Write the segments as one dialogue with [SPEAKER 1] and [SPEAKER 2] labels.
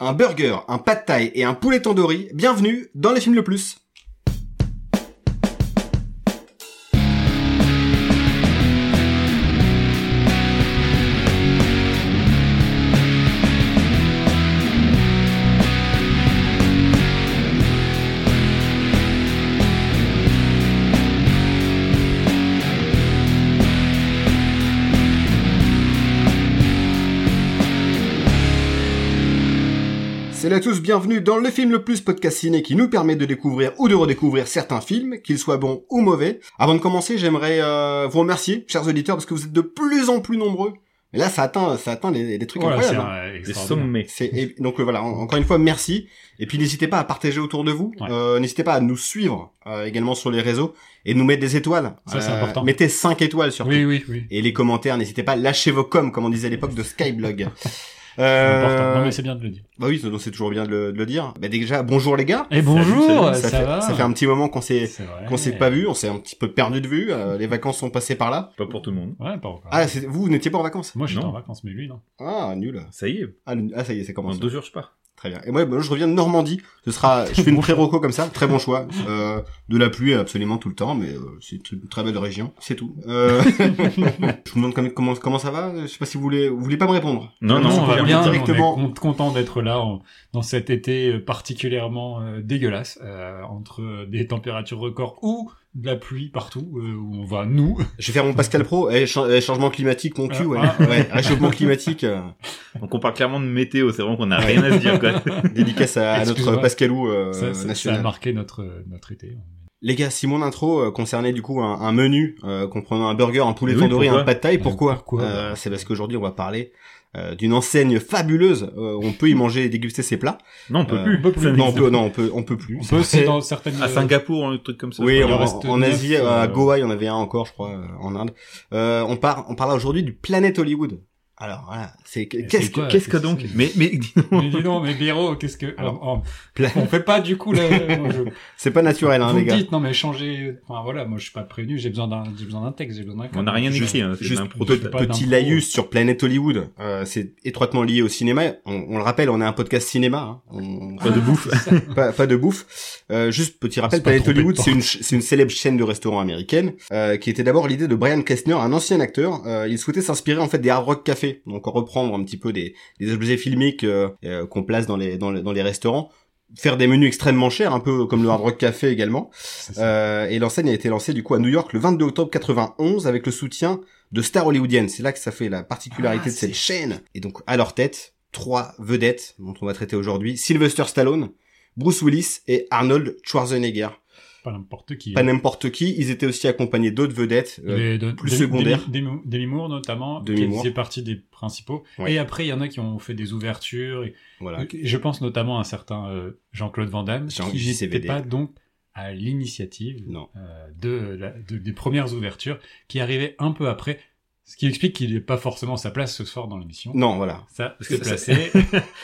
[SPEAKER 1] un burger, un pad thai et un poulet tandoori, bienvenue dans les films le plus. Salut à tous, bienvenue dans le film le plus podcast ciné qui nous permet de découvrir ou de redécouvrir certains films, qu'ils soient bons ou mauvais. Avant de commencer, j'aimerais euh, vous remercier, chers auditeurs, parce que vous êtes de plus en plus nombreux. Et là, ça atteint, ça atteint des, des trucs
[SPEAKER 2] Voilà,
[SPEAKER 1] incroyables. hein.
[SPEAKER 2] c'est, euh,
[SPEAKER 3] Des
[SPEAKER 2] extraordinaire.
[SPEAKER 3] sommets.
[SPEAKER 1] C'est- et donc euh, voilà, en- encore une fois, merci. Et puis n'hésitez pas à partager autour de vous.
[SPEAKER 2] Ouais.
[SPEAKER 1] Euh, n'hésitez pas à nous suivre euh, également sur les réseaux et nous mettre des étoiles. Euh,
[SPEAKER 2] Ça, c'est important.
[SPEAKER 1] Mettez 5 étoiles surtout.
[SPEAKER 2] Oui, oui, oui.
[SPEAKER 1] Et les commentaires, n'hésitez pas, lâchez vos coms, comme on disait à l'époque de Skyblog.
[SPEAKER 2] C'est
[SPEAKER 1] Euh,
[SPEAKER 2] important. Non, mais c'est bien de le dire.
[SPEAKER 1] Bah oui, donc c'est toujours bien de le, de le dire. Bah déjà, bonjour les gars.
[SPEAKER 2] Et Eh, bonjour,
[SPEAKER 1] ça,
[SPEAKER 2] Oh, ça,
[SPEAKER 1] fait,
[SPEAKER 2] va
[SPEAKER 1] ça fait un petit moment qu'on s'est
[SPEAKER 2] C'est vrai.
[SPEAKER 1] qu'on s'est pas vu, on s'est un petit peu perdu de vue. euh, les vacances sont passées par là.
[SPEAKER 3] Pas pour tout le monde.
[SPEAKER 2] Ouais, pas encore.
[SPEAKER 1] Ah, c'est- vous, vous n'étiez pas en vacances
[SPEAKER 2] Moi, j'étais
[SPEAKER 3] non.
[SPEAKER 2] en vacances, mais lui, non.
[SPEAKER 1] Ah, nul.
[SPEAKER 3] Ça y est,
[SPEAKER 1] Ah, le- ah, ça y est, c'est
[SPEAKER 3] dans
[SPEAKER 1] commencé.
[SPEAKER 3] deux jours je pars.
[SPEAKER 1] Très bien. Et moi, bah, je reviens de Normandie. Ce sera, je fais une pré-roco comme ça. Très bon choix. Euh, de la pluie absolument tout le temps, mais euh, c'est une très belle région. C'est tout. Euh, je vous demande comment, comment, comment ça va. Je sais pas si vous voulez, vous voulez pas me répondre.
[SPEAKER 3] Non, non,
[SPEAKER 1] c'est
[SPEAKER 2] on
[SPEAKER 1] pour
[SPEAKER 2] va
[SPEAKER 1] dire
[SPEAKER 2] bien.
[SPEAKER 1] directement.
[SPEAKER 2] On est con- content d'être là en- dans cet été euh, particulièrement euh, dégueulasse, euh, entre euh, des températures records ou de la pluie partout, euh, où on va, nous.
[SPEAKER 1] Je vais faire mon Pascal Pro. Eh, cha- eh, changement climatique, mon cul, ouais.
[SPEAKER 2] Ah, ah.
[SPEAKER 1] Ouais, réchauffement climatique. euh,
[SPEAKER 3] Donc on parle clairement de météo, c'est vraiment qu'on a rien à se dire quoi.
[SPEAKER 1] dédicace à, à notre
[SPEAKER 2] Excuse-moi.
[SPEAKER 1] Pascalou euh,
[SPEAKER 2] ça, ça- ça a
[SPEAKER 1] national.
[SPEAKER 2] marqué notre, euh, notre été.
[SPEAKER 1] Les gars, si mon intro euh, concernait du coup un, un menu euh, comprenant un burger, un poulet
[SPEAKER 3] Oui,
[SPEAKER 1] tandoori,
[SPEAKER 3] pourquoi
[SPEAKER 1] un pad thai, pourquoi,
[SPEAKER 2] Euh, pourquoi
[SPEAKER 1] Euh, C'est parce qu'aujourd'hui on va parler euh, d'une enseigne fabuleuse. euh, on peut y manger et déguster ses plats.
[SPEAKER 3] Non, on peut
[SPEAKER 1] Euh,
[SPEAKER 3] plus.
[SPEAKER 2] on peut plus.
[SPEAKER 3] Ça
[SPEAKER 1] Non, on
[SPEAKER 3] n'existe
[SPEAKER 1] peut, non, on peut, on peut plus.
[SPEAKER 2] On peut,
[SPEAKER 1] C'est-
[SPEAKER 2] c'est dans certaines. euh,
[SPEAKER 3] pas. À Singapour, un truc comme ça.
[SPEAKER 1] Oui,
[SPEAKER 3] je
[SPEAKER 1] en,
[SPEAKER 2] il
[SPEAKER 3] crois.
[SPEAKER 2] en reste
[SPEAKER 1] en
[SPEAKER 2] neuf,
[SPEAKER 1] Asie,
[SPEAKER 2] euh,
[SPEAKER 1] à Goa, il y en avait un encore, je crois, euh, en Inde. Euh, on part, on parle aujourd'hui du Planet Hollywood. Alors voilà, c'est
[SPEAKER 2] Et
[SPEAKER 1] qu'est-ce
[SPEAKER 2] c'est
[SPEAKER 1] que
[SPEAKER 2] quoi
[SPEAKER 3] Qu'est-ce que
[SPEAKER 2] c'est-
[SPEAKER 3] donc
[SPEAKER 2] c'est-
[SPEAKER 3] Mais mais
[SPEAKER 2] Mais dis donc, mais Béro, qu'est-ce que.
[SPEAKER 1] Alors,
[SPEAKER 2] on- on-
[SPEAKER 1] pla-
[SPEAKER 2] on fait pas du coup là. moi, je-
[SPEAKER 1] c'est pas naturel, hein,
[SPEAKER 2] Vous
[SPEAKER 1] les
[SPEAKER 2] me
[SPEAKER 1] gars.
[SPEAKER 2] dites, non mais changez. Enfin voilà, moi je suis pas prévenu, j'ai besoin d'un, j'ai besoin d'un texte, j'ai besoin d'un.
[SPEAKER 3] on n'a rien
[SPEAKER 1] Juste-
[SPEAKER 3] écrit. Hein, c'est
[SPEAKER 1] juste
[SPEAKER 3] un
[SPEAKER 1] Pe-
[SPEAKER 3] prototype.
[SPEAKER 2] pas
[SPEAKER 1] petit
[SPEAKER 2] d'impro.
[SPEAKER 1] laïus sur Planète Hollywood, euh, c'est étroitement lié au cinéma. On, on le rappelle, on a un podcast cinéma, hein. On-
[SPEAKER 3] Pas de bouffe.
[SPEAKER 1] pas, pas de bouffe. Euh, juste petit rappel,
[SPEAKER 2] C'est pas
[SPEAKER 1] Planète
[SPEAKER 2] trompé de
[SPEAKER 1] Hollywood,
[SPEAKER 2] porte.
[SPEAKER 1] c'est une, ch- c'est une célèbre chaîne de restaurants américaine euh, qui était d'abord l'idée de Brian Kessner, un ancien acteur. Euh, il souhaitait s'inspirer en fait des Hard Rock Café, donc reprendre un petit peu des, des objets filmiques euh, euh, qu'on place dans les, dans les dans les restaurants, faire des menus extrêmement chers, un peu comme le Hard Rock Café également. Euh, et l'enseigne a été lancée du coup à New York le 22 octobre 91 avec le soutien de stars hollywoodiennes. C'est là que ça fait la particularité
[SPEAKER 3] Ah,
[SPEAKER 1] de cette chaîne. Et donc à leur tête, trois vedettes dont on va traiter aujourd'hui Sylvester Stallone, Bruce Willis et Arnold Schwarzenegger.
[SPEAKER 2] Pas n'importe qui.
[SPEAKER 1] Pas n'importe qui. Ils étaient aussi accompagnés d'autres vedettes. euh,
[SPEAKER 2] Les- de-
[SPEAKER 1] plus
[SPEAKER 2] Demi-
[SPEAKER 1] secondaires.
[SPEAKER 2] Demi, Demi- Demi Moore notamment,
[SPEAKER 1] Demi
[SPEAKER 2] qui
[SPEAKER 1] Moore.
[SPEAKER 2] faisait partie des principaux.
[SPEAKER 1] Ouais.
[SPEAKER 2] Et après, il y en a qui ont fait des ouvertures. Et-
[SPEAKER 1] voilà.
[SPEAKER 2] et Je pense notamment à un certain euh, Jean-Claude Van Damme,
[SPEAKER 1] Jean-
[SPEAKER 2] qui n'était
[SPEAKER 1] JCVD.
[SPEAKER 2] pas donc à l'initiative
[SPEAKER 1] Non.
[SPEAKER 2] euh, de, la- de- des premières ouvertures, qui arrivaient un peu après, ce qui explique qu'il n'est pas forcément sa place ce soir dans l'émission.
[SPEAKER 1] Non, voilà.
[SPEAKER 2] Ça,
[SPEAKER 3] Parce
[SPEAKER 2] c'est
[SPEAKER 3] que ça-
[SPEAKER 2] placé.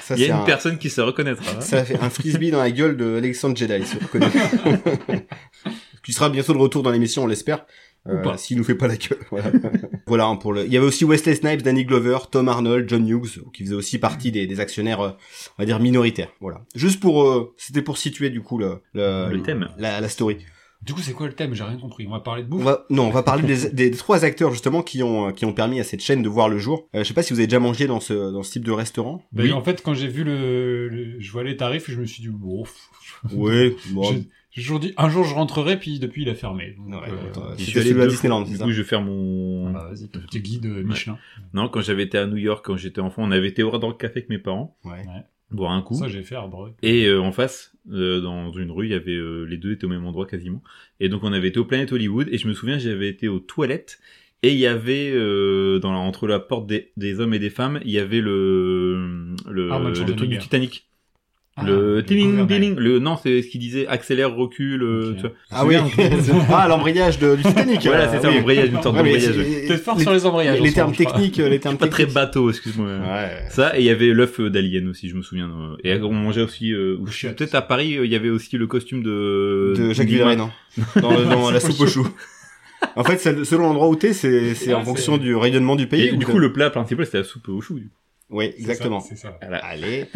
[SPEAKER 1] Ça,
[SPEAKER 3] Il y
[SPEAKER 1] c'est
[SPEAKER 3] a
[SPEAKER 1] un-
[SPEAKER 3] une personne qui se reconnaîtra.
[SPEAKER 1] Ça fait un frisbee dans la gueule de Alexandre Jedi, si vous reconnaissez. qui sera bientôt de retour dans l'émission, on l'espère.
[SPEAKER 2] Ou
[SPEAKER 1] Euh,
[SPEAKER 2] pas.
[SPEAKER 1] S'il nous fait pas la gueule. Voilà. Voilà, hein, pour le... Il y avait aussi Wesley Snipes, Danny Glover, Tom Arnold, John Hughes, qui faisaient aussi partie des, des actionnaires, euh, on va dire, minoritaires. Voilà. Juste pour... euh, C'était pour situer, du coup, le, le-
[SPEAKER 3] Le thème.
[SPEAKER 1] La, la story.
[SPEAKER 2] Du coup, c'est quoi le thème J'ai rien compris. On va parler de
[SPEAKER 1] On
[SPEAKER 2] bouffe.
[SPEAKER 1] va... Non, on va parler des, des trois acteurs, justement, qui ont, euh, qui ont permis à cette chaîne de voir le jour. Euh, je sais pas si vous avez déjà mangé dans ce, dans ce type de restaurant.
[SPEAKER 2] Ben,
[SPEAKER 3] Oui.
[SPEAKER 2] En fait, quand j'ai vu le, le- je vois les tarifs, je me suis dit, bon, pff,
[SPEAKER 1] Oui. Bon.
[SPEAKER 2] j'ai j'ai toujours dit, un jour je rentrerai, puis depuis il a fermé. Donc,
[SPEAKER 1] Ouais,
[SPEAKER 2] euh,
[SPEAKER 1] attends,
[SPEAKER 3] Je
[SPEAKER 1] c'était
[SPEAKER 3] suis allé
[SPEAKER 1] celui à
[SPEAKER 3] deux
[SPEAKER 1] Disneyland,
[SPEAKER 3] fois.
[SPEAKER 1] c'est
[SPEAKER 3] Du
[SPEAKER 1] ça
[SPEAKER 3] coup, je vais faire mon.
[SPEAKER 2] bah, vas-y, ton petit guide euh, Michelin.
[SPEAKER 3] Non, quand j'avais été à New York, quand j'étais enfant, on avait été au Red Rock Café avec mes parents,
[SPEAKER 1] Ouais.
[SPEAKER 3] boire un coup.
[SPEAKER 2] Ça, j'ai fait à Breuil.
[SPEAKER 3] Et euh, en face, euh, dans une rue, il y avait euh, les deux étaient au même endroit quasiment. Et donc on avait été au Planet Hollywood. Et je me souviens, j'avais été aux toilettes. Et il y avait euh, dans la- entre la porte des, des hommes et des femmes, il y avait le Ah, le,
[SPEAKER 2] Arnold
[SPEAKER 3] le truc du
[SPEAKER 2] Schwarzenegger.
[SPEAKER 3] Titanic.
[SPEAKER 2] Ah,
[SPEAKER 3] le tiling
[SPEAKER 2] gouvernail.
[SPEAKER 3] tiling. Le non, c'est ce qu'il disait accélère recul. euh,
[SPEAKER 2] Ok.
[SPEAKER 3] tu vois.
[SPEAKER 1] Ah oui,
[SPEAKER 3] Souviens,
[SPEAKER 1] ah l'embrayage de- du Titanic.
[SPEAKER 3] Voilà,
[SPEAKER 1] euh,
[SPEAKER 3] c'est ça,
[SPEAKER 1] oui.
[SPEAKER 3] l'embrayage, une sorte
[SPEAKER 1] Ouais, mais
[SPEAKER 3] d'embrayage.
[SPEAKER 1] c'est-
[SPEAKER 2] T'es fort sur les
[SPEAKER 1] les,
[SPEAKER 2] embrayages.
[SPEAKER 1] les
[SPEAKER 2] en ce
[SPEAKER 1] termes
[SPEAKER 2] moment, je crois.
[SPEAKER 1] techniques, euh, les termes
[SPEAKER 3] Pas très
[SPEAKER 1] techniques.
[SPEAKER 3] bateau, excuse-moi.
[SPEAKER 1] Ouais.
[SPEAKER 3] Ça, et il y avait l'œuf euh, d'Alien aussi, je me souviens. euh, Et on mangeait aussi, euh, ou je- peut-être à Paris, euh, il y avait aussi le costume de...
[SPEAKER 1] De Jacques
[SPEAKER 3] du-
[SPEAKER 1] Villeray, non Dans, dans la soupe aux choux. En fait, c'est- selon l'endroit où t'es, c'est c'est
[SPEAKER 2] Ouais,
[SPEAKER 1] en
[SPEAKER 2] Ah, c'est-
[SPEAKER 1] fonction du rayonnement du pays.
[SPEAKER 3] Et
[SPEAKER 1] ou
[SPEAKER 3] du
[SPEAKER 1] de-
[SPEAKER 3] coup, le plat principal, c'était la soupe au chou.
[SPEAKER 1] Oui,
[SPEAKER 2] C'est ça,
[SPEAKER 1] exactement.
[SPEAKER 2] C'est ça.
[SPEAKER 3] Voilà.
[SPEAKER 1] Allez.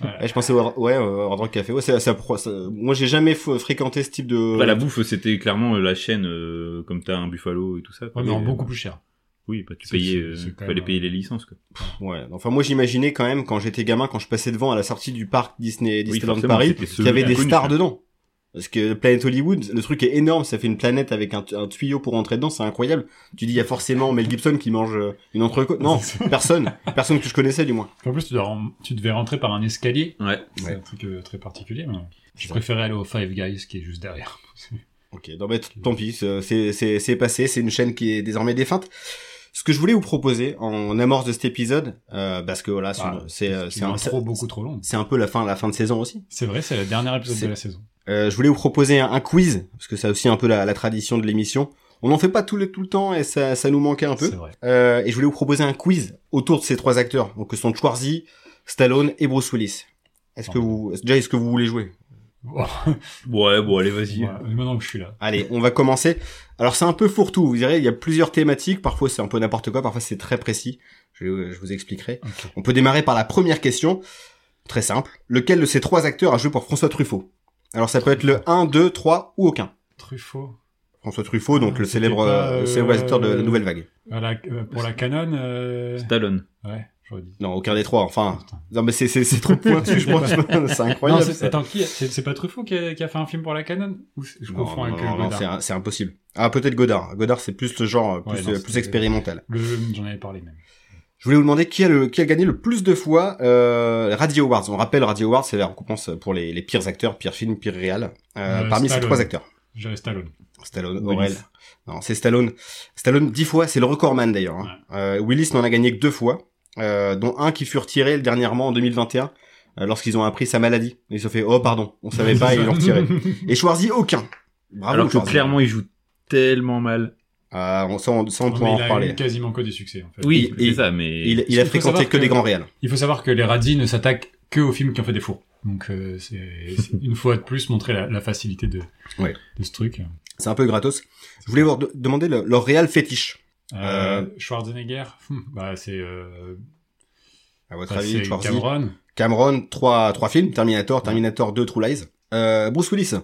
[SPEAKER 2] Voilà.
[SPEAKER 1] Ouais, je pensais au Hard- ouais, au Hard Rock Café. Ouais, ça, ça, pro- ça- moi, j'ai jamais f- fréquenté ce type de.
[SPEAKER 3] Bah, la bouffe, c'était clairement euh, la chaîne, euh, comme t'as un buffalo et tout ça. quoi.
[SPEAKER 2] Ouais, mais en
[SPEAKER 3] Et,
[SPEAKER 2] beaucoup plus cher.
[SPEAKER 3] Oui, bah, tu
[SPEAKER 2] C'est-
[SPEAKER 3] payais,
[SPEAKER 2] c'est-
[SPEAKER 3] euh,
[SPEAKER 2] c'est quand
[SPEAKER 3] fallait
[SPEAKER 2] même,
[SPEAKER 3] payer
[SPEAKER 2] euh,
[SPEAKER 3] les licences, quoi.
[SPEAKER 1] Ouais. Enfin, moi, j'imaginais quand même quand j'étais gamin, quand je passais devant à la sortie du parc Disney, Disneyland
[SPEAKER 3] forcément,
[SPEAKER 1] Paris,
[SPEAKER 3] c'était ceux
[SPEAKER 1] qu'il y avait
[SPEAKER 3] les
[SPEAKER 1] des
[SPEAKER 3] connus,
[SPEAKER 1] stars
[SPEAKER 3] quoi.
[SPEAKER 1] dedans. Parce que Planet Hollywood, le truc est énorme, ça fait une planète avec un, tu- un tuyau pour entrer dedans, c'est incroyable. Tu dis, il y a forcément Mel Gibson qui mange euh, une entrecôte. Non, personne. Personne que je connaissais, du moins.
[SPEAKER 2] En plus, tu, dois rem- tu devais rentrer par un escalier.
[SPEAKER 3] Ouais.
[SPEAKER 2] C'est
[SPEAKER 1] Ouais.
[SPEAKER 2] un truc euh, très particulier. Mais... Je
[SPEAKER 1] ça.
[SPEAKER 2] préférais aller au Five Guys qui est juste derrière.
[SPEAKER 1] Ok, non mais t- tant pis, c'est- c'est c'est- c'est passé, c'est une chaîne qui est désormais défunte. Ce que je voulais vous proposer en amorce de cet épisode, euh, parce que voilà, c'est
[SPEAKER 2] Ah,
[SPEAKER 1] c'est euh, c'est
[SPEAKER 2] une
[SPEAKER 1] un,
[SPEAKER 2] intro beaucoup trop longue.
[SPEAKER 1] c'est un peu la fin, la fin de saison aussi.
[SPEAKER 2] C'est vrai, c'est le dernier épisode
[SPEAKER 1] C'est-
[SPEAKER 2] de la saison.
[SPEAKER 1] Euh, je voulais vous proposer un, un quiz, parce que c'est aussi un peu la, la tradition de l'émission. On n'en fait pas tout le, tout le temps et ça, ça nous manquait un peu.
[SPEAKER 2] C'est vrai.
[SPEAKER 1] Euh, et je voulais vous proposer un quiz autour de ces trois acteurs, donc que sont Schwarzy, Stallone et Bruce Willis. Est-ce que vous, déjà, est-ce que vous voulez jouer
[SPEAKER 2] Bon,
[SPEAKER 3] Ouais, bon, allez, vas-y.
[SPEAKER 2] voilà, Maintenant que je suis là.
[SPEAKER 1] Allez, on va commencer. Alors c'est un peu fourre-tout, vous verrez, il y a plusieurs thématiques, parfois c'est un peu n'importe quoi, parfois c'est très précis, je, je vous expliquerai.
[SPEAKER 2] Ok.
[SPEAKER 1] On peut démarrer par la première question, très simple. Lequel de ces trois acteurs a joué pour François Truffaut Alors ça peut être le 1, 2, 3 ou aucun.
[SPEAKER 2] Truffaut.
[SPEAKER 1] François Truffaut, donc
[SPEAKER 2] Ah,
[SPEAKER 1] le
[SPEAKER 2] c'était
[SPEAKER 1] célèbre,
[SPEAKER 2] pas,
[SPEAKER 1] euh, le célèbre
[SPEAKER 2] euh,
[SPEAKER 1] acteur de la Nouvelle Vague.
[SPEAKER 2] À la- euh, pour la canon, euh...
[SPEAKER 3] Stallone.
[SPEAKER 2] ouais, j'aurais dit.
[SPEAKER 1] Non, aucun des trois, enfin...
[SPEAKER 2] Putain.
[SPEAKER 1] Non mais c'est- c'est c'est trop pointu, je pense, c'est
[SPEAKER 2] Non,
[SPEAKER 1] incroyable.
[SPEAKER 2] c'est-
[SPEAKER 1] ça.
[SPEAKER 2] attends, qui c'est c'est pas Truffaut qui a, qui a fait un film pour la canon Ou c'est- Je
[SPEAKER 1] Non,
[SPEAKER 2] confonds
[SPEAKER 1] non,
[SPEAKER 2] avec
[SPEAKER 1] non,
[SPEAKER 2] euh,
[SPEAKER 1] non,
[SPEAKER 2] Godard.
[SPEAKER 1] c'est un- c'est impossible. Ah peut-être Godard. Godard c'est plus le genre, plus,
[SPEAKER 2] Ouais, non,
[SPEAKER 1] euh,
[SPEAKER 2] c'est-
[SPEAKER 1] plus expérimental.
[SPEAKER 2] Le- J'en avais parlé même.
[SPEAKER 1] Je voulais vous demander qui a, le, qui a gagné le plus de fois euh, Radio Awards. On rappelle, Radio Awards, c'est la récompense pour les, les pires acteurs, pires films, pires réals. euh,
[SPEAKER 2] Euh,
[SPEAKER 1] parmi ces
[SPEAKER 2] Stallone.
[SPEAKER 1] trois acteurs.
[SPEAKER 2] J'avais Stallone.
[SPEAKER 1] Stallone,
[SPEAKER 3] Willis.
[SPEAKER 1] Aurel. Non, c'est Stallone. Stallone, dix fois, c'est le recordman d'ailleurs. hein. Euh, Willis n'en a gagné que deux fois, euh, dont un qui fut retiré dernièrement en 2021, euh, lorsqu'ils ont appris sa maladie. Ils se sont fait, oh pardon, on savait pas, ils l'ont retiré. Et Schwarzy, aucun. Bravo,
[SPEAKER 3] Alors que
[SPEAKER 1] Schwarzy.
[SPEAKER 3] clairement, il joue tellement mal.
[SPEAKER 1] Ah, on, ça, on, ça, on
[SPEAKER 2] Non,
[SPEAKER 1] pourra
[SPEAKER 2] mais
[SPEAKER 1] en
[SPEAKER 2] il a
[SPEAKER 1] reparler.
[SPEAKER 2] eu quasiment que des succès en fait.
[SPEAKER 3] Oui,
[SPEAKER 1] et-
[SPEAKER 3] c'est ça, mais.
[SPEAKER 1] Il, il a
[SPEAKER 2] Parce qu'il faut
[SPEAKER 1] fréquenté
[SPEAKER 2] savoir
[SPEAKER 1] que,
[SPEAKER 2] que-
[SPEAKER 1] des grands réals.
[SPEAKER 2] Il faut savoir que les radis ne s'attaquent que aux films qui ont fait des fours. Donc euh, c'est c'est une fois de plus montrer la, la facilité de,
[SPEAKER 1] Ouais.
[SPEAKER 2] de ce truc. Euh,
[SPEAKER 1] C'est un peu gratos. Je voulais vous de- demander le- leur réal fétiche.
[SPEAKER 2] Euh,
[SPEAKER 1] Euh,
[SPEAKER 2] Schwarzenegger, hum, bah c'est euh,
[SPEAKER 1] À votre
[SPEAKER 2] bah,
[SPEAKER 1] avis,
[SPEAKER 2] c'est
[SPEAKER 1] Schwarzy
[SPEAKER 2] Cameron.
[SPEAKER 1] Cameron, trois, trois films, Terminator, Terminator 2, True Lies. Euh, Bruce Willis.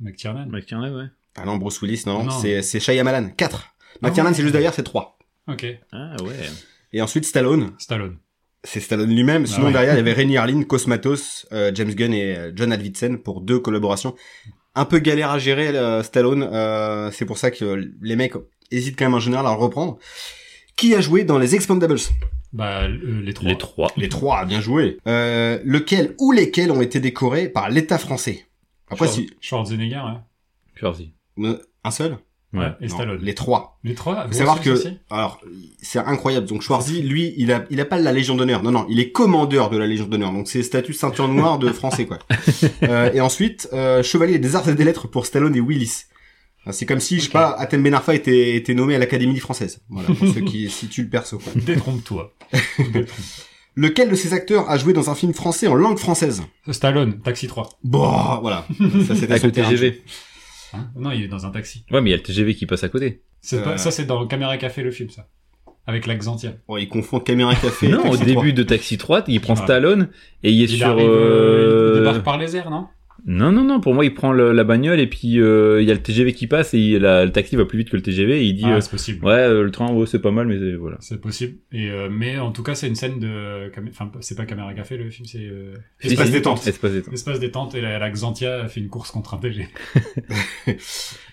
[SPEAKER 2] McTiernan.
[SPEAKER 3] McTiernan, ouais.
[SPEAKER 1] Ah non, Bruce Willis, non,
[SPEAKER 2] Non.
[SPEAKER 1] c'est, c'est Shyamalan, 4.
[SPEAKER 2] Ah
[SPEAKER 1] McTiernan,
[SPEAKER 2] ouais.
[SPEAKER 1] c'est juste derrière, c'est 3.
[SPEAKER 2] Ok,
[SPEAKER 3] Ah ouais.
[SPEAKER 1] Et ensuite Stallone,
[SPEAKER 2] Stallone.
[SPEAKER 1] c'est Stallone lui-même. Sinon,
[SPEAKER 2] Ah ouais.
[SPEAKER 1] derrière, il y avait Rémi Harlin, Cosmatos, euh, James Gunn et euh, John Avildsen pour deux collaborations. Un peu galère à gérer, euh, Stallone. euh, c'est pour ça que euh, les mecs hésitent quand même en général à le reprendre. Qui a joué dans les Expendables
[SPEAKER 2] Bah euh, les trois.
[SPEAKER 3] Les trois.
[SPEAKER 1] Les trois, bien joué. Euh, lequel ou lesquels ont été décorés par l'État français Après,
[SPEAKER 2] Schwar-
[SPEAKER 1] si...
[SPEAKER 2] Schwarzenegger, hein.
[SPEAKER 3] Schwarzy.
[SPEAKER 1] Euh, Un seul
[SPEAKER 3] Ouais.
[SPEAKER 2] et
[SPEAKER 1] Non,
[SPEAKER 2] Stallone. Les,
[SPEAKER 1] Les trois.
[SPEAKER 2] trois.
[SPEAKER 1] Faut savoir
[SPEAKER 2] Bruce
[SPEAKER 1] que...
[SPEAKER 2] Willis aussi
[SPEAKER 1] Alors, c'est incroyable. Donc, Schwarzy, lui, il a, il a pas la Légion d'honneur. Non, non, il est commandeur de la Légion d'honneur. Donc, c'est statut ceinture noire de français, quoi. Euh, et ensuite, euh, Chevalier des Arts et des Lettres pour Stallone et Willis. Enfin, C'est comme si, je sais
[SPEAKER 2] Ok.
[SPEAKER 1] pas, Athènes Benarfa était, était nommé à l'Académie française. Voilà, pour ceux qui situent le perso, quoi.
[SPEAKER 2] Détrompe-toi. Détrompe.
[SPEAKER 1] Lequel de ces acteurs a joué dans un film français en langue française
[SPEAKER 2] Stallone, Taxi 3.
[SPEAKER 1] Bon, voilà. Ça, c'était
[SPEAKER 3] Avec
[SPEAKER 1] son
[SPEAKER 3] le
[SPEAKER 1] terrain de jeu.
[SPEAKER 3] TGV.
[SPEAKER 2] Hein non, il est dans un taxi.
[SPEAKER 3] Ouais, mais il y a le TGV qui passe à côté.
[SPEAKER 2] C'est
[SPEAKER 1] Euh.
[SPEAKER 2] pas- Ça, c'est dans Caméra Café, le film, ça. Avec l'Axantia.
[SPEAKER 1] Bon, ils confondent Oh, Caméra Café. et
[SPEAKER 3] non, au
[SPEAKER 1] Taxi 3.
[SPEAKER 3] début de Taxi 3, il prend
[SPEAKER 2] Ouais.
[SPEAKER 3] Stallone et il est
[SPEAKER 2] il
[SPEAKER 3] sur.
[SPEAKER 2] arrive, euh,
[SPEAKER 3] euh,
[SPEAKER 2] il débarque par les airs, non
[SPEAKER 3] Non, non, non, pour moi, il prend le- la bagnole et puis euh, il y a le TGV qui passe et il- la- le taxi va plus vite que le TGV et il dit
[SPEAKER 2] Ah,
[SPEAKER 3] euh,
[SPEAKER 2] c'est possible.
[SPEAKER 3] Ouais, euh, le train, ouais, c'est pas mal, mais euh, voilà.
[SPEAKER 2] C'est possible. Et, euh, mais en tout cas, c'est une scène de. camé- Enfin, c'est pas Caméra Café, le film, c'est. euh,
[SPEAKER 3] Si,
[SPEAKER 1] Espace
[SPEAKER 3] si,
[SPEAKER 1] détente.
[SPEAKER 3] Espace détente.
[SPEAKER 2] L'espace détente et la- l'Axantia fait une course contre un TG.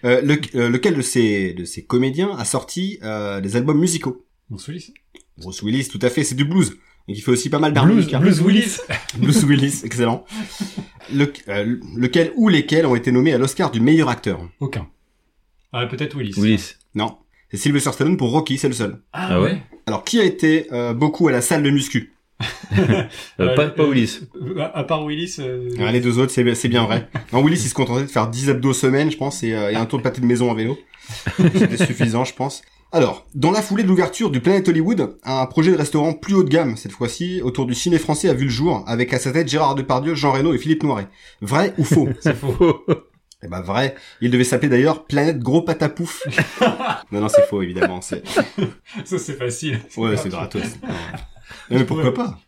[SPEAKER 1] Euh, le- euh, lequel de ces, de ces comédiens a sorti euh, des albums musicaux
[SPEAKER 2] Bruce Willis.
[SPEAKER 1] Bruce Willis, tout à fait, c'est du blues. Donc il fait aussi pas mal
[SPEAKER 2] Blues,
[SPEAKER 1] d'harmonica.
[SPEAKER 2] Blues Willis.
[SPEAKER 1] Blues Willis, excellent. Le- euh, lequel ou lesquels ont été nommés à l'Oscar du meilleur acteur
[SPEAKER 2] Aucun. Ah, peut-être Willis.
[SPEAKER 3] Willis.
[SPEAKER 1] Non, c'est Sylvester Stallone pour Rocky, c'est le seul.
[SPEAKER 2] Ah,
[SPEAKER 3] Ah ouais
[SPEAKER 2] ouais.
[SPEAKER 1] Alors qui a été euh, beaucoup à la salle de muscu
[SPEAKER 3] Euh,
[SPEAKER 2] Euh,
[SPEAKER 3] pas, pas
[SPEAKER 2] euh,
[SPEAKER 3] Willis.
[SPEAKER 2] Euh, À, à part Willis. euh,
[SPEAKER 1] Ah, Les deux autres, c'est c'est bien vrai. Non, Willis, il se contentait de faire 10 abdos semaine, je pense, et, euh, et un tour de pâté de maison en vélo. C'était suffisant, je pense. Alors, dans la foulée de l'ouverture du Planet Hollywood, un projet de restaurant plus haut de gamme, cette fois-ci, autour du ciné français a vu le jour, avec à sa tête Gérard Depardieu, Jean Reno et Philippe Noiret. Vrai ou faux
[SPEAKER 2] C'est faux.
[SPEAKER 1] Eh ben vrai, il devait s'appeler d'ailleurs Planète Gros Patapouf. non non, c'est faux évidemment, c'est
[SPEAKER 2] Ça, c'est facile.
[SPEAKER 1] ouais, c'est gratos. Non. Non, mais pourquoi
[SPEAKER 2] Ouais.
[SPEAKER 1] pas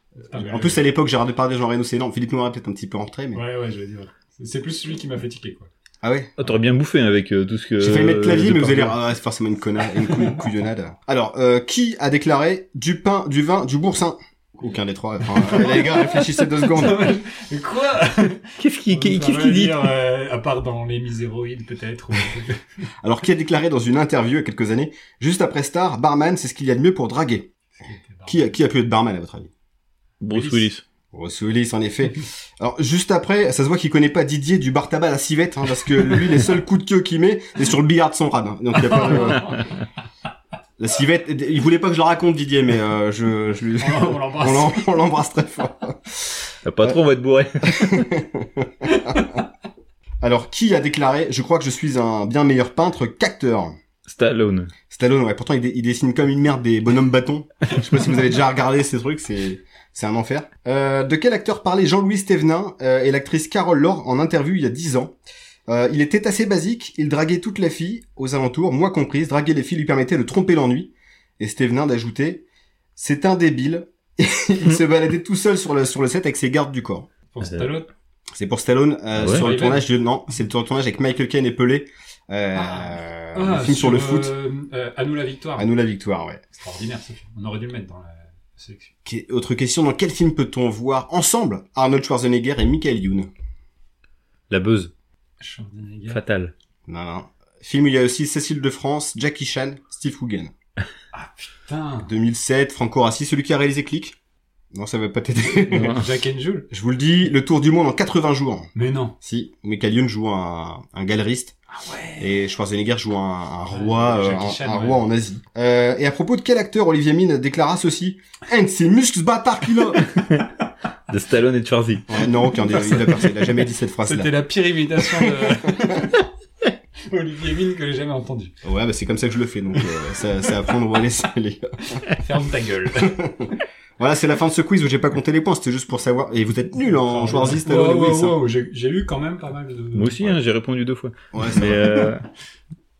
[SPEAKER 1] En plus, à l'époque, Gérard Depardieu, Jean Reno, c'est énorme. Philippe Noir est peut-être un petit peu rentré, mais.
[SPEAKER 2] Ouais, ouais, je vais dire. C'est- C'est plus celui qui m'a fait tiquer, quoi.
[SPEAKER 1] Ah ouais?
[SPEAKER 3] Ah, T'aurais bien bouffé avec euh, tout ce que.
[SPEAKER 1] J'ai failli mettre la vie,
[SPEAKER 3] de
[SPEAKER 1] mais vous allez dire,
[SPEAKER 3] partout.
[SPEAKER 1] ah, c'est forcément une connasse, une couille- couillonnade. Alors, euh, qui a déclaré du pain, du vin, du boursin? Aucun des trois. Enfin, euh, les gars, réfléchissez deux secondes.
[SPEAKER 2] Quoi
[SPEAKER 3] Qu'est-ce qu'il qu'est-
[SPEAKER 2] Ça
[SPEAKER 3] qu'est-ce
[SPEAKER 2] veut
[SPEAKER 3] qu'il dit
[SPEAKER 2] dire, euh, À part dans Les Miséroïdes, peut-être. ou un truc.
[SPEAKER 1] Alors, qui a déclaré dans une interview il y a quelques années, juste après Star, barman, c'est ce qu'il y a de mieux pour draguer. Qui a, qui a pu être barman, à votre avis?
[SPEAKER 3] Bruce Willis.
[SPEAKER 1] Bruce Willis, en effet. Alors, juste après, ça se voit qu'il connaît pas Didier du bar tabac à la civette, hein, parce que lui, les seuls coups de queue qu'il met, c'est sur le billard de son rad. hein. Donc, il y a pas de- La civette, il voulait pas que je la raconte, Didier, mais euh, je, je lui...
[SPEAKER 2] On
[SPEAKER 1] On
[SPEAKER 2] l'embrasse.
[SPEAKER 1] l'em- on l'embrasse très fort.
[SPEAKER 3] Ah, pas trop, on va être bourré.
[SPEAKER 1] Alors, qui a déclaré « Je crois que je suis un bien meilleur peintre qu'acteur
[SPEAKER 3] Stallone. ».
[SPEAKER 1] Stallone, ouais, pourtant il, dé- il dessine comme une merde des bonhommes bâtons. Je sais pas si vous avez déjà regardé ces trucs, c'est c'est un enfer. Euh, de quel acteur parlait Jean-Louis Stévenin euh, et l'actrice Carole Laure en interview il y a 10 ans Euh, Il était assez basique, il draguait toutes les filles aux alentours, moi comprise, draguer les filles lui permettait de tromper l'ennui. Et Stévenin d'ajouter « C'est un débile, il se baladait tout seul sur le, sur le set avec ses gardes du corps ».
[SPEAKER 2] Pour
[SPEAKER 3] Euh,
[SPEAKER 2] Stallone.
[SPEAKER 1] C'est pour Stallone euh,
[SPEAKER 3] Ah ouais.
[SPEAKER 1] sur le
[SPEAKER 2] Ivan.
[SPEAKER 1] tournage de non, c'est le tour- tournage avec Michael Caine et Pelé, euh, le film Ah, sur, le foot.
[SPEAKER 2] euh, euh, à nous la victoire.
[SPEAKER 1] À nous la victoire, ouais.
[SPEAKER 2] Extraordinaire ce film. On aurait dû le mettre dans la sélection.
[SPEAKER 1] Qu- Autre question, dans quel film peut-on voir ensemble Arnold Schwarzenegger et Michael Youn
[SPEAKER 3] La buzz.
[SPEAKER 2] Schwarzenegger.
[SPEAKER 3] Fatale.
[SPEAKER 1] Non, non. Film où il y a aussi Cécile de France, Jackie Chan, Steve Coogan.
[SPEAKER 2] Ah putain.
[SPEAKER 1] 2007, Franco Rassi, celui qui a réalisé Click. Non, ça va pas t'aider.
[SPEAKER 3] Non.
[SPEAKER 2] Jack and Jules.
[SPEAKER 1] Je vous le dis, le tour du monde en 80 jours.
[SPEAKER 2] Mais non.
[SPEAKER 1] Si, Michael Youn joue un, un galeriste
[SPEAKER 2] Ah ouais.
[SPEAKER 1] et Schwarzenegger joue un, un roi,
[SPEAKER 2] Ouais,
[SPEAKER 1] euh,
[SPEAKER 2] Jackie
[SPEAKER 1] un,
[SPEAKER 2] Chan,
[SPEAKER 1] un
[SPEAKER 2] ouais.
[SPEAKER 1] roi en Asie. Euh, et à propos de quel acteur Olivier Mine déclara ceci Hein, c'est muscles bâtard qu'il a
[SPEAKER 3] De Stallone et de Schwarzy.
[SPEAKER 1] Ouais, Non, aucun des il a personne, il a jamais dit cette phrase-là.
[SPEAKER 2] Ah, C'était la pire imitation de Olivier Mine que j'ai jamais entendue.
[SPEAKER 1] Ouais, bah c'est comme ça que je le fais, donc euh, ça, ça apprendre ou à laisser les gars.
[SPEAKER 2] Ferme ta gueule.
[SPEAKER 1] Voilà, c'est la fin de ce quiz où j'ai pas compté les points, c'était juste pour savoir. Et vous êtes nuls hein, en Schwarzy, Stallone et
[SPEAKER 2] Wow, wow,
[SPEAKER 1] Wilson.
[SPEAKER 2] wow, J'ai j'ai eu quand même pas mal de.
[SPEAKER 3] Moi aussi, hein, j'ai répondu deux fois.
[SPEAKER 1] Ouais, c'est
[SPEAKER 3] Mais
[SPEAKER 1] vrai.
[SPEAKER 3] euh,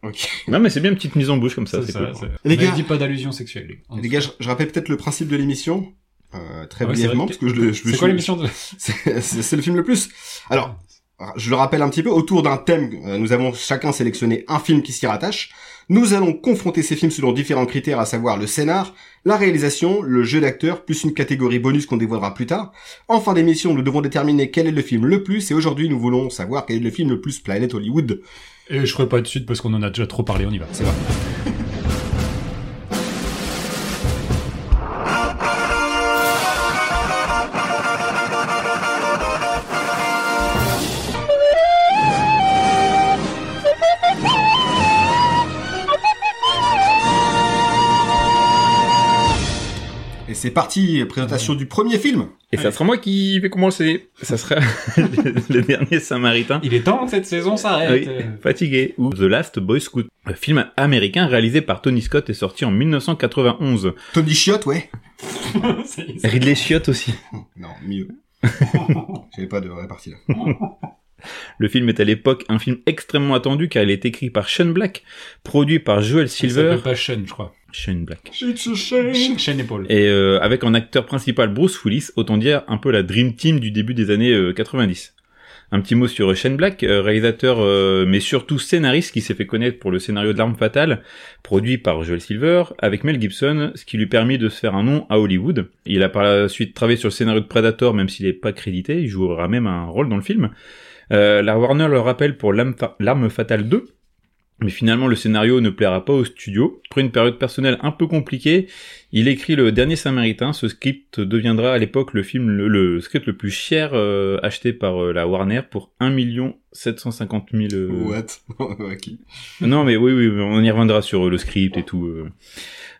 [SPEAKER 1] Ok.
[SPEAKER 3] Non, mais c'est bien une petite mise en bouche comme ça. C'est cool.
[SPEAKER 1] Les
[SPEAKER 2] Les
[SPEAKER 1] gars-
[SPEAKER 2] gars, dit pas d'allusion sexuelle. les- en
[SPEAKER 1] Les
[SPEAKER 2] dessous.
[SPEAKER 1] gars, je, je rappelle peut-être le principe de l'émission. Euh, très
[SPEAKER 2] Ah ouais, c'est
[SPEAKER 1] brièvement,
[SPEAKER 2] vrai
[SPEAKER 1] parce que je le. je-
[SPEAKER 2] c'est
[SPEAKER 1] je-
[SPEAKER 2] quoi l'émission de
[SPEAKER 1] C'est c'est le film le plus. Alors, Je le rappelle un petit peu, autour d'un thème, euh, nous avons chacun sélectionné un film qui s'y rattache. Nous allons confronter ces films selon différents critères, à savoir le scénar, la réalisation, le jeu d'acteur, plus une catégorie bonus qu'on dévoilera plus tard. En fin d'émission, nous devons déterminer quel est le film le plus, et aujourd'hui, nous voulons savoir quel est le film le plus Planète Hollywood.
[SPEAKER 2] Et je ferai pas de suite parce qu'on en a déjà trop parlé. On y va.
[SPEAKER 1] C'est vrai. Et c'est parti, présentation du premier film.
[SPEAKER 3] Et ça sera moi qui vais commencer. Ça sera le dernier Samaritain.
[SPEAKER 2] Il est temps que cette saison s'arrête.
[SPEAKER 3] Oui.
[SPEAKER 2] Euh,
[SPEAKER 3] Fatigué ou The Last Boy Scout, un film américain réalisé par Tony Scott et sorti en 1991.
[SPEAKER 1] Tony Chiotte, ouais.
[SPEAKER 2] c'est- c'est-
[SPEAKER 3] Ridley Scott aussi.
[SPEAKER 1] Non, mieux. J'avais pas de répartie là.
[SPEAKER 3] Le film est à l'époque un film extrêmement attendu car il est écrit par Sean Black, produit par Joel
[SPEAKER 2] ça
[SPEAKER 3] Silver.
[SPEAKER 2] s'appelle pas Sean, je crois.
[SPEAKER 3] Sean Black.
[SPEAKER 2] Sean Sean et Paul.
[SPEAKER 3] Et euh, avec en acteur principal Bruce Willis, autant dire un peu la Dream Team du début des années euh, 90. Un petit mot sur Shane Black, euh, réalisateur euh, mais surtout scénariste qui s'est fait connaître pour le scénario de l'arme fatale, produit par Joel Silver, avec Mel Gibson, ce qui lui permit de se faire un nom à Hollywood. Il a par la suite travaillé sur le scénario de Predator, même s'il n'est pas crédité, il jouera même un rôle dans le film. Euh, la Warner le rappelle pour L'Arme Fa- L'Arme Fatale 2, mais finalement le scénario ne plaira pas au studio. Après une période personnelle un peu compliquée, il écrit Le Dernier Samaritain. Ce script deviendra à l'époque le film, le, le script le plus cher euh, acheté par euh, la Warner pour 1 750 000... euh,
[SPEAKER 1] What Ok.
[SPEAKER 3] non, mais oui, oui, on y reviendra sur euh, le script et tout. euh.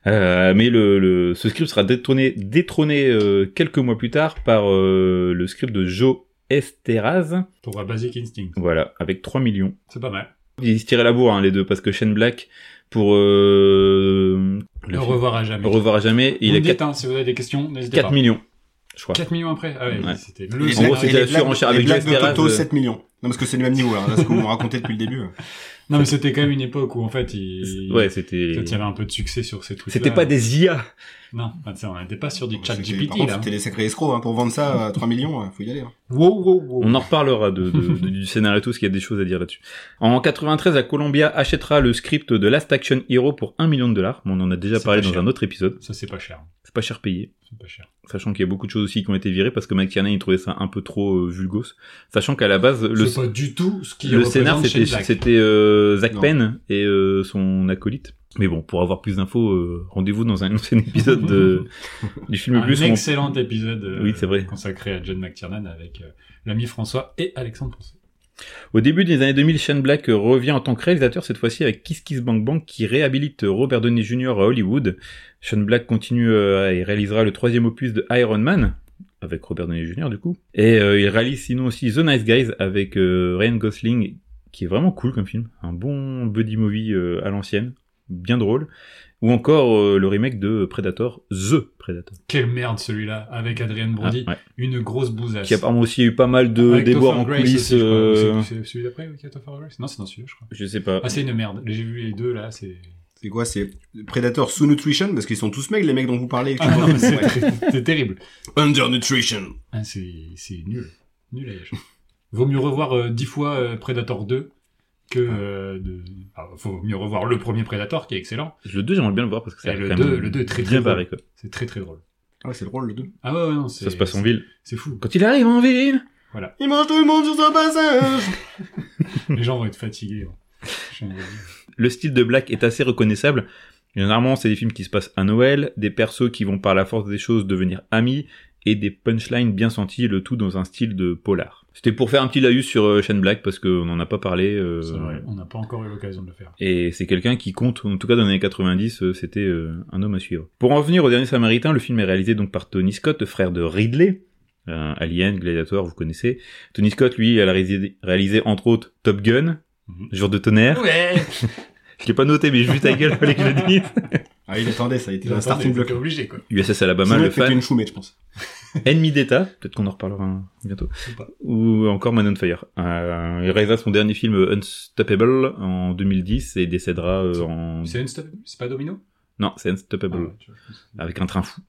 [SPEAKER 3] Euh, mais le, le- ce script sera détrôné, détrôné euh, quelques mois plus tard par euh, le script de Joe Esteraz.
[SPEAKER 2] Pour un Basic Instinct.
[SPEAKER 3] Voilà, avec 3 millions.
[SPEAKER 2] C'est pas mal.
[SPEAKER 3] Ils se tiraient la bourre, hein, les deux, parce que Shane Black, pour euh,
[SPEAKER 2] Le
[SPEAKER 3] film-
[SPEAKER 2] revoir à jamais.
[SPEAKER 3] le revoir à jamais,
[SPEAKER 2] Vous
[SPEAKER 3] il
[SPEAKER 2] me
[SPEAKER 3] est
[SPEAKER 2] dites,
[SPEAKER 3] 4,
[SPEAKER 2] hein, si vous avez des questions, n'hésitez pas.
[SPEAKER 3] millions, je crois.
[SPEAKER 2] 4 millions après Ah ouais,
[SPEAKER 3] Ouais.
[SPEAKER 2] c'était le
[SPEAKER 1] Et
[SPEAKER 3] En
[SPEAKER 1] les
[SPEAKER 3] gros,
[SPEAKER 1] blagues-
[SPEAKER 3] c'était
[SPEAKER 1] et les
[SPEAKER 3] la
[SPEAKER 1] blagues-
[SPEAKER 3] surenchère avec
[SPEAKER 1] les blagues de
[SPEAKER 3] Joe Esteraz,
[SPEAKER 1] Toto,
[SPEAKER 3] euh.
[SPEAKER 1] hein, 7 millions. Non, parce que c'est le même niveau, là. là, ce que vous me racontez depuis le début.
[SPEAKER 2] Non, mais c'était quand même une époque où, en fait, il,
[SPEAKER 3] Ouais, c'était.
[SPEAKER 2] peut-être il y avait un peu de succès sur ces trucs-là.
[SPEAKER 3] C'était pas des IA.
[SPEAKER 2] Non, enfin, tu sais, on n'était pas sur du chat
[SPEAKER 1] C'était-
[SPEAKER 2] GPT,
[SPEAKER 1] par contre,
[SPEAKER 2] là.
[SPEAKER 1] C'était les sacrés escrocs, hein, pour vendre ça à 3 millions, euh, faut y aller. hein.
[SPEAKER 2] Wow, wow, wow.
[SPEAKER 3] On en reparlera de, de- de- du scénario et tout, parce qu'il y a des choses à dire là-dessus. En 93, la Columbia achètera le script de Last Action Hero pour 1 million de dollars. Bon, on en a déjà
[SPEAKER 2] C'est
[SPEAKER 3] parlé
[SPEAKER 2] pas
[SPEAKER 3] dans
[SPEAKER 2] cher.
[SPEAKER 3] un autre épisode.
[SPEAKER 2] Ça, c'est pas cher.
[SPEAKER 3] C'est pas cher payé.
[SPEAKER 2] C'est pas cher.
[SPEAKER 3] Sachant qu'il y a beaucoup de choses aussi qui ont été virées parce que McTiernan, il trouvait ça un peu trop euh, vulgos. Sachant qu'à la base, le,
[SPEAKER 2] C'est pas du tout ce qui
[SPEAKER 3] le
[SPEAKER 2] représente
[SPEAKER 3] scénar,
[SPEAKER 2] Shane
[SPEAKER 3] c'était,
[SPEAKER 2] Black.
[SPEAKER 3] c'était euh, Zach
[SPEAKER 1] Non.
[SPEAKER 3] Penn et euh, son acolyte. Mais bon, pour avoir plus d'infos, euh, rendez-vous dans un ancien épisode de, du film
[SPEAKER 2] Un
[SPEAKER 3] Plus. où on-
[SPEAKER 2] excellent épisode euh,
[SPEAKER 3] Oui, c'est vrai.
[SPEAKER 2] consacré à John McTiernan avec euh, l'ami François et Alexandre Poncet.
[SPEAKER 3] Au début des années 2000, Shane Black euh, revient en tant que réalisateur, cette fois-ci avec Kiss Kiss Bang Bang, qui réhabilite Robert Downey Jr. à Hollywood. Shane Black continue euh, et réalisera le troisième opus de Iron Man, avec Robert Downey Jr. du coup. Et euh, il réalise sinon aussi The Nice Guys avec euh, Ryan Gosling, qui est vraiment cool comme film. Un bon buddy movie euh, à l'ancienne, bien drôle. Ou encore euh, le remake de Predator, The Predator.
[SPEAKER 2] Quelle merde celui-là, avec Adrien Brody,
[SPEAKER 3] Ah, ouais.
[SPEAKER 2] une grosse bousasse.
[SPEAKER 3] Qui a apparemment aussi eu pas mal de
[SPEAKER 2] Avec
[SPEAKER 3] déboires
[SPEAKER 2] Topher
[SPEAKER 3] en
[SPEAKER 2] Grace
[SPEAKER 3] coulisses.
[SPEAKER 2] aussi, je crois.
[SPEAKER 3] euh,
[SPEAKER 2] C'est c'est celui d'après, oui, qui a Topher Grace Non, c'est dans celui-là, je crois.
[SPEAKER 3] Je sais pas.
[SPEAKER 2] Ah, c'est une merde. J'ai vu les deux, là, c'est...
[SPEAKER 1] C'est quoi, c'est Predator sous nutrition parce qu'ils sont tous mecs les mecs dont vous parlez.
[SPEAKER 2] Ah non, mais c'est
[SPEAKER 1] Ouais.
[SPEAKER 2] c'est terrible.
[SPEAKER 1] Under nutrition.
[SPEAKER 2] Ah, c'est c'est nul. Nul à chier. Vaut mieux revoir euh, dix fois euh, Predator 2 que... euh, de... ah, faut mieux revoir le premier Predator, qui est excellent.
[SPEAKER 3] Le 2, j'aimerais bien le voir parce que
[SPEAKER 2] Et
[SPEAKER 3] c'est
[SPEAKER 2] le
[SPEAKER 3] quand
[SPEAKER 2] deux-
[SPEAKER 3] même
[SPEAKER 2] le deux est très, très
[SPEAKER 3] bien barré. Quoi.
[SPEAKER 2] C'est très, très drôle.
[SPEAKER 1] Ah ouais, c'est drôle le 2.
[SPEAKER 2] Ah ouais, ouais, non, c'est...
[SPEAKER 3] Ça se passe en ville.
[SPEAKER 2] C'est fou.
[SPEAKER 3] Quand il arrive en ville
[SPEAKER 1] Il mange tout le monde sur son passage.
[SPEAKER 2] Les gens vont être fatigués. hein. J'ai envie de dire.
[SPEAKER 3] Le style de Black est assez reconnaissable. Généralement, c'est des films qui se passent à Noël, des persos qui vont par la force des choses devenir amis, et des punchlines bien senties, le tout dans un style de polar. C'était pour faire un petit laïus sur euh, Shane Black parce qu'on n'en a pas parlé. euh,
[SPEAKER 2] C'est vrai, On n'a pas encore eu l'occasion de le faire.
[SPEAKER 3] Et c'est quelqu'un qui compte, en tout cas dans les années 90, euh, c'était euh, un homme à suivre. Pour en venir au dernier Samaritain, le film est réalisé donc par Tony Scott, le frère de Ridley, euh, Alien, Gladiator, vous connaissez. Tony Scott, lui, elle a réalisé, réalisé, entre autres Top Gun,
[SPEAKER 2] Mhm.
[SPEAKER 3] Jour de tonnerre.
[SPEAKER 2] Ouais
[SPEAKER 3] Je l'ai pas noté, mais j'ai vu ta gueule, fallait que je le dise.
[SPEAKER 1] Ah, il attendait, ça a été
[SPEAKER 2] Il
[SPEAKER 1] un
[SPEAKER 2] a
[SPEAKER 1] starting block.
[SPEAKER 2] bloc obligé, quoi.
[SPEAKER 3] USS Alabama,
[SPEAKER 1] Sinon,
[SPEAKER 3] le
[SPEAKER 1] il fait
[SPEAKER 3] fan,
[SPEAKER 1] une choumette, je pense.
[SPEAKER 3] Ennemi d'État, peut-être qu'on en reparlera hein, bientôt,
[SPEAKER 2] Ou pas.
[SPEAKER 3] ou encore Man on Fire. Euh, il réalisa son dernier film euh, Unstoppable en 2010 et décédera euh, en...
[SPEAKER 2] C'est une stop- C'est pas Domino
[SPEAKER 3] Non, c'est
[SPEAKER 2] Ah,
[SPEAKER 3] Unstoppable,
[SPEAKER 2] tu vois, je pense.
[SPEAKER 3] avec un train fou.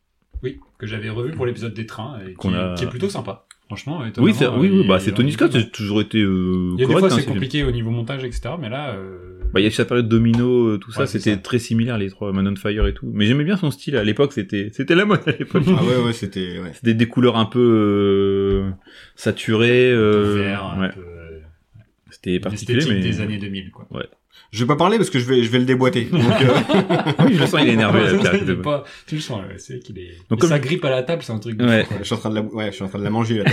[SPEAKER 2] Oui, que j'avais revu pour l'épisode des trains, et qui,
[SPEAKER 3] Qu'on a-
[SPEAKER 2] qui est plutôt sympa. Franchement, étonnamment,
[SPEAKER 3] Oui, c'est- oui,
[SPEAKER 2] euh,
[SPEAKER 3] oui,
[SPEAKER 2] il-
[SPEAKER 3] bah, c'est
[SPEAKER 2] il-
[SPEAKER 3] Tony Scott, c'est toujours été euh,
[SPEAKER 2] Il y a des
[SPEAKER 3] correct.
[SPEAKER 2] fois,
[SPEAKER 3] hein,
[SPEAKER 2] c'est
[SPEAKER 3] c'est-
[SPEAKER 2] compliqué au niveau montage, etc. Mais là, euh,
[SPEAKER 3] Bah, il y a eu sa période domino, euh, tout ça,
[SPEAKER 2] Ouais, c'est
[SPEAKER 3] c'était
[SPEAKER 2] ça.
[SPEAKER 3] très similaire, les trois, Man on Fire et tout. Mais j'aimais bien son style, à l'époque, c'était, c'était la mode à l'époque.
[SPEAKER 1] Ah ouais, ouais, c'était, ouais.
[SPEAKER 3] c'était des couleurs un peu, euh, saturées, euh,
[SPEAKER 2] vert, un
[SPEAKER 3] ouais.
[SPEAKER 2] peu, euh,
[SPEAKER 3] C'était particulier,
[SPEAKER 2] l'esthétique
[SPEAKER 3] mais.
[SPEAKER 2] des années 2000, quoi.
[SPEAKER 1] Je vais pas parler parce que je vais, je vais le déboîter. Donc, euh,
[SPEAKER 3] Oui, je le sens, Ah, il est énervé, là, Pierre.
[SPEAKER 2] Il est pas- Tu le sens, ouais, c'est qu'il est.
[SPEAKER 3] Donc,
[SPEAKER 2] Donc,
[SPEAKER 3] comme-
[SPEAKER 2] Ça grippe à la table, c'est un truc. de
[SPEAKER 3] Ouais.
[SPEAKER 2] fou, quoi.
[SPEAKER 1] je suis en train de la, ouais, je suis en train de la manger, là.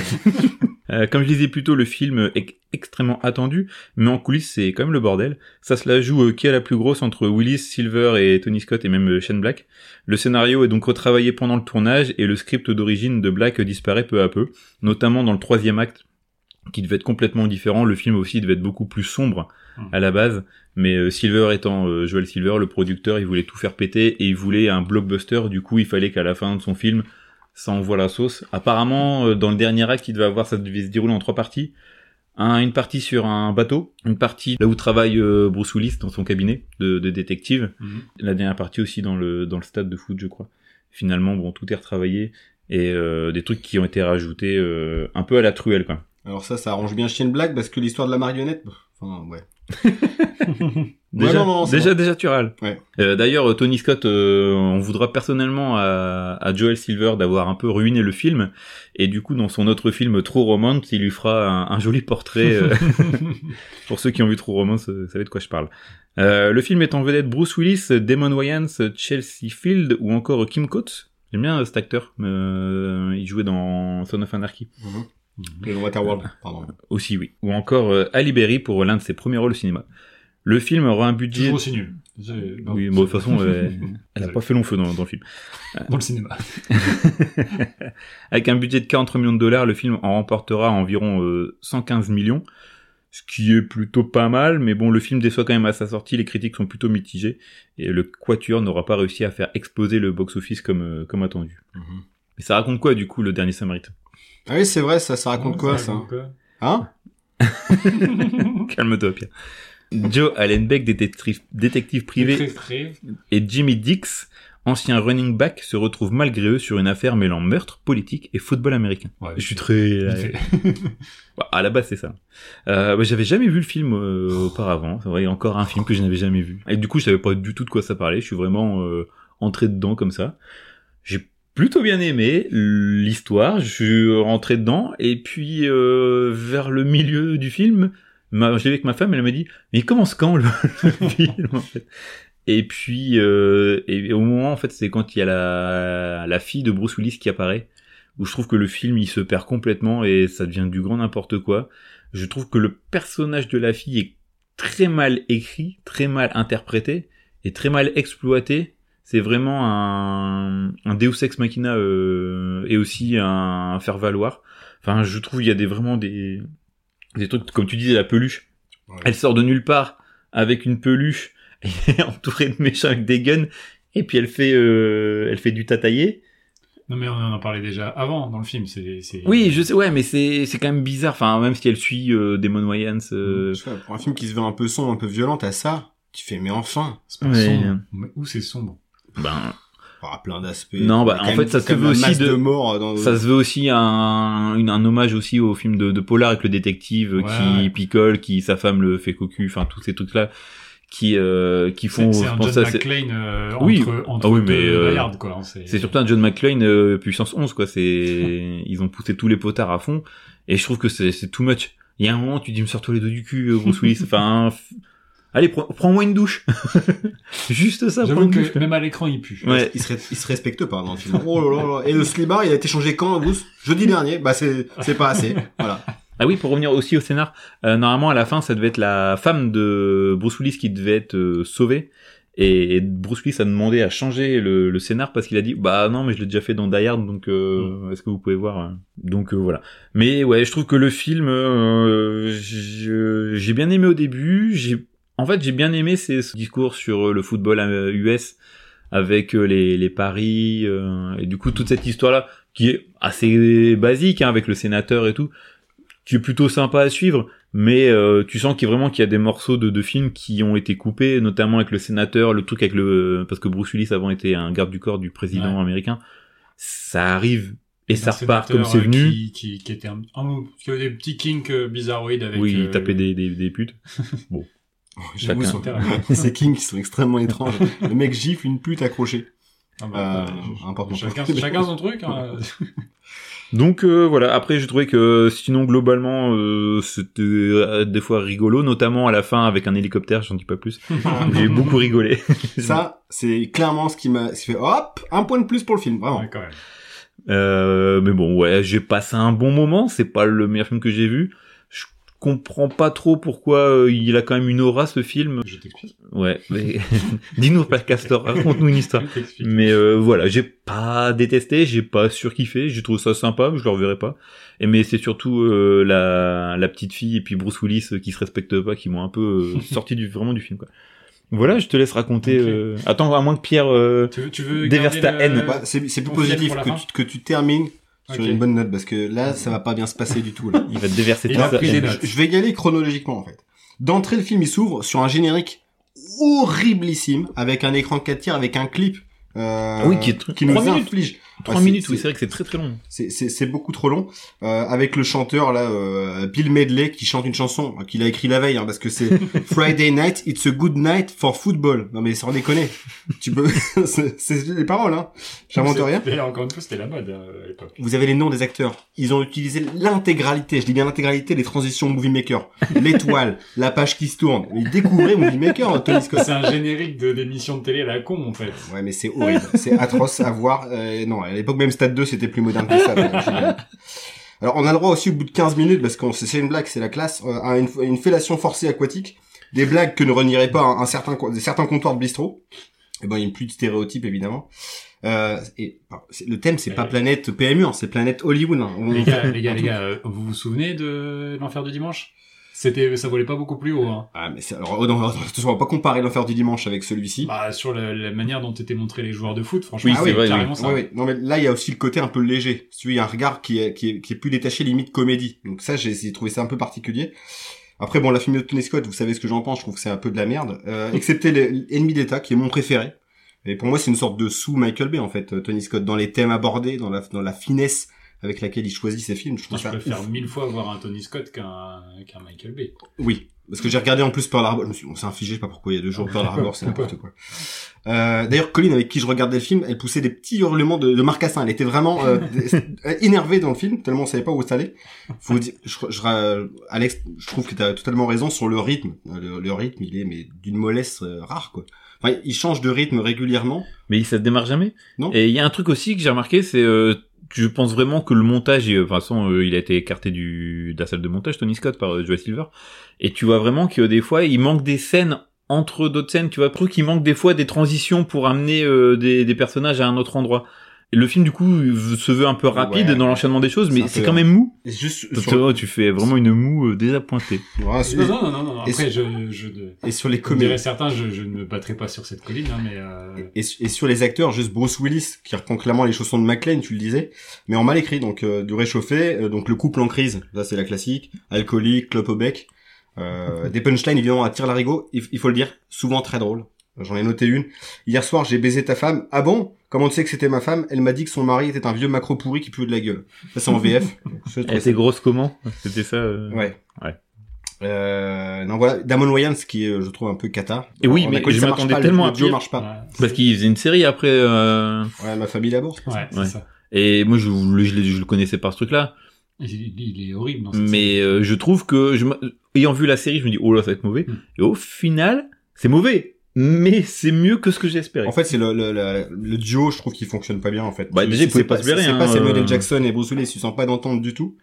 [SPEAKER 3] Euh, comme je disais plus tôt, le film est extrêmement attendu, mais en coulisses, c'est quand même le bordel. Ça se la joue euh, qui est la plus grosse entre Willis, Silver et Tony Scott et même euh, Shane Black. Le scénario est donc retravaillé pendant le tournage et le script d'origine de Black disparaît peu à peu, notamment dans le troisième acte qui devait être complètement différent. Le film aussi devait être beaucoup plus sombre
[SPEAKER 2] Hmm.
[SPEAKER 3] à la base, mais euh, Silver étant euh, Joel Silver, le producteur, il voulait tout faire péter et il voulait un blockbuster. Du coup, il fallait qu'à la fin de son film, ça envoie la sauce. Apparemment, euh, dans le dernier acte, il devait avoir ça devait se dérouler en trois parties. Un- une partie sur un bateau, une partie là où travaille euh, Bruce Willis dans son cabinet de, de détective,
[SPEAKER 2] Mhm.
[SPEAKER 3] la dernière partie aussi dans le dans le stade de foot, je crois. Finalement, bon, tout est retravaillé et euh, des trucs qui ont été rajoutés euh, un peu à la truelle, quoi.
[SPEAKER 1] Alors ça, ça arrange bien Shane Black parce que l'histoire de la marionnette, pff, enfin, ouais. Ouais,
[SPEAKER 3] Déjà,
[SPEAKER 1] non, non, c'est
[SPEAKER 3] déjà, déjà, tu râles.
[SPEAKER 1] Ouais.
[SPEAKER 3] Euh, D'ailleurs, euh, Tony Scott, euh, on voudra personnellement à, à Joel Silver d'avoir un peu ruiné le film. Et du coup, dans son autre film, True Romance, il lui fera un, un joli portrait. euh, pour ceux qui ont vu True Romance, euh, vous savez de quoi je parle. Euh, le film est en vedette Bruce Willis, Damon Wayans, Chelsea Field ou encore Kim Coates. J'aime bien euh, cet acteur. Euh, il jouait dans Son of Anarchy.
[SPEAKER 1] Mhm.
[SPEAKER 2] Mhm.
[SPEAKER 1] Le
[SPEAKER 3] Euh,
[SPEAKER 1] Waterworld, pardon.
[SPEAKER 3] Aussi, oui. Ou encore euh, Ali Berry pour l'un de ses premiers rôles au cinéma. Le film aura un budget...
[SPEAKER 2] Toujours aussi nul. C'est- bon,
[SPEAKER 3] Oui, bon, de toute
[SPEAKER 2] c'est-
[SPEAKER 3] façon, euh, elle a
[SPEAKER 2] Désolé.
[SPEAKER 3] pas fait long feu dans, dans le film.
[SPEAKER 2] Dans le cinéma.
[SPEAKER 3] Avec un budget de 40 millions de dollars, le film en remportera environ euh, 115 millions, ce qui est plutôt pas mal, mais bon, le film déçoit quand même à sa sortie, les critiques sont plutôt mitigées, et le Quatuor n'aura pas réussi à faire exploser le box-office comme, euh, comme attendu.
[SPEAKER 1] Mhm.
[SPEAKER 3] Mais ça raconte quoi, du coup, le dernier Samaritain
[SPEAKER 1] Ah oui, c'est vrai, ça, ça raconte quoi, ça
[SPEAKER 2] raconte quoi
[SPEAKER 1] Hein
[SPEAKER 3] Calme-toi, Pierre. Joe Allenbeck, détective, détective privé,
[SPEAKER 2] Détective.
[SPEAKER 3] et Jimmy Dix, ancien running back, se retrouvent malgré eux sur une affaire mêlant meurtre, politique et football américain.
[SPEAKER 2] Ouais,
[SPEAKER 3] Je suis très...
[SPEAKER 2] vite fait.
[SPEAKER 3] Bah, à la base, c'est ça. Euh, bah, j'avais jamais vu le film euh, auparavant. C'est vrai, encore un film que je n'avais jamais vu. Et du coup, je savais pas du tout de quoi ça parlait. Je suis vraiment euh, entré dedans comme ça. J'ai plutôt bien aimé l'histoire. Je suis rentré dedans. Et puis, euh, vers le milieu du film, ma, j'étais avec ma femme. Elle m'a dit, mais il commence quand le, le film en fait et puis, euh, et au moment, en fait, c'est quand il y a la, la fille de Bruce Willis qui apparaît où je trouve que le film il se perd complètement et ça devient du grand n'importe quoi. Je trouve que le personnage de la fille est très mal écrit, très mal interprété et très mal exploité. C'est vraiment un, un Deus ex machina euh, et aussi un, faire valoir. Enfin, je trouve il y a des vraiment des des trucs comme tu disais la peluche.
[SPEAKER 1] Ouais.
[SPEAKER 3] Elle sort de nulle part avec une peluche, elle est entourée de méchants avec des guns et puis elle fait euh, elle fait du tataillé.
[SPEAKER 2] Non, mais on en a parlé déjà avant dans le film. C'est, c'est...
[SPEAKER 3] Oui, je sais, ouais, mais c'est c'est quand même bizarre. Enfin, même si elle suit euh, Damon Wayans, euh,
[SPEAKER 1] Tu vois, Pour un film qui se veut un peu sombre, un peu violent, à ça, tu fais mais enfin.
[SPEAKER 2] C'est pas
[SPEAKER 3] Ouais.
[SPEAKER 2] sombre. Mais Où c'est sombre
[SPEAKER 3] ben,
[SPEAKER 1] Il y aura plein d'aspects.
[SPEAKER 3] Non, bah,
[SPEAKER 1] Il y a quand
[SPEAKER 3] en fait,
[SPEAKER 1] même-
[SPEAKER 3] ça se
[SPEAKER 1] quand même
[SPEAKER 3] veut
[SPEAKER 1] un
[SPEAKER 3] aussi
[SPEAKER 1] masse
[SPEAKER 3] de-
[SPEAKER 1] morts dans.
[SPEAKER 3] ça se veut aussi un une- un hommage aussi au film de, de Polar avec le détective
[SPEAKER 2] Ouais,
[SPEAKER 3] qui
[SPEAKER 2] ouais.
[SPEAKER 3] picole, qui sa femme le fait cocu, enfin tous ces trucs là qui euh, qui
[SPEAKER 2] C'est
[SPEAKER 3] font.
[SPEAKER 2] c'est
[SPEAKER 3] je
[SPEAKER 2] un
[SPEAKER 3] pense
[SPEAKER 2] John
[SPEAKER 3] ça, c'est-
[SPEAKER 2] McClane euh, entre,
[SPEAKER 3] Oui.
[SPEAKER 2] entre
[SPEAKER 3] Ah oui,
[SPEAKER 2] deux
[SPEAKER 3] mais, euh,
[SPEAKER 2] Bayard, quoi. hein, C'est,
[SPEAKER 3] C'est surtout un John McClane euh, puissance 11 quoi. C'est ils ont poussé tous les potards à fond et je trouve que c'est c'est too much. Il y a un moment tu dis me sors-toi les deux du cul euh, Bruce Willis. Enfin f- allez pre- prends-moi une douche. Juste ça prends
[SPEAKER 2] J'avoue
[SPEAKER 3] une douche.
[SPEAKER 2] que même à l'écran, il pue.
[SPEAKER 3] Ouais.
[SPEAKER 1] Il, se, il se respecte pas dans le film. Oh là là là. Et le slibard, il a été changé quand, Bruce Jeudi dernier. Bah, c'est, c'est pas assez. Voilà.
[SPEAKER 3] Ah oui, pour revenir aussi au scénar, euh, normalement à la fin, ça devait être la femme de Bruce Willis qui devait être euh, sauvée. Et, et Bruce Willis a demandé à changer le, le scénar parce qu'il a dit bah non mais je l'ai déjà fait dans Die Hard donc euh, est-ce que vous pouvez voir euh donc euh, voilà mais ouais je trouve que le film euh, je- j'ai bien aimé au début j'ai en fait j'ai bien aimé ces, ce discours sur euh, le football euh, US avec euh, les, les paris euh, et du coup toute cette histoire là qui est assez basique hein, avec le sénateur et tout qui est plutôt sympa à suivre, mais euh, tu sens qu'il vraiment qu'il y a des morceaux de, de films qui ont été coupés, notamment avec le sénateur, le truc avec le parce que Bruce Willis avant était un garde du corps du président
[SPEAKER 2] Ouais.
[SPEAKER 3] américain. Ça arrive et ça
[SPEAKER 2] Un
[SPEAKER 3] repart
[SPEAKER 2] sénateur,
[SPEAKER 3] comme c'est
[SPEAKER 2] euh,
[SPEAKER 3] venu.
[SPEAKER 2] Qui, qui, qui était un, un- qui avait des petits kinks euh, bizarroïdes avec.
[SPEAKER 3] Oui,
[SPEAKER 2] euh,
[SPEAKER 3] il tapait des, des, des putes. Oh,
[SPEAKER 1] J'avoue,
[SPEAKER 3] Chacun.
[SPEAKER 1] son- ces kings qui sont extrêmement étranges. Le mec gifle une pute accrochée.
[SPEAKER 2] Ah bah,
[SPEAKER 1] Euh,
[SPEAKER 2] euh,
[SPEAKER 1] important.
[SPEAKER 2] Chacun, chacun son truc. Hein.
[SPEAKER 3] Donc euh, voilà, après j'ai trouvé que euh, sinon globalement euh, c'était euh, des fois rigolo, notamment à la fin avec un hélicoptère, j'en dis pas plus. J'ai beaucoup rigolé.
[SPEAKER 1] Ça, c'est clairement ce qui m'a, ce qui fait, hop, un point de plus pour le film, vraiment.
[SPEAKER 2] Ouais, quand même.
[SPEAKER 3] Euh, mais bon, ouais, j'ai passé un bon moment. C'est pas le meilleur film que j'ai vu. Je comprends pas trop pourquoi euh, il a quand même une aura ce film.
[SPEAKER 2] Je t'explique.
[SPEAKER 3] Ouais, mais dis-nous pas Castor, raconte-nous une histoire.
[SPEAKER 2] Je t'explique.
[SPEAKER 3] Mais euh, voilà, j'ai pas détesté, j'ai pas surkiffé, j'ai trouvé ça sympa, je le reverrai pas. Et mais c'est surtout euh, la, la petite fille et puis Bruce Willis euh, qui se respectent pas, qui m'ont un peu euh, sorti du vraiment du film quoi. Voilà, je te laisse raconter.
[SPEAKER 2] Ok.
[SPEAKER 3] euh, Attends, à moins que Pierre. euh,
[SPEAKER 2] Tu veux, tu veux
[SPEAKER 3] Déverse
[SPEAKER 2] garder
[SPEAKER 3] ta
[SPEAKER 2] le-
[SPEAKER 3] haine.
[SPEAKER 1] C'est pas- C'est c'est plus
[SPEAKER 2] on finit
[SPEAKER 1] positif
[SPEAKER 2] pour la
[SPEAKER 1] que
[SPEAKER 2] fin
[SPEAKER 1] tu, que tu termines sur
[SPEAKER 2] Ok.
[SPEAKER 1] une bonne note parce que là, ça va pas bien se passer du tout. Là.
[SPEAKER 3] Il va te déverser
[SPEAKER 2] Il
[SPEAKER 3] tout
[SPEAKER 2] a
[SPEAKER 3] ça.
[SPEAKER 2] pris des notes.
[SPEAKER 1] Je vais y aller chronologiquement en fait. D'entrée, le film il s'ouvre sur un générique horriblissime avec un écran 4 tiers avec un clip. euh,
[SPEAKER 3] Oui, qui est tr-
[SPEAKER 1] qui nous
[SPEAKER 3] trois minutes.
[SPEAKER 1] inflige.
[SPEAKER 3] Trois
[SPEAKER 1] Ouais, c'est-
[SPEAKER 3] minutes, oui,
[SPEAKER 1] c'est-
[SPEAKER 3] c'est vrai que c'est très très long.
[SPEAKER 1] C'est- C'est c'est beaucoup trop long. Euh, avec le chanteur là, euh, Bill Medley, qui chante une chanson euh, qu'il a écrit la veille, hein, parce que c'est Friday night, it's a good night for football. Non mais sans déconner, tu peux, c'est c'est les paroles, hein. J'invente
[SPEAKER 2] C'est-
[SPEAKER 1] rien.
[SPEAKER 2] D'ailleurs, encore une fois, c'était la mode euh, à l'époque.
[SPEAKER 1] Vous avez les noms des acteurs. Ils ont utilisé l'intégralité, je dis bien l'intégralité des transitions Movie Maker. L'étoile, la page qui se tourne. Mais découvrez Movie Maker, euh, Tony Scott.
[SPEAKER 2] C'est un générique de d'émission de télé à la con, en fait.
[SPEAKER 1] Ouais, mais c'est horrible. C'est atroce à voir. Euh, non, à l'époque, même Stade 2, c'était plus moderne que ça. mais je dirais. Alors, on a le droit aussi, au bout de 15 minutes, parce qu'on sait, c'est une blague, c'est la classe, euh, à une, à une fellation forcée aquatique. Des blagues que ne renierait pas un, un certain, co- des certains comptoirs de bistrot. Et ben, il n'y a plus de stéréotypes, évidemment. Euh, et, pardon, c'est- le thème, c'est pas
[SPEAKER 2] Ouais.
[SPEAKER 1] planète PMU, hein, c'est planète Hollywood. hein. On-
[SPEAKER 2] Les gars, les gars, les gars, euh, vous vous souvenez de l'enfer du dimanche C'était, ça volait pas beaucoup plus haut. Hein.
[SPEAKER 1] Ah, mais c'est, alors, oh, non, attention, on va pas comparer l'enfer du dimanche avec celui-ci.
[SPEAKER 2] Bah, sur la, la manière dont étaient montrés les joueurs de foot, franchement,
[SPEAKER 3] Oui,
[SPEAKER 1] Ah
[SPEAKER 3] c'est vrai,
[SPEAKER 2] carrément ça.
[SPEAKER 1] Ouais, ouais. Non, mais là, il y a aussi le côté un peu léger. Si tu veux, il y a un regard qui est, qui est, qui est plus détaché, limite comédie. Donc ça, j'ai j'ai trouvé ça un peu particulier. Après, bon, la film de Tony Scott, vous savez ce que j'en pense, je trouve que c'est un peu de la merde. Euh, excepté l'ennemi d'État, qui est mon préféré. Et pour moi, c'est une sorte de sous Michael Bay, en fait, euh, Tony Scott, dans les thèmes abordés, dans la, dans la finesse avec laquelle il choisit ses films. Je
[SPEAKER 2] Moi,
[SPEAKER 1] trouve
[SPEAKER 2] je
[SPEAKER 1] ça
[SPEAKER 2] préfère
[SPEAKER 1] ouf.
[SPEAKER 2] mille fois voir un Tony Scott qu'un qu'un Michael Bay.
[SPEAKER 1] Oui. Parce que j'ai regardé en plus Pearl Harbor, je me suis dit, on s'est infligé, je sais pas pourquoi, il y a deux jours, Pearl Harbor, c'est n'importe quoi. Euh, D'ailleurs, Colline, avec qui je regardais le film, elle poussait des petits hurlements de, de marcassin. Elle était vraiment euh, énervée dans le film, tellement on savait pas où ça allait. Faut dire, je, je- euh, Alex, je trouve que tu as totalement raison sur le rythme. Euh, Le, le rythme, il est mais d'une mollesse euh, rare, quoi. Enfin, il change de rythme régulièrement.
[SPEAKER 3] Mais ça se démarre jamais.
[SPEAKER 1] Non.
[SPEAKER 3] Et il y a un truc aussi que j'ai remarqué, c'est euh, je pense vraiment que le montage, et, euh, de toute façon, euh, il a été écarté du, de la salle de montage, Tony Scott, par euh, Joel Silver. Et tu vois vraiment que euh, des fois, il manque des scènes entre d'autres scènes. Tu vois, truc, il manque des fois des transitions pour amener euh, des, des personnages à un autre endroit. Et le film, du coup, se veut un peu rapide
[SPEAKER 1] Ouais.
[SPEAKER 3] dans l'enchaînement des choses,
[SPEAKER 1] C'est un
[SPEAKER 3] mais
[SPEAKER 1] peu-
[SPEAKER 3] c'est quand même mou.
[SPEAKER 1] Et Juste
[SPEAKER 3] Parce que,
[SPEAKER 1] sur,
[SPEAKER 3] oh, tu fais vraiment une moue euh, déjà pointée.
[SPEAKER 1] Ouais,
[SPEAKER 2] Non,
[SPEAKER 1] sur-
[SPEAKER 2] non, non, non, non.
[SPEAKER 1] et
[SPEAKER 2] Après, je, je, de-
[SPEAKER 1] et sur les
[SPEAKER 2] comme diraient
[SPEAKER 1] comédies.
[SPEAKER 2] certains, je, je ne me battrai pas sur cette colline, hein, mais euh,
[SPEAKER 1] Et, et sur les acteurs, juste Bruce Willis, qui reprend clairement les chaussons de McLean, tu le disais, mais en mal écrit, donc euh, du réchauffé, euh, donc le couple en crise, ça c'est la classique, alcoolique, clope au bec, euh, des punchlines évidemment à tir larigot, il, il faut le dire, souvent très drôle. J'en ai noté une. Hier soir, j'ai baisé ta femme. Ah bon Comment tu sais que c'était ma femme Elle m'a dit que son mari était un vieux macro pourri qui pue de la gueule. Ça c'est en VF. Je
[SPEAKER 3] Elle
[SPEAKER 1] trouvais ça-
[SPEAKER 3] était grosse comment C'était ça. euh,
[SPEAKER 1] Ouais.
[SPEAKER 3] Ouais.
[SPEAKER 1] Euh, non voilà, Damon Wayans qui est, je trouve, un peu cata.
[SPEAKER 3] Et oui,
[SPEAKER 1] On
[SPEAKER 3] mais
[SPEAKER 1] a connu,
[SPEAKER 3] je
[SPEAKER 1] ça marche
[SPEAKER 3] m'attendais
[SPEAKER 1] pas, le-
[SPEAKER 3] tellement
[SPEAKER 1] le
[SPEAKER 3] à
[SPEAKER 1] duo
[SPEAKER 3] pire.
[SPEAKER 1] marche pas.
[SPEAKER 2] ouais,
[SPEAKER 3] Parce qu'il faisait une série après. euh,
[SPEAKER 1] Ouais, ma famille d'abord.
[SPEAKER 2] ouais, c'est
[SPEAKER 3] Ouais.
[SPEAKER 2] ça.
[SPEAKER 3] Et moi, je, le- je, l'ai- je le connaissais par ce truc-là.
[SPEAKER 2] Il, il est horrible dans cette série.
[SPEAKER 3] Mais euh, je trouve que, je, m- ayant vu la série, je me dis, oh là, ça va être mauvais.
[SPEAKER 2] Mm.
[SPEAKER 3] Et au final, c'est mauvais. Mais c'est mieux que ce que j'espérais.
[SPEAKER 1] En fait, c'est le, le, le, le duo, je trouve qu'il fonctionne pas bien, en fait.
[SPEAKER 3] Bah, déjà, ils
[SPEAKER 1] C'est
[SPEAKER 3] pouvaient pas se blairer,
[SPEAKER 1] C'est
[SPEAKER 3] hein,
[SPEAKER 1] pas Samuel
[SPEAKER 3] euh.
[SPEAKER 1] L. Jackson et Bruce Willis, ils sont pas d'entente du tout.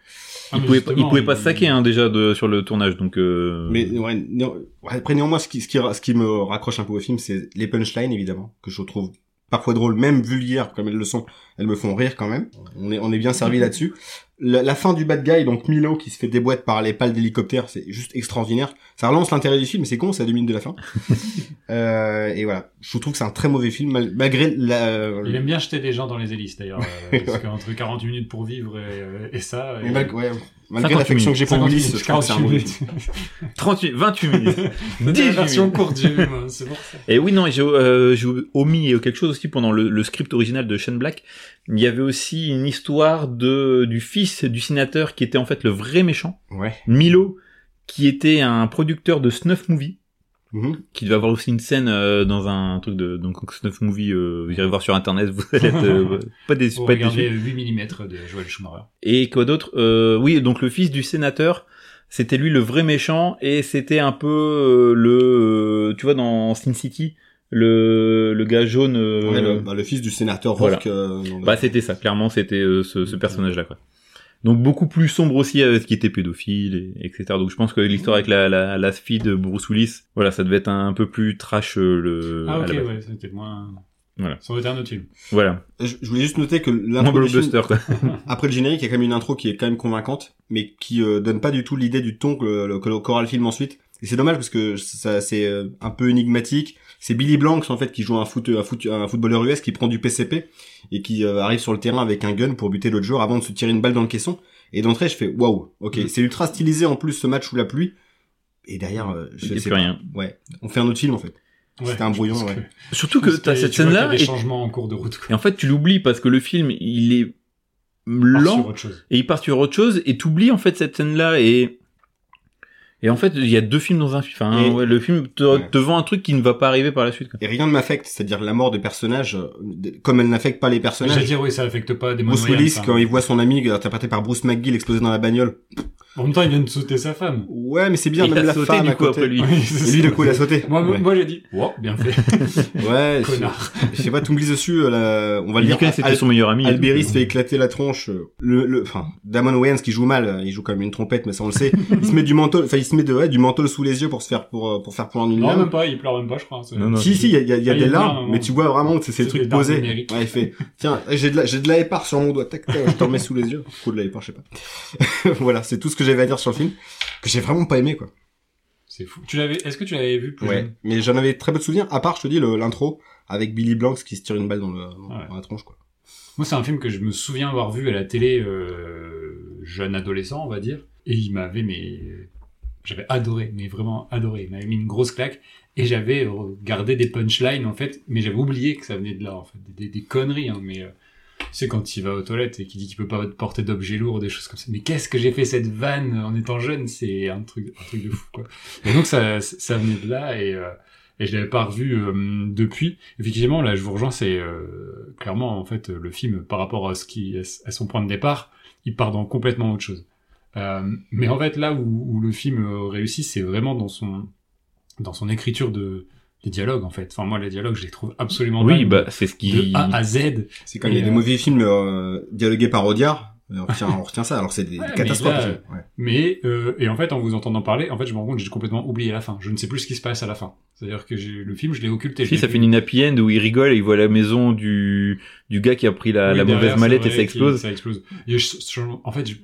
[SPEAKER 2] Ah,
[SPEAKER 3] il
[SPEAKER 2] mais
[SPEAKER 3] pouvait, pas- il
[SPEAKER 2] justement,
[SPEAKER 3] pouvait pas se saquer hein, déjà de, sur le tournage. Donc, euh,
[SPEAKER 1] Mais ouais, néan- ouais, après, néanmoins, ce qui, ce, qui, ra- ce qui me raccroche un peu au film, c'est les punchlines, évidemment, que je trouve parfois drôles, même vulgaires, comme elles le sont. Elles me font rire quand même. On est, on est bien servi là-dessus. La, la fin du bad guy, donc Milo, qui se fait déboîte par les pales d'hélicoptère, c'est juste extraordinaire. Ça relance l'intérêt du film, mais c'est con, c'est à deux minutes de la fin. euh, et voilà, je trouve que c'est un très mauvais film, mal- malgré la...
[SPEAKER 2] Il aime bien jeter des gens dans les hélices, d'ailleurs. euh, parce qu'entre 40 minutes pour vivre et, euh, et ça...
[SPEAKER 1] Mais
[SPEAKER 2] et-
[SPEAKER 1] mal- ouais, malgré
[SPEAKER 3] 58
[SPEAKER 1] l'affection que j'ai pour
[SPEAKER 2] 50
[SPEAKER 1] Willis,
[SPEAKER 2] minutes,
[SPEAKER 1] je trouve que c'est un mauvais film.
[SPEAKER 3] 38, 28 minutes. 18
[SPEAKER 2] la version
[SPEAKER 3] minutes.
[SPEAKER 2] courte du film, c'est pour ça.
[SPEAKER 3] Et oui, non, et j'ai euh, j'ai omis quelque chose aussi pendant le, le script original de Shane Black. Il y avait aussi une histoire de du fils du sénateur qui était en fait le vrai méchant,
[SPEAKER 1] Ouais.
[SPEAKER 3] Milo, qui était un producteur de snuff movie.
[SPEAKER 1] Mhm.
[SPEAKER 3] qui devait avoir aussi une scène euh, dans un truc de donc Snuff Movie euh, vous irez voir sur internet vous allez être euh, pas déçu
[SPEAKER 2] Pour
[SPEAKER 3] pas déçu
[SPEAKER 2] regarder 8 mm de Joel Schumacher.
[SPEAKER 3] et quoi d'autre Euh, oui donc le fils du sénateur c'était lui le vrai méchant et c'était un peu euh, le euh, tu vois dans Sin City le le gars jaune euh,
[SPEAKER 1] Ouais, le, bah, le fils du sénateur Rock.
[SPEAKER 3] voilà.
[SPEAKER 1] euh, dans le-
[SPEAKER 3] bah c'était ça clairement c'était euh, ce,
[SPEAKER 2] Mm-hmm.
[SPEAKER 3] ce personnage là quoi donc beaucoup plus sombre aussi avec ce qui était pédophile et, etc donc je pense que l'histoire avec la, la la fille de Bruce Willis voilà ça devait être un, peu plus trash euh, le
[SPEAKER 2] ah
[SPEAKER 3] à
[SPEAKER 2] ok,
[SPEAKER 3] la base.
[SPEAKER 2] ouais, c'était moins...
[SPEAKER 3] Voilà.
[SPEAKER 2] Sans autre autre film.
[SPEAKER 3] voilà
[SPEAKER 1] Je, je voulais juste noter que
[SPEAKER 3] moins
[SPEAKER 1] l'intro du film,
[SPEAKER 3] blockbuster quoi
[SPEAKER 1] après le générique, il y a quand même une intro qui est quand même convaincante, mais qui euh, donne pas du tout l'idée du ton que le, que le qu'aura le film ensuite. Et c'est dommage parce que ça c'est euh, un peu énigmatique. C'est Billy Blanks en fait qui joue un, foot, un, foot- un footballeur US qui prend du PCP et qui euh, arrive sur le terrain avec un gun pour buter l'autre joueur avant de se tirer une balle dans le caisson. Et d'entrée, je fais waouh, ok,
[SPEAKER 3] Mm.
[SPEAKER 1] c'est ultra stylisé en plus ce match sous la pluie. Et derrière, euh,
[SPEAKER 3] Il y
[SPEAKER 1] je
[SPEAKER 3] a
[SPEAKER 1] sais
[SPEAKER 3] plus
[SPEAKER 1] pas.
[SPEAKER 3] rien.
[SPEAKER 1] Ouais, on fait un autre film en fait.
[SPEAKER 2] Ouais,
[SPEAKER 1] C'était un
[SPEAKER 2] je
[SPEAKER 1] brouillon,
[SPEAKER 2] pense
[SPEAKER 1] ouais.
[SPEAKER 3] Surtout que
[SPEAKER 2] parce
[SPEAKER 3] t'as cette
[SPEAKER 2] tu vois qu'il y a
[SPEAKER 3] scène-là
[SPEAKER 2] des
[SPEAKER 3] et,
[SPEAKER 2] changements en cours de route. quoi.
[SPEAKER 3] et en fait tu l'oublies parce que le film il est
[SPEAKER 2] Part sur
[SPEAKER 3] lent
[SPEAKER 2] autre chose.
[SPEAKER 3] et il part sur autre chose et t'oublies en fait cette scène-là et et en fait il y a deux films dans un film. Enfin
[SPEAKER 1] Et-
[SPEAKER 3] ouais, le film te,
[SPEAKER 1] Ouais.
[SPEAKER 3] te vend un truc qui ne va pas arriver par la suite. Quoi.
[SPEAKER 1] Et rien ne m'affecte, c'est-à-dire la mort des personnages, euh, de- comme elle n'affecte pas les
[SPEAKER 2] J'allais
[SPEAKER 1] personnages.
[SPEAKER 2] dire, oui, ça affecte pas des
[SPEAKER 1] Bruce
[SPEAKER 2] Monoïens,
[SPEAKER 1] Willis,
[SPEAKER 2] ça.
[SPEAKER 1] quand il voit son ami euh, interprété par Bruce McGill exploser dans la bagnole.
[SPEAKER 2] En même temps, il vient de sauter sa femme.
[SPEAKER 1] Ouais, mais c'est bien,
[SPEAKER 3] Et il
[SPEAKER 1] même
[SPEAKER 3] a
[SPEAKER 1] la
[SPEAKER 3] sauté,
[SPEAKER 1] femme
[SPEAKER 3] du
[SPEAKER 1] à
[SPEAKER 3] coup,
[SPEAKER 1] côté.
[SPEAKER 3] après lui.
[SPEAKER 2] Oui, c'est
[SPEAKER 1] Et lui,
[SPEAKER 2] ça.
[SPEAKER 1] du coup, il a sauté.
[SPEAKER 2] Moi,
[SPEAKER 1] ouais,
[SPEAKER 2] moi j'ai dit, wow, bien fait,
[SPEAKER 1] ouais je-
[SPEAKER 2] connard.
[SPEAKER 1] je sais pas, tu me glisses dessus, euh, la- on va le
[SPEAKER 3] Il dit
[SPEAKER 1] dire.
[SPEAKER 3] que c'était
[SPEAKER 1] Al-
[SPEAKER 3] son meilleur ami.
[SPEAKER 1] Alberi se fait éclater la tronche. euh, Le, le, enfin, Damon Wayans qui joue mal, euh, il joue quand même une trompette, mais ça on le sait. Il se met du manteau, enfin, il se met de, ouais, du manteau sous les yeux pour se faire, pour, euh, pour faire point en une
[SPEAKER 2] Non,
[SPEAKER 1] lame.
[SPEAKER 2] même pas, il pleure même pas, je crois. c'est-
[SPEAKER 3] Non, non.
[SPEAKER 1] Si, si, il y a, il y a- il y a
[SPEAKER 2] Ah, il y
[SPEAKER 1] des
[SPEAKER 2] a bien,
[SPEAKER 1] larmes,
[SPEAKER 2] hein,
[SPEAKER 1] mais tu vois vraiment que c'est ces
[SPEAKER 2] C'est
[SPEAKER 1] trucs
[SPEAKER 2] des larmes
[SPEAKER 1] posés.
[SPEAKER 2] numériques.
[SPEAKER 1] Ouais, il fait, tiens, eh, j'ai de la, j'ai de la épar sur mon doigt, tac, tac, je t'en mets sous les yeux. Faut de la épar, je sais pas. voilà, c'est tout ce que j'avais à dire sur le film, que j'ai vraiment pas aimé, quoi.
[SPEAKER 2] C'est fou. Tu l'avais, est-ce que tu l'avais vu plus
[SPEAKER 1] Ouais.
[SPEAKER 2] jeune
[SPEAKER 1] Mais j'en avais très peu de souvenirs, à part, je te dis, le- l'intro, avec Billy Blanks qui se tire une balle dans, le, dans
[SPEAKER 2] Ouais.
[SPEAKER 1] la tronche, quoi.
[SPEAKER 2] Moi, c'est un film que je me souviens avoir vu à la télé, euh, jeune adolescent, on va dire. Et il m'avait, mais, J'avais adoré, mais vraiment adoré. Il m'avait mis une grosse claque. Et j'avais gardé des punchlines, en fait, mais j'avais oublié que ça venait de là, en fait. Des, des- des conneries, hein, mais... euh, tu sais, quand il va aux toilettes et qu'il dit qu'il peut pas porter d'objets lourds, des choses comme ça. Mais qu'est-ce que j'ai fait cette vanne en étant jeune C'est un truc, un truc de fou, quoi. Et donc, ça, ça venait de là et, euh, et je l'avais pas revu euh, depuis. Effectivement, là, je vous rejoins, c'est euh, clairement, en fait, le film, par rapport à ce qui, à son point de départ, il part dans complètement autre chose. Euh, mais en fait, là où, où le film euh, réussit, c'est vraiment dans son, dans son écriture de, des dialogues, en fait. Enfin, moi, les dialogues, je les trouve absolument
[SPEAKER 3] Oui,
[SPEAKER 2] dingues.
[SPEAKER 3] bah, c'est ce
[SPEAKER 2] de
[SPEAKER 3] qui.
[SPEAKER 2] A à Z.
[SPEAKER 1] C'est comme il y a
[SPEAKER 2] Et,
[SPEAKER 1] des
[SPEAKER 2] euh,
[SPEAKER 1] mauvais films euh, dialogués par Audiard. On retient, on retient ça, alors c'est des
[SPEAKER 2] Ouais, mais
[SPEAKER 1] catastrophes.
[SPEAKER 2] là,
[SPEAKER 1] ouais.
[SPEAKER 2] Mais euh, et en fait, en vous entendant parler, en fait, je me rends compte que j'ai complètement oublié la fin. Je ne sais plus ce qui se passe à la fin. C'est-à-dire que j'ai le film, je l'ai occulté.
[SPEAKER 3] Si,
[SPEAKER 2] je
[SPEAKER 3] ça
[SPEAKER 2] l'ai
[SPEAKER 3] fait une happy end où il rigole et il voit la maison du, du gars qui a pris la,
[SPEAKER 2] Oui,
[SPEAKER 3] la
[SPEAKER 2] derrière,
[SPEAKER 3] mauvaise
[SPEAKER 2] c'est
[SPEAKER 3] mallette et
[SPEAKER 2] vrai
[SPEAKER 3] ça
[SPEAKER 2] qu'il-
[SPEAKER 3] explose.
[SPEAKER 2] Ça explose. Et je- je- en fait, je-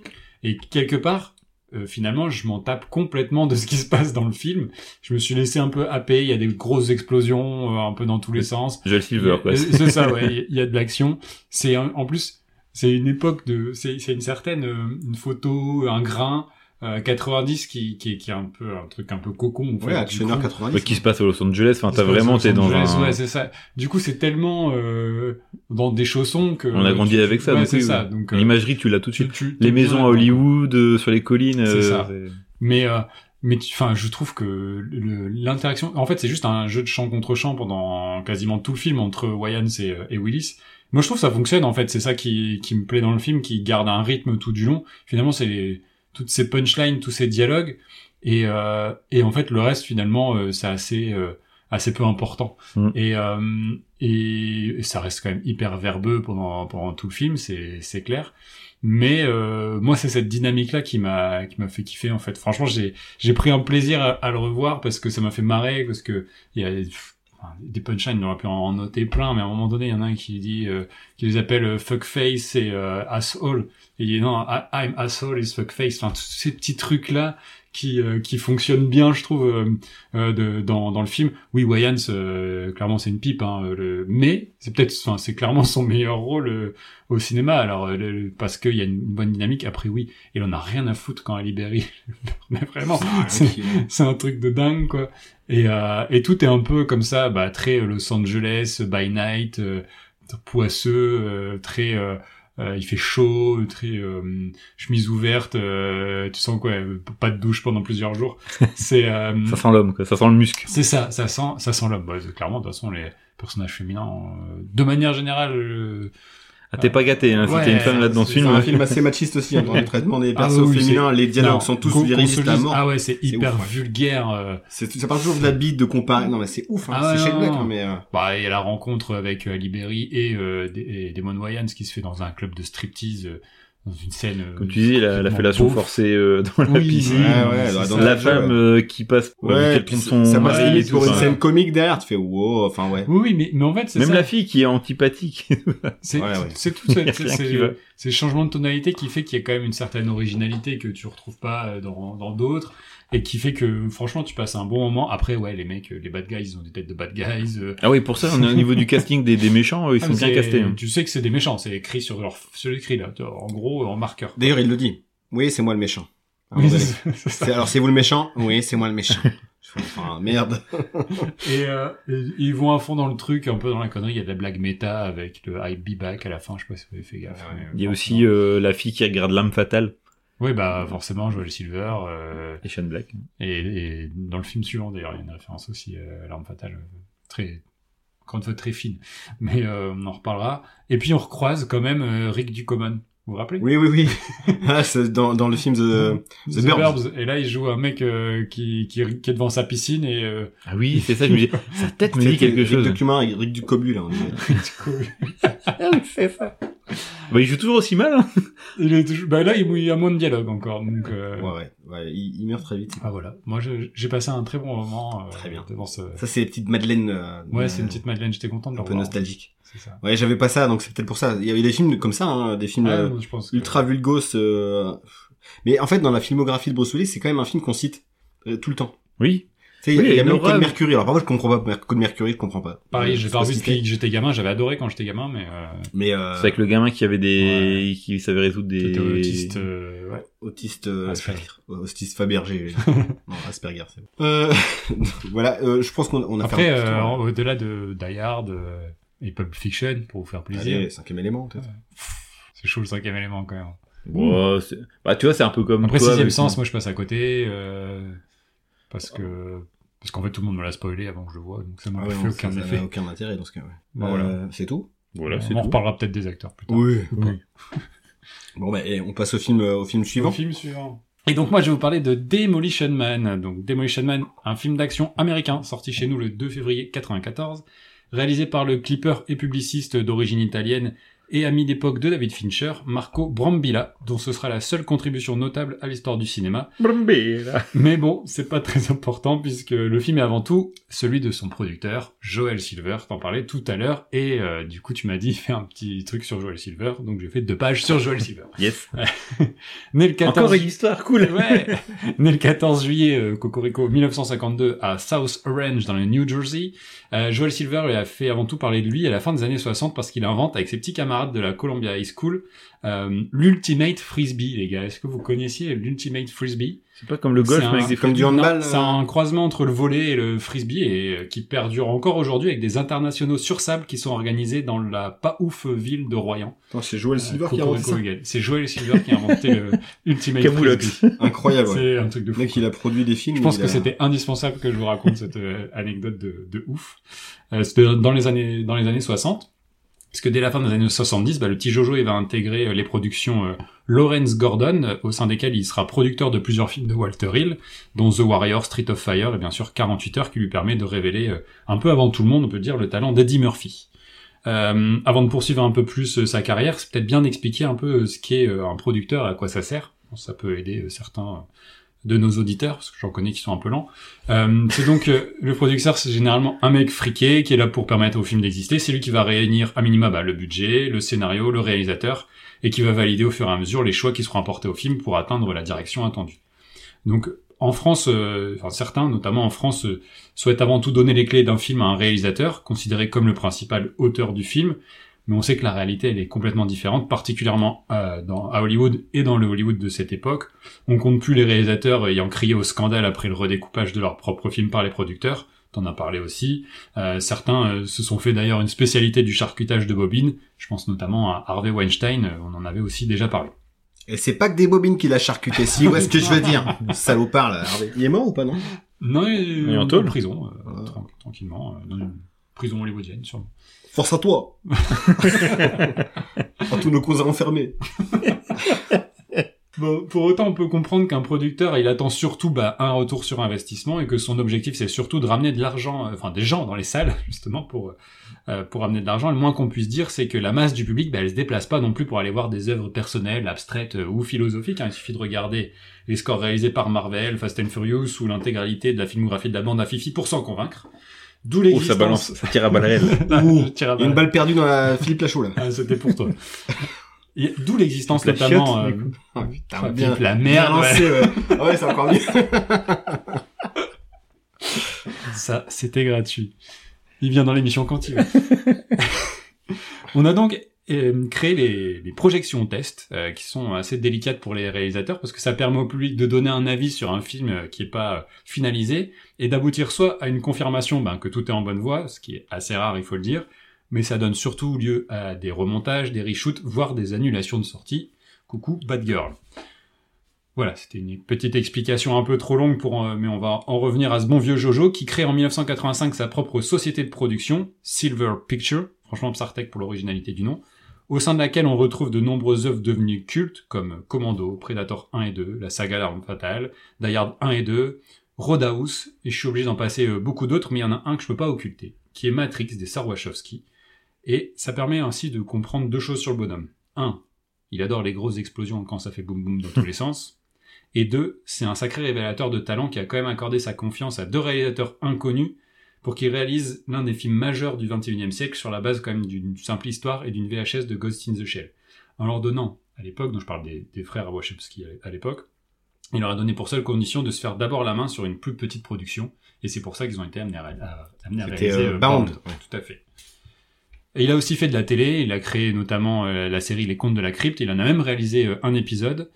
[SPEAKER 2] et quelque part, euh, finalement, je m'en tape complètement de ce qui se passe dans le film. Je me suis laissé un peu happer. Il y a des grosses explosions, euh, un peu dans tous les sens.
[SPEAKER 3] Joel Silver,
[SPEAKER 2] Euh,
[SPEAKER 3] quoi.
[SPEAKER 2] C'est ça, ouais. Il y a de l'action. C'est un- en plus, c'est une époque de, c'est c'est une certaine euh, une photo, un grain euh, 90 qui, qui, est- qui est un peu un truc un peu cocon. en fait,
[SPEAKER 1] Ouais,
[SPEAKER 2] du
[SPEAKER 1] Actionneur
[SPEAKER 2] coup.
[SPEAKER 1] 90.
[SPEAKER 3] Ouais, qui se passe à Los Angeles. Enfin, t'as
[SPEAKER 2] Parce que
[SPEAKER 3] vraiment,
[SPEAKER 2] Los
[SPEAKER 3] t'es dans
[SPEAKER 2] Angeles,
[SPEAKER 3] un.
[SPEAKER 2] Ouais, c'est ça. Du coup, c'est tellement euh, dans des chaussons que.
[SPEAKER 3] On a grandi avec ça,
[SPEAKER 2] Ouais,
[SPEAKER 3] donc
[SPEAKER 2] c'est
[SPEAKER 3] oui,
[SPEAKER 2] ça.
[SPEAKER 3] oui.
[SPEAKER 2] Donc, euh,
[SPEAKER 3] L'imagerie, tu l'as tout de
[SPEAKER 2] tu-
[SPEAKER 3] suite.
[SPEAKER 2] tu-
[SPEAKER 3] Les
[SPEAKER 2] t'es
[SPEAKER 3] maisons
[SPEAKER 2] bien là-dedans,
[SPEAKER 3] à
[SPEAKER 2] quoi.
[SPEAKER 3] Hollywood, euh, sur les collines.
[SPEAKER 2] C'est
[SPEAKER 3] euh,
[SPEAKER 2] ça.
[SPEAKER 3] c'est-
[SPEAKER 2] Mais euh, mais enfin, je trouve que le- l'interaction, en fait, c'est juste un jeu de champ contre champ pendant quasiment tout le film entre Wayans et, euh, et Willis. Moi, je trouve que ça fonctionne. En fait, c'est ça qui qui me plaît dans le film, qui garde un rythme tout du long. Finalement, c'est les- toutes ces punchlines, tous ces dialogues, et euh, et en fait, le reste finalement, euh, c'est assez euh, assez peu important.
[SPEAKER 3] Mm.
[SPEAKER 2] Et, euh, et et ça reste quand même hyper verbeux pendant pendant tout le film, c'est c'est clair. Mais euh, moi, c'est cette dynamique-là qui m'a qui m'a fait kiffer en fait. Franchement, j'ai j'ai pris un plaisir à, à le revoir parce que ça m'a fait marrer, parce que il y a pff, des punchlines, on aurait pu en, en noter plein, mais à un moment donné, il y en a un qui dit euh, qui les appelle euh, fuckface et euh, asshole. Et il dit non, I- I'm asshole is fuckface. Enfin, tous ces petits trucs là qui euh, qui fonctionnent bien, je trouve, euh, euh, de- dans dans le film. Oui, Wayans, euh, clairement, c'est une pipe, hein, euh, le... mais c'est peut-être, enfin, c'est clairement son meilleur rôle. euh, au cinéma. Alors euh, le- le- parce qu'il y a une une bonne dynamique. Après oui, il en a rien à foutre quand elle libérie. Mais vraiment, c'est- c'est un truc de dingue quoi. Et, euh, et tout est un peu comme ça, bah, très euh, Los Angeles, euh, by night, euh, poisseux, euh, très euh, euh, il fait chaud, euh, très euh, chemise ouverte, euh, tu sens quoi, euh, pas de douche pendant plusieurs jours. C'est euh,
[SPEAKER 3] Ça sent l'homme, quoi. Ça sent le muscle.
[SPEAKER 2] c'est ça, ça sent, ça sent l'homme. Bah, c'est- clairement, de toute façon, les personnages féminins, euh, de manière générale, euh,
[SPEAKER 3] Ah, t'es pas gâté, hein.
[SPEAKER 2] Ouais,
[SPEAKER 3] si t'es une femme là dans ce
[SPEAKER 1] C'est un
[SPEAKER 3] film.
[SPEAKER 1] film assez machiste aussi, hein, dans le traitement des
[SPEAKER 2] Ah
[SPEAKER 1] persos
[SPEAKER 2] oui, oui,
[SPEAKER 1] féminins, les dialogues
[SPEAKER 2] Non,
[SPEAKER 1] sont tous
[SPEAKER 2] qu'on- qu'on
[SPEAKER 1] virilistes
[SPEAKER 2] se
[SPEAKER 1] à
[SPEAKER 2] dise,
[SPEAKER 1] mort.
[SPEAKER 2] Ah ouais, c'est hyper
[SPEAKER 1] ouf, ouais.
[SPEAKER 2] vulgaire. euh,
[SPEAKER 1] C'est- Ça part toujours de la bite de comparer. Non mais c'est ouf, hein,
[SPEAKER 2] Ah,
[SPEAKER 1] c'est
[SPEAKER 2] non,
[SPEAKER 1] chez Black,
[SPEAKER 2] non.
[SPEAKER 1] hein, mais euh,
[SPEAKER 2] bah, il y a la rencontre avec euh, Ali Berry et, euh, des- et Damon Wayans qui se fait dans un club de striptease, euh, dans une scène. euh,
[SPEAKER 3] Comme tu dis, la, la
[SPEAKER 2] complètement
[SPEAKER 3] fellation
[SPEAKER 2] beauf.
[SPEAKER 3] forcée euh, dans la
[SPEAKER 2] Oui,
[SPEAKER 3] piscine. bah,
[SPEAKER 1] ouais, ouais,
[SPEAKER 2] c'est
[SPEAKER 1] dans-
[SPEAKER 2] ça.
[SPEAKER 1] dans
[SPEAKER 3] La
[SPEAKER 1] Ouais,
[SPEAKER 3] femme
[SPEAKER 1] ouais.
[SPEAKER 3] euh, qui passe, euh,
[SPEAKER 1] ouais,
[SPEAKER 3] qu'elle
[SPEAKER 1] puis
[SPEAKER 3] tombe son
[SPEAKER 1] ça passe
[SPEAKER 2] mari
[SPEAKER 3] mari
[SPEAKER 1] limite
[SPEAKER 3] et tout,
[SPEAKER 1] pour une
[SPEAKER 3] enfin,
[SPEAKER 1] scène comique derrière. Tu fais wow, enfin ouais.
[SPEAKER 2] Oui, oui, mais, mais en fait, c'est
[SPEAKER 3] Même
[SPEAKER 2] ça.
[SPEAKER 3] la fille qui est antipathique.
[SPEAKER 2] C'est
[SPEAKER 1] Ouais, ouais.
[SPEAKER 2] c'est tout ça,
[SPEAKER 3] Y a
[SPEAKER 2] c'est
[SPEAKER 3] rien
[SPEAKER 2] c'est-
[SPEAKER 3] qui va.
[SPEAKER 2] c'est le changement de tonalité qui fait qu'il y a quand même une certaine originalité que tu retrouves pas euh, dans dans d'autres et qui fait que franchement tu passes un bon moment. Après ouais les mecs, euh, les bad guys, ils ont des têtes de bad guys. euh,
[SPEAKER 3] ah oui, pour ça, on est au niveau du casting des, des méchants, euh, ils
[SPEAKER 2] ah,
[SPEAKER 3] sont
[SPEAKER 2] mais
[SPEAKER 3] bien
[SPEAKER 2] c'est-
[SPEAKER 3] castés. hein.
[SPEAKER 2] Tu sais que c'est des méchants, c'est écrit sur leur sur l'écrit là, tu vois, en gros en marqueur.
[SPEAKER 1] D'ailleurs il le dit. Oui c'est moi le méchant. À un
[SPEAKER 2] Oui,
[SPEAKER 1] moment donné.
[SPEAKER 2] c'est- c'est ça.
[SPEAKER 1] C'est- Alors c'est vous le méchant Oui c'est moi le méchant. Je fais, Enfin merde.
[SPEAKER 2] Et euh, et ils vont à fond dans le truc, un peu dans la connerie. Il y a de la blague méta avec le I be back à la fin. Je sais pas si vous avez fait gaffe.
[SPEAKER 1] Ouais, ouais.
[SPEAKER 3] Il y a aussi euh, la fille qui regarde l'âme fatale
[SPEAKER 2] Oui, bah forcément, Joel Silver. euh,
[SPEAKER 3] et Sean Black.
[SPEAKER 2] et, et dans le film suivant, d'ailleurs, il y a une référence aussi euh, à l'arme fatale. euh, Très, quand une fois très fine. Mais euh, on en reparlera. Et puis on recroise quand même euh, Rick Ducommun. Vous vous rappelez
[SPEAKER 1] Oui oui oui. Ah, c'est dans dans le film de The
[SPEAKER 2] The
[SPEAKER 1] Burbs.
[SPEAKER 2] Burbs. Et là, il joue un mec euh, qui, qui, qui est devant sa piscine et euh,
[SPEAKER 3] Ah oui, c'est ça, je me dis, sa tête me dit quelque chose.
[SPEAKER 1] Rick Ducumin et Rick Ducobu là. on dirait.
[SPEAKER 2] du coup,
[SPEAKER 3] Ah Bah, il joue toujours aussi mal. Hein.
[SPEAKER 2] il est toujours- bah là, il il y a moins de dialogue encore. Donc, euh,
[SPEAKER 1] Ouais ouais. ouais, il, il meurt très vite.
[SPEAKER 2] Ah voilà, moi je- j'ai passé un très bon moment euh,
[SPEAKER 1] Très bien.
[SPEAKER 2] devant ce.
[SPEAKER 1] Ça c'est les petites Madeleine. euh,
[SPEAKER 2] Ouais,
[SPEAKER 1] euh,
[SPEAKER 2] c'est une petite Madeleine, j'étais content de le
[SPEAKER 1] un peu
[SPEAKER 2] revoir.
[SPEAKER 1] nostalgique.
[SPEAKER 2] C'est ça.
[SPEAKER 1] Ouais, j'avais pas ça, donc c'est peut-être pour ça. Il y avait des films comme ça, hein, des films
[SPEAKER 2] Ah,
[SPEAKER 1] euh,
[SPEAKER 2] moi, je pense. que-
[SPEAKER 1] ultra vulgos. euh, Mais en fait, dans la filmographie de Bruce Willis, c'est quand même un film qu'on cite euh, tout le temps.
[SPEAKER 3] Oui.
[SPEAKER 1] Tu sais,
[SPEAKER 3] Oui,
[SPEAKER 1] il y a
[SPEAKER 3] une
[SPEAKER 1] même
[SPEAKER 3] aura-
[SPEAKER 1] Code Mercury. Alors parfois je comprends pas. Mer- Code Mercury, je comprends pas.
[SPEAKER 2] Pareil,
[SPEAKER 1] Euh,
[SPEAKER 2] j'ai
[SPEAKER 1] sais pas
[SPEAKER 2] pas
[SPEAKER 1] ce
[SPEAKER 2] revu
[SPEAKER 1] qu'il fait.
[SPEAKER 2] depuis que j'étais gamin. J'avais adoré quand j'étais gamin, mais euh,
[SPEAKER 1] Mais euh,
[SPEAKER 3] C'est avec le gamin qui avait des, qui savait résoudre des.
[SPEAKER 2] t'étais autiste. euh, ouais.
[SPEAKER 1] autiste, euh,
[SPEAKER 2] Asperger.
[SPEAKER 1] euh, autiste Fabergé. non, Asperger. c'est bon. Euh, voilà, euh, je pense qu'on on a
[SPEAKER 2] Après,
[SPEAKER 1] fait. un petit
[SPEAKER 2] euh,
[SPEAKER 1] tour.
[SPEAKER 2] au-delà de Die Hard euh, et Pulp Fiction, pour vous faire plaisir,
[SPEAKER 1] Allez, cinquième élément. peut-être.
[SPEAKER 2] c'est chaud le cinquième élément quand même.
[SPEAKER 3] Ouais, c'est- bah, tu vois, c'est un peu comme.
[SPEAKER 2] Après,
[SPEAKER 3] toi,
[SPEAKER 2] sixième
[SPEAKER 3] avec-
[SPEAKER 2] sens, moi je passe à côté euh, parce que parce qu'en fait tout le monde me l'a spoilé avant que je le vois, donc ça m'a
[SPEAKER 1] Ah
[SPEAKER 2] pas
[SPEAKER 1] ouais,
[SPEAKER 2] fait
[SPEAKER 1] non, ça
[SPEAKER 2] aucun
[SPEAKER 1] ça
[SPEAKER 2] effet.
[SPEAKER 1] n'a aucun intérêt dans ce cas. ouais.
[SPEAKER 2] Bah, voilà.
[SPEAKER 1] Euh, C'est tout.
[SPEAKER 3] Voilà, c'est
[SPEAKER 2] on en
[SPEAKER 3] tout.
[SPEAKER 2] reparlera peut-être des acteurs plus tard.
[SPEAKER 1] Oui.
[SPEAKER 2] Ou pas.
[SPEAKER 1] Bon bah, eh, on passe au film, euh, au film
[SPEAKER 2] Au
[SPEAKER 1] suivant.
[SPEAKER 2] film suivant. Et donc moi je vais vous parler de Demolition Man. Donc Demolition Man, un film d'action américain sorti chez nous le 2 février 94, réalisé par le clipper et publiciste d'origine italienne et ami d'époque de David Fincher, Marco Brambilla, dont ce sera la seule contribution notable à l'histoire du cinéma.
[SPEAKER 3] Brambilla.
[SPEAKER 2] Mais bon, c'est pas très important puisque le film est avant tout celui de son producteur, Joel Silver, t'en parlais tout à l'heure, et euh, du coup tu m'as dit fais un petit truc sur Joel Silver, donc j'ai fait deux pages sur Joel Silver.
[SPEAKER 3] Yes.
[SPEAKER 2] Né le 14
[SPEAKER 3] Encore une histoire cool.
[SPEAKER 2] Ouais. Né le 14 juillet, euh, Cocorico 1952 à South Orange dans le New Jersey, euh, Joel Silver lui a fait avant tout parler de lui à la fin des années 60 parce qu'il invente avec ses petits camarades de la Columbia High School euh, l'ultimate frisbee, les gars. Est-ce que vous connaissiez l'ultimate frisbee
[SPEAKER 3] C'est pas comme le golf,
[SPEAKER 2] C'est
[SPEAKER 3] mais
[SPEAKER 2] un-
[SPEAKER 3] avec des
[SPEAKER 1] Comme du
[SPEAKER 2] Non,
[SPEAKER 1] handball.
[SPEAKER 2] C'est
[SPEAKER 1] euh,
[SPEAKER 2] un croisement entre le volet et le frisbee et euh, qui perdure encore aujourd'hui avec des internationaux sur sable qui sont organisés dans la pas ouf ville de Royan.
[SPEAKER 1] euh,
[SPEAKER 2] Euh,
[SPEAKER 1] Attends, C'est Joel Silver qui a inventé
[SPEAKER 2] Cocorico Eagle. C'est Joel Silver qui a inventé le ultimate frisbee.
[SPEAKER 3] Camoulox.
[SPEAKER 1] ça. Incroyable. ouais.
[SPEAKER 2] C'est un truc de
[SPEAKER 1] Le
[SPEAKER 2] fou.
[SPEAKER 1] mec, il a produit des films.
[SPEAKER 2] Je pense
[SPEAKER 1] il
[SPEAKER 2] que
[SPEAKER 1] a-
[SPEAKER 2] c'était indispensable que je vous raconte cette euh, anecdote de, de ouf. Euh, c'était dans les années dans les années 60. Parce que dès la fin des années 70, bah, le petit Jojo il va intégrer euh, les productions euh, Lawrence Gordon, euh, au sein desquelles il sera producteur de plusieurs films de Walter Hill, dont The Warrior, Street of Fire et bien sûr 48 heures qui lui permet de révéler euh, un peu avant tout le monde, on peut dire, le talent d'Eddie Murphy. Euh, avant de poursuivre un peu plus euh, sa carrière, c'est peut-être bien d'expliquer un peu euh, ce qu'est euh, un producteur, à quoi ça sert. Je pense que Ça peut aider euh, certains euh, de nos auditeurs, parce que j'en connais qui sont un peu lents. Euh, c'est donc euh, le producteur, c'est généralement un mec friqué qui est là pour permettre au film d'exister. C'est lui qui va réunir à minima bah, le budget, le scénario, le réalisateur, et qui va valider au fur et à mesure les choix qui seront apportés au film pour atteindre la direction attendue. Donc en France, euh, enfin, certains, notamment en France, euh, souhaitent avant tout donner les clés d'un film à un réalisateur, considéré comme le principal auteur du film. Mais on sait que la réalité, elle est complètement différente, particulièrement euh, dans, à Hollywood et dans le Hollywood de cette époque. On compte plus les réalisateurs ayant crié au scandale après le redécoupage de leur propre film par les producteurs. T'en as parlé aussi. Euh, certains euh, se sont fait d'ailleurs une spécialité du charcutage de bobines. Je pense notamment à Harvey Weinstein. euh, On en avait aussi déjà parlé.
[SPEAKER 1] Et c'est pas que des bobines qu'il a charcuté. Si, ouais, ce que je veux dire. Salopard, là. Hervé. Il est mort ou pas, non?
[SPEAKER 2] Non,
[SPEAKER 3] Il
[SPEAKER 2] il
[SPEAKER 3] est en tôle.
[SPEAKER 2] prison, euh,
[SPEAKER 1] Ah.
[SPEAKER 2] tran- tranquillement, euh, dans une prison hollywoodienne sûrement.
[SPEAKER 1] Force à toi. En tous nos cons à enfermer.
[SPEAKER 2] Ah Bon, pour autant, on peut comprendre qu'un producteur, il attend surtout bah, un retour sur investissement et que son objectif, c'est surtout de ramener de l'argent, euh, enfin des gens dans les salles, justement, pour, euh, pour ramener de l'argent. Le moins qu'on puisse dire, c'est que la masse du public, bah, elle se déplace pas non plus pour aller voir des œuvres personnelles, abstraites euh, ou philosophiques. hein. Il suffit de regarder les scores réalisés par Marvel, Fast and Furious ou l'intégralité de la filmographie de la bande à Fifi pour s'en convaincre. D'où
[SPEAKER 3] Oh,
[SPEAKER 2] l'existence...
[SPEAKER 3] ça balance, ça tire à balles réelles.
[SPEAKER 2] Je tire à
[SPEAKER 1] Il y a une
[SPEAKER 2] balles.
[SPEAKER 1] balle perdue dans la Philippe Lachaud, là.
[SPEAKER 2] bah. Ah, C'était pour toi. Et D'où l'existence
[SPEAKER 3] La
[SPEAKER 2] notamment...
[SPEAKER 3] chiotte,
[SPEAKER 2] euh,
[SPEAKER 1] Ah, putain,
[SPEAKER 2] Philippe,
[SPEAKER 1] bien-
[SPEAKER 2] la
[SPEAKER 1] bien
[SPEAKER 2] merde, ouais.
[SPEAKER 1] lancé, ouais. Ah ouais, c'est encore mieux.
[SPEAKER 2] Ça, c'était gratuit. Il vient dans l'émission quand il veut. On a donc euh, créé les, les projections tests euh, qui sont assez délicates pour les réalisateurs parce que ça permet au public de donner un avis sur un film euh, qui n'est pas euh, finalisé et d'aboutir soit à une confirmation ben, que tout est en bonne voie, ce qui est assez rare, il faut le dire, mais ça donne surtout lieu à des remontages, des reshoots, voire des annulations de sortie. Coucou, Bad Girl. Voilà, c'était une petite explication un peu trop longue, pour, euh, mais on va en revenir à ce bon vieux Jojo qui crée en 1985 sa propre société de production, Silver Picture, franchement Psartec pour l'originalité du nom, au sein de laquelle on retrouve de nombreuses œuvres devenues cultes comme Commando, Predator 1 et 2, la saga L'Arme Fatale, Die Hard 1 et 2, Roadhouse, et je suis obligé d'en passer euh, beaucoup d'autres, mais il y en a un que je peux pas occulter, qui est Matrix des sœurs Wachowski. Et ça permet ainsi de comprendre deux choses sur le bonhomme. Un, Il adore les grosses explosions quand ça fait boum boum dans tous les sens. Et deux, c'est un sacré révélateur de talent qui a quand même accordé sa confiance à deux réalisateurs inconnus pour qu'ils réalisent l'un des films majeurs du 21e siècle sur la base quand même d'une simple histoire et d'une VHS de Ghost in the Shell. En leur donnant, à l'époque, dont je parle des, des frères Wachowski à l'é- à l'époque, Il leur a donné pour seule condition de se faire d'abord la main sur une plus petite production, et c'est pour ça qu'ils ont été amenés à, ré- à- amenés à
[SPEAKER 1] C'était,
[SPEAKER 2] réaliser
[SPEAKER 1] euh,
[SPEAKER 2] euh,
[SPEAKER 1] Bound.
[SPEAKER 2] Ouais, Tout à fait. Et il a aussi fait de la télé, il a créé notamment euh, la série Les Contes de la Crypte, il en a même réalisé euh, un épisode,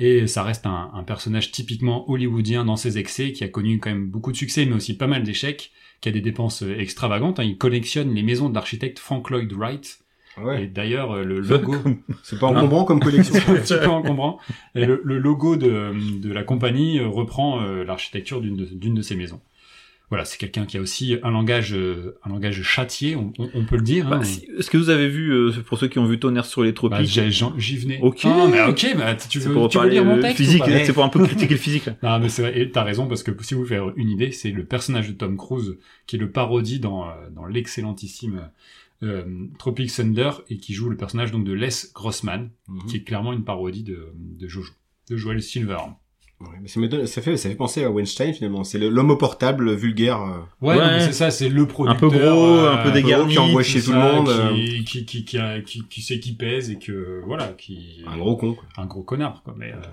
[SPEAKER 2] et ça reste un, un personnage typiquement hollywoodien dans ses excès, qui a connu quand même beaucoup de succès, mais aussi pas mal d'échecs, qui a des dépenses euh, extravagantes. hein. Il collectionne les maisons de l'architecte Frank Lloyd Wright, et
[SPEAKER 1] Ouais.
[SPEAKER 2] d'ailleurs euh, le logo...
[SPEAKER 1] C'est pas encombrant comme collection.
[SPEAKER 2] C'est un petit peu encombrant. Et le, le logo de, de la compagnie euh, reprend euh, l'architecture d'une de, d'une de ses maisons. Voilà, c'est quelqu'un qui a aussi un langage, euh, un langage châtié, on, on- on peut le dire. hein.
[SPEAKER 3] Bah, si- Est-ce que vous avez vu, euh, pour ceux qui ont vu Tonnerre sur les
[SPEAKER 2] Bah,
[SPEAKER 3] tropiques,
[SPEAKER 2] j'ai- j'en- j'y venais.
[SPEAKER 3] Ok.
[SPEAKER 2] Ah, mais ok, bah, t- tu
[SPEAKER 3] c'est
[SPEAKER 2] veux,
[SPEAKER 3] pour
[SPEAKER 2] tu veux
[SPEAKER 3] parler
[SPEAKER 2] lire mon
[SPEAKER 3] euh,
[SPEAKER 2] texte
[SPEAKER 3] physique,
[SPEAKER 2] ou pas
[SPEAKER 1] Ouais.
[SPEAKER 3] c'est pour un peu critiquer le physique. là.
[SPEAKER 2] Non, mais c'est vrai, et t'as raison, parce que si vous faire une idée, c'est le personnage de Tom Cruise qui le parodie dans, euh, dans l'excellentissime euh, Tropic Thunder et qui joue le personnage donc de Les Grossman,
[SPEAKER 1] Mhm.
[SPEAKER 2] qui est clairement une parodie de, de Jojo, de Joel Silverhand.
[SPEAKER 1] Ouais, mais ça, me donne- ça fait, ça fait penser à Weinstein finalement. C'est le- l'homme au portable vulgaire. euh.
[SPEAKER 2] Ouais,
[SPEAKER 3] Ouais.
[SPEAKER 2] non, mais c'est ça, c'est le producteur.
[SPEAKER 3] peu gros,
[SPEAKER 2] euh,
[SPEAKER 3] un peu
[SPEAKER 1] dégarni, qui envoie chez tout le
[SPEAKER 2] ça,
[SPEAKER 1] monde,
[SPEAKER 3] euh.
[SPEAKER 2] Qui, qui, qui, qui, a- qui, qui sait qui pèse et que, voilà, qui.
[SPEAKER 1] Un gros con. quoi.
[SPEAKER 2] un gros connard, quoi. Mais, euh,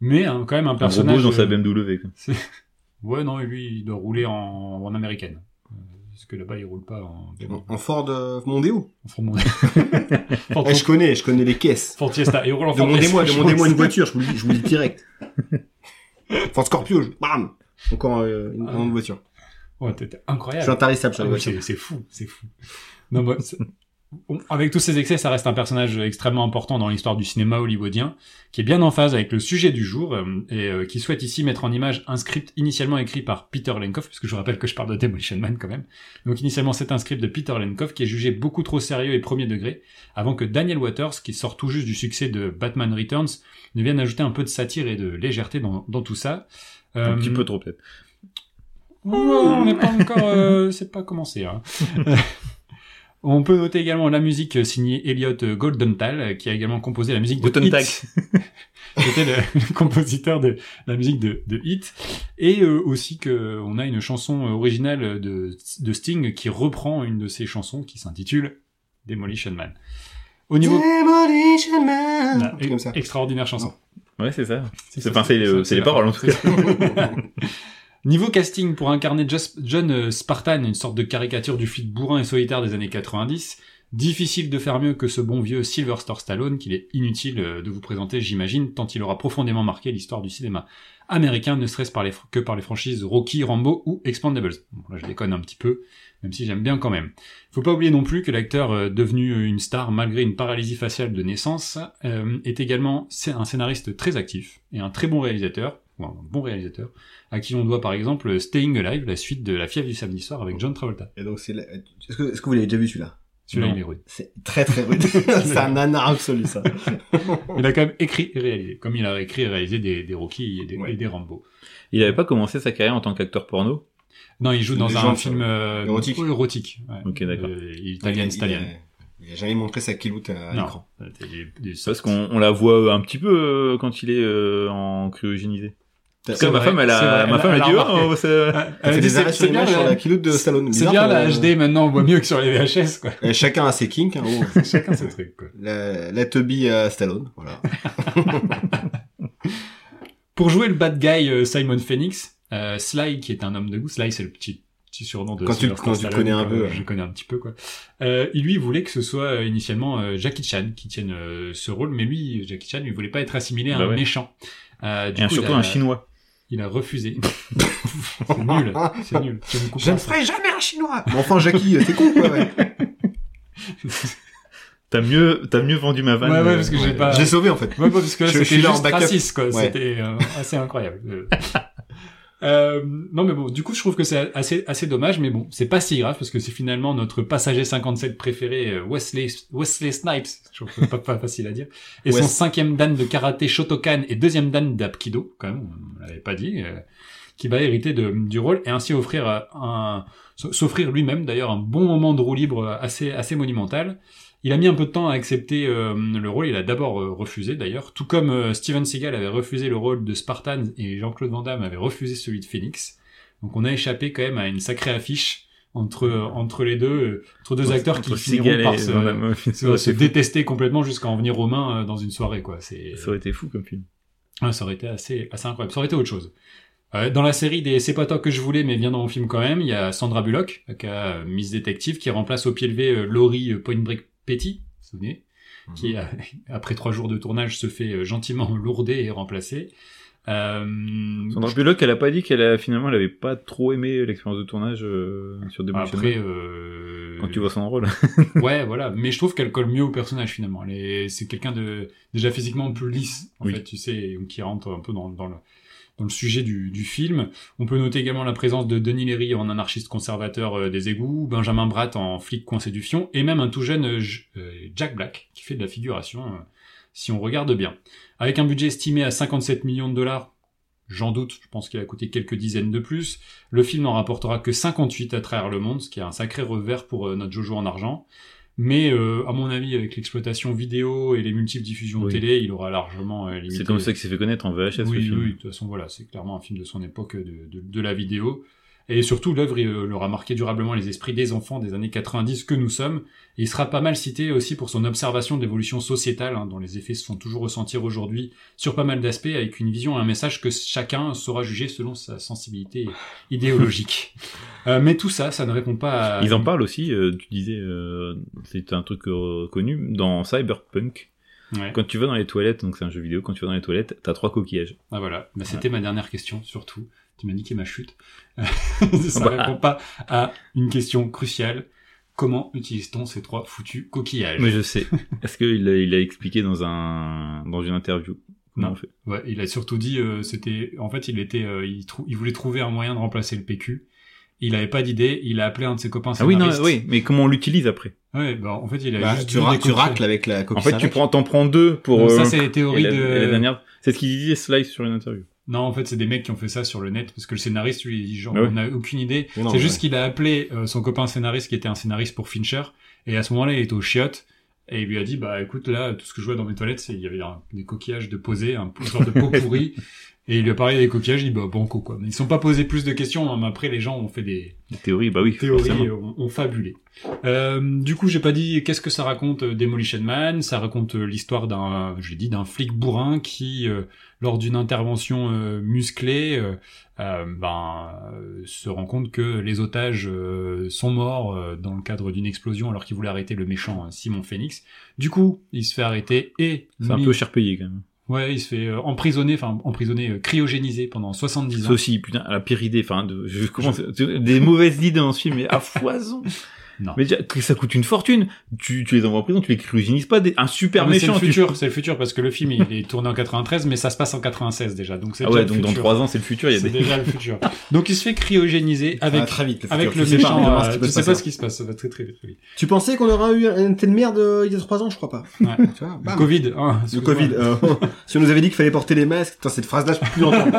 [SPEAKER 2] mais hein, quand même un
[SPEAKER 3] Un gros
[SPEAKER 2] personnage.
[SPEAKER 3] bouge dans
[SPEAKER 2] euh,
[SPEAKER 3] sa BMW. quoi.
[SPEAKER 2] Ouais, non, et lui, il doit rouler en, en américaine. Euh, Parce que là-bas, il roule pas en.
[SPEAKER 1] En, en Ford euh, Mondeo.
[SPEAKER 2] en Ford Mondeo.
[SPEAKER 1] Eh, je connais, je connais les caisses.
[SPEAKER 2] Ford Fiesta. Et il roule en Ford
[SPEAKER 1] Demandez-moi,
[SPEAKER 2] Fiesta, je
[SPEAKER 1] demandez-moi
[SPEAKER 2] pense.
[SPEAKER 1] une voiture, je vous le dis, je vous le dis direct. Ford Scorpio, je- bam. Encore euh, une
[SPEAKER 2] Ah.
[SPEAKER 1] grande voiture.
[SPEAKER 2] Ouais, t'es- t'es
[SPEAKER 1] Je suis
[SPEAKER 2] incroyable.
[SPEAKER 1] intarissable sur
[SPEAKER 2] Ah
[SPEAKER 1] les
[SPEAKER 2] oui,
[SPEAKER 1] voitures.
[SPEAKER 2] C'est c'est fou, c'est fou. Non, bah, c'est- on- avec tous ces excès, ça reste un personnage extrêmement important dans l'histoire du cinéma hollywoodien, qui est bien en phase avec le sujet du jour euh, et euh, qui souhaite ici mettre en image un script initialement écrit par Peter Lenkoff, puisque je vous rappelle que je parle de Demolition Man quand même. Donc initialement, c'est un script de Peter Lenkoff qui est jugé beaucoup trop sérieux et premier degré, avant que Daniel Waters, qui sort tout juste du succès de Batman Returns, ne vienne ajouter un peu de satire et de légèreté dans, dans tout ça. Euh,
[SPEAKER 3] Un petit peu trop peut-être.
[SPEAKER 2] Ouais, on n'est pas encore, euh, c'est pas commencé. hein. on peut noter également la musique signée Elliot Goldenthal, euh, qui a également composé la musique de
[SPEAKER 3] Goldenthal.
[SPEAKER 2] Hit. C'était le, le compositeur de la musique de, de Hit, et euh, aussi que on a une chanson originale de, de Sting qui reprend une de ses chansons qui s'intitule Demolition Man. Au niveau
[SPEAKER 1] Demolition Man.
[SPEAKER 2] Ah,
[SPEAKER 1] Un truc comme ça.
[SPEAKER 2] extraordinaire chanson.
[SPEAKER 3] Ouais, c'est ça. C'est
[SPEAKER 2] ça,
[SPEAKER 3] enfin, c'est
[SPEAKER 2] ça,
[SPEAKER 3] les- euh, c'est les
[SPEAKER 2] la-
[SPEAKER 3] paroles en tout cas.
[SPEAKER 2] Niveau casting, pour incarner Just- John euh, Spartan, une sorte de caricature du flic bourrin et solitaire des années 90, difficile de faire mieux que ce bon vieux Sylvester Stallone qu'il est inutile euh, de vous présenter, j'imagine, tant il aura profondément marqué l'histoire du cinéma américain, ne serait-ce par les fr- que par les franchises Rocky, Rambo ou Expandables. Bon, là, je déconne un petit peu, même si j'aime bien quand même. Faut pas oublier non plus que l'acteur euh, devenu une star malgré une paralysie faciale de naissance euh, est également sc- un scénariste très actif et un très bon réalisateur, ou un bon réalisateur, à qui l'on doit par exemple Staying Alive, la suite de La fièvre du samedi soir avec John Travolta.
[SPEAKER 1] Et donc, c'est la- Est-ce que, est-ce que vous l'avez déjà vu celui-là
[SPEAKER 2] Celui-là,
[SPEAKER 3] Non.
[SPEAKER 2] il est rude.
[SPEAKER 1] C'est très très rude. c'est un nanar absolu ça. Oh.
[SPEAKER 2] Il a quand même écrit et réalisé, comme il a écrit et réalisé des, des Rocky et des,
[SPEAKER 1] Ouais.
[SPEAKER 2] et des Rambo.
[SPEAKER 3] Il avait pas commencé sa carrière en tant qu'acteur porno.
[SPEAKER 2] Non, il joue dans
[SPEAKER 1] Des
[SPEAKER 2] un
[SPEAKER 1] gens,
[SPEAKER 2] film euh,
[SPEAKER 1] érotique.
[SPEAKER 2] oh, érotique, ouais.
[SPEAKER 3] Ok, d'accord.
[SPEAKER 2] Euh, Italian,
[SPEAKER 1] Il a- il a-
[SPEAKER 2] Stallion.
[SPEAKER 1] Il a jamais montré sa kiloute à
[SPEAKER 2] Non.
[SPEAKER 1] l'écran.
[SPEAKER 2] Euh, t'as des- des-
[SPEAKER 3] Parce qu'on on la voit un petit peu euh, quand il est euh, en cryogénisé. Parce que
[SPEAKER 2] C'est
[SPEAKER 3] ma
[SPEAKER 2] vrai,
[SPEAKER 3] femme, elle
[SPEAKER 2] c'est
[SPEAKER 3] a,
[SPEAKER 2] vrai,
[SPEAKER 3] ma
[SPEAKER 2] elle-
[SPEAKER 3] femme, elle
[SPEAKER 2] elle
[SPEAKER 3] dit,
[SPEAKER 2] a
[SPEAKER 3] oh, c'est-
[SPEAKER 2] Ah,
[SPEAKER 1] Elle fait
[SPEAKER 2] euh,
[SPEAKER 1] des
[SPEAKER 2] c'est-
[SPEAKER 1] arrêts sur
[SPEAKER 2] c'est
[SPEAKER 1] les
[SPEAKER 2] bien
[SPEAKER 1] matchs sur
[SPEAKER 2] la-
[SPEAKER 1] la kiloute de Stallone.
[SPEAKER 2] C'est
[SPEAKER 1] Bizarre
[SPEAKER 2] bien
[SPEAKER 1] que
[SPEAKER 2] la
[SPEAKER 1] la-
[SPEAKER 2] HD maintenant, on voit mieux que sur les VHS quoi.
[SPEAKER 1] Euh, Chacun a ses kinks. Hein. Oh.
[SPEAKER 2] Chacun ses trucs quoi.
[SPEAKER 1] la, la Toby à Stallone. Voilà.
[SPEAKER 2] Pour jouer le bad guy euh, Simon Phoenix, euh, Sly qui est un homme de goût, Sly c'est le petit petit surnom de
[SPEAKER 1] Quand tu-
[SPEAKER 2] Sylvester
[SPEAKER 1] quand tu
[SPEAKER 2] Stallone,
[SPEAKER 1] connais un
[SPEAKER 2] quoi,
[SPEAKER 1] peu, ouais.
[SPEAKER 2] je connais un petit peu quoi. Euh, il lui voulait que ce soit euh, initialement euh, Jackie Chan qui tienne euh, ce rôle, mais lui Jackie Chan il voulait pas être assimilé à
[SPEAKER 3] Bah
[SPEAKER 2] un
[SPEAKER 3] ouais.
[SPEAKER 2] méchant. Euh, du
[SPEAKER 3] Et
[SPEAKER 2] coup,
[SPEAKER 3] surtout
[SPEAKER 2] il a,
[SPEAKER 3] un chinois.
[SPEAKER 2] Il a refusé. c'est nul, c'est nul. Tu me
[SPEAKER 1] Je ne
[SPEAKER 2] comprends
[SPEAKER 1] ferai jamais un chinois. Mais enfin, Jackie, euh, t'es con quoi. Ouais.
[SPEAKER 3] T'as mieux, t'as mieux vendu ma vanne.
[SPEAKER 2] Ouais, ouais,
[SPEAKER 3] euh,
[SPEAKER 2] parce que j'ai pas-
[SPEAKER 1] Je l'ai sauvé en fait.
[SPEAKER 2] Ouais, parce que là,
[SPEAKER 1] Je- je
[SPEAKER 2] c'était
[SPEAKER 1] suis là en
[SPEAKER 2] juste
[SPEAKER 1] backup.
[SPEAKER 2] raciste, quoi.
[SPEAKER 1] Ouais.
[SPEAKER 2] C'était euh, assez incroyable. Euh, euh, non, mais bon, du coup, je trouve que c'est assez, assez dommage, mais bon, c'est pas si grave, parce que c'est finalement notre passager 57 préféré, euh, Wesley, Wesley Snipes. Je trouve que c'est pas, pas facile à dire. Et son
[SPEAKER 1] Wes-
[SPEAKER 2] cinquième dan de karaté Shotokan et deuxième dan d'Apkido, quand même, on l'avait pas dit, euh, qui va hériter de, du rôle et ainsi offrir euh, un, s'offrir lui-même d'ailleurs un bon moment de roue libre euh, assez, assez monumental. Il a mis un peu de temps à accepter euh, le rôle, il a d'abord euh, refusé d'ailleurs, tout comme euh, Steven Seagal avait refusé le rôle de Spartan et Jean-Claude Van Damme avait refusé celui de Phoenix. Donc on a échappé quand même à une sacrée affiche entre, euh, entre les deux, euh, entre deux acteurs
[SPEAKER 3] entre
[SPEAKER 2] qui
[SPEAKER 3] Seagal
[SPEAKER 2] finiront par
[SPEAKER 3] et
[SPEAKER 2] se,
[SPEAKER 3] Van Damme.
[SPEAKER 2] se- se
[SPEAKER 3] C'est fou.
[SPEAKER 2] détester complètement jusqu'à en venir aux mains euh, dans une soirée. quoi. C'est
[SPEAKER 3] Ça aurait été fou comme film.
[SPEAKER 2] Ah, ça aurait été assez, assez incroyable. Ça aurait été autre chose. Euh, dans la série des C'est pas toi que je voulais, mais viens dans mon film quand même, il y a Sandra Bullock, qui a euh, Miss Détective, qui remplace au pied levé euh, Laurie euh, Point Break Petty, vous vous souvenez,
[SPEAKER 3] Mhm.
[SPEAKER 2] qui, euh, après trois jours de tournage, se fait euh, gentiment lourder et remplacer. Euh,
[SPEAKER 3] Sandra Bullock, elle a pas dit qu'elle a finalement, elle avait pas trop aimé l'expérience de tournage euh, sur Demolition
[SPEAKER 2] après,
[SPEAKER 3] Man,
[SPEAKER 2] euh,
[SPEAKER 3] Quand tu vois son rôle.
[SPEAKER 2] ouais, voilà. Mais je trouve qu'elle colle mieux au personnage finalement. Elle est- c'est quelqu'un de déjà physiquement plus lisse, en
[SPEAKER 3] Oui.
[SPEAKER 2] fait, tu sais, et qui rentre un peu dans, dans le dans le sujet du, du film. On peut noter également la présence de Denis Léry en anarchiste conservateur euh, des égouts, Benjamin Bratt en flic conséduction, et même un tout jeune euh, J- euh, Jack Black qui fait de la figuration, euh, si on regarde bien. Avec un budget estimé à 57 millions de dollars, j'en doute, je pense qu'il a coûté quelques dizaines de plus, le film n'en rapportera que 58 à travers le monde, ce qui est un sacré revers pour euh, notre Jojo en argent. Mais euh, à mon avis, avec l'exploitation vidéo et les multiples diffusions
[SPEAKER 3] Oui.
[SPEAKER 2] télé, il aura largement euh, limité
[SPEAKER 3] C'est comme ça qu'il s'est fait connaître en VHS le
[SPEAKER 2] oui,
[SPEAKER 3] film.
[SPEAKER 2] oui, de toute façon, voilà, c'est clairement un film de son époque euh, de, de, de la vidéo. Et surtout, l'œuvre euh, leur a marqué durablement les esprits des enfants des années 90 que nous sommes. Et il sera pas mal cité aussi pour son observation d'évolution sociétale, hein, dont les effets se font toujours ressentir aujourd'hui sur pas mal d'aspects, avec une vision et un message que chacun saura juger selon sa sensibilité idéologique. Euh, mais tout ça, ça ne répond pas à...
[SPEAKER 3] Ils en parlent aussi, euh, tu disais, euh, c'est un truc euh, connu, dans Cyberpunk,
[SPEAKER 2] Ouais.
[SPEAKER 3] quand tu vas dans les toilettes, donc c'est un jeu vidéo, quand tu vas dans les toilettes, t'as trois coquillages.
[SPEAKER 2] Ah voilà, bah, c'était ma dernière question surtout. Tu m'as niqué ma chute. Euh, ça
[SPEAKER 3] Bah.
[SPEAKER 2] répond pas à une question cruciale. Comment utilise-t-on ces trois foutus coquillages
[SPEAKER 3] Mais je sais. Est-ce qu'il a, il a expliqué dans, un, dans une interview comment
[SPEAKER 2] Non.
[SPEAKER 3] on fait
[SPEAKER 2] Ouais, il a surtout dit, euh, c'était, en fait, il était, euh, il, trou- il voulait trouver un moyen de remplacer le PQ. Il avait pas d'idée. Il a appelé un de ses copains
[SPEAKER 3] Ah oui, non,
[SPEAKER 2] scénaristes.
[SPEAKER 3] oui, mais comment on l'utilise après
[SPEAKER 2] Ouais, bah, en fait, il a
[SPEAKER 1] Bah,
[SPEAKER 2] juste
[SPEAKER 1] tu,
[SPEAKER 2] vu
[SPEAKER 1] ra-
[SPEAKER 2] des
[SPEAKER 1] tu
[SPEAKER 2] coquilles.
[SPEAKER 1] racles avec la coquille
[SPEAKER 3] En fait, tu
[SPEAKER 1] Saint-Jacques.
[SPEAKER 3] prends, t'en prends deux pour.
[SPEAKER 2] Donc ça,
[SPEAKER 3] euh,
[SPEAKER 2] c'est les
[SPEAKER 3] et
[SPEAKER 2] théories
[SPEAKER 3] la,
[SPEAKER 2] de.
[SPEAKER 3] et la dernière, c'est ce qu'il disait Slice sur une interview.
[SPEAKER 2] Non, en fait, c'est des mecs qui ont fait ça sur le net parce que le scénariste, lui, il dit genre,
[SPEAKER 3] Ah oui.
[SPEAKER 2] on n'a aucune idée.
[SPEAKER 1] Mais non,
[SPEAKER 2] C'est juste
[SPEAKER 1] ouais.
[SPEAKER 2] qu'il a appelé euh, son copain scénariste qui était un scénariste pour Fincher et à ce moment-là, il était au chiottes et il lui a dit bah écoute là, tout ce que je vois dans mes toilettes, c'est il y avait un- des coquillages de posés, un genre de pot pourri et il lui a parlé des coquillages, il dit bah banco quoi. Mais ils sont pas posé plus de questions, hein, mais après les gens ont fait des,
[SPEAKER 3] La théorie, bah oui. forcément.
[SPEAKER 2] théories ont, ont fabulé. Euh, du coup, j'ai pas dit qu'est-ce que ça raconte euh, Demolition Man. Ça raconte euh, l'histoire d'un, je l'ai dit, d'un flic bourrin qui, euh, lors d'une intervention euh, musclée, euh, euh, ben, euh, se rend compte que les otages euh, sont morts euh, dans le cadre d'une explosion alors qu'il voulait arrêter le méchant euh, Simon Phoenix. Du coup, il se fait arrêter et
[SPEAKER 3] C'est un
[SPEAKER 2] mis-
[SPEAKER 3] peu cher payé quand même.
[SPEAKER 2] ouais, il se fait euh, emprisonner, enfin emprisonner, euh, cryogénisé pendant 70
[SPEAKER 3] Ça
[SPEAKER 2] ans.
[SPEAKER 3] aussi, putain, la pire idée. Enfin, de, je commence des mauvaises idées dans ce film, mais à foison.
[SPEAKER 2] Non.
[SPEAKER 3] Mais déjà, que ça coûte une fortune. Tu, tu les envoies en prison, tu les cryogénises pas. Des, un super
[SPEAKER 2] Ah, mais
[SPEAKER 3] méchant.
[SPEAKER 2] C'est
[SPEAKER 3] tu-
[SPEAKER 2] le futur, c'est le futur parce que le film il est tourné en 93, mais ça se passe en 96 déjà, donc c'est
[SPEAKER 3] Ah
[SPEAKER 2] déjà
[SPEAKER 3] ouais,
[SPEAKER 2] le
[SPEAKER 3] donc dans
[SPEAKER 2] futur.
[SPEAKER 3] trois ans, c'est le futur. Il y a
[SPEAKER 2] C'est
[SPEAKER 3] des...
[SPEAKER 2] déjà le futur. Donc il se fait cryogéniser
[SPEAKER 1] Ça va
[SPEAKER 2] avec
[SPEAKER 1] Ah, très vite, le
[SPEAKER 2] avec
[SPEAKER 1] futur.
[SPEAKER 2] le
[SPEAKER 1] Tu sais pas,
[SPEAKER 2] méchant.
[SPEAKER 1] vraiment,
[SPEAKER 2] euh,
[SPEAKER 1] ce qui peut
[SPEAKER 2] tu
[SPEAKER 1] se
[SPEAKER 2] sais
[SPEAKER 1] passer.
[SPEAKER 2] pas ce qui se passe, ça va très très vite. oui.
[SPEAKER 1] Tu pensais qu'on aurait eu un thé de merde euh, il y a trois ans, je crois pas.
[SPEAKER 2] Ouais.
[SPEAKER 1] Tu vois,
[SPEAKER 2] Le
[SPEAKER 1] bam.
[SPEAKER 2] Covid. hein,
[SPEAKER 1] Le
[SPEAKER 2] excuse-moi.
[SPEAKER 1] Covid. euh, si on nous avait dit qu'il fallait porter les masques, putain, cette phrase-là, je peux plus l'entendre.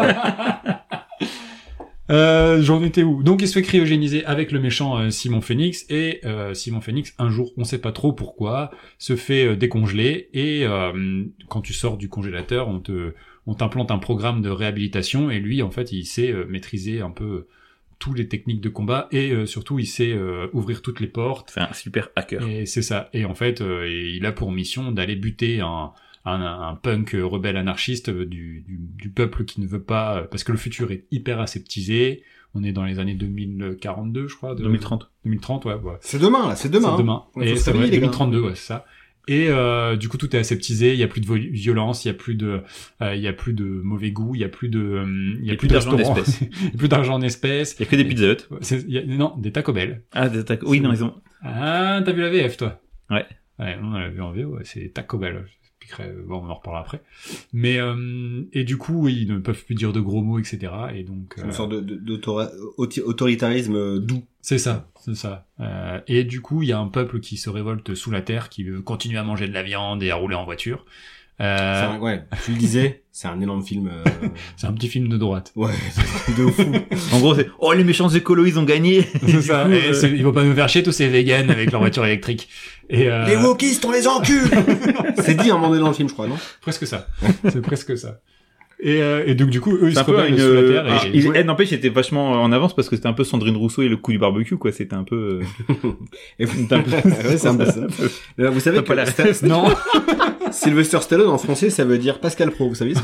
[SPEAKER 2] Euh, J'en étais où Donc il se fait cryogéniser avec le méchant euh, Simon Phoenix et euh, Simon Phoenix un jour, on sait pas trop pourquoi, se fait euh, décongeler et euh, quand tu sors du congélateur, on te on t'implante un programme de réhabilitation et lui en fait il sait euh, maîtriser un peu toutes les techniques de combat et euh, surtout il sait euh, ouvrir toutes les portes
[SPEAKER 3] C'est un super hacker.
[SPEAKER 2] et c'est ça. Et en fait, euh, et il a pour mission d'aller buter un, un, un punk euh, rebelle anarchiste euh, du, du, du peuple qui ne veut pas... euh, Parce que le futur est hyper aseptisé. On est dans les années 2042, je crois. de-
[SPEAKER 3] 2030.
[SPEAKER 2] 2030, ouais. ouais.
[SPEAKER 1] C'est demain, là, c'est demain.
[SPEAKER 2] C'est
[SPEAKER 1] hein.
[SPEAKER 2] demain.
[SPEAKER 1] Faut
[SPEAKER 2] Et
[SPEAKER 1] se
[SPEAKER 2] c'est
[SPEAKER 1] réveiller,
[SPEAKER 2] vrai,
[SPEAKER 1] les gars.
[SPEAKER 2] 2032, ouais, c'est ça. Et euh, du coup, tout est aseptisé. Il y a plus de vol- violence, il y a plus de, euh, il y a plus de mauvais goût, il y a plus de, euh, il y a plus,
[SPEAKER 3] d'argent
[SPEAKER 2] d'argent
[SPEAKER 3] en espèces.
[SPEAKER 2] il y a plus d'argent en espèces.
[SPEAKER 3] Il y a que des pizzas Hut.
[SPEAKER 2] Ouais, c'est- il y a- non, des Taco Bell.
[SPEAKER 3] Ah, des attaques. Oui, non, ils ont.
[SPEAKER 2] Ah, t'as vu la VF, toi
[SPEAKER 3] Ouais.
[SPEAKER 2] Ouais, on l'a vu en VO, ouais, c'est Taco Bell. Je t'expliquerai, euh, bon, on en reparlera après. Mais, euh, et du coup, ils ne peuvent plus dire de gros mots, etc. Et donc,
[SPEAKER 1] C'est
[SPEAKER 2] euh,
[SPEAKER 1] Une sorte de- de- d'autora- auti- autoritarisme euh, doux.
[SPEAKER 2] c'est ça, c'est ça. Euh, et du coup, il y a un peuple qui se révolte sous la terre, qui veut continuer à manger de la viande et à rouler en voiture.
[SPEAKER 1] C'est
[SPEAKER 2] Euh,
[SPEAKER 1] un- ouais, tu le disais, c'est un énorme film. euh,
[SPEAKER 2] c'est un petit film de droite.
[SPEAKER 1] ouais, c'est un film de fou.
[SPEAKER 3] En gros, c'est oh les méchants écolos, ils ont gagné.
[SPEAKER 2] C'est ça.
[SPEAKER 3] coup,
[SPEAKER 2] Et
[SPEAKER 3] euh,
[SPEAKER 2] c'est- Ils vont pas nous faire chier tous ces véganes avec leur voiture électrique. Et, euh,
[SPEAKER 1] Les wokistes, on les encule C'est dit à un moment donné dans le film, je crois, non
[SPEAKER 2] presque ça. C'est presque ça. Et, euh, et donc, du coup, eux, ils
[SPEAKER 3] C'est
[SPEAKER 2] se
[SPEAKER 3] un peu
[SPEAKER 2] rebellent
[SPEAKER 3] une.
[SPEAKER 2] sous la terre.
[SPEAKER 3] ah,
[SPEAKER 2] et,
[SPEAKER 3] ils- eh, N'empêche, c'était vachement en avance parce que c'était un peu Sandrine Rousseau et le coup du barbecue, quoi. C'était un peu. euh,
[SPEAKER 1] Et vous, Ouais, c'est un peu ça. Euh, vous savez
[SPEAKER 3] T'as
[SPEAKER 1] que
[SPEAKER 3] pas la
[SPEAKER 1] Sta-
[SPEAKER 2] Non,
[SPEAKER 1] Sylvester Stallone en français, ça veut dire Pascal Pro, vous savez ça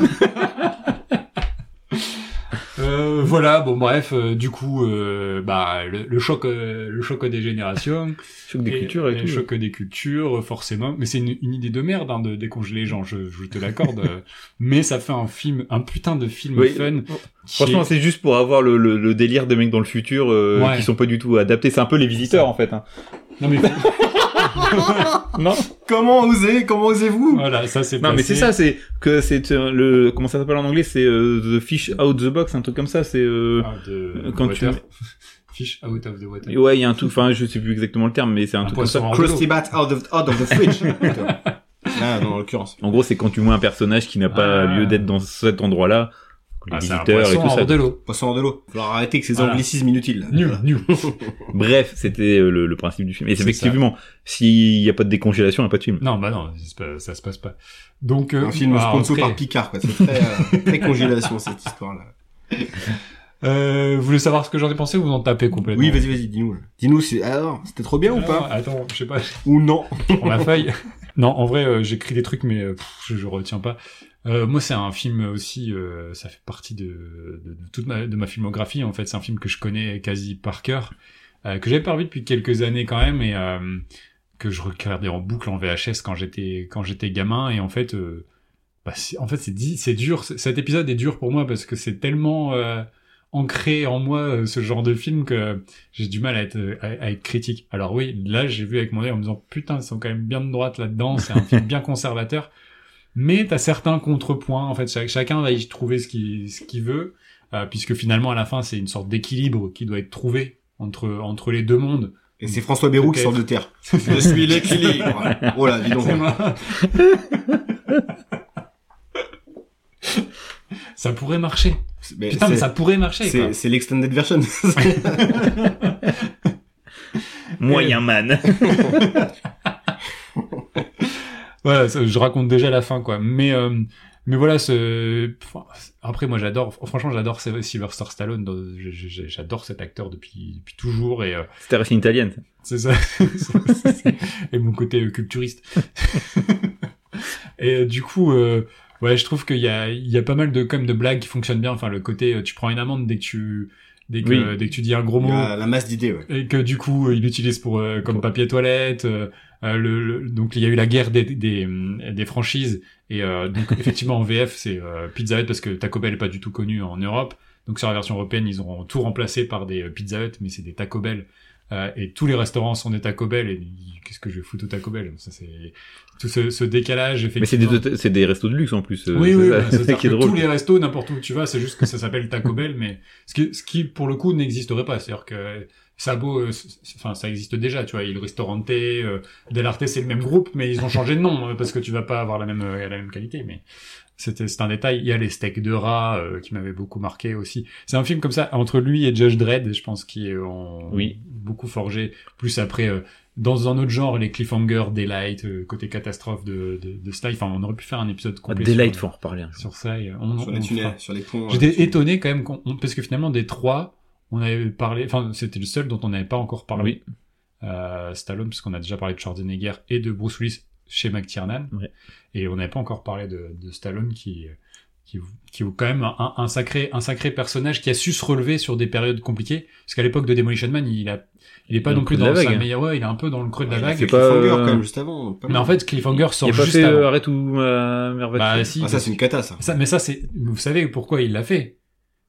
[SPEAKER 2] Euh, voilà, bon bref, euh, du coup, euh, bah le, le choc, euh, le choc des générations,
[SPEAKER 3] Choc des
[SPEAKER 2] Et-
[SPEAKER 3] cultures et
[SPEAKER 2] le
[SPEAKER 3] tout.
[SPEAKER 2] choc des cultures, euh, forcément. Mais c'est une, une idée de merde hein, de décongeler les gens, je, je te l'accorde. euh, mais ça fait un film, un putain de film
[SPEAKER 3] Oui. Oh,
[SPEAKER 2] fun. qui
[SPEAKER 3] Franchement,
[SPEAKER 2] est-
[SPEAKER 3] c'est juste pour avoir le, le, le délire des mecs dans le futur euh,
[SPEAKER 2] Ouais.
[SPEAKER 3] qui sont pas du tout adaptés. C'est un peu les visiteurs en fait. Hein.
[SPEAKER 2] non mais
[SPEAKER 3] Non,
[SPEAKER 1] Comment osez Comment osez-vous
[SPEAKER 2] voilà, ça c'est.
[SPEAKER 3] non, mais
[SPEAKER 2] passé.
[SPEAKER 3] c'est ça. C'est que c'est euh, le comment ça s'appelle en anglais C'est euh, the fish out the box, un truc comme ça. C'est euh,
[SPEAKER 2] Ah, de
[SPEAKER 3] Quand
[SPEAKER 2] water.
[SPEAKER 3] tu-
[SPEAKER 2] fish out of the water.
[SPEAKER 3] ouais, il y a un truc. Enfin, je sais plus exactement le terme, mais c'est un,
[SPEAKER 2] Ah. Un
[SPEAKER 3] truc comme
[SPEAKER 2] poisson
[SPEAKER 3] ça.
[SPEAKER 2] hors
[SPEAKER 1] Krusty
[SPEAKER 2] d'eau.
[SPEAKER 1] Bat out of, out of the fridge. Putain. Là, non, en l'occurrence.
[SPEAKER 3] En gros, c'est quand tu vois un personnage qui n'a pas
[SPEAKER 2] Ah.
[SPEAKER 3] lieu d'être dans cet endroit-là, les
[SPEAKER 2] Ah, c'est un
[SPEAKER 3] visiteurs et
[SPEAKER 2] poisson
[SPEAKER 3] tout ça.
[SPEAKER 2] hors de l'eau.
[SPEAKER 1] Poisson hors de l'eau. Faut leur arrêter avec ces
[SPEAKER 2] Voilà.
[SPEAKER 1] anglicismes inutiles. là.
[SPEAKER 2] Nul, nul.
[SPEAKER 3] Bref, c'était euh, le, le principe du film. Et c'est
[SPEAKER 2] C'est
[SPEAKER 3] effectivement, s'il y a pas de décongélation, il n'y a pas de film.
[SPEAKER 2] Non, bah non, ça se passe- ça se passe pas. Donc, euh,
[SPEAKER 1] Un film
[SPEAKER 2] bah,
[SPEAKER 1] sponsor
[SPEAKER 2] après,
[SPEAKER 1] par Picard, quoi. C'est très, euh, très congélation, cette histoire-là.
[SPEAKER 2] euh, vous voulez savoir ce que j'en ai pensé ou vous en tapez complètement
[SPEAKER 1] Oui, vas-y, vas-y, dis-nous. Dis-nous, c'est, alors, c'était trop bien ou
[SPEAKER 2] Ah,
[SPEAKER 1] pas?
[SPEAKER 2] Attends, je sais pas,
[SPEAKER 1] Ou non?
[SPEAKER 2] pour la feuille. Non, en vrai, euh, j'écris des trucs, mais euh, pff, je, je retiens pas. Euh, moi, c'est un film aussi. euh, ça fait partie de, de, de toute ma, de ma filmographie. En fait, c'est un film que je connais quasi par cœur, euh, que j'avais pas revu depuis quelques années quand même, et euh, que je regardais en boucle en VHS quand j'étais quand j'étais gamin. Et en fait, euh, bah, c'est- en fait, c'est di- c'est dur. C- Cet épisode est dur pour moi parce que c'est tellement euh, ancré en moi euh, ce genre de film que j'ai du mal à être, euh, à, à être critique. Alors oui, là, j'ai vu avec mon œil en me disant, putain, ils sont quand même bien de droite là-dedans, c'est un film bien conservateur. Mais t'as certains contrepoints, en fait, cha- chacun va y trouver ce qu'il ce qu'il veut, euh, puisque finalement, à la fin, c'est une sorte d'équilibre qui doit être trouvé entre, entre les deux mondes.
[SPEAKER 1] Et c'est François Bérou qui
[SPEAKER 2] Ok.
[SPEAKER 1] sort de terre. Je suis l'équilibre. Oh là, dis donc.
[SPEAKER 2] C'est moi. ça pourrait marcher.
[SPEAKER 1] Mais
[SPEAKER 2] Putain, mais
[SPEAKER 1] c'est-
[SPEAKER 2] ça pourrait marcher, quoi.
[SPEAKER 1] c'est, c'est l'extended version.
[SPEAKER 2] euh,
[SPEAKER 3] Moyen man.
[SPEAKER 2] voilà ça, je raconte déjà la fin quoi mais euh, mais voilà ce enfin, après moi j'adore franchement j'adore Sylvester Stallone dans- je- je- j'adore cet acteur depuis depuis toujours et euh,
[SPEAKER 3] C'était racine italienne. ça.
[SPEAKER 2] c'est ça et mon côté euh, culturiste et euh, du coup euh, ouais je trouve qu'il y a il y a pas mal de comme de blagues qui fonctionnent bien enfin le côté euh, tu prends une amende dès que tu dès que
[SPEAKER 3] Oui.
[SPEAKER 2] dès que tu dis un gros
[SPEAKER 1] Il
[SPEAKER 2] mot
[SPEAKER 1] y a la masse d'idées, ouais.
[SPEAKER 2] et que du coup euh, il l'utilise pour euh, comme papier toilette euh, euh, le, le- donc il y a eu la guerre des des, hum, des franchises et euh, donc effectivement en VF c'est euh, Pizza Hut parce que Taco Bell est pas du tout connu en Europe donc sur la version européenne ils auront tout remplacé par des euh, Pizza Hut mais c'est des Taco Bell Euh, et tous les restaurants sont des Taco Bell et ils- qu'est-ce que je vais foutre au Taco Bell ça c'est tout ce, ce décalage
[SPEAKER 3] Mais c'est
[SPEAKER 2] effectivement
[SPEAKER 3] des, c'est des restos de luxe en plus. euh,
[SPEAKER 2] oui,
[SPEAKER 3] c'est
[SPEAKER 2] oui,
[SPEAKER 3] ça,
[SPEAKER 2] bah,
[SPEAKER 3] c'est
[SPEAKER 2] c'est-à-dire
[SPEAKER 3] ça qui est
[SPEAKER 2] que
[SPEAKER 3] drôle.
[SPEAKER 2] tous les restos, n'importe où tu vas, c'est juste que ça s'appelle Taco Bell, mais ce qui, ce qui pour le coup n'existerait pas. C'est-à-dire que Sabo, euh, c- c- enfin ça existe déjà, tu vois, Il Restaurante, euh, Del Arte, c'est le même groupe, mais ils ont changé de nom euh, parce que tu vas pas avoir la même euh, la même qualité. Mais c'était c'est un détail. Il y a les steaks de rat euh, qui m'avaient beaucoup marqué aussi. C'est un film comme ça entre lui et Judge Dredd, je pense, qui euh, ont
[SPEAKER 3] Oui.
[SPEAKER 2] beaucoup forgé. Plus après. euh, dans un autre genre, les cliffhangers, Daylight, euh, côté catastrophe de, de, de Sly. Enfin, on aurait pu faire un épisode
[SPEAKER 3] Ah,
[SPEAKER 2] complet. sur- euh,
[SPEAKER 3] Daylight, faut en reparler. un jour.
[SPEAKER 2] sur ça. Et euh, on,
[SPEAKER 1] Sur
[SPEAKER 2] on
[SPEAKER 1] les tunnels,
[SPEAKER 2] fera.
[SPEAKER 1] sur les ponts. euh,
[SPEAKER 2] J'étais
[SPEAKER 1] dessus.
[SPEAKER 2] étonné quand même, qu'on- on- parce que finalement, des trois, on avait parlé, enfin, c'était le seul dont on n'avait pas encore parlé.
[SPEAKER 3] Oui.
[SPEAKER 2] Euh, Stallone, parce qu'on a déjà parlé de Schwarzenegger et de Bruce Willis chez McTiernan.
[SPEAKER 3] Ouais.
[SPEAKER 2] Et on n'avait pas encore parlé de, de Stallone qui, qui, qui est quand même un, un sacré, un sacré personnage qui a su se relever sur des périodes compliquées. Parce qu'à l'époque de Demolition Man, il a, il est pas
[SPEAKER 3] Dans
[SPEAKER 2] non
[SPEAKER 3] le
[SPEAKER 2] plus
[SPEAKER 3] creux de
[SPEAKER 2] dans
[SPEAKER 3] la
[SPEAKER 2] sa
[SPEAKER 3] vague.
[SPEAKER 2] meilleure, ouais, il est un peu dans le creux de la
[SPEAKER 1] Il a
[SPEAKER 2] vague.
[SPEAKER 1] fait
[SPEAKER 3] pas,
[SPEAKER 1] Cliffhanger,
[SPEAKER 3] euh,
[SPEAKER 1] quand même, juste avant. pas
[SPEAKER 2] Mais en
[SPEAKER 1] mal. Ah,
[SPEAKER 2] fait, Cliffhanger
[SPEAKER 3] Il
[SPEAKER 2] sort
[SPEAKER 3] a pas
[SPEAKER 2] juste
[SPEAKER 3] fait
[SPEAKER 2] avant.
[SPEAKER 3] euh, Arrête ou euh, ma mère va
[SPEAKER 2] bah,
[SPEAKER 3] tuer
[SPEAKER 2] si,
[SPEAKER 1] Ah, ça, c'est une cata, ça.
[SPEAKER 2] Ça, mais ça, c'est, vous savez pourquoi il l'a fait.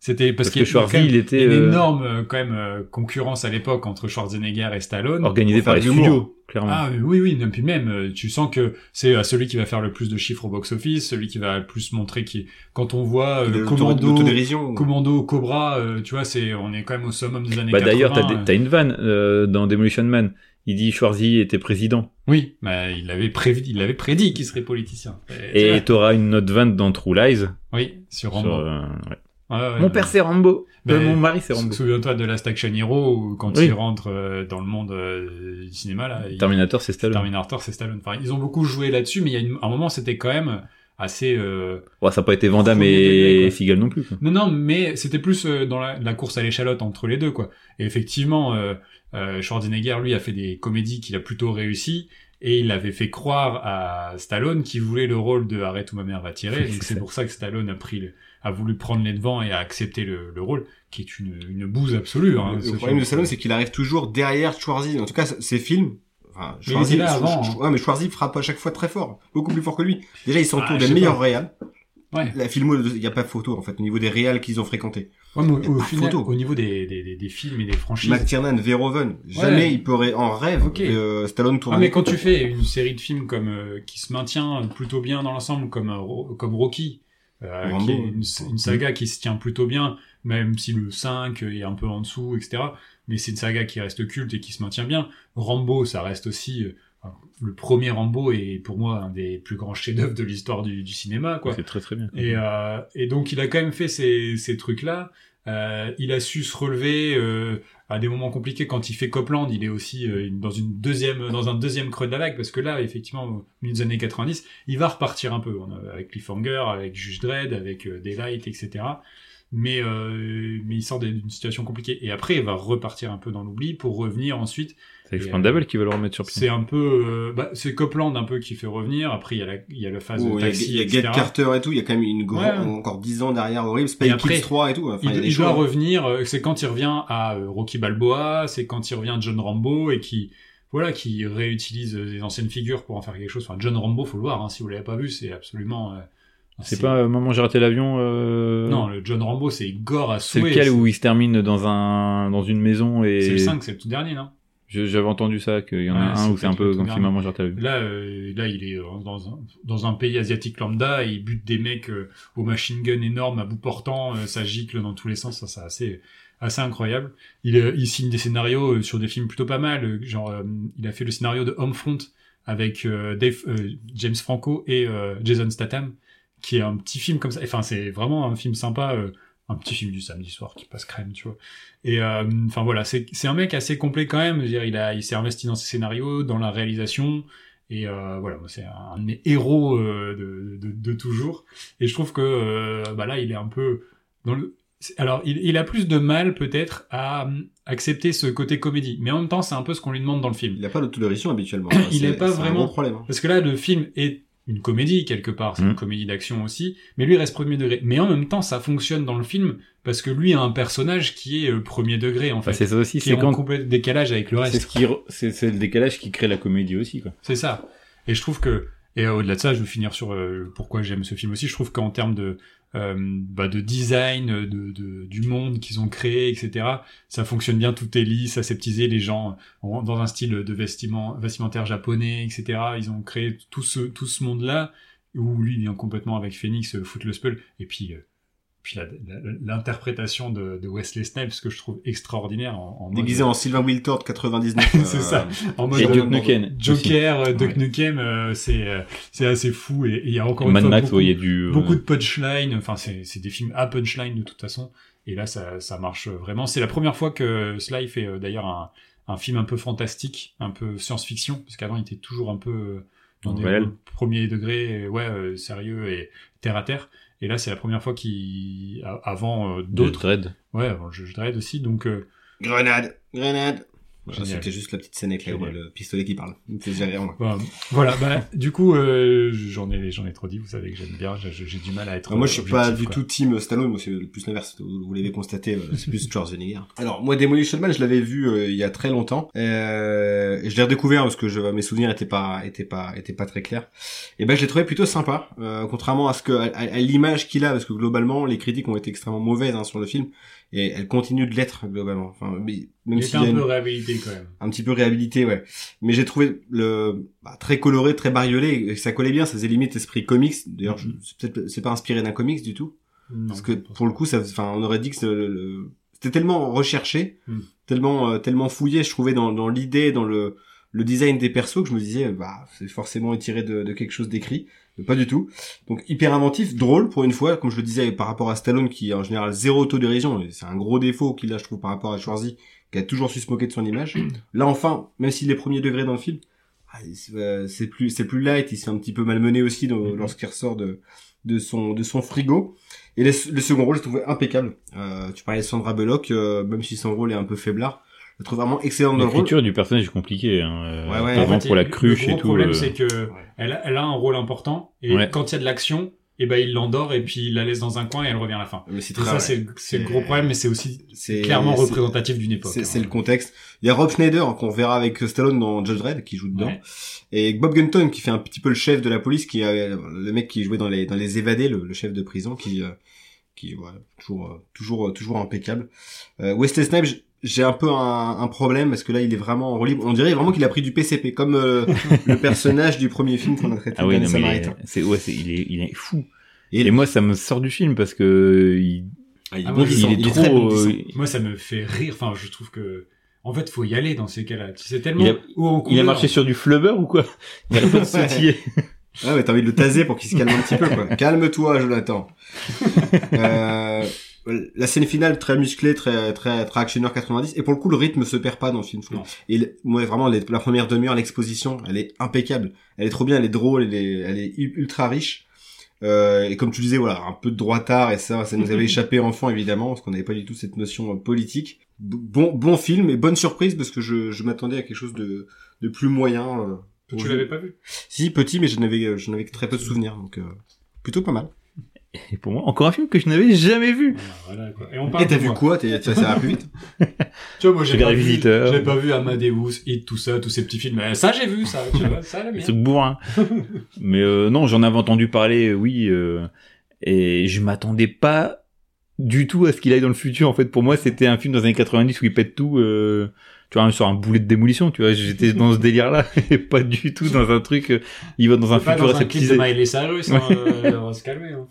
[SPEAKER 2] C'était parce,
[SPEAKER 3] Parce
[SPEAKER 2] qu'il y
[SPEAKER 3] que
[SPEAKER 2] a quand
[SPEAKER 3] Schwarzy,
[SPEAKER 2] même
[SPEAKER 3] il était
[SPEAKER 2] une
[SPEAKER 3] euh,
[SPEAKER 2] énorme, euh, quand même, euh, concurrence à l'époque entre Schwarzenegger et Stallone.
[SPEAKER 3] organisé
[SPEAKER 1] Pour faire
[SPEAKER 3] par les
[SPEAKER 1] de l'humour.
[SPEAKER 3] studios, clairement.
[SPEAKER 2] Ah euh, oui, oui, non, puis même, euh, tu sens que c'est euh, celui qui va faire le plus de chiffres au box-office, celui qui va le plus montrer qui, quand on voit euh,
[SPEAKER 1] De-
[SPEAKER 2] Commando,
[SPEAKER 1] d'autodérision.
[SPEAKER 2] Commando, Cobra, euh, tu vois, c'est, on est quand même au summum des années
[SPEAKER 3] Bah
[SPEAKER 2] 80.
[SPEAKER 3] d'ailleurs, t'as des-
[SPEAKER 2] euh.
[SPEAKER 3] t'as une vanne euh, dans Demolition Man. Il dit Schwarzy était président.
[SPEAKER 2] Oui, bah, il avait prévu, il avait prédit qu'il serait politicien.
[SPEAKER 3] Et t'auras une autre vanne dans True Lies.
[SPEAKER 2] oui, sur
[SPEAKER 3] sur,
[SPEAKER 2] Rambo.
[SPEAKER 3] euh, ouais.
[SPEAKER 2] Ouais, ouais,
[SPEAKER 3] Mon
[SPEAKER 2] ouais.
[SPEAKER 3] père c'est Rambo.
[SPEAKER 2] Mais-
[SPEAKER 3] Euh, mon mari c'est Rambo.
[SPEAKER 2] Souviens-toi de Last Action Hero où quand
[SPEAKER 3] Oui.
[SPEAKER 2] il rentre euh, dans le monde euh, du cinéma là, il-
[SPEAKER 3] Terminator c'est Stallone.
[SPEAKER 2] Terminator, c'est Stallone. Enfin, ils ont beaucoup joué là-dessus, mais il y a une- un moment c'était quand même assez. euh,
[SPEAKER 3] Ouais, ça n'a pas été Van Damme
[SPEAKER 2] Premier degré,
[SPEAKER 3] et
[SPEAKER 2] quoi.
[SPEAKER 3] Seagal non plus. quoi.
[SPEAKER 2] Non, non, mais c'était plus euh, dans la, la course à l'échalote entre les deux quoi. Et effectivement, euh, euh, Schwarzenegger lui a fait des comédies qu'il a plutôt réussi. et il avait fait croire à Stallone qui voulait le rôle de Arrête où ma mère va tirer.
[SPEAKER 4] C'est
[SPEAKER 2] Donc c'est
[SPEAKER 4] ça.
[SPEAKER 2] pour ça que Stallone a pris le- a voulu prendre les devants et a accepté le, le rôle, qui est une, une bouse absolue. Hein, ce
[SPEAKER 1] le problème
[SPEAKER 2] film.
[SPEAKER 1] de Stallone, c'est qu'il arrive toujours derrière Schwarzy. En tout cas, ses films. Enfin,
[SPEAKER 2] Mais il était là
[SPEAKER 1] Schwarzy-
[SPEAKER 2] avant,
[SPEAKER 1] Sch-
[SPEAKER 2] hein.
[SPEAKER 1] ouais, mais Schwarzy frappe à chaque fois très fort, beaucoup plus fort que lui. Déjà, il s'entoure
[SPEAKER 2] Ah, je
[SPEAKER 1] des
[SPEAKER 2] sais
[SPEAKER 1] meilleurs réals.
[SPEAKER 2] Ouais.
[SPEAKER 1] La filmo, il n'y a pas photo en fait au niveau des réals qu'ils ont fréquentés.
[SPEAKER 2] Ouais, mais
[SPEAKER 1] y a
[SPEAKER 2] au, au
[SPEAKER 1] pas de
[SPEAKER 2] final,
[SPEAKER 1] photo.
[SPEAKER 2] au niveau des, des, des- des films et des franchises.
[SPEAKER 1] McTiernan, Verhoeven, jamais
[SPEAKER 2] Ouais.
[SPEAKER 1] il pourrait en rêve
[SPEAKER 2] Ok.
[SPEAKER 1] euh, Stallone tourne.
[SPEAKER 2] Ah, mais quand tu fais une série de films comme euh, qui se maintient plutôt bien dans l'ensemble, comme euh, Ro- comme Rocky, euh,
[SPEAKER 1] Rambo,
[SPEAKER 2] qui est
[SPEAKER 1] ouais.
[SPEAKER 2] une, une saga qui se tient plutôt bien, même si le 5 est un peu en dessous, etc. Mais c'est une saga qui reste culte et qui se maintient bien. Rambo, ça reste aussi euh, enfin, le premier Rambo est pour moi un des plus grands chefs-d'œuvre de l'histoire du, du cinéma, quoi.
[SPEAKER 3] C'est très très bien.
[SPEAKER 2] Et, euh, et donc il a quand même fait ces, ces trucs-là. Euh, il a su se relever euh, à des moments compliqués. Quand il fait Copland, il est aussi euh, dans, une deuxième, dans un deuxième creux de la vague, parce que là, effectivement, au milieu des années 90, il va repartir un peu. On a- avec Cliffhanger, avec Juge Dredd, avec euh, Daylight, etc. Mais, euh, mais il sort des- d'une situation compliquée. Et après, il va repartir un peu dans l'oubli pour revenir ensuite
[SPEAKER 3] C'est Expandable qui va le remettre sur pied.
[SPEAKER 2] c'est un peu, euh, bah, c'est Copland un peu qui fait revenir. Après, il y a la, il y a la phase
[SPEAKER 1] Oh, il
[SPEAKER 2] de
[SPEAKER 1] y a-
[SPEAKER 2] taxi,
[SPEAKER 1] il y a
[SPEAKER 2] etc.
[SPEAKER 1] Get Carter et tout, il y a quand même une grande,
[SPEAKER 2] Ouais.
[SPEAKER 1] encore 10 ans derrière horrible, Spike
[SPEAKER 2] après,
[SPEAKER 1] Kids 3 et tout. Enfin,
[SPEAKER 2] Il,
[SPEAKER 1] y a des
[SPEAKER 2] il doit
[SPEAKER 1] choses. hein.
[SPEAKER 2] revenir. euh, C'est quand il revient à euh, Rocky Balboa, c'est quand il revient à John Rambo et qui, voilà, qui réutilise euh, des anciennes figures pour en faire quelque chose. Enfin, John Rambo, faut le voir. hein, si vous l'avez pas vu, c'est absolument. euh,
[SPEAKER 3] C'est pas euh, Maman j'ai raté l'avion. euh,
[SPEAKER 2] Non, le John Rambo, c'est gore à
[SPEAKER 3] C'est
[SPEAKER 2] souhait.
[SPEAKER 3] lequel où il se termine dans un dans une maison et
[SPEAKER 2] C'est le 5, c'est le tout dernier, non
[SPEAKER 3] Je- J'avais entendu ça, qu'il y en a
[SPEAKER 2] Ouais,
[SPEAKER 3] un
[SPEAKER 2] c'est
[SPEAKER 3] où c'est un
[SPEAKER 2] peut-être
[SPEAKER 3] peu
[SPEAKER 2] le
[SPEAKER 3] comme
[SPEAKER 2] tout
[SPEAKER 3] si maman j'ai raté l'avion.
[SPEAKER 2] Là, euh, là, il est euh, dans un, dans un pays asiatique lambda, et il bute des mecs euh, au machine gun énorme à bout portant, euh, ça gicle dans tous les sens, ça c'est assez, assez incroyable. Il, euh, il signe des scénarios euh, sur des films plutôt pas mal, euh, genre euh, il a fait le scénario de Homefront avec euh, Dave, euh, James Franco et euh, Jason Statham, qui est un petit film comme ça. Enfin, c'est vraiment un film sympa. euh, un petit film du samedi soir qui passe crème, tu vois. Et euh, enfin voilà, c'est c'est un mec assez complet quand même. Je veux dire, il a il s'est investi dans ses scénarios, dans la réalisation, et euh, voilà, moi, c'est un de mes héros euh, de, de, de toujours. Et je trouve que euh, bah là, il est un peu dans le. c'est- Alors, il, il a plus de mal peut-être à hum, accepter ce côté comédie, mais en même temps, c'est un peu ce qu'on lui demande dans le film.
[SPEAKER 1] Il n'a pas l'autodérision habituellement.
[SPEAKER 2] Il
[SPEAKER 1] C'est-
[SPEAKER 2] est pas
[SPEAKER 1] c'est
[SPEAKER 2] vraiment-
[SPEAKER 1] Un gros problème. hein.
[SPEAKER 2] Parce que là, le film est une comédie quelque part, c'est une
[SPEAKER 3] Mm.
[SPEAKER 2] comédie d'action aussi, mais lui reste premier degré. Mais en même temps, ça fonctionne dans le film parce que lui a un personnage qui est euh, premier degré en fait,
[SPEAKER 3] Enfin, Bah, c'est ça aussi,
[SPEAKER 2] qui est
[SPEAKER 3] c'est
[SPEAKER 2] en
[SPEAKER 3] quand
[SPEAKER 2] complet décalage avec le
[SPEAKER 3] c'est
[SPEAKER 2] reste.
[SPEAKER 3] ce qui re- c'est c'est le décalage qui crée la comédie aussi quoi.
[SPEAKER 2] C'est ça. Et je trouve que, et euh, au-delà de ça, je veux finir sur euh, pourquoi j'aime ce film aussi. Je trouve qu'en termes de, euh, bah, de design, euh, de, de- du monde qu'ils ont créé, etc., ça fonctionne bien. Tout est lisse, aseptisé. Les gens ont- dans un style de vestiment, vestimentaire japonais, etc. Ils ont créé tout ce, tout ce monde-là où lui il vient complètement avec Phoenix, euh, Foot le Spell, et puis. euh, puis la- la- l'interprétation de, de Wesley Snipes que je trouve extraordinaire en, en mode-
[SPEAKER 1] Déguisé en Sylvain Wiltord 99.
[SPEAKER 2] C'est
[SPEAKER 1] euh,
[SPEAKER 2] ça. en mode
[SPEAKER 3] Et
[SPEAKER 1] John
[SPEAKER 3] Duke
[SPEAKER 1] Rambo.
[SPEAKER 3] Nukem. aussi.
[SPEAKER 2] Joker, euh, Duck
[SPEAKER 3] Ouais.
[SPEAKER 2] Nukem, euh, c'est euh, c'est assez fou et et il y a encore une
[SPEAKER 3] Mad
[SPEAKER 2] fois
[SPEAKER 3] Max,
[SPEAKER 2] beaucoup,
[SPEAKER 3] ouais, il y a du euh,
[SPEAKER 2] beaucoup de punchline. Enfin, c'est c'est des films à punchline de toute façon. Et là, ça, ça marche vraiment. C'est la première fois que Sly fait euh, d'ailleurs un, un film un peu fantastique, un peu science-fiction, parce qu'avant il était toujours un peu euh, dans des
[SPEAKER 3] Réel.
[SPEAKER 2] premiers degrés, euh, ouais, euh, sérieux et terre à terre. Et là, c'est la première fois qu'il, a- avant euh,
[SPEAKER 3] d'autres
[SPEAKER 2] d'autres,
[SPEAKER 3] dread.
[SPEAKER 2] ouais, avant le Judge Dredd aussi. Donc, euh,
[SPEAKER 1] Grenade, grenade. Voilà,
[SPEAKER 2] Génial.
[SPEAKER 1] C'était juste la petite scène avec le,
[SPEAKER 2] Génial.
[SPEAKER 1] le pistolet qui parle. C'est géré en moi.
[SPEAKER 2] Bah, voilà, bah, du coup, euh, j'en ai, j'en ai trop dit, vous savez que j'aime bien, j'ai j'ai du mal à être.
[SPEAKER 1] Alors moi, je suis
[SPEAKER 2] objectif,
[SPEAKER 1] pas du
[SPEAKER 2] quoi.
[SPEAKER 1] tout team Stallone, moi c'est plus l'inverse, vous, vous l'avez constaté, euh, c'est plus Schwarzenegger. Alors moi, Demolition Man, je l'avais vu euh, il y a très longtemps, euh, et je l'ai redécouvert parce que je, mes souvenirs étaient pas, étaient pas, étaient pas très clairs. Et ben, je l'ai trouvé plutôt sympa, euh, contrairement à ce que, à, à- à l'image qu'il a, parce que globalement, les critiques ont été extrêmement mauvaises hein, sur le film, et elles continuent de l'être globalement. Enfin, mais- même
[SPEAKER 2] Il
[SPEAKER 1] s'il y
[SPEAKER 2] était
[SPEAKER 1] a
[SPEAKER 2] un
[SPEAKER 1] une-
[SPEAKER 2] peu réhabilité quand même.
[SPEAKER 1] un petit peu réhabilité, ouais. Mais j'ai trouvé le bah, très coloré, très bariolé, et ça collait bien, ça faisait limite esprit comics. D'ailleurs,
[SPEAKER 2] Mm-hmm.
[SPEAKER 1] je- c'est peut-être c'est pas inspiré d'un comics du tout,
[SPEAKER 2] Non,
[SPEAKER 1] parce que pour le coup, ça, enfin, on aurait dit que c'est le- le- c'était tellement recherché,
[SPEAKER 2] Mm.
[SPEAKER 1] tellement euh, tellement fouillé, je trouvais dans, dans l'idée, dans le le design des persos que je me disais, bah, c'est forcément tiré de, de quelque chose d'écrit, mais pas du tout. Donc hyper inventif, drôle pour une fois, comme je le disais par rapport à Stallone qui est en général zéro autodérision, et c'est un gros défaut qu'il a, je trouve, par rapport à Schwarzy qui a toujours su se moquer de son image. Là enfin, même s'il est premier degré dans le film, ah, il se- euh, c'est plus c'est plus light, il se fait un petit peu malmené aussi dans-
[SPEAKER 2] Mhm.
[SPEAKER 1] lorsqu'il ressort de de son de son frigo. Et le, le second rôle, je le trouvais impeccable. Euh, tu parlais de Sandra Bullock, euh, même si son rôle est un peu faiblard, je trouve vraiment excellent dans le rôle.
[SPEAKER 3] L'écriture du personnage est compliquée. Hein.
[SPEAKER 1] Ouais, ouais.
[SPEAKER 3] Par exemple,
[SPEAKER 2] fait,
[SPEAKER 3] pour la
[SPEAKER 2] le-
[SPEAKER 3] cruche
[SPEAKER 2] le gros
[SPEAKER 3] et tout.
[SPEAKER 2] problème,
[SPEAKER 3] euh,
[SPEAKER 2] c'est que elle, a- elle a un rôle important et
[SPEAKER 3] Ouais.
[SPEAKER 2] quand il y a de l'action, et ben il l'endort et puis il la laisse dans un coin et elle revient à la fin.
[SPEAKER 1] Mais c'est
[SPEAKER 2] Et
[SPEAKER 1] très
[SPEAKER 2] ça,
[SPEAKER 1] ouais.
[SPEAKER 2] c'est c'est le
[SPEAKER 1] C'est-
[SPEAKER 2] gros problème, mais c'est aussi
[SPEAKER 1] C'est
[SPEAKER 2] clairement
[SPEAKER 1] c'est-
[SPEAKER 2] représentatif d'une époque.
[SPEAKER 1] C'est
[SPEAKER 2] hein.
[SPEAKER 1] c'est le contexte. Il y a Rob Schneider hein, qu'on verra avec Stallone dans Judge Dredd qui joue dedans
[SPEAKER 2] Ouais.
[SPEAKER 1] et Bob Gunton qui fait un petit peu le chef de la police qui est euh, le mec qui jouait dans les dans les évadés le, le chef de prison qui euh, qui voilà toujours euh, toujours euh, toujours impeccable. Euh, Wesley Snipes j- j'ai un peu un, un problème parce que là il est vraiment en roue libre. On dirait vraiment qu'il a pris du PCP comme euh, le personnage du premier film qu'on a traité
[SPEAKER 3] Ah oui,
[SPEAKER 1] Dernier
[SPEAKER 3] non, mais il
[SPEAKER 1] Samaritain.
[SPEAKER 3] est- c'est ouais, c'est- il est, il est fou.
[SPEAKER 1] Et hein. il-
[SPEAKER 3] Et moi, ça me sort du film parce que il,
[SPEAKER 1] Ah, il est
[SPEAKER 2] Ah,
[SPEAKER 1] bon
[SPEAKER 2] oui,
[SPEAKER 1] vivant,
[SPEAKER 3] il est
[SPEAKER 1] il est
[SPEAKER 3] trop.
[SPEAKER 1] très bon
[SPEAKER 3] euh,
[SPEAKER 1] vivant.
[SPEAKER 2] Moi, ça me fait rire. Enfin, je trouve que en fait, faut y aller dans ces cas-là. C'est tellement
[SPEAKER 3] Il a-
[SPEAKER 2] haut en
[SPEAKER 3] il a
[SPEAKER 2] couleur.
[SPEAKER 3] marché sur du flubber ou quoi Il a pas de sautiller.
[SPEAKER 1] Ah ouais, t'as envie de le taser pour qu'il se calme un petit peu, quoi. Calme-toi, Jonathan. euh, la scène finale très musclée, très très très actionneur 90, et pour le coup le rythme se perd pas dans le film. je trouve.
[SPEAKER 2] Non.
[SPEAKER 1] Et le- moi vraiment les- la première demi-heure, l'exposition, elle est impeccable, elle est trop bien, elle est drôle, elle est, elle est u- ultra riche. Euh, et comme tu disais, voilà, un peu de droitard et ça, ça nous avait échappé enfant évidemment parce qu'on n'avait pas du tout cette notion euh, politique. B- Bon bon film et bonne surprise parce que je, je m'attendais à quelque chose de de plus moyen. euh,
[SPEAKER 2] Tu l'avais pas vu
[SPEAKER 1] si, petit, mais je n'avais, euh, je n'avais que très peu de souvenirs, donc euh, plutôt pas mal.
[SPEAKER 3] Et pour moi, encore un film que je n'avais jamais vu.
[SPEAKER 2] Ah, Voilà. Quoi. Et on parle.
[SPEAKER 1] Et t'as
[SPEAKER 2] de
[SPEAKER 1] vu
[SPEAKER 2] moi.
[SPEAKER 1] quoi T'es- t'es- Ça va plus vite
[SPEAKER 2] Tu vois, moi, j'ai
[SPEAKER 3] J'ai
[SPEAKER 2] pas
[SPEAKER 3] des
[SPEAKER 2] vu.
[SPEAKER 3] visiteurs.
[SPEAKER 2] J'ai pas vu Amadeus, Hit, tout ça, tous ces petits films. Euh, Ça, j'ai vu ça. Tu vois, ça, la
[SPEAKER 3] Le
[SPEAKER 2] merde.
[SPEAKER 3] truc bourrin. Mais euh, non, j'en avais entendu parler, euh, oui. euh, et je m'attendais pas du tout à ce qu'il aille dans le futur. En fait, pour moi, c'était un film dans les années 90 où il pète tout. euh, tu vois, sur un boulet de démolition, tu vois. J'étais dans ce délire-là et pas du tout dans un truc. euh, il va dans un
[SPEAKER 2] pas
[SPEAKER 3] futur
[SPEAKER 2] dans un clip de
[SPEAKER 3] aseptisé.
[SPEAKER 2] Miley Cyrus. hein, euh, on va se calmer. hein.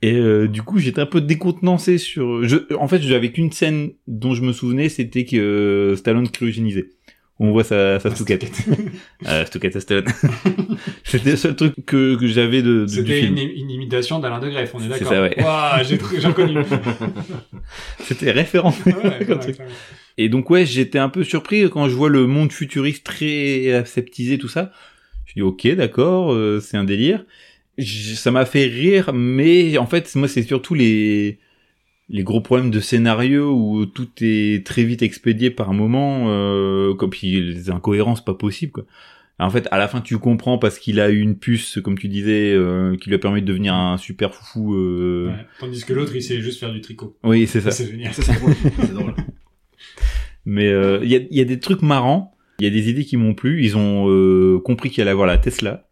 [SPEAKER 3] Et euh, du coup, j'étais un peu décontenancé sur. Je... En fait, j'avais qu'une scène dont je me souvenais, c'était que euh, Stallone cryogénisait. On voit sa, sa
[SPEAKER 2] Ah,
[SPEAKER 3] stouquette. euh, stouquette à Stallone. c'était le seul truc que, que j'avais de, de- du
[SPEAKER 2] C'était
[SPEAKER 3] film.
[SPEAKER 2] une, une imitation d'Alain de Greff, on est
[SPEAKER 3] C'est
[SPEAKER 2] d'accord.
[SPEAKER 3] ça, ouais.
[SPEAKER 2] Ouah, j'ai tr- j'ai reconnu. Ouais,
[SPEAKER 3] C'était référent.
[SPEAKER 2] Ah ouais, ouais,
[SPEAKER 3] Comme truc.
[SPEAKER 2] ouais.
[SPEAKER 3] Et donc ouais, j'étais un peu surpris quand je vois le monde futuriste très aseptisé, tout ça. Je dis ok, d'accord, euh, c'est un délire. J- ça m'a fait rire, mais en fait, moi, c'est surtout les les gros problèmes de scénario où tout est très vite expédié par moment, euh, comme puis les incohérences pas possibles. Quoi. En fait, à la fin, tu comprends parce qu'il a eu une puce, comme tu disais, euh, qui lui a permis de devenir un super foufou. euh.
[SPEAKER 2] Ouais. Tandis que l'autre, il sait juste faire du tricot.
[SPEAKER 3] Oui, c'est ça.
[SPEAKER 2] C'est génial.
[SPEAKER 1] Ça, c'est drôle. C'est drôle.
[SPEAKER 3] Mais euh, il y, a, y a des trucs marrants, il y a des idées qui m'ont plu. Ils ont euh, compris qu'il allait avoir la Tesla,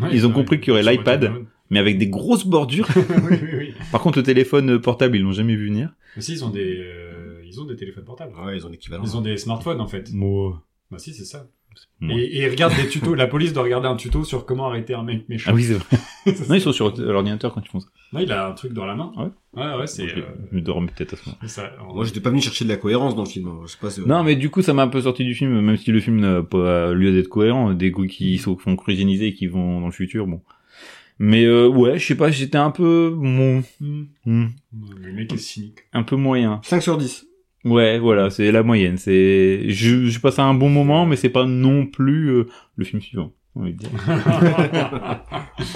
[SPEAKER 2] Ouais,
[SPEAKER 3] Ils ont
[SPEAKER 2] ouais,
[SPEAKER 3] compris qu'il y aurait
[SPEAKER 2] sur
[SPEAKER 3] l'iPad.
[SPEAKER 2] Watermelon.
[SPEAKER 3] mais avec des grosses bordures.
[SPEAKER 2] oui, oui, oui.
[SPEAKER 3] Par contre, le téléphone euh, portable, ils l'ont jamais vu venir.
[SPEAKER 2] Mais si, ils ont des, euh, ils ont des téléphones portables.
[SPEAKER 1] Ouais, ils ont l'équivalent.
[SPEAKER 2] Ils ont des smartphones, en fait.
[SPEAKER 3] Moi.
[SPEAKER 2] Bah si, c'est ça.
[SPEAKER 3] Ouais.
[SPEAKER 2] Et, et ils regardent des tutos. La police doit regarder un tuto sur comment arrêter un mec méchant.
[SPEAKER 3] Ah oui, c'est vrai. non, ils sont sur l'ordinateur quand ils font ça.
[SPEAKER 2] Non, il a un truc dans la main. Ouais, ouais, c'est...
[SPEAKER 3] je,
[SPEAKER 2] euh,
[SPEAKER 3] je dormais peut-être à ce moment.
[SPEAKER 2] c'est ça. En-
[SPEAKER 1] Moi, j'étais pas venu chercher de la cohérence dans le film. hein. Je sais pas. c'est-
[SPEAKER 3] Non, mais du coup, ça m'a un peu sorti du film, même si le film n'a pas lieu d'être cohérent. Des goûts qui sont font cryogéniser et qui vont dans le futur, bon. Mais euh, ouais, je sais pas, j'étais un peu mon,
[SPEAKER 2] Hmm.
[SPEAKER 3] hmm,
[SPEAKER 2] Le mec est cynique.
[SPEAKER 3] un peu moyen.
[SPEAKER 1] 5 sur 10.
[SPEAKER 3] Ouais,
[SPEAKER 1] Mm.
[SPEAKER 3] voilà, c'est la moyenne. C'est, je, je passe un bon moment, mais c'est pas non plus euh, le film suivant. on va dire.
[SPEAKER 1] Oh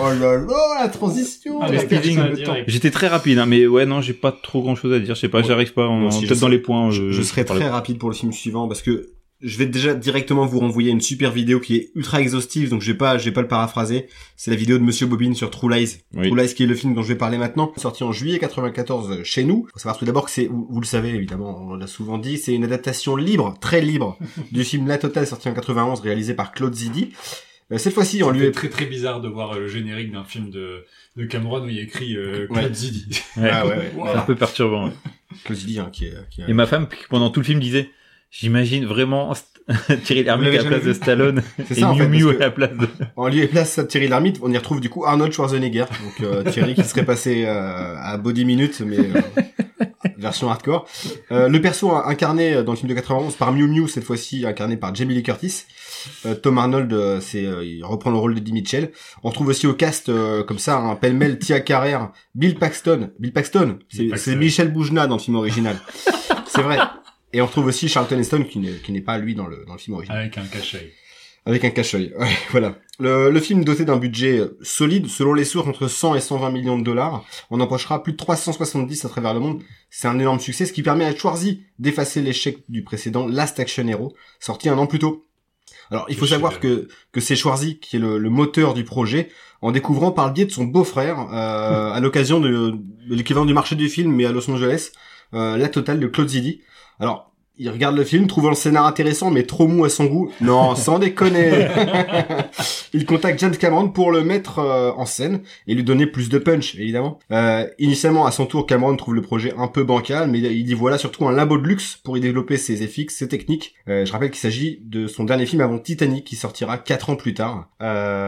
[SPEAKER 1] là là, la transition
[SPEAKER 2] Ah,
[SPEAKER 1] la
[SPEAKER 2] les
[SPEAKER 1] perte de
[SPEAKER 2] speeding,
[SPEAKER 1] temps.
[SPEAKER 2] direct.
[SPEAKER 3] J'étais très rapide, hein, mais ouais, non, j'ai pas trop grand chose à dire. Je sais pas,
[SPEAKER 1] Ouais.
[SPEAKER 3] j'arrive pas. en-
[SPEAKER 1] Moi aussi, je
[SPEAKER 3] Peut-être dans
[SPEAKER 1] sais-
[SPEAKER 3] les points. euh,
[SPEAKER 1] Je, je serai
[SPEAKER 3] parlerai.
[SPEAKER 1] très rapide pour le film suivant parce que je vais déjà directement vous renvoyer à une super vidéo qui est ultra exhaustive, donc je vais pas, je vais pas le paraphraser. C'est la vidéo de Monsieur Bobine sur True Lies.
[SPEAKER 3] Oui.
[SPEAKER 1] True Lies qui est le film dont je vais parler maintenant, sorti en juillet 94 chez nous. Faut savoir tout d'abord que c'est, vous, vous le savez évidemment, on l'a souvent dit, c'est une adaptation libre, très libre, du film La Totale sorti en 91 réalisé par Claude Zidi. Euh, Cette fois-ci, en lieu
[SPEAKER 2] C'était
[SPEAKER 1] et
[SPEAKER 2] très très bizarre de voir euh, le générique d'un film de, de Cameron où il y a écrit euh, Club
[SPEAKER 1] Ouais.
[SPEAKER 2] Zidi.
[SPEAKER 3] Ouais.
[SPEAKER 1] Ah ouais, ouais.
[SPEAKER 3] C'est un peu perturbant. ouais.
[SPEAKER 1] Claude Zidi, hein, qui est, qui est-
[SPEAKER 3] Et ma femme, pendant tout le film, disait. J'imagine vraiment Thierry Lhermitte
[SPEAKER 1] l'avez
[SPEAKER 3] à la
[SPEAKER 1] jamais
[SPEAKER 3] place de
[SPEAKER 1] vu
[SPEAKER 3] Stallone
[SPEAKER 1] C'est
[SPEAKER 3] et
[SPEAKER 1] ça en fait.
[SPEAKER 3] Miu Miu
[SPEAKER 1] parce
[SPEAKER 3] à
[SPEAKER 1] que-
[SPEAKER 3] la place de...
[SPEAKER 1] En lieu et place de Thierry Lhermitte, on y retrouve du coup Arnold Schwarzenegger, donc euh, Thierry qui serait passé euh, à Body Minute, mais euh, version hardcore. Euh, le perso a- incarné euh, dans le film de 91 par Miu Miu, cette fois-ci incarné par Jamie Lee Curtis. Euh, Tom Arnold, euh, c'est euh, il reprend le rôle d'Eddie Mitchell. On retrouve aussi au cast euh, comme ça, un pêle-mêle Tia Carrère, Bill Paxton. Bill Paxton,
[SPEAKER 2] Bill
[SPEAKER 1] c'est
[SPEAKER 2] Paxton.
[SPEAKER 1] c'est Michel Boujna dans le film original. c'est vrai. Et on retrouve aussi Charlton Heston qui n'est qui n'est pas lui dans le, dans le film original.
[SPEAKER 2] Avec un cachet.
[SPEAKER 1] Avec un cache-œil, ouais, voilà. Le, le film doté d'un budget euh, solide, selon les sources entre 100 et 120 millions de dollars, on empochera plus de 370 à travers le monde. C'est un énorme succès, ce qui permet à Schwarzy d'effacer l'échec du précédent Last Action Hero, sorti un an plus tôt. Alors, il faut
[SPEAKER 2] Je suis
[SPEAKER 1] savoir que, que c'est Schwarzy qui est le, le moteur du projet, en découvrant par le biais de son beau-frère, euh, à l'occasion de, de l'équivalent du marché du film, mais à Los Angeles, euh, la totale de Claude Zidi. Alors, il regarde le film, trouvant le scénar intéressant, mais trop mou à son goût. Non, sans déconner Il contacte James Cameron pour le mettre euh, en scène et lui donner plus de punch, évidemment. Euh, initialement, à son tour, Cameron trouve le projet un peu bancal, mais il y voit là surtout un labo de luxe pour y développer ses effets, ses techniques. Euh, je rappelle qu'il s'agit de son dernier film avant Titanic, qui sortira quatre ans plus tard.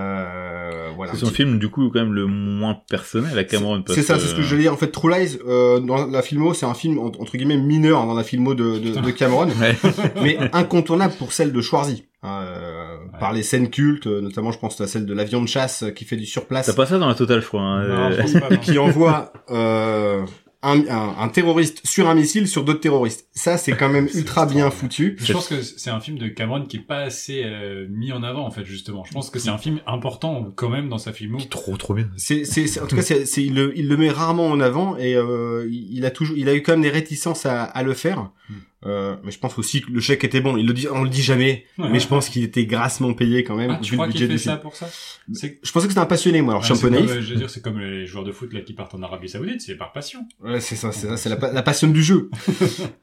[SPEAKER 1] Euh, voilà.
[SPEAKER 3] C'est son film, du coup, quand même le moins personnel à Cameron. parce
[SPEAKER 1] C'est ça, c'est ce que je veux dire. En fait, True Lies, euh, dans la filmo, c'est un film en- entre guillemets mineur hein, dans la filmo de, de, de Cameron,
[SPEAKER 3] Ouais.
[SPEAKER 1] mais incontournable pour celle de Schwarzy. hein, euh, Par les scènes cultes, euh, notamment, je pense à celle de l'avion de chasse euh, qui fait du surplace,
[SPEAKER 3] T'as pas ça dans la totale, je crois. hein.
[SPEAKER 2] Non, je
[SPEAKER 3] Euh,
[SPEAKER 2] pense pas, non.
[SPEAKER 1] qui envoie euh, un, un- un terroriste sur un missile sur d'autres terroristes. Ça, c'est quand même
[SPEAKER 2] C'est
[SPEAKER 1] ultra bien
[SPEAKER 2] extraordinaire.
[SPEAKER 1] foutu.
[SPEAKER 2] Je pense que c'est un film de Cameron qui est pas assez euh, mis en avant en fait justement. Je pense que c'est un film important quand même dans sa filmo.
[SPEAKER 3] Trop, trop bien.
[SPEAKER 1] C'est, c'est, c'est- en tout cas, c'est, c'est- il, le, il le met rarement en avant et euh, il il a toujours, il a eu quand même des réticences à, à le faire.
[SPEAKER 2] Mm.
[SPEAKER 1] Euh, mais je pense aussi que le chèque était bon. Il le dit, on le dit jamais,
[SPEAKER 2] Ouais.
[SPEAKER 1] mais je pense qu'il était grassement payé quand même
[SPEAKER 2] Ah,
[SPEAKER 1] vu
[SPEAKER 2] tu
[SPEAKER 1] le
[SPEAKER 2] crois
[SPEAKER 1] budget
[SPEAKER 2] qu'il fait
[SPEAKER 1] du
[SPEAKER 2] ça
[SPEAKER 1] film. Bah,
[SPEAKER 2] pour ça C'est
[SPEAKER 1] Je pensais que c'était un passionné, moi. Alors, je suis un peu
[SPEAKER 2] c'est
[SPEAKER 1] naïf.
[SPEAKER 2] comme, euh, je veux dire, c'est comme les joueurs de foot là qui partent en Arabie Saoudite, c'est par passion.
[SPEAKER 1] Ouais, c'est ça, c'est ça, c'est la, pa- la passion du jeu.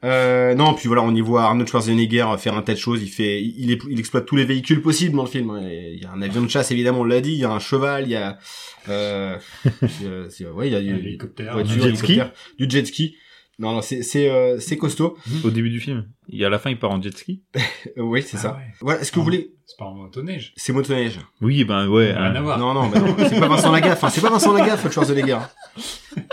[SPEAKER 1] euh, non, puis voilà, on y voit Arnold Schwarzenegger faire un tas de choses. Il fait, il, il- il exploite tous les véhicules possibles dans le film. hein. Il y a un avion de chasse, évidemment, on l'a dit. Il y a un cheval, il y a, euh, euh, c'est- ouais, il y a, il y a-
[SPEAKER 2] Un hélicoptère.
[SPEAKER 1] voiture,
[SPEAKER 3] du jet ski.
[SPEAKER 1] hélicoptère, du jet ski. Non, non, c'est, c'est, euh, c'est costaud.
[SPEAKER 3] Au début du film. Et à la fin, il part en jet ski.
[SPEAKER 1] Euh, oui, c'est
[SPEAKER 2] Ah
[SPEAKER 1] ça.
[SPEAKER 2] ouais.
[SPEAKER 1] Voilà, est-ce que vous
[SPEAKER 2] Ah.
[SPEAKER 1] voulez,
[SPEAKER 2] C'est pas en motoneige.
[SPEAKER 1] c'est motoneige.
[SPEAKER 3] Oui, ben ouais.
[SPEAKER 2] Rien
[SPEAKER 3] hein.
[SPEAKER 2] à voir.
[SPEAKER 1] Non, non, bah non, c'est pas Vincent Lagaffe, hein, c'est pas Vincent Lagaffe, le Schwarzenegger. hein.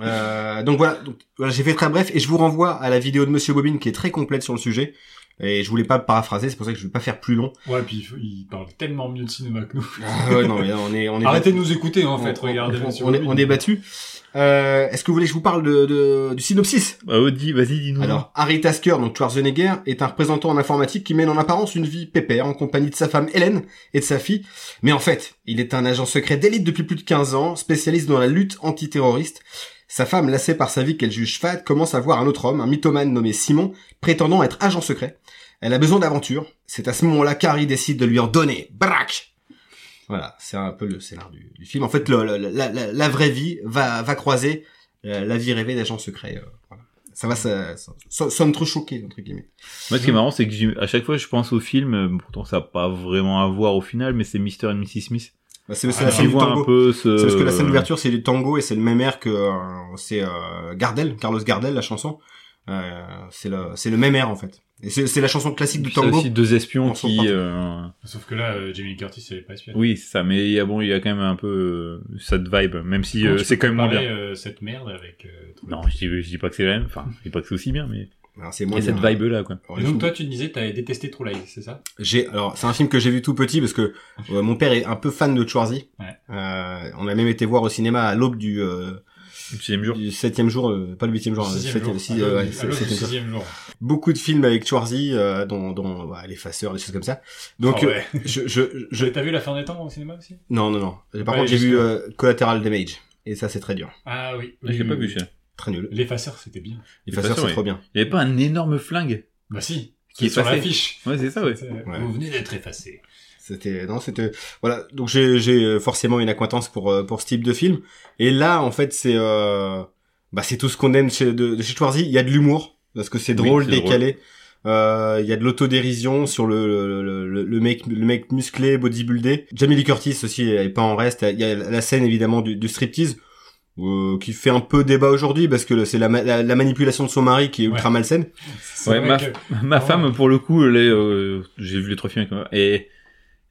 [SPEAKER 1] Euh, donc voilà, donc, voilà, j'ai fait très bref et je vous renvoie à la vidéo de Monsieur Bobine qui est très complète sur le sujet. Et je voulais pas paraphraser, c'est pour ça que je vais pas faire plus long.
[SPEAKER 2] Ouais, puis il faut- il parle tellement mieux de cinéma que nous.
[SPEAKER 1] Ah ouais, non, mais là, on est, on est
[SPEAKER 2] Arrêtez de
[SPEAKER 1] battu.
[SPEAKER 2] nous écouter en fait,
[SPEAKER 1] On- on-
[SPEAKER 2] regardez.
[SPEAKER 1] on-
[SPEAKER 2] monsieur
[SPEAKER 1] on, est,
[SPEAKER 2] Bobine.
[SPEAKER 1] on est battu. Euh, Est-ce que vous voulez que je vous parle de, de- du synopsis
[SPEAKER 3] Bah, oh, dis, vas-y, dis-nous.
[SPEAKER 1] Alors, Harry Tasker, donc Schwarzenegger, est un représentant en informatique qui mène en apparence une vie pépère en compagnie de sa femme Hélène et de sa fille. Mais en fait, il est un agent secret d'élite depuis plus de 15 ans, spécialiste dans la lutte antiterroriste. Sa femme, lassée par sa vie qu'elle juge fade, commence à voir un autre homme, un mythomane nommé Simon, prétendant être agent secret. Elle a besoin d'aventure. C'est à ce moment-là qu'Harry décide de lui en donner. Braque Voilà, c'est un peu le scénar du, du film. En fait, le- le- la, la- la vraie vie va, va croiser euh, la vie rêvée d'agent secret. euh, voilà. Ça va, ça, ça, ça sonne trop choqué, entre guillemets.
[SPEAKER 3] Moi,
[SPEAKER 1] euh,
[SPEAKER 3] ce qui est marrant, c'est que j'ai- à chaque fois, je pense au film. euh, Pourtant, ça n'a pas vraiment à voir au final, mais c'est Mr. and Mrs. Smith.
[SPEAKER 1] Bah, c'est c'est
[SPEAKER 2] Ah,
[SPEAKER 1] la
[SPEAKER 2] tu
[SPEAKER 1] scène
[SPEAKER 3] Qui
[SPEAKER 1] du
[SPEAKER 3] voit un
[SPEAKER 1] tango.
[SPEAKER 3] peu ce.
[SPEAKER 1] C'est parce que la scène d'ouverture, c'est du tango et c'est le même air que euh, c'est euh, Gardel, Carlos Gardel, la chanson. Euh, c'est le c'est le même air en fait. Et c'est c'est la chanson classique du
[SPEAKER 3] Puis ça
[SPEAKER 1] tango.
[SPEAKER 3] aussi deux espions
[SPEAKER 1] On s'en
[SPEAKER 3] qui.
[SPEAKER 1] parle.
[SPEAKER 3] euh,
[SPEAKER 2] Sauf que là, euh, Jamie Curtis, elle est pas espion.
[SPEAKER 3] Oui, c'est ça. Mais il y a bon, il y a quand même un peu euh, cette vibe, même si
[SPEAKER 2] Comment
[SPEAKER 3] euh,
[SPEAKER 2] tu
[SPEAKER 3] c'est
[SPEAKER 2] peux
[SPEAKER 3] quand même moins
[SPEAKER 2] comparer,
[SPEAKER 3] bien.
[SPEAKER 2] euh, cette merde avec. euh, True
[SPEAKER 3] Non, je dis, je dis pas que c'est la même. Enfin, je dis pas que c'est aussi bien, mais
[SPEAKER 1] Alors, C'est
[SPEAKER 3] il y
[SPEAKER 1] moins
[SPEAKER 3] a cette
[SPEAKER 1] bien.
[SPEAKER 3] vibe là, quoi.
[SPEAKER 1] Alors,
[SPEAKER 2] Et
[SPEAKER 1] les
[SPEAKER 2] donc
[SPEAKER 1] films-
[SPEAKER 2] toi tu disais t'avais détesté True Lies, c'est ça
[SPEAKER 1] J'ai alors c'est un film que j'ai vu tout petit parce que euh, mon père est un peu fan de Schwarzy.
[SPEAKER 2] Ouais.
[SPEAKER 1] Euh, on a même été voir au cinéma à l'aube du, euh,
[SPEAKER 3] Le Sixième jour.
[SPEAKER 1] du septième jour, euh, pas le huitième jour, le septième,
[SPEAKER 2] jour. Ah
[SPEAKER 1] si-
[SPEAKER 2] À
[SPEAKER 1] euh,
[SPEAKER 2] l'aube-
[SPEAKER 1] ouais,
[SPEAKER 2] à
[SPEAKER 1] c'est-
[SPEAKER 2] l'aube du
[SPEAKER 1] septième jour.
[SPEAKER 2] sixième jour.
[SPEAKER 1] Beaucoup de films avec Schwarzy, euh, dont, dont bah, les faceurs, des choses comme ça. Donc
[SPEAKER 2] Ah ouais.
[SPEAKER 1] euh, je, je, je
[SPEAKER 2] T'as vu la fin des temps au cinéma aussi
[SPEAKER 1] non non non. Par
[SPEAKER 2] Ouais,
[SPEAKER 1] contre j'ai vu
[SPEAKER 2] jusque-là.
[SPEAKER 1] euh, Collateral Damage et ça c'est très dur,
[SPEAKER 2] Ah oui.
[SPEAKER 3] Je l'ai
[SPEAKER 2] oui,
[SPEAKER 3] pas
[SPEAKER 2] oui,
[SPEAKER 3] vu,
[SPEAKER 2] oui.
[SPEAKER 3] ça.
[SPEAKER 1] très nul.
[SPEAKER 2] L'effaceur c'était bien.
[SPEAKER 1] Les
[SPEAKER 3] Les
[SPEAKER 1] faceurs
[SPEAKER 3] faceurs,
[SPEAKER 1] c'est trop bien.
[SPEAKER 3] Il y avait pas un énorme flingue.
[SPEAKER 2] Bah si.
[SPEAKER 3] Qui
[SPEAKER 2] Qui
[SPEAKER 3] est
[SPEAKER 2] est sur
[SPEAKER 3] passé.
[SPEAKER 2] l'affiche.
[SPEAKER 3] Ouais, c'est ça, ouais.
[SPEAKER 2] C'est-
[SPEAKER 1] Ouais.
[SPEAKER 2] Vous venez d'être effacé.
[SPEAKER 1] C'était non, c'était voilà. Donc j'ai j'ai euh, forcément une acquaintance pour euh, pour ce type de film. Et là, en fait, c'est euh, bah c'est tout ce qu'on aime chez de, de chez Schwarzy. Il y a de l'humour parce que c'est
[SPEAKER 3] Oui,
[SPEAKER 1] drôle,
[SPEAKER 3] c'est
[SPEAKER 1] décalé. Euh, Il y a de l'autodérision sur le le, le- le le mec le mec musclé, bodybuildé. Jamie Lee Curtis aussi elle est pas en reste. Il y a la scène évidemment du, du striptease. euh, qui fait un peu débat aujourd'hui parce que le- c'est la, ma- la, la manipulation de son mari qui est ultra malsaine.
[SPEAKER 2] C'est
[SPEAKER 3] Ouais,
[SPEAKER 2] vrai
[SPEAKER 3] ma-
[SPEAKER 2] que-
[SPEAKER 3] Ma
[SPEAKER 2] Oh.
[SPEAKER 3] femme, pour le coup, elle est, euh, j'ai vu les trois films avec ma et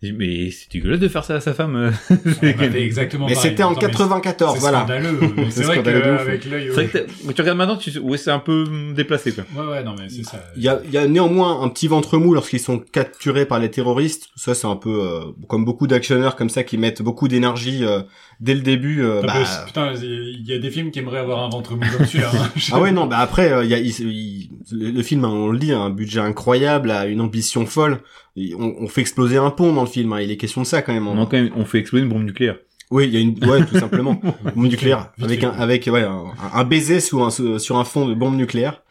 [SPEAKER 3] j'ai dit, mais c'est dégueulasse de faire ça à sa femme. euh.
[SPEAKER 2] Ouais, bah, c'est exactement
[SPEAKER 1] Mais
[SPEAKER 2] pareil.
[SPEAKER 1] c'était en
[SPEAKER 2] Attends, mais c'est-
[SPEAKER 1] 94,
[SPEAKER 2] c'est
[SPEAKER 1] voilà.
[SPEAKER 2] scandaleux. Mais
[SPEAKER 1] C'est
[SPEAKER 2] C'est vrai
[SPEAKER 1] scandaleux de ouf.
[SPEAKER 2] qu'avec l'œil.
[SPEAKER 3] C'est
[SPEAKER 2] au-
[SPEAKER 3] vrai que t'as- mais tu regardes maintenant, tu... ouais, c'est un peu hum, déplacé quoi.
[SPEAKER 2] Ouais ouais non mais c'est ça.
[SPEAKER 1] Il y a, il y a néanmoins un petit ventre mou lorsqu'ils sont capturés par les terroristes. Ça, c'est un peu euh, comme beaucoup d'actionneurs comme ça qui mettent beaucoup d'énergie euh, dès le début. euh,
[SPEAKER 2] T'as
[SPEAKER 1] bah,
[SPEAKER 2] pas aussi- Putain, il y a des films qui aimeraient avoir un ventre mou comme celui-là. hein.
[SPEAKER 1] Ah ouais non bah après euh, il y a, il- il- le, le film hein, on le dit a un budget incroyable a une ambition folle Et on, on fait exploser un pont dans le film hein, il est question de ça quand même
[SPEAKER 3] On, a quand même, on fait exploser une bombe nucléaire.
[SPEAKER 1] oui il y a une ouais tout simplement bombe nucléaire
[SPEAKER 2] Vite
[SPEAKER 1] avec
[SPEAKER 2] fait.
[SPEAKER 1] un avec ouais un, un baiser sous un sous- sur un fond de bombe nucléaire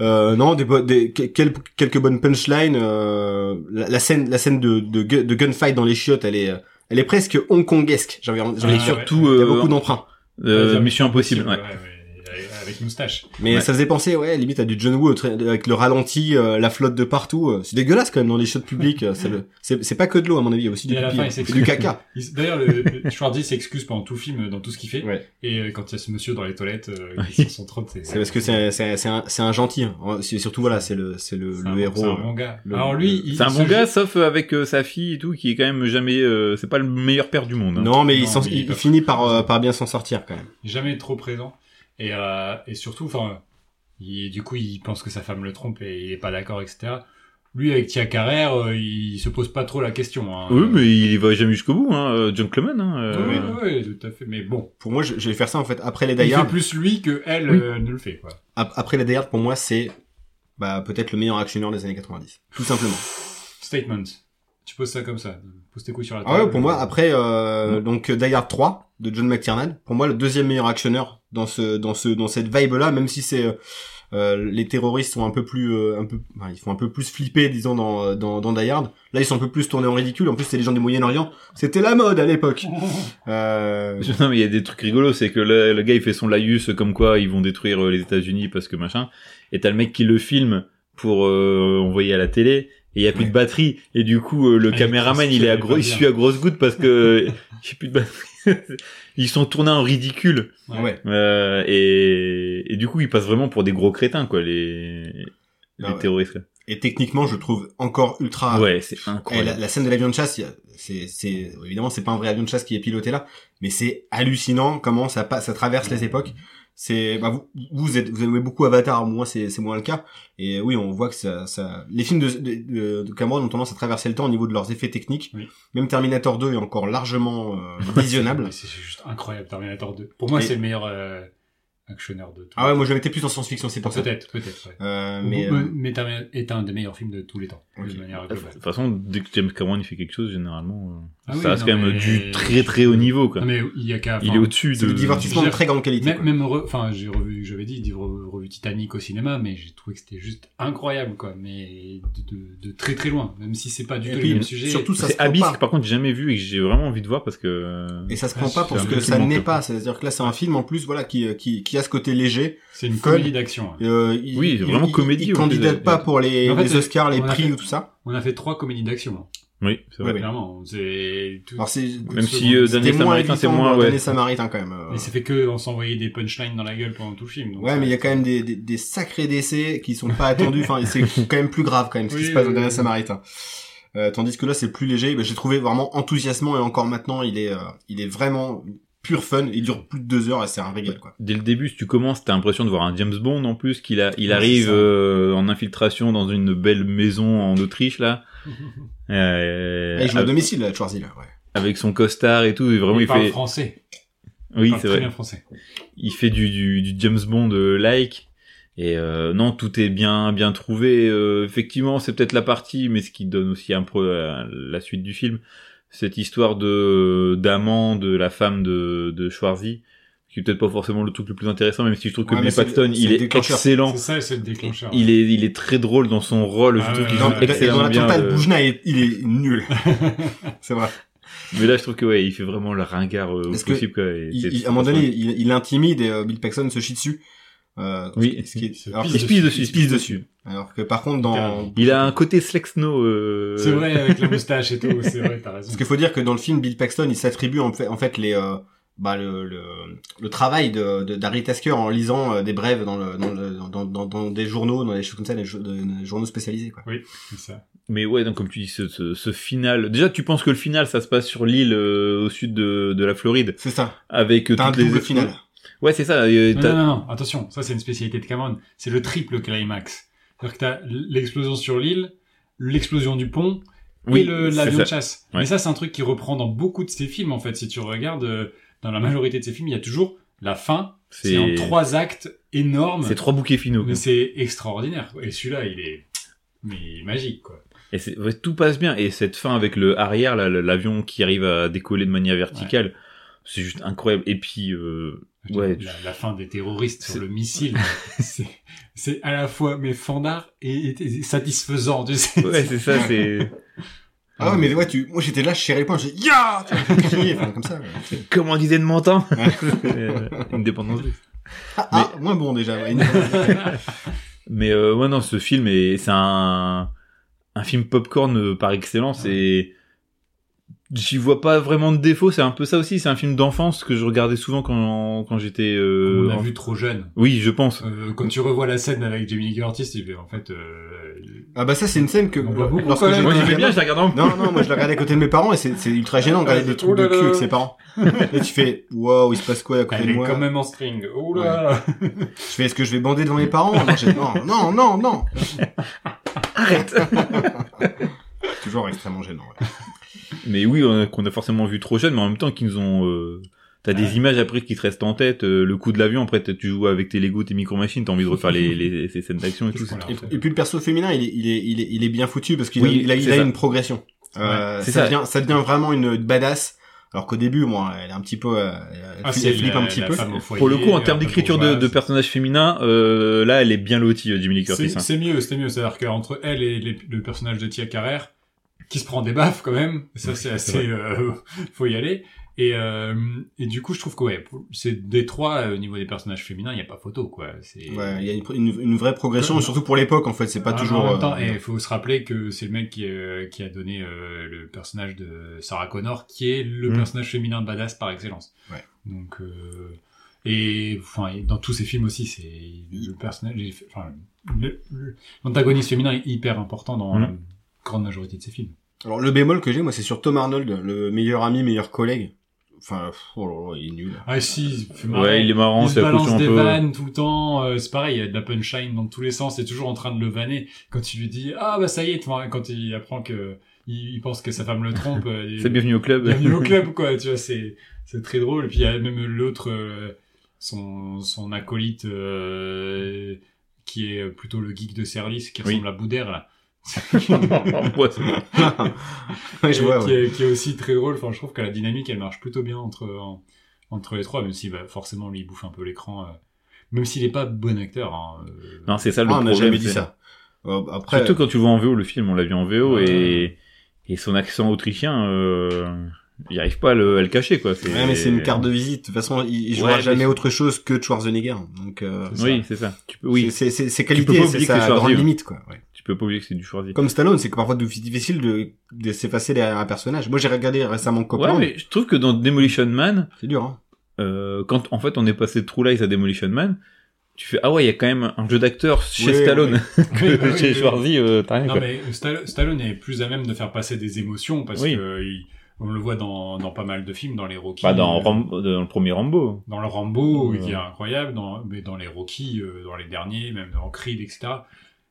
[SPEAKER 1] euh, non des, bo- des que- quel- quelques bonnes punchlines euh, la, la scène la scène de, de gu- de gunfight dans les chiottes elle est euh, elle est presque hongkongesque j'avais j'avais
[SPEAKER 2] Ah,
[SPEAKER 1] sur-
[SPEAKER 2] ouais.
[SPEAKER 3] Tout,
[SPEAKER 1] il y a
[SPEAKER 3] euh,
[SPEAKER 1] beaucoup d'emprunts
[SPEAKER 3] euh,
[SPEAKER 2] Ouais,
[SPEAKER 3] Mission Impossible. ouais.
[SPEAKER 2] ouais, euh, Avec moustache.
[SPEAKER 1] Mais
[SPEAKER 3] Ouais.
[SPEAKER 1] ça faisait penser, ouais, limite à du John Woo au tra- avec le ralenti, euh, la flotte de partout. euh, C'est dégueulasse quand même dans les shots publics. euh, ça le- C'est c'est pas que de l'eau à mon avis, il y a aussi du
[SPEAKER 2] Et à la
[SPEAKER 1] pipi,
[SPEAKER 2] fin,
[SPEAKER 1] hein, et
[SPEAKER 2] il s'excuse.
[SPEAKER 1] du caca.
[SPEAKER 2] Il s- D'ailleurs, le- le Schwarzy s'excuse pendant tout film, dans tout ce qu'il fait.
[SPEAKER 1] Ouais.
[SPEAKER 2] Et euh, quand il y a ce monsieur dans les toilettes, euh, qui s'en trotte, c'est.
[SPEAKER 1] C'est parce que c'est c'est c'est un, c'est un gentil. hein. C'est surtout voilà, c'est le c'est le,
[SPEAKER 2] c'est
[SPEAKER 1] le
[SPEAKER 2] un-
[SPEAKER 1] héros.
[SPEAKER 2] C'est un
[SPEAKER 1] euh.
[SPEAKER 2] bon gars.
[SPEAKER 1] le-
[SPEAKER 2] Alors lui,
[SPEAKER 1] le-
[SPEAKER 2] il
[SPEAKER 3] C'est un
[SPEAKER 2] se
[SPEAKER 3] bon
[SPEAKER 2] ju-
[SPEAKER 3] gars, sauf avec euh, sa fille et tout, qui est quand même jamais. euh, c'est pas le meilleur père du monde. hein.
[SPEAKER 1] Non, mais il,
[SPEAKER 2] Non,
[SPEAKER 1] s'en-
[SPEAKER 2] mais il
[SPEAKER 1] il-
[SPEAKER 2] est pas
[SPEAKER 1] il finit par euh, par bien s'en sortir quand même.
[SPEAKER 2] Jamais trop présent. Et, euh, et surtout, enfin, il- du coup, il pense que sa femme le trompe et il est pas d'accord, etc. Lui, avec Tia Carrère, euh, il se pose pas trop la question. Hein.
[SPEAKER 3] Oui, mais il y va jamais jusqu'au bout, hein, euh, gentleman. Hein,
[SPEAKER 2] Oui,
[SPEAKER 3] euh,
[SPEAKER 2] oui, oui, tout à fait. Mais bon,
[SPEAKER 1] Pour moi, je, je vais faire ça en fait après les
[SPEAKER 2] il
[SPEAKER 1] Die
[SPEAKER 2] fait
[SPEAKER 1] Hard.
[SPEAKER 2] plus lui que elle
[SPEAKER 3] Oui.
[SPEAKER 2] euh, ne le fait, quoi.
[SPEAKER 1] Ap- Après les Die Hard, pour moi, c'est bah peut-être le meilleur actionneur des années 90, tout simplement.
[SPEAKER 2] Statement. Tu poses ça comme ça. Pose tes couilles sur la table.
[SPEAKER 1] Ah ouais, pour moi, après, euh,
[SPEAKER 3] Mm.
[SPEAKER 1] donc, Die Hard 3, de John McTiernan, pour moi, le deuxième meilleur actionneur dans ce, dans ce, dans cette vibe-là, même si c'est, euh, euh, les terroristes sont un peu plus, euh, un peu, enfin, ils font un peu plus flipper, disons, dans, euh, dans, dans Die Hard. Là, ils sont un peu plus tournés en ridicule. En plus, c'est les gens du Moyen-Orient. C'était la mode à l'époque. Euh,
[SPEAKER 3] Je- Non, mais il y a des trucs rigolos, c'est que le, le gars il fait son laïus comme quoi ils vont détruire euh, les États-Unis parce que machin, et t'as le mec qui le filme pour euh, envoyer à la télé. Et il y a plus
[SPEAKER 1] Ouais.
[SPEAKER 3] de batterie et du coup euh, le
[SPEAKER 2] Ah, il
[SPEAKER 3] caméraman il est à
[SPEAKER 2] transpire, il
[SPEAKER 3] gros, il
[SPEAKER 2] va bien.
[SPEAKER 3] suit à grosse goutte parce que j'ai plus de batterie. Ils sont tournés en ridicule
[SPEAKER 1] ouais.
[SPEAKER 3] Euh, et, et du coup ils passent vraiment pour des gros crétins quoi les les
[SPEAKER 1] Ah ouais.
[SPEAKER 3] terroristes.
[SPEAKER 1] Et techniquement, je trouve encore
[SPEAKER 2] Ah.
[SPEAKER 1] ultra,
[SPEAKER 3] ouais c'est
[SPEAKER 1] Eh, la,
[SPEAKER 3] incroyable.
[SPEAKER 1] la scène de l'avion de chasse, il y a- c'est, c'est évidemment c'est pas un vrai avion de chasse qui est piloté là, mais c'est hallucinant comment ça passe, ça traverse les époques. C'est bah, vous vous êtes vous aimez beaucoup Avatar, moi c'est c'est moins le cas. Et oui, on voit que ça, ça les films de, de, de Cameron ont tendance à traverser le temps au niveau de leurs effets techniques.
[SPEAKER 2] Oui.
[SPEAKER 1] Même Terminator 2 est encore largement euh, visionnable.
[SPEAKER 2] Mais C'est juste incroyable, Terminator 2. Pour moi,
[SPEAKER 1] Et-
[SPEAKER 2] c'est le meilleur euh, actionneur de tout.
[SPEAKER 1] Ah ouais, moi j'avais été plus dans science-fiction, c'est pour ça.
[SPEAKER 2] Peut-être, peut-être. ouais.
[SPEAKER 1] Euh, mais
[SPEAKER 2] Mais,
[SPEAKER 1] euh,
[SPEAKER 2] mais Terminator est un des meilleurs films de tous les temps,
[SPEAKER 1] Ok.
[SPEAKER 2] de manière
[SPEAKER 3] De
[SPEAKER 2] globale.
[SPEAKER 3] toute façon dès que James Cameron il fait quelque chose généralement euh,
[SPEAKER 2] Ah
[SPEAKER 3] ça
[SPEAKER 2] oui, non,
[SPEAKER 3] reste quand même
[SPEAKER 2] mais-
[SPEAKER 3] du très très haut niveau quoi.
[SPEAKER 2] Non, mais il y a qu'à.
[SPEAKER 3] il
[SPEAKER 2] enfin,
[SPEAKER 3] est au-dessus
[SPEAKER 1] c'est
[SPEAKER 3] de
[SPEAKER 1] du divertissement de très grande qualité.
[SPEAKER 2] Même,
[SPEAKER 1] quoi.
[SPEAKER 2] même re- enfin, j'ai revu, j'avais dit, j'ai revu, revu Titanic au cinéma, mais j'ai trouvé que c'était juste incroyable, quoi. Mais de, de- de très très loin, même si c'est pas du
[SPEAKER 1] Et
[SPEAKER 2] tout
[SPEAKER 1] puis,
[SPEAKER 2] le même sujet.
[SPEAKER 1] surtout, ça se
[SPEAKER 3] C'est
[SPEAKER 1] prend
[SPEAKER 3] Abyss
[SPEAKER 1] pas.
[SPEAKER 3] que par contre j'ai jamais vu et que j'ai vraiment envie de voir parce que euh,
[SPEAKER 1] Et ça se
[SPEAKER 2] Ah,
[SPEAKER 1] prend pas
[SPEAKER 2] c'est
[SPEAKER 1] pour
[SPEAKER 2] un
[SPEAKER 1] ce
[SPEAKER 2] peu
[SPEAKER 1] que
[SPEAKER 2] tout
[SPEAKER 1] ça
[SPEAKER 3] manque,
[SPEAKER 1] n'est
[SPEAKER 3] hein.
[SPEAKER 1] pas. C'est-à-dire que là, c'est un film en plus, voilà, qui, euh, qui, qui a ce côté léger.
[SPEAKER 2] c'est une
[SPEAKER 1] fun.
[SPEAKER 2] comédie d'action. hein.
[SPEAKER 1] Euh, il-
[SPEAKER 3] Oui,
[SPEAKER 1] il-
[SPEAKER 3] vraiment
[SPEAKER 1] il-
[SPEAKER 3] comédie,
[SPEAKER 1] Il
[SPEAKER 3] en plus,
[SPEAKER 1] candidate
[SPEAKER 3] de-
[SPEAKER 1] pas pour les,
[SPEAKER 2] En fait,
[SPEAKER 1] les Oscars, les
[SPEAKER 2] on a
[SPEAKER 1] prix
[SPEAKER 2] fait-
[SPEAKER 1] ou tout ça.
[SPEAKER 2] On a fait trois comédies d'action, hein.
[SPEAKER 3] oui c'est vrai.
[SPEAKER 1] Ouais, Oui.
[SPEAKER 2] clairement. C'est tout.
[SPEAKER 1] Alors c'est
[SPEAKER 3] Même
[SPEAKER 2] C'est
[SPEAKER 3] si euh,
[SPEAKER 1] c'était
[SPEAKER 3] Dernier Samaritain c'est
[SPEAKER 1] évident
[SPEAKER 3] moins
[SPEAKER 1] dans
[SPEAKER 3] ouais.
[SPEAKER 1] Dernier Samaritain quand même. euh.
[SPEAKER 2] Mais ça fait que on s'envoyait des punchlines dans la gueule pendant tout le film. donc
[SPEAKER 1] Ouais,
[SPEAKER 2] ça-
[SPEAKER 1] mais il y a quand même des, des, des sacrés décès qui sont pas attendus. Enfin, c'est quand même plus grave quand même ce qui
[SPEAKER 2] Oui,
[SPEAKER 1] se passe
[SPEAKER 2] oui,
[SPEAKER 1] dans Dernier
[SPEAKER 2] oui.
[SPEAKER 1] Samaritain. Euh, tandis que là, c'est plus léger. Ben, J'ai trouvé vraiment enthousiasmant et encore maintenant, il est, euh, il est vraiment pur fun. Il dure plus de deux heures et c'est un régal quoi.
[SPEAKER 3] Dès le début si tu commences t'as l'impression de voir un James Bond en plus qu'il a il
[SPEAKER 1] Ouais, c'est
[SPEAKER 3] arrive
[SPEAKER 1] ça.
[SPEAKER 3] euh, en infiltration dans une belle maison en Autriche là. Euh,
[SPEAKER 1] Et il joue à
[SPEAKER 3] avec-
[SPEAKER 1] domicile, là, Schwarzy là. Ouais.
[SPEAKER 3] avec son costard et tout et vraiment
[SPEAKER 2] il,
[SPEAKER 3] il,
[SPEAKER 2] parle
[SPEAKER 3] fait
[SPEAKER 2] français. Il
[SPEAKER 3] oui
[SPEAKER 2] parle
[SPEAKER 3] c'est
[SPEAKER 2] très
[SPEAKER 3] vrai
[SPEAKER 2] bien français.
[SPEAKER 3] il fait du, du, du James Bond euh, like et euh, non tout est bien bien trouvé Euh, effectivement c'est peut-être la partie mais ce qui donne aussi un peu euh, la suite du film cette histoire de d'amant de la femme de, de Schwarzy qui est peut-être pas forcément le truc le plus intéressant même si je trouve que
[SPEAKER 1] Ouais, mais
[SPEAKER 3] Bill
[SPEAKER 1] c'est le-
[SPEAKER 3] Paxton
[SPEAKER 1] c'est
[SPEAKER 3] il
[SPEAKER 1] le
[SPEAKER 3] est
[SPEAKER 1] déclencheur.
[SPEAKER 3] excellent
[SPEAKER 2] C'est ça, c'est le déclencheur.
[SPEAKER 3] il est il est très drôle dans son rôle je
[SPEAKER 2] Ah
[SPEAKER 3] trouve
[SPEAKER 2] ouais,
[SPEAKER 3] qu'il
[SPEAKER 2] ouais,
[SPEAKER 3] joue
[SPEAKER 1] Dans,
[SPEAKER 2] ouais.
[SPEAKER 1] dans
[SPEAKER 3] excellemment
[SPEAKER 1] la
[SPEAKER 3] bien
[SPEAKER 1] totale,
[SPEAKER 3] euh,
[SPEAKER 1] Boujna est, il est nul. c'est vrai.
[SPEAKER 3] mais là je trouve que ouais il fait vraiment le ringard euh, au
[SPEAKER 1] Parce que
[SPEAKER 3] possible quoi, et
[SPEAKER 1] Il-
[SPEAKER 3] c'est-
[SPEAKER 1] il- à un moment donné, il, il intimide et euh, Bill Paxton se chie dessus. Euh,
[SPEAKER 3] Oui.
[SPEAKER 1] ce qui est-
[SPEAKER 2] Il se
[SPEAKER 1] alors,
[SPEAKER 2] pisse
[SPEAKER 1] que-
[SPEAKER 3] il se pisse dessus
[SPEAKER 1] il se pisse dessus. Alors que par contre, dans
[SPEAKER 2] Littéralement.
[SPEAKER 3] il a un côté Slexno euh...
[SPEAKER 2] C'est vrai, avec la moustache et tout, c'est vrai, t'as raison.
[SPEAKER 1] parce qu'il faut dire que dans le film, Bill Paxton, il s'attribue en fait, en fait les euh, bah, le, le, le travail de, de- d'Harry Tasker en lisant euh, des brèves dans, le, dans, le- dans, dans, dans des journaux, dans des choses comme ça, des, jo- des journaux spécialisés. Quoi.
[SPEAKER 2] C'est ça.
[SPEAKER 3] Mais ouais, donc comme tu dis, ce, ce, ce final. Déjà, tu penses que le final, ça se passe sur l'île euh, au sud de, de la Floride,
[SPEAKER 1] C'est ça.
[SPEAKER 3] avec euh,
[SPEAKER 1] T'as un
[SPEAKER 3] toutes les.
[SPEAKER 1] double final.
[SPEAKER 3] Ouais, c'est ça. euh,
[SPEAKER 2] Non,
[SPEAKER 3] t'as-
[SPEAKER 2] non, non, non, attention, ça c'est une spécialité de Cameron. C'est le triple climax. C'est-à-dire que t'as l'explosion sur l'île, l'explosion du pont et
[SPEAKER 3] Oui,
[SPEAKER 2] le-
[SPEAKER 3] c'est
[SPEAKER 2] l'avion
[SPEAKER 3] ça.
[SPEAKER 2] de chasse.
[SPEAKER 3] Ouais.
[SPEAKER 2] Mais ça, c'est un truc qui reprend dans beaucoup de ses films, en fait. Si tu regardes, euh, dans la majorité de ses films, il y a toujours la fin. C'est en trois actes énormes.
[SPEAKER 3] C'est trois bouquets finaux. quoi.
[SPEAKER 2] Mais c'est extraordinaire. quoi. Et celui-là, il est mais magique, quoi.
[SPEAKER 3] Et c'est- ouais, tout passe bien. Et cette fin avec le arrière, là, le- l'avion qui arrive à décoller de manière verticale, c'est juste incroyable. Et puis, euh, ouais,
[SPEAKER 2] la, la fin des terroristes
[SPEAKER 3] C'est-
[SPEAKER 2] sur le missile, c'est- c'est à la fois mais fandard et, et satisfaisant, tu sais.
[SPEAKER 3] ouais, c'est ça, c'est
[SPEAKER 1] Ah ouais, mais ouais, tu, moi j'étais là, je serrais le poing, j'ai ya, tu vois, crié, enfin, comme ça. ouais.
[SPEAKER 3] comme on disait de Menton, une dépendance.
[SPEAKER 1] Ah, ah, moins bon déjà. ouais.
[SPEAKER 3] Euh, Mais euh, ouais, non, ce film est, c'est un, un film popcorn euh, par excellence et j'y vois pas vraiment de défaut. C'est un peu ça aussi. C'est un film d'enfance que je regardais souvent quand, quand j'étais. euh,
[SPEAKER 2] On a
[SPEAKER 3] en-
[SPEAKER 2] vu trop jeune.
[SPEAKER 3] Oui, je pense.
[SPEAKER 2] Euh, quand tu revois la scène avec Jamie Lee Curtis, tu fais, en fait, euh,
[SPEAKER 1] Ah bah ça c'est une scène que
[SPEAKER 2] On voit beaucoup,
[SPEAKER 1] lorsque
[SPEAKER 2] quand
[SPEAKER 1] j'étais
[SPEAKER 2] même.
[SPEAKER 3] Moi, j'aimais
[SPEAKER 1] gamin-
[SPEAKER 3] bien, je la regardais en
[SPEAKER 1] Non, non, moi je la regardais à côté de mes parents et c'est c'est ultra gênant de regarder des trucs de cul avec ses parents. Et tu fais, waouh, il se passe quoi à côté
[SPEAKER 2] Oh elle
[SPEAKER 1] de
[SPEAKER 2] est
[SPEAKER 1] moi
[SPEAKER 2] quand même en string. Oh là là.
[SPEAKER 1] Je fais, est-ce que je vais bander devant mes parents non, j'ai- non, non, non, non.
[SPEAKER 3] Arrête.
[SPEAKER 1] Toujours extrêmement gênant. ouais.
[SPEAKER 3] mais oui, on a- qu'on a forcément vu trop jeune, mais en même temps qu'ils nous ont. euh, T'as des
[SPEAKER 2] Ouais.
[SPEAKER 3] images après qui te restent en tête, euh, le coup de l'avion, après t'as- tu joues avec tes Lego, tes micro-machines, t'as envie de refaire les, les, ces scènes d'action et tout.
[SPEAKER 2] Qu'est-ce qu'on a
[SPEAKER 1] Et,
[SPEAKER 2] refait
[SPEAKER 1] et puis le perso féminin, il est, il est, il est, il est bien foutu parce qu'il a-
[SPEAKER 3] Oui,
[SPEAKER 1] il a, il
[SPEAKER 3] c'est
[SPEAKER 1] a
[SPEAKER 3] ça.
[SPEAKER 1] une progression. Euh,
[SPEAKER 3] Ouais,
[SPEAKER 1] ça,
[SPEAKER 3] c'est ça.
[SPEAKER 1] Devient, ça devient vraiment une badass. Alors qu'au début, moi, elle est un petit peu, euh, elle,
[SPEAKER 2] Ah,
[SPEAKER 1] flippe-
[SPEAKER 2] c'est
[SPEAKER 1] elle flippe
[SPEAKER 2] la-
[SPEAKER 1] un petit
[SPEAKER 2] la
[SPEAKER 1] peu.
[SPEAKER 2] femme au foyer,
[SPEAKER 3] Pour le coup, en
[SPEAKER 2] un
[SPEAKER 3] termes
[SPEAKER 2] peu
[SPEAKER 3] d'écriture de, de
[SPEAKER 2] bourgeoise.
[SPEAKER 3] personnages féminins, euh, là, elle est bien lotie, euh, Jamie Lee Curtis.
[SPEAKER 2] C'est
[SPEAKER 3] hein.
[SPEAKER 2] c'est mieux, c'est mieux. C'est-à-dire qu'entre elle et les- le personnage de Tia Carrère, qui se prend des baffes quand même, ça c'est assez... euh, faut y aller. Et, euh, et du coup, je trouve que ouais, pour- c'est des trois, euh, au niveau des personnages féminins, il n'y a pas photo, quoi. C'est...
[SPEAKER 1] Ouais, il y a une, une- une vraie progression,
[SPEAKER 2] Comme-
[SPEAKER 1] surtout pour l'époque, en fait. C'est pas
[SPEAKER 2] Ah,
[SPEAKER 1] toujours.
[SPEAKER 2] En même temps,
[SPEAKER 1] euh,
[SPEAKER 2] et il faut se rappeler que c'est le mec qui, euh, qui a donné euh, le personnage de Sarah Connor, qui est le
[SPEAKER 3] Mm.
[SPEAKER 2] personnage féminin badass par excellence.
[SPEAKER 1] Ouais.
[SPEAKER 2] Donc, euh, et enfin, et dans tous ces films aussi, c'est le personnage, il fait- enfin, le- le- l'antagoniste féminin est hyper important dans
[SPEAKER 3] Mm.
[SPEAKER 2] la grande majorité de ces films.
[SPEAKER 1] Alors le bémol que j'ai, moi, c'est sur Tom Arnold, le meilleur ami, meilleur collègue. Enfin, pff, oh là là, il est nul.
[SPEAKER 2] Ah si, il fait marrer.
[SPEAKER 3] Ouais, il est marrant,
[SPEAKER 2] Il se
[SPEAKER 3] c'est accouche
[SPEAKER 2] balance
[SPEAKER 3] un
[SPEAKER 2] des
[SPEAKER 3] peu.
[SPEAKER 2] vannes tout le temps, euh, c'est pareil, il y a de la punchline dans tous les sens, c'est toujours en train de le vanner. Quand tu lui dis, ah bah ça y est, tu vois, quand il apprend que, il il pense que sa femme le trompe, euh, il-
[SPEAKER 3] C'est bienvenu au club.
[SPEAKER 2] bienvenue au club, quoi, tu vois, c'est, c'est très drôle. Puis il y a même l'autre, euh, son, son acolyte, euh, qui est plutôt le geek de service, qui
[SPEAKER 3] Oui.
[SPEAKER 2] ressemble à Boudère, là.
[SPEAKER 3] Ouais, c'est-
[SPEAKER 1] ouais, je
[SPEAKER 2] Et
[SPEAKER 1] vois.
[SPEAKER 2] qui,
[SPEAKER 1] ouais.
[SPEAKER 2] Est, qui est aussi très drôle. Enfin, je trouve que la dynamique, elle marche plutôt bien entre, en- entre les trois, même si bah, forcément, lui, il bouffe un peu l'écran. euh, même s'il est pas bon acteur. hein, euh,
[SPEAKER 3] non, c'est ça le
[SPEAKER 1] Ah, on
[SPEAKER 3] problème.
[SPEAKER 1] n'a jamais dit
[SPEAKER 3] c'est-
[SPEAKER 1] ça. Euh, après,
[SPEAKER 3] Surtout quand tu le vois en VO, le film, on l'a vu en VO,
[SPEAKER 2] Ouais.
[SPEAKER 3] et, et son accent autrichien, euh, il arrive pas à le, à le cacher, quoi. C'est-
[SPEAKER 1] Ouais, mais c'est une carte de visite. De toute façon, il, il jouera
[SPEAKER 3] Ouais, mais
[SPEAKER 1] jamais
[SPEAKER 3] c'est-
[SPEAKER 1] autre chose que Schwarzenegger. Donc, euh,
[SPEAKER 2] C'est ça.
[SPEAKER 3] Oui, c'est ça. Tu peux, oui,
[SPEAKER 1] c'est c'est- ses
[SPEAKER 3] peux
[SPEAKER 1] qualités,
[SPEAKER 3] pas
[SPEAKER 1] c'est
[SPEAKER 3] oublier que
[SPEAKER 1] sa
[SPEAKER 3] c'est Schwarzy,
[SPEAKER 1] grande
[SPEAKER 3] hein.
[SPEAKER 1] limite, quoi. ouais.
[SPEAKER 3] tu peux pas oublier que c'est du Schwarzy.
[SPEAKER 1] Comme Stallone, c'est que parfois c'est difficile de, de s'effacer derrière un personnage. Moi, j'ai regardé récemment Copland.
[SPEAKER 3] Ouais, mais je trouve que dans Demolition Man,
[SPEAKER 1] C'est dur. Hein.
[SPEAKER 3] euh, quand en fait on est passé de True Lies à Demolition Man, tu fais ah ouais, il y a quand même un jeu d'acteur chez
[SPEAKER 1] Oui,
[SPEAKER 3] Stallone
[SPEAKER 2] oui,
[SPEAKER 3] que
[SPEAKER 2] oui,
[SPEAKER 3] chez
[SPEAKER 2] oui.
[SPEAKER 3] Schwarzy, euh, t'as rien,
[SPEAKER 2] Non,
[SPEAKER 3] quoi.
[SPEAKER 2] mais Stall- Stallone est plus à même de faire passer des émotions parce
[SPEAKER 3] Oui.
[SPEAKER 2] que il- on le voit dans, dans pas mal de films, dans les Rocky.
[SPEAKER 3] Bah, dans,
[SPEAKER 2] euh,
[SPEAKER 3] Ram- dans le premier Rambo.
[SPEAKER 2] dans le Rambo,
[SPEAKER 3] Ouais.
[SPEAKER 2] qui est incroyable, dans, mais dans les Rocky, euh, dans les derniers, même dans Creed, etc.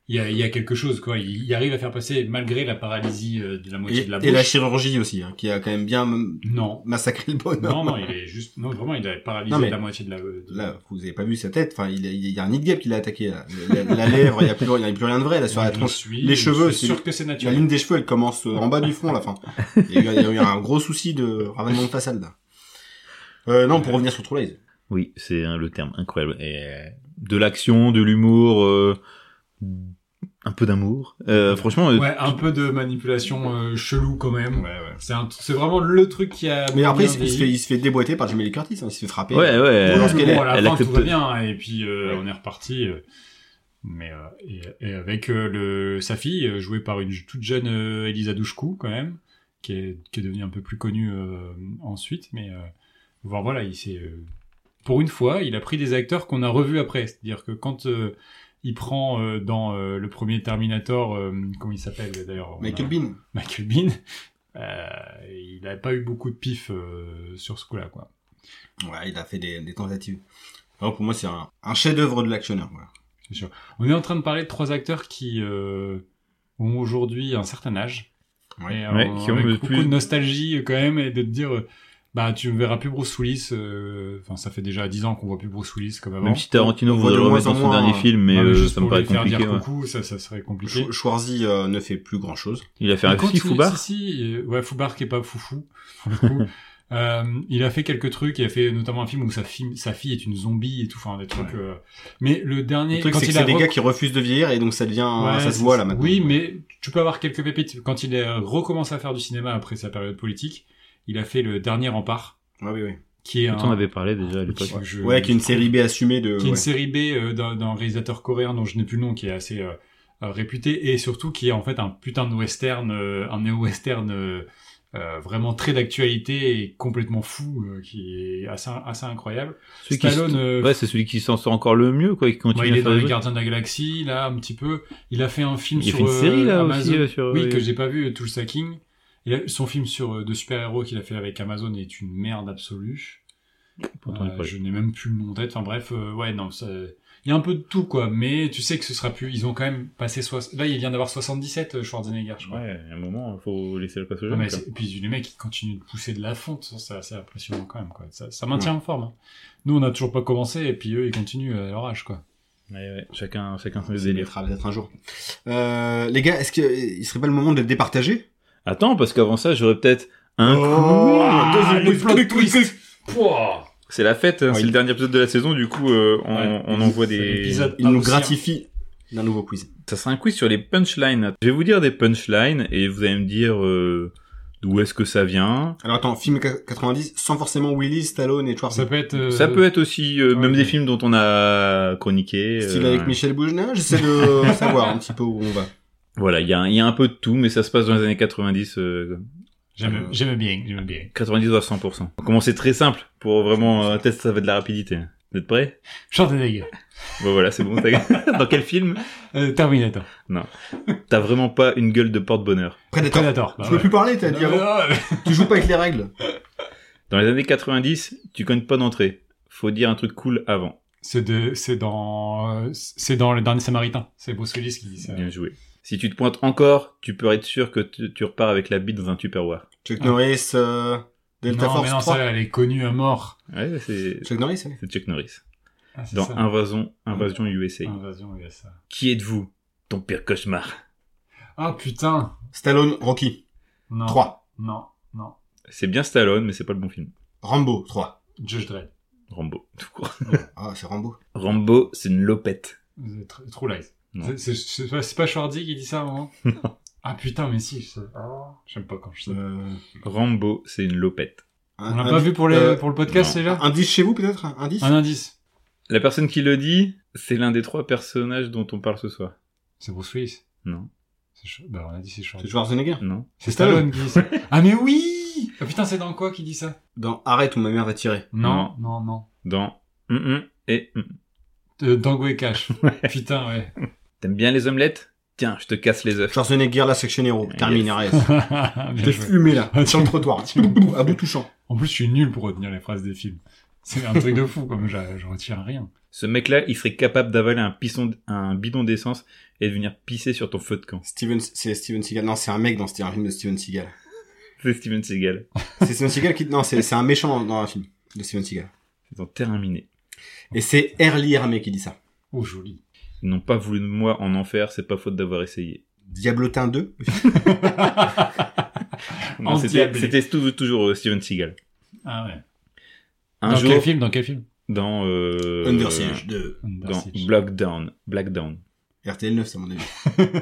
[SPEAKER 2] Il y a, il y a quelque chose, quoi. Il, il arrive à faire passer, malgré la paralysie euh, de la moitié
[SPEAKER 1] Et,
[SPEAKER 2] de la
[SPEAKER 1] et
[SPEAKER 2] bouche.
[SPEAKER 1] la chirurgie aussi, hein, qui a quand même bien m-
[SPEAKER 2] Non.
[SPEAKER 1] massacré le bonhomme.
[SPEAKER 2] Non, non, il est juste. Non, vraiment, il a paralysé
[SPEAKER 1] Oh, Non, mais-
[SPEAKER 2] la moitié de la. de-
[SPEAKER 1] Là, vous avez pas vu sa tête. Enfin, il, il y a un nid de guêpe qui l'a attaqué. Là. La, la- la lèvre, il y a plus, il y a plus rien de vrai là sur la
[SPEAKER 2] Je
[SPEAKER 1] tronche.
[SPEAKER 2] suis-
[SPEAKER 1] les
[SPEAKER 2] je
[SPEAKER 1] cheveux,
[SPEAKER 2] suis
[SPEAKER 1] c'est-
[SPEAKER 2] sûr que c'est
[SPEAKER 1] La
[SPEAKER 2] naturel.
[SPEAKER 1] ligne des cheveux, elle commence euh, en bas du front, la fin. Il y a eu, il y a eu un gros souci de ravalement de façade. là. Euh, non, pour revenir sur True Lies.
[SPEAKER 3] Oui, c'est hein, le terme incroyable. Et euh, de l'action, de l'humour, euh, un peu d'amour. Euh, franchement, euh,
[SPEAKER 2] Ouais, un peu de manipulation euh, chelou quand même. C'est un- c'est vraiment le truc qui a.
[SPEAKER 1] Mais après, il,
[SPEAKER 2] bien
[SPEAKER 1] se- il se fait,
[SPEAKER 2] vieilli.
[SPEAKER 1] il se fait déboîter par Jamie Lee Curtis. hein, il se fait frapper.
[SPEAKER 3] ouais, ouais.
[SPEAKER 1] fait-
[SPEAKER 2] Oui,
[SPEAKER 1] alors
[SPEAKER 2] mais
[SPEAKER 1] qu'elle
[SPEAKER 2] bon,
[SPEAKER 1] est-
[SPEAKER 2] à la
[SPEAKER 3] elle
[SPEAKER 2] fin,
[SPEAKER 3] accepte-
[SPEAKER 2] tout va bien, et puis euh,
[SPEAKER 1] Ouais.
[SPEAKER 2] on est reparti. euh, mais euh, et, et avec euh, le, sa fille, euh, jouée par une j- toute jeune euh, Elisa Douchkou, quand même, qui est, qui est devenue un peu plus connue euh, ensuite. Mais euh, bon, voilà, il s'est. euh, pour une fois, il a pris des acteurs qu'on a revus après. C'est-à-dire que quand euh, il prend euh, dans euh, le premier Terminator, euh, comment il s'appelle d'ailleurs on
[SPEAKER 1] Michael
[SPEAKER 2] a-
[SPEAKER 1] Bean.
[SPEAKER 2] Michael Bean, euh, il n'a pas eu beaucoup de pif euh, sur ce coup-là, quoi.
[SPEAKER 1] Ouais, il a fait des, des tentatives. Alors, pour moi, c'est un, un chef-d'œuvre de l'actionneur. Voilà.
[SPEAKER 2] On est en train de parler de trois acteurs qui euh, ont aujourd'hui un certain âge. Et,
[SPEAKER 3] Ouais,
[SPEAKER 2] euh,
[SPEAKER 3] qui ont
[SPEAKER 2] avec
[SPEAKER 3] le
[SPEAKER 2] beaucoup de
[SPEAKER 3] plus-
[SPEAKER 2] nostalgie euh, quand même et de te dire euh, bah tu ne verras plus Bruce Willis euh, enfin ça fait déjà 10 ans qu'on voit plus Bruce Willis comme avant
[SPEAKER 3] Même si Tarantino
[SPEAKER 1] On voit
[SPEAKER 3] voudrait
[SPEAKER 1] de
[SPEAKER 3] le remettre
[SPEAKER 1] moins
[SPEAKER 3] dans
[SPEAKER 1] en
[SPEAKER 3] son
[SPEAKER 1] moins,
[SPEAKER 3] dernier
[SPEAKER 1] hein.
[SPEAKER 3] film, mais,
[SPEAKER 2] Non, mais
[SPEAKER 3] euh,
[SPEAKER 2] juste
[SPEAKER 3] ça me
[SPEAKER 2] pour
[SPEAKER 3] paraît
[SPEAKER 2] lui faire dire
[SPEAKER 3] compliqué. ouais.
[SPEAKER 2] coucou ça, ça serait compliqué
[SPEAKER 1] Sch- Schwarzy euh, ne fait plus grand chose.
[SPEAKER 3] Il a fait un
[SPEAKER 2] Il
[SPEAKER 3] petit
[SPEAKER 2] continue-
[SPEAKER 3] foubard.
[SPEAKER 2] si, si, euh, ouais, Foubar qui est pas foufou. pour le coup. Euh, il a fait quelques trucs, il a fait notamment un film où sa fille, sa fille est une zombie et tout, enfin des trucs. euh, Mais le dernier,
[SPEAKER 1] Le truc,
[SPEAKER 2] quand
[SPEAKER 1] c'est que
[SPEAKER 2] il a
[SPEAKER 1] c'est des
[SPEAKER 2] rec-
[SPEAKER 1] gars qui refusent de vieillir et donc ça devient,
[SPEAKER 2] Ouais,
[SPEAKER 1] ça se
[SPEAKER 2] c'est-
[SPEAKER 1] voit là maintenant.
[SPEAKER 2] Oui, mais tu peux avoir quelques pépites. Quand il a recommencé à faire du cinéma après sa période politique, il a fait le dernier rempart,
[SPEAKER 1] Ouais, oui, oui.
[SPEAKER 2] qui est
[SPEAKER 3] Dont
[SPEAKER 2] un.
[SPEAKER 3] On avait parlé déjà à l'époque.
[SPEAKER 2] qui- je-
[SPEAKER 1] Ouais, qui est une série B assumée de.
[SPEAKER 2] qui est une
[SPEAKER 1] ouais.
[SPEAKER 2] série B euh, d'un d'un réalisateur coréen dont je n'ai plus le nom, qui est assez euh, euh, réputé, et surtout qui est en fait un putain de western, euh, un néo-western euh, euh, vraiment très d'actualité et complètement fou, euh, qui est assez, assez incroyable.
[SPEAKER 3] Celui qui
[SPEAKER 2] Stallone, euh,
[SPEAKER 3] Ouais, c'est celui qui s'en sort encore le mieux, quoi, et qui
[SPEAKER 2] moi,
[SPEAKER 3] continue
[SPEAKER 2] il
[SPEAKER 3] à
[SPEAKER 2] est dans
[SPEAKER 3] faire des
[SPEAKER 2] les
[SPEAKER 3] trucs.
[SPEAKER 2] Gardiens de la Galaxie, là, un petit peu. Il a fait un film
[SPEAKER 3] Il a
[SPEAKER 2] sur
[SPEAKER 3] fait une
[SPEAKER 2] euh,
[SPEAKER 3] série, là,
[SPEAKER 2] Amazon.
[SPEAKER 3] aussi, euh, sur...
[SPEAKER 2] Oui, que j'ai pas vu, Tulsa King. Il a- son film sur, euh, de super-héros qu'il a fait avec Amazon est une merde absolue.
[SPEAKER 3] Pourtant, il
[SPEAKER 2] Euh,
[SPEAKER 3] parlait.
[SPEAKER 2] je n'ai même plus le nom en tête. Enfin bref, euh, ouais, non, ça- il y a un peu de tout, quoi. Mais tu sais que ce sera plus. Ils ont quand même passé. soix- Là, il vient d'avoir 77, euh, Schwarzenegger, je crois.
[SPEAKER 3] Ouais, à un moment, faut laisser le passage.
[SPEAKER 2] Non, mais c'est- et puis les mecs, ils continuent de pousser de la fonte. Ça, c'est assez impressionnant quand même, quoi. Ça, ça maintient en forme. hein. Nous, on n'a toujours pas commencé, et puis eux, ils continuent à leur âge, quoi.
[SPEAKER 3] Chacun,
[SPEAKER 2] Hein,
[SPEAKER 3] chacun
[SPEAKER 1] Ça
[SPEAKER 3] ses
[SPEAKER 1] se
[SPEAKER 3] délires.
[SPEAKER 1] mettra peut-être un jour. Euh, les gars, est-ce que euh, il serait pas le moment de le départager
[SPEAKER 3] Attends, parce qu'avant ça, j'aurais peut-être un
[SPEAKER 1] Oh,
[SPEAKER 3] coup.
[SPEAKER 1] deuxième
[SPEAKER 2] le
[SPEAKER 1] twist,
[SPEAKER 2] plot
[SPEAKER 1] twist.
[SPEAKER 2] twist. Pouah.
[SPEAKER 3] C'est la fête, hein,
[SPEAKER 1] Oui.
[SPEAKER 3] c'est le dernier épisode de la saison, du coup, euh, on,
[SPEAKER 2] Ouais.
[SPEAKER 3] on envoie
[SPEAKER 2] C'est
[SPEAKER 3] des...
[SPEAKER 2] l'épisode
[SPEAKER 1] Il nous
[SPEAKER 2] aussi, hein.
[SPEAKER 1] gratifie d'un nouveau quiz.
[SPEAKER 3] Ça sera un quiz sur les punchlines. Je vais vous dire des punchlines, et vous allez me dire euh, d'où est-ce que ça vient.
[SPEAKER 1] Alors attends, film 90 sans forcément Willy, Stallone et
[SPEAKER 2] Ça
[SPEAKER 1] Schwarzenegger.
[SPEAKER 2] peut être. euh,
[SPEAKER 3] Ça peut être aussi, euh,
[SPEAKER 2] ouais.
[SPEAKER 3] même des films dont on a chroniqué. euh,
[SPEAKER 1] Style avec Michel Bougenin, j'essaie de savoir un petit peu où on va.
[SPEAKER 3] Voilà, il y a, un- il y a un peu de tout, mais ça se passe dans les années 90, euh,
[SPEAKER 2] J'aime j'aime bien, j'aime bien.
[SPEAKER 3] 90 à 100%. On commence très simple pour vraiment euh, tester ça fait de la rapidité. Vous êtes prêts
[SPEAKER 2] Schwarzenegger.
[SPEAKER 3] Bon voilà, c'est bon. t'as- dans quel film
[SPEAKER 2] Euh, Terminator.
[SPEAKER 3] T'as vraiment pas une gueule de porte-bonheur.
[SPEAKER 1] Predator.
[SPEAKER 2] Predator.
[SPEAKER 1] Je
[SPEAKER 2] bah
[SPEAKER 1] peux
[SPEAKER 2] ouais.
[SPEAKER 1] plus parler, t'as dit
[SPEAKER 2] Non,
[SPEAKER 1] avant.
[SPEAKER 2] non,
[SPEAKER 1] Tu joues pas avec les règles.
[SPEAKER 3] Dans les années 90, tu connais pas d'entrée. Faut dire un truc cool avant.
[SPEAKER 2] C'est de, c'est dans, euh, c'est dans le dernier Samaritain. C'est Bruce Willis qui dit ça.
[SPEAKER 3] Bien joué. Si tu te pointes encore, tu peux être sûr que tu, tu repars avec la bite dans un tupperware.
[SPEAKER 1] Chuck
[SPEAKER 2] Ah.
[SPEAKER 1] Norris, euh, Delta
[SPEAKER 2] non, mais
[SPEAKER 1] Force
[SPEAKER 2] non,
[SPEAKER 1] 3.
[SPEAKER 2] ça, elle est connue à mort.
[SPEAKER 3] Ouais, bah, c'est
[SPEAKER 1] Chuck Norris, ouais.
[SPEAKER 3] c'est Chuck Norris.
[SPEAKER 2] Ah, c'est
[SPEAKER 3] Dans
[SPEAKER 2] ça.
[SPEAKER 3] Invasion, Invasion USA.
[SPEAKER 2] Invasion USA.
[SPEAKER 3] Qui êtes-vous Ton pire cauchemar.
[SPEAKER 2] Ah putain.
[SPEAKER 1] Stallone, Rocky,
[SPEAKER 2] Non.
[SPEAKER 1] 3.
[SPEAKER 2] Non, non.
[SPEAKER 3] C'est bien Stallone, mais c'est pas le bon film.
[SPEAKER 1] Rambo, 3.
[SPEAKER 2] Judge Dredd.
[SPEAKER 3] Rambo, tout court.
[SPEAKER 1] Ah, c'est Rambo.
[SPEAKER 3] Rambo, c'est une lopette.
[SPEAKER 2] The Tr- True Lies.
[SPEAKER 3] Non.
[SPEAKER 2] C'est- C'est c'est pas, c'est pas Schwarzy qui dit ça à un moment Ah putain, mais si. je sais. Ah, J'aime pas quand je sais.
[SPEAKER 1] Euh,
[SPEAKER 3] Rambo, c'est une lopette.
[SPEAKER 2] On
[SPEAKER 1] un-
[SPEAKER 2] l'a
[SPEAKER 1] un-
[SPEAKER 2] pas vu pour, les,
[SPEAKER 1] euh,
[SPEAKER 2] pour le podcast
[SPEAKER 3] non.
[SPEAKER 2] déjà Ah
[SPEAKER 1] Indice chez vous, peut-être? un Indice?
[SPEAKER 2] Un indice.
[SPEAKER 3] La personne qui le dit, c'est l'un des trois personnages dont on parle ce soir.
[SPEAKER 2] C'est Bruce Willis.
[SPEAKER 3] Non.
[SPEAKER 2] C'est Sch- Bah, on a dit c'est Schwarzy.
[SPEAKER 1] C'est Schwarzenegger.
[SPEAKER 3] Non.
[SPEAKER 2] C'est Stallone qui dit ça. ah mais oui Ah putain, c'est dans quoi qui dit ça
[SPEAKER 1] Dans Arrête où ma mère va tirer.
[SPEAKER 2] Non, non, non.
[SPEAKER 3] Dans Hum, hum et Hum.
[SPEAKER 2] Euh, Dango et Cash. Putain, ouais.
[SPEAKER 3] T'aimes bien les omelettes Tiens, je te casse les œufs.
[SPEAKER 1] Schwarzenegger, la oh, section héros.
[SPEAKER 3] Yes.
[SPEAKER 1] Termine, arrête.
[SPEAKER 2] Bien
[SPEAKER 1] T'es
[SPEAKER 2] joué.
[SPEAKER 1] fumé, là.
[SPEAKER 2] Ah,
[SPEAKER 1] sur le trottoir. à bout touchant.
[SPEAKER 2] En plus, je suis nul pour retenir les phrases des films. C'est un truc de fou, comme je, je retiens rien.
[SPEAKER 3] Ce mec-là, il serait capable d'avaler un, pisson, un bidon d'essence et de venir pisser sur ton feu de camp.
[SPEAKER 1] Steven, c'est Steven Seagal. Non, c'est un mec dans c'était un film de Steven Seagal.
[SPEAKER 3] C'est Steven Seagal.
[SPEAKER 1] C'est Steven Seagal qui, non, c'est c'est un méchant dans, dans un film de Steven Seagal.
[SPEAKER 3] Ils ont terminé.
[SPEAKER 1] Et c'est Early Hermé qui dit ça.
[SPEAKER 2] Oh, joli.
[SPEAKER 3] Ils n'ont pas voulu de moi en enfer, c'est pas faute d'avoir essayé.
[SPEAKER 1] Diablotin 2.
[SPEAKER 3] Non, C'était
[SPEAKER 2] Endiablé.
[SPEAKER 3] c'était tou- toujours euh, Steven Seagal.
[SPEAKER 2] Ah ouais.
[SPEAKER 3] Un
[SPEAKER 2] dans quel
[SPEAKER 3] jour,
[SPEAKER 2] film Dans quel film
[SPEAKER 3] dans... Euh,
[SPEAKER 1] Under Siege 2.
[SPEAKER 2] Under
[SPEAKER 3] Dans
[SPEAKER 2] Siege.
[SPEAKER 3] Blackdown. Blackdown.
[SPEAKER 1] RTL 9, c'est mon avis.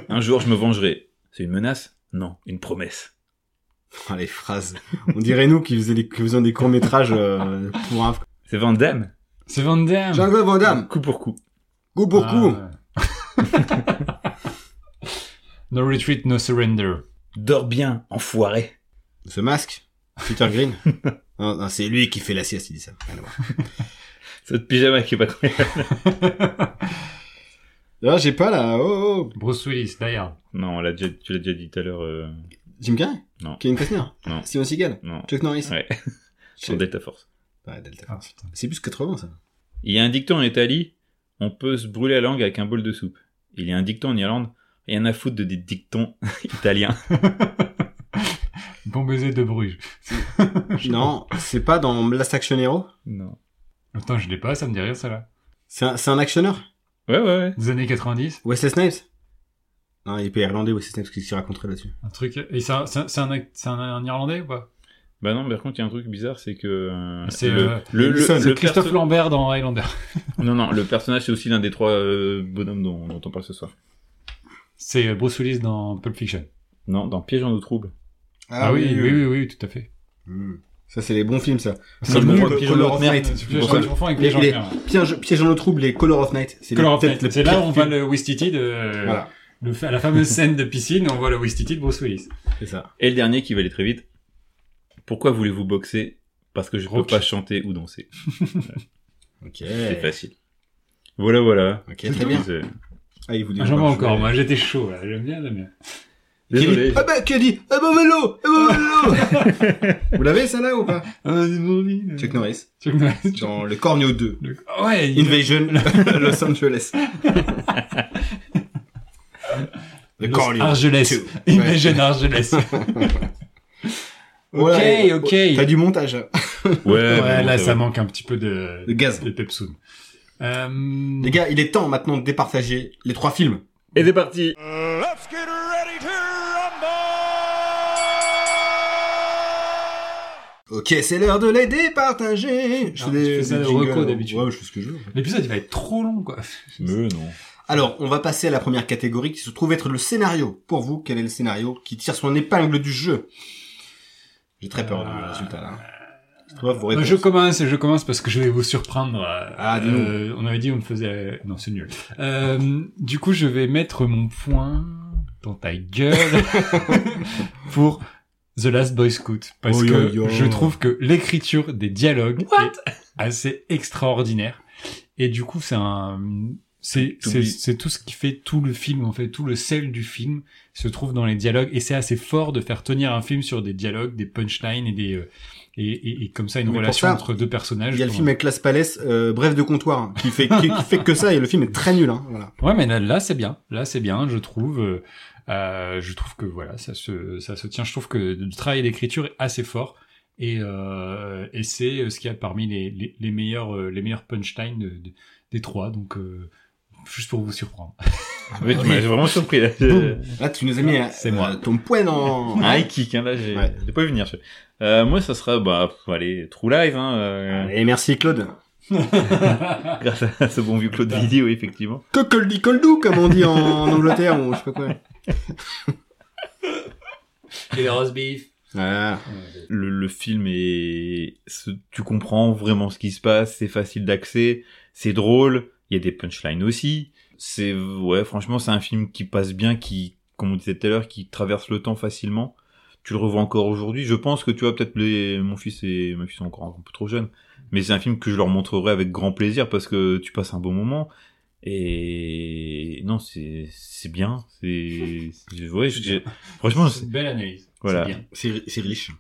[SPEAKER 3] Un jour, je me vengerai. C'est une menace Non, une promesse.
[SPEAKER 1] Ah, les phrases. On dirait nous qui faisions des, qui faisions des courts-métrages, euh, pour un,
[SPEAKER 3] C'est Van Damme
[SPEAKER 2] C'est Van Damme.
[SPEAKER 1] Jean-Claude Van Damme.
[SPEAKER 3] Coup pour coup.
[SPEAKER 1] Go pour
[SPEAKER 2] Ah,
[SPEAKER 1] coup.
[SPEAKER 2] ouais. no retreat, no surrender.
[SPEAKER 3] Dors bien, enfoiré.
[SPEAKER 1] Ce masque. Peter Green. non, non, c'est lui qui fait la sieste, il dit ça. Rien à voir.
[SPEAKER 3] C'est notre pyjama qui est pas
[SPEAKER 1] Là, j'ai pas là. Oh, oh.
[SPEAKER 2] Bruce Willis, d'ailleurs.
[SPEAKER 3] Non, on l'a déjà, tu l'as déjà dit tout à l'heure. euh,
[SPEAKER 1] Jim Carrey.
[SPEAKER 3] Non.
[SPEAKER 1] Kevin Costner.
[SPEAKER 3] Non.
[SPEAKER 1] Steven Seagal.
[SPEAKER 3] Non.
[SPEAKER 1] Chuck Norris.
[SPEAKER 3] Ouais,
[SPEAKER 1] Je-
[SPEAKER 3] sur Delta Force.
[SPEAKER 1] Ouais, Delta.
[SPEAKER 2] Ah, putain.
[SPEAKER 1] C'est plus 80, ça.
[SPEAKER 3] Il y a un dicton en Italie, on peut se brûler la langue avec un bol de soupe. Il y a un dicton en Irlande, rien à foutre de des dictons italiens.
[SPEAKER 2] Bon baiser de Bruges.
[SPEAKER 1] non, c'est pas dans Last Action Hero
[SPEAKER 3] Non.
[SPEAKER 2] Attends, je l'ai pas, ça me dit rien, ça là.
[SPEAKER 1] C'est un, c'est un actionneur
[SPEAKER 3] Ouais, ouais, ouais.
[SPEAKER 2] Des années 90,
[SPEAKER 1] Wesley Snipes Non, il est pas irlandais, Wesley Snipes, qu'est-ce qu'il raconterait là-dessus
[SPEAKER 2] un truc. Et c'est un, c'est un, c'est un, act- c'est un- un Irlandais ou pas
[SPEAKER 3] Bah non, mais par contre, il y a un truc bizarre, c'est que. euh,
[SPEAKER 2] C'est
[SPEAKER 3] le,
[SPEAKER 2] euh,
[SPEAKER 3] le, le-
[SPEAKER 2] c'est
[SPEAKER 3] le
[SPEAKER 2] Christophe
[SPEAKER 3] perso-
[SPEAKER 2] Lambert dans Highlander.
[SPEAKER 3] Non, non, le personnage, c'est aussi l'un des trois euh, bonhommes dont, dont on parle ce soir.
[SPEAKER 2] C'est euh, Bruce Willis dans Pulp Fiction.
[SPEAKER 3] Non, dans Piège en eau trouble.
[SPEAKER 2] Ah, oui, oui, oui, oui, tout à fait.
[SPEAKER 1] Hmm. Ça, c'est les bons films, ça.
[SPEAKER 2] C'est
[SPEAKER 1] Comme
[SPEAKER 2] le
[SPEAKER 1] Color
[SPEAKER 2] nul.
[SPEAKER 1] of
[SPEAKER 3] Color of
[SPEAKER 1] Night.
[SPEAKER 2] Euh, tu
[SPEAKER 3] Bon,
[SPEAKER 2] vois,
[SPEAKER 3] ça-
[SPEAKER 2] Je confonds avec
[SPEAKER 1] il est-
[SPEAKER 2] les gens.
[SPEAKER 1] il est-
[SPEAKER 2] bien.
[SPEAKER 1] Piège, piège dans le trouble et Color of Night. C'est les-
[SPEAKER 2] Color of
[SPEAKER 1] peut-être
[SPEAKER 2] Night.
[SPEAKER 1] le
[SPEAKER 2] C'est là
[SPEAKER 1] pire
[SPEAKER 2] où on voit
[SPEAKER 1] film.
[SPEAKER 2] le Wistiti de.
[SPEAKER 1] Voilà,
[SPEAKER 2] Le, à la fameuse scène de piscine, on voit le Wistiti de Bruce Willis.
[SPEAKER 1] c'est ça.
[SPEAKER 3] Et le dernier qui va aller très vite. Pourquoi voulez-vous boxer Parce que je
[SPEAKER 2] Rock.
[SPEAKER 3] peux pas chanter ou danser.
[SPEAKER 1] Ok.
[SPEAKER 3] C'est facile. Voilà, voilà.
[SPEAKER 1] Ok,
[SPEAKER 3] C'est
[SPEAKER 1] très
[SPEAKER 3] tout.
[SPEAKER 1] bien.
[SPEAKER 3] C'est-
[SPEAKER 1] Ah, il vous dit
[SPEAKER 2] Ah, J'en
[SPEAKER 1] pas,
[SPEAKER 2] vois
[SPEAKER 1] je
[SPEAKER 2] encore,
[SPEAKER 1] vais-
[SPEAKER 2] moi j'étais chaud là, j'aime bien, j'aime bien.
[SPEAKER 1] Qui dit,
[SPEAKER 3] Désolé.
[SPEAKER 1] Ah bah, qui a dit Ah bah, vélo Ah bah, vélo Vous l'avez, celle-là, ou pas Chuck Norris.
[SPEAKER 2] Chuck Norris.
[SPEAKER 1] Dans le Cornio 2.
[SPEAKER 2] Le- Ah Ouais, il-
[SPEAKER 1] Invasion Los Angeles. le
[SPEAKER 2] Los
[SPEAKER 1] Cornio.
[SPEAKER 2] Angeles.
[SPEAKER 1] Ouais.
[SPEAKER 2] Invasion Angeles. Ok,
[SPEAKER 1] Voilà.
[SPEAKER 2] ok.
[SPEAKER 1] T'as du montage. hein.
[SPEAKER 3] Ouais,
[SPEAKER 2] Ouais,
[SPEAKER 3] mais bon,
[SPEAKER 2] là
[SPEAKER 3] ça
[SPEAKER 2] ça
[SPEAKER 3] va.
[SPEAKER 2] manque un petit peu de,
[SPEAKER 1] De gaz.
[SPEAKER 2] de pepsoun. Euh...
[SPEAKER 1] Les gars, il est temps maintenant de départager les trois films.
[SPEAKER 3] Et c'est parti
[SPEAKER 4] Let's get ready to rumble!
[SPEAKER 1] Ok, c'est l'heure de les départager.
[SPEAKER 2] Non, Ah, tu fais ça au
[SPEAKER 1] jingles,
[SPEAKER 2] reco
[SPEAKER 1] hein.
[SPEAKER 2] d'habitude.
[SPEAKER 1] Ouais, je fais ce que je veux. en fait.
[SPEAKER 2] L'épisode il va être trop long quoi.
[SPEAKER 3] Mais non.
[SPEAKER 1] Alors, on va passer à la première catégorie qui se trouve être le scénario. Pour vous, quel est le scénario qui tire son épingle du jeu J'ai très peur du
[SPEAKER 2] Euh,
[SPEAKER 1] résultat là. Je trouve vos
[SPEAKER 2] Euh,
[SPEAKER 1] réponses.
[SPEAKER 2] Je commence, je commence parce que je vais vous surprendre. euh,
[SPEAKER 1] Ah, dis-nous.
[SPEAKER 2] euh, on avait dit on me faisait. Non, c'est nul. Euh, du coup, je vais mettre mon point dans ta gueule pour The Last Boy Scout parce
[SPEAKER 1] Oh,
[SPEAKER 2] que
[SPEAKER 1] yo, yo.
[SPEAKER 2] je trouve que l'écriture des dialogues est assez extraordinaire et du coup, c'est un. C'est
[SPEAKER 3] To
[SPEAKER 2] c'est-
[SPEAKER 3] be.
[SPEAKER 2] c'est tout ce qui fait tout le film en fait tout le sel du film se trouve dans les dialogues et c'est assez fort de faire tenir un film sur des dialogues des punchlines et des euh, et, et, et comme ça une
[SPEAKER 1] Mais pour
[SPEAKER 2] relation
[SPEAKER 1] ça,
[SPEAKER 2] entre deux personnages.
[SPEAKER 1] Il y a le
[SPEAKER 2] pour-
[SPEAKER 1] film avec Las Palais, euh, Bref de comptoir, hein, qui fait qui, qui fait que ça et le film est très nul. Hein, voilà.
[SPEAKER 2] Ouais, mais là, là, c'est bien. Là, c'est bien, je trouve. euh, euh, je trouve que voilà, ça se, ça se tient. Je trouve que le travail d'écriture est assez fort. Et, euh, et c'est euh, ce qu'il y a parmi les, les, les meilleurs, euh, les meilleurs punchlines de- de- des trois. Donc, euh, juste pour vous surprendre.
[SPEAKER 3] Oui, tu m'as vraiment surpris. Là. Euh.
[SPEAKER 1] Là, tu nous as mis
[SPEAKER 2] C'est
[SPEAKER 1] euh,
[SPEAKER 2] moi.
[SPEAKER 1] ton poing dans.
[SPEAKER 3] Un high kick, hein, là, j'ai
[SPEAKER 1] Ouais.
[SPEAKER 3] j'ai pas vu venir. je- Euh, moi, ça sera, bah, pff, allez, True Live, hein, euh,
[SPEAKER 1] Et merci Claude.
[SPEAKER 3] grâce à ce bon vieux Claude Vidéo, effectivement.
[SPEAKER 1] Coccoldi coldou comme on dit en, en Angleterre ou je sais pas quoi.
[SPEAKER 2] Et le roast beef.
[SPEAKER 1] Ah,
[SPEAKER 2] Euh,
[SPEAKER 3] Le, le film est, ce- tu comprends vraiment ce qui se passe, c'est facile d'accès, c'est drôle, il y a des punchlines aussi. C'est, ouais, franchement, c'est un film qui passe bien, qui, comme on disait tout à l'heure, qui traverse le temps facilement. Tu le revois encore aujourd'hui. Je pense que tu vois, peut-être les, mon fils et ma fille sont encore un peu trop jeunes. Mais c'est un film que je leur montrerai avec grand plaisir parce que tu passes un bon moment. Et non, c'est, c'est bien. C'est, c'est- ouais, je- je- franchement,
[SPEAKER 2] C'est
[SPEAKER 3] c'est
[SPEAKER 2] une belle analyse.
[SPEAKER 3] Voilà.
[SPEAKER 2] C'est bien.
[SPEAKER 1] c'est ri- c'est riche.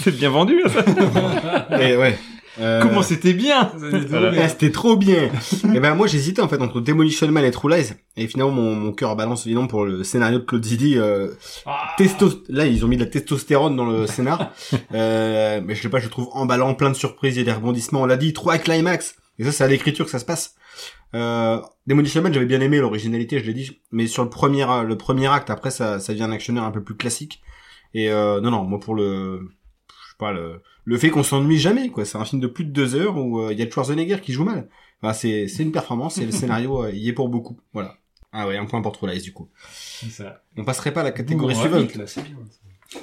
[SPEAKER 3] c'est bien vendu. hein, ça.
[SPEAKER 1] Et ouais. Euh,
[SPEAKER 3] Comment c'était bien! Voilà.
[SPEAKER 1] Ah, c'était trop bien. et ben moi j'hésitais en fait entre Demolition Man et True Lies et finalement mon, mon cœur balance évidemment pour le scénario de Claude Zidi. Euh,
[SPEAKER 2] Ah.
[SPEAKER 1] testo- là ils ont mis de la testostérone dans le scénar, euh, mais je sais pas, je le trouve emballant, plein de surprises et des rebondissements. On l'a dit, trois climax. Et ça c'est à l'écriture que ça se passe. Euh, Demolition Man j'avais bien aimé l'originalité, je l'ai dit, mais sur le premier euh, le premier acte après ça ça devient un actionnaire un peu plus classique. Et euh, non non moi pour le je sais pas le le fait qu'on s'ennuie jamais quoi c'est un film de plus de deux heures où euh, il y a Schwarzenegger qui joue mal enfin c'est c'est une performance et le scénario euh, y est pour beaucoup voilà ah ouais un point pour True Lies du coup
[SPEAKER 2] C'est ça.
[SPEAKER 1] on passerait pas à la catégorie
[SPEAKER 2] Bon, rapide,
[SPEAKER 1] suivante
[SPEAKER 2] là, c'est bien,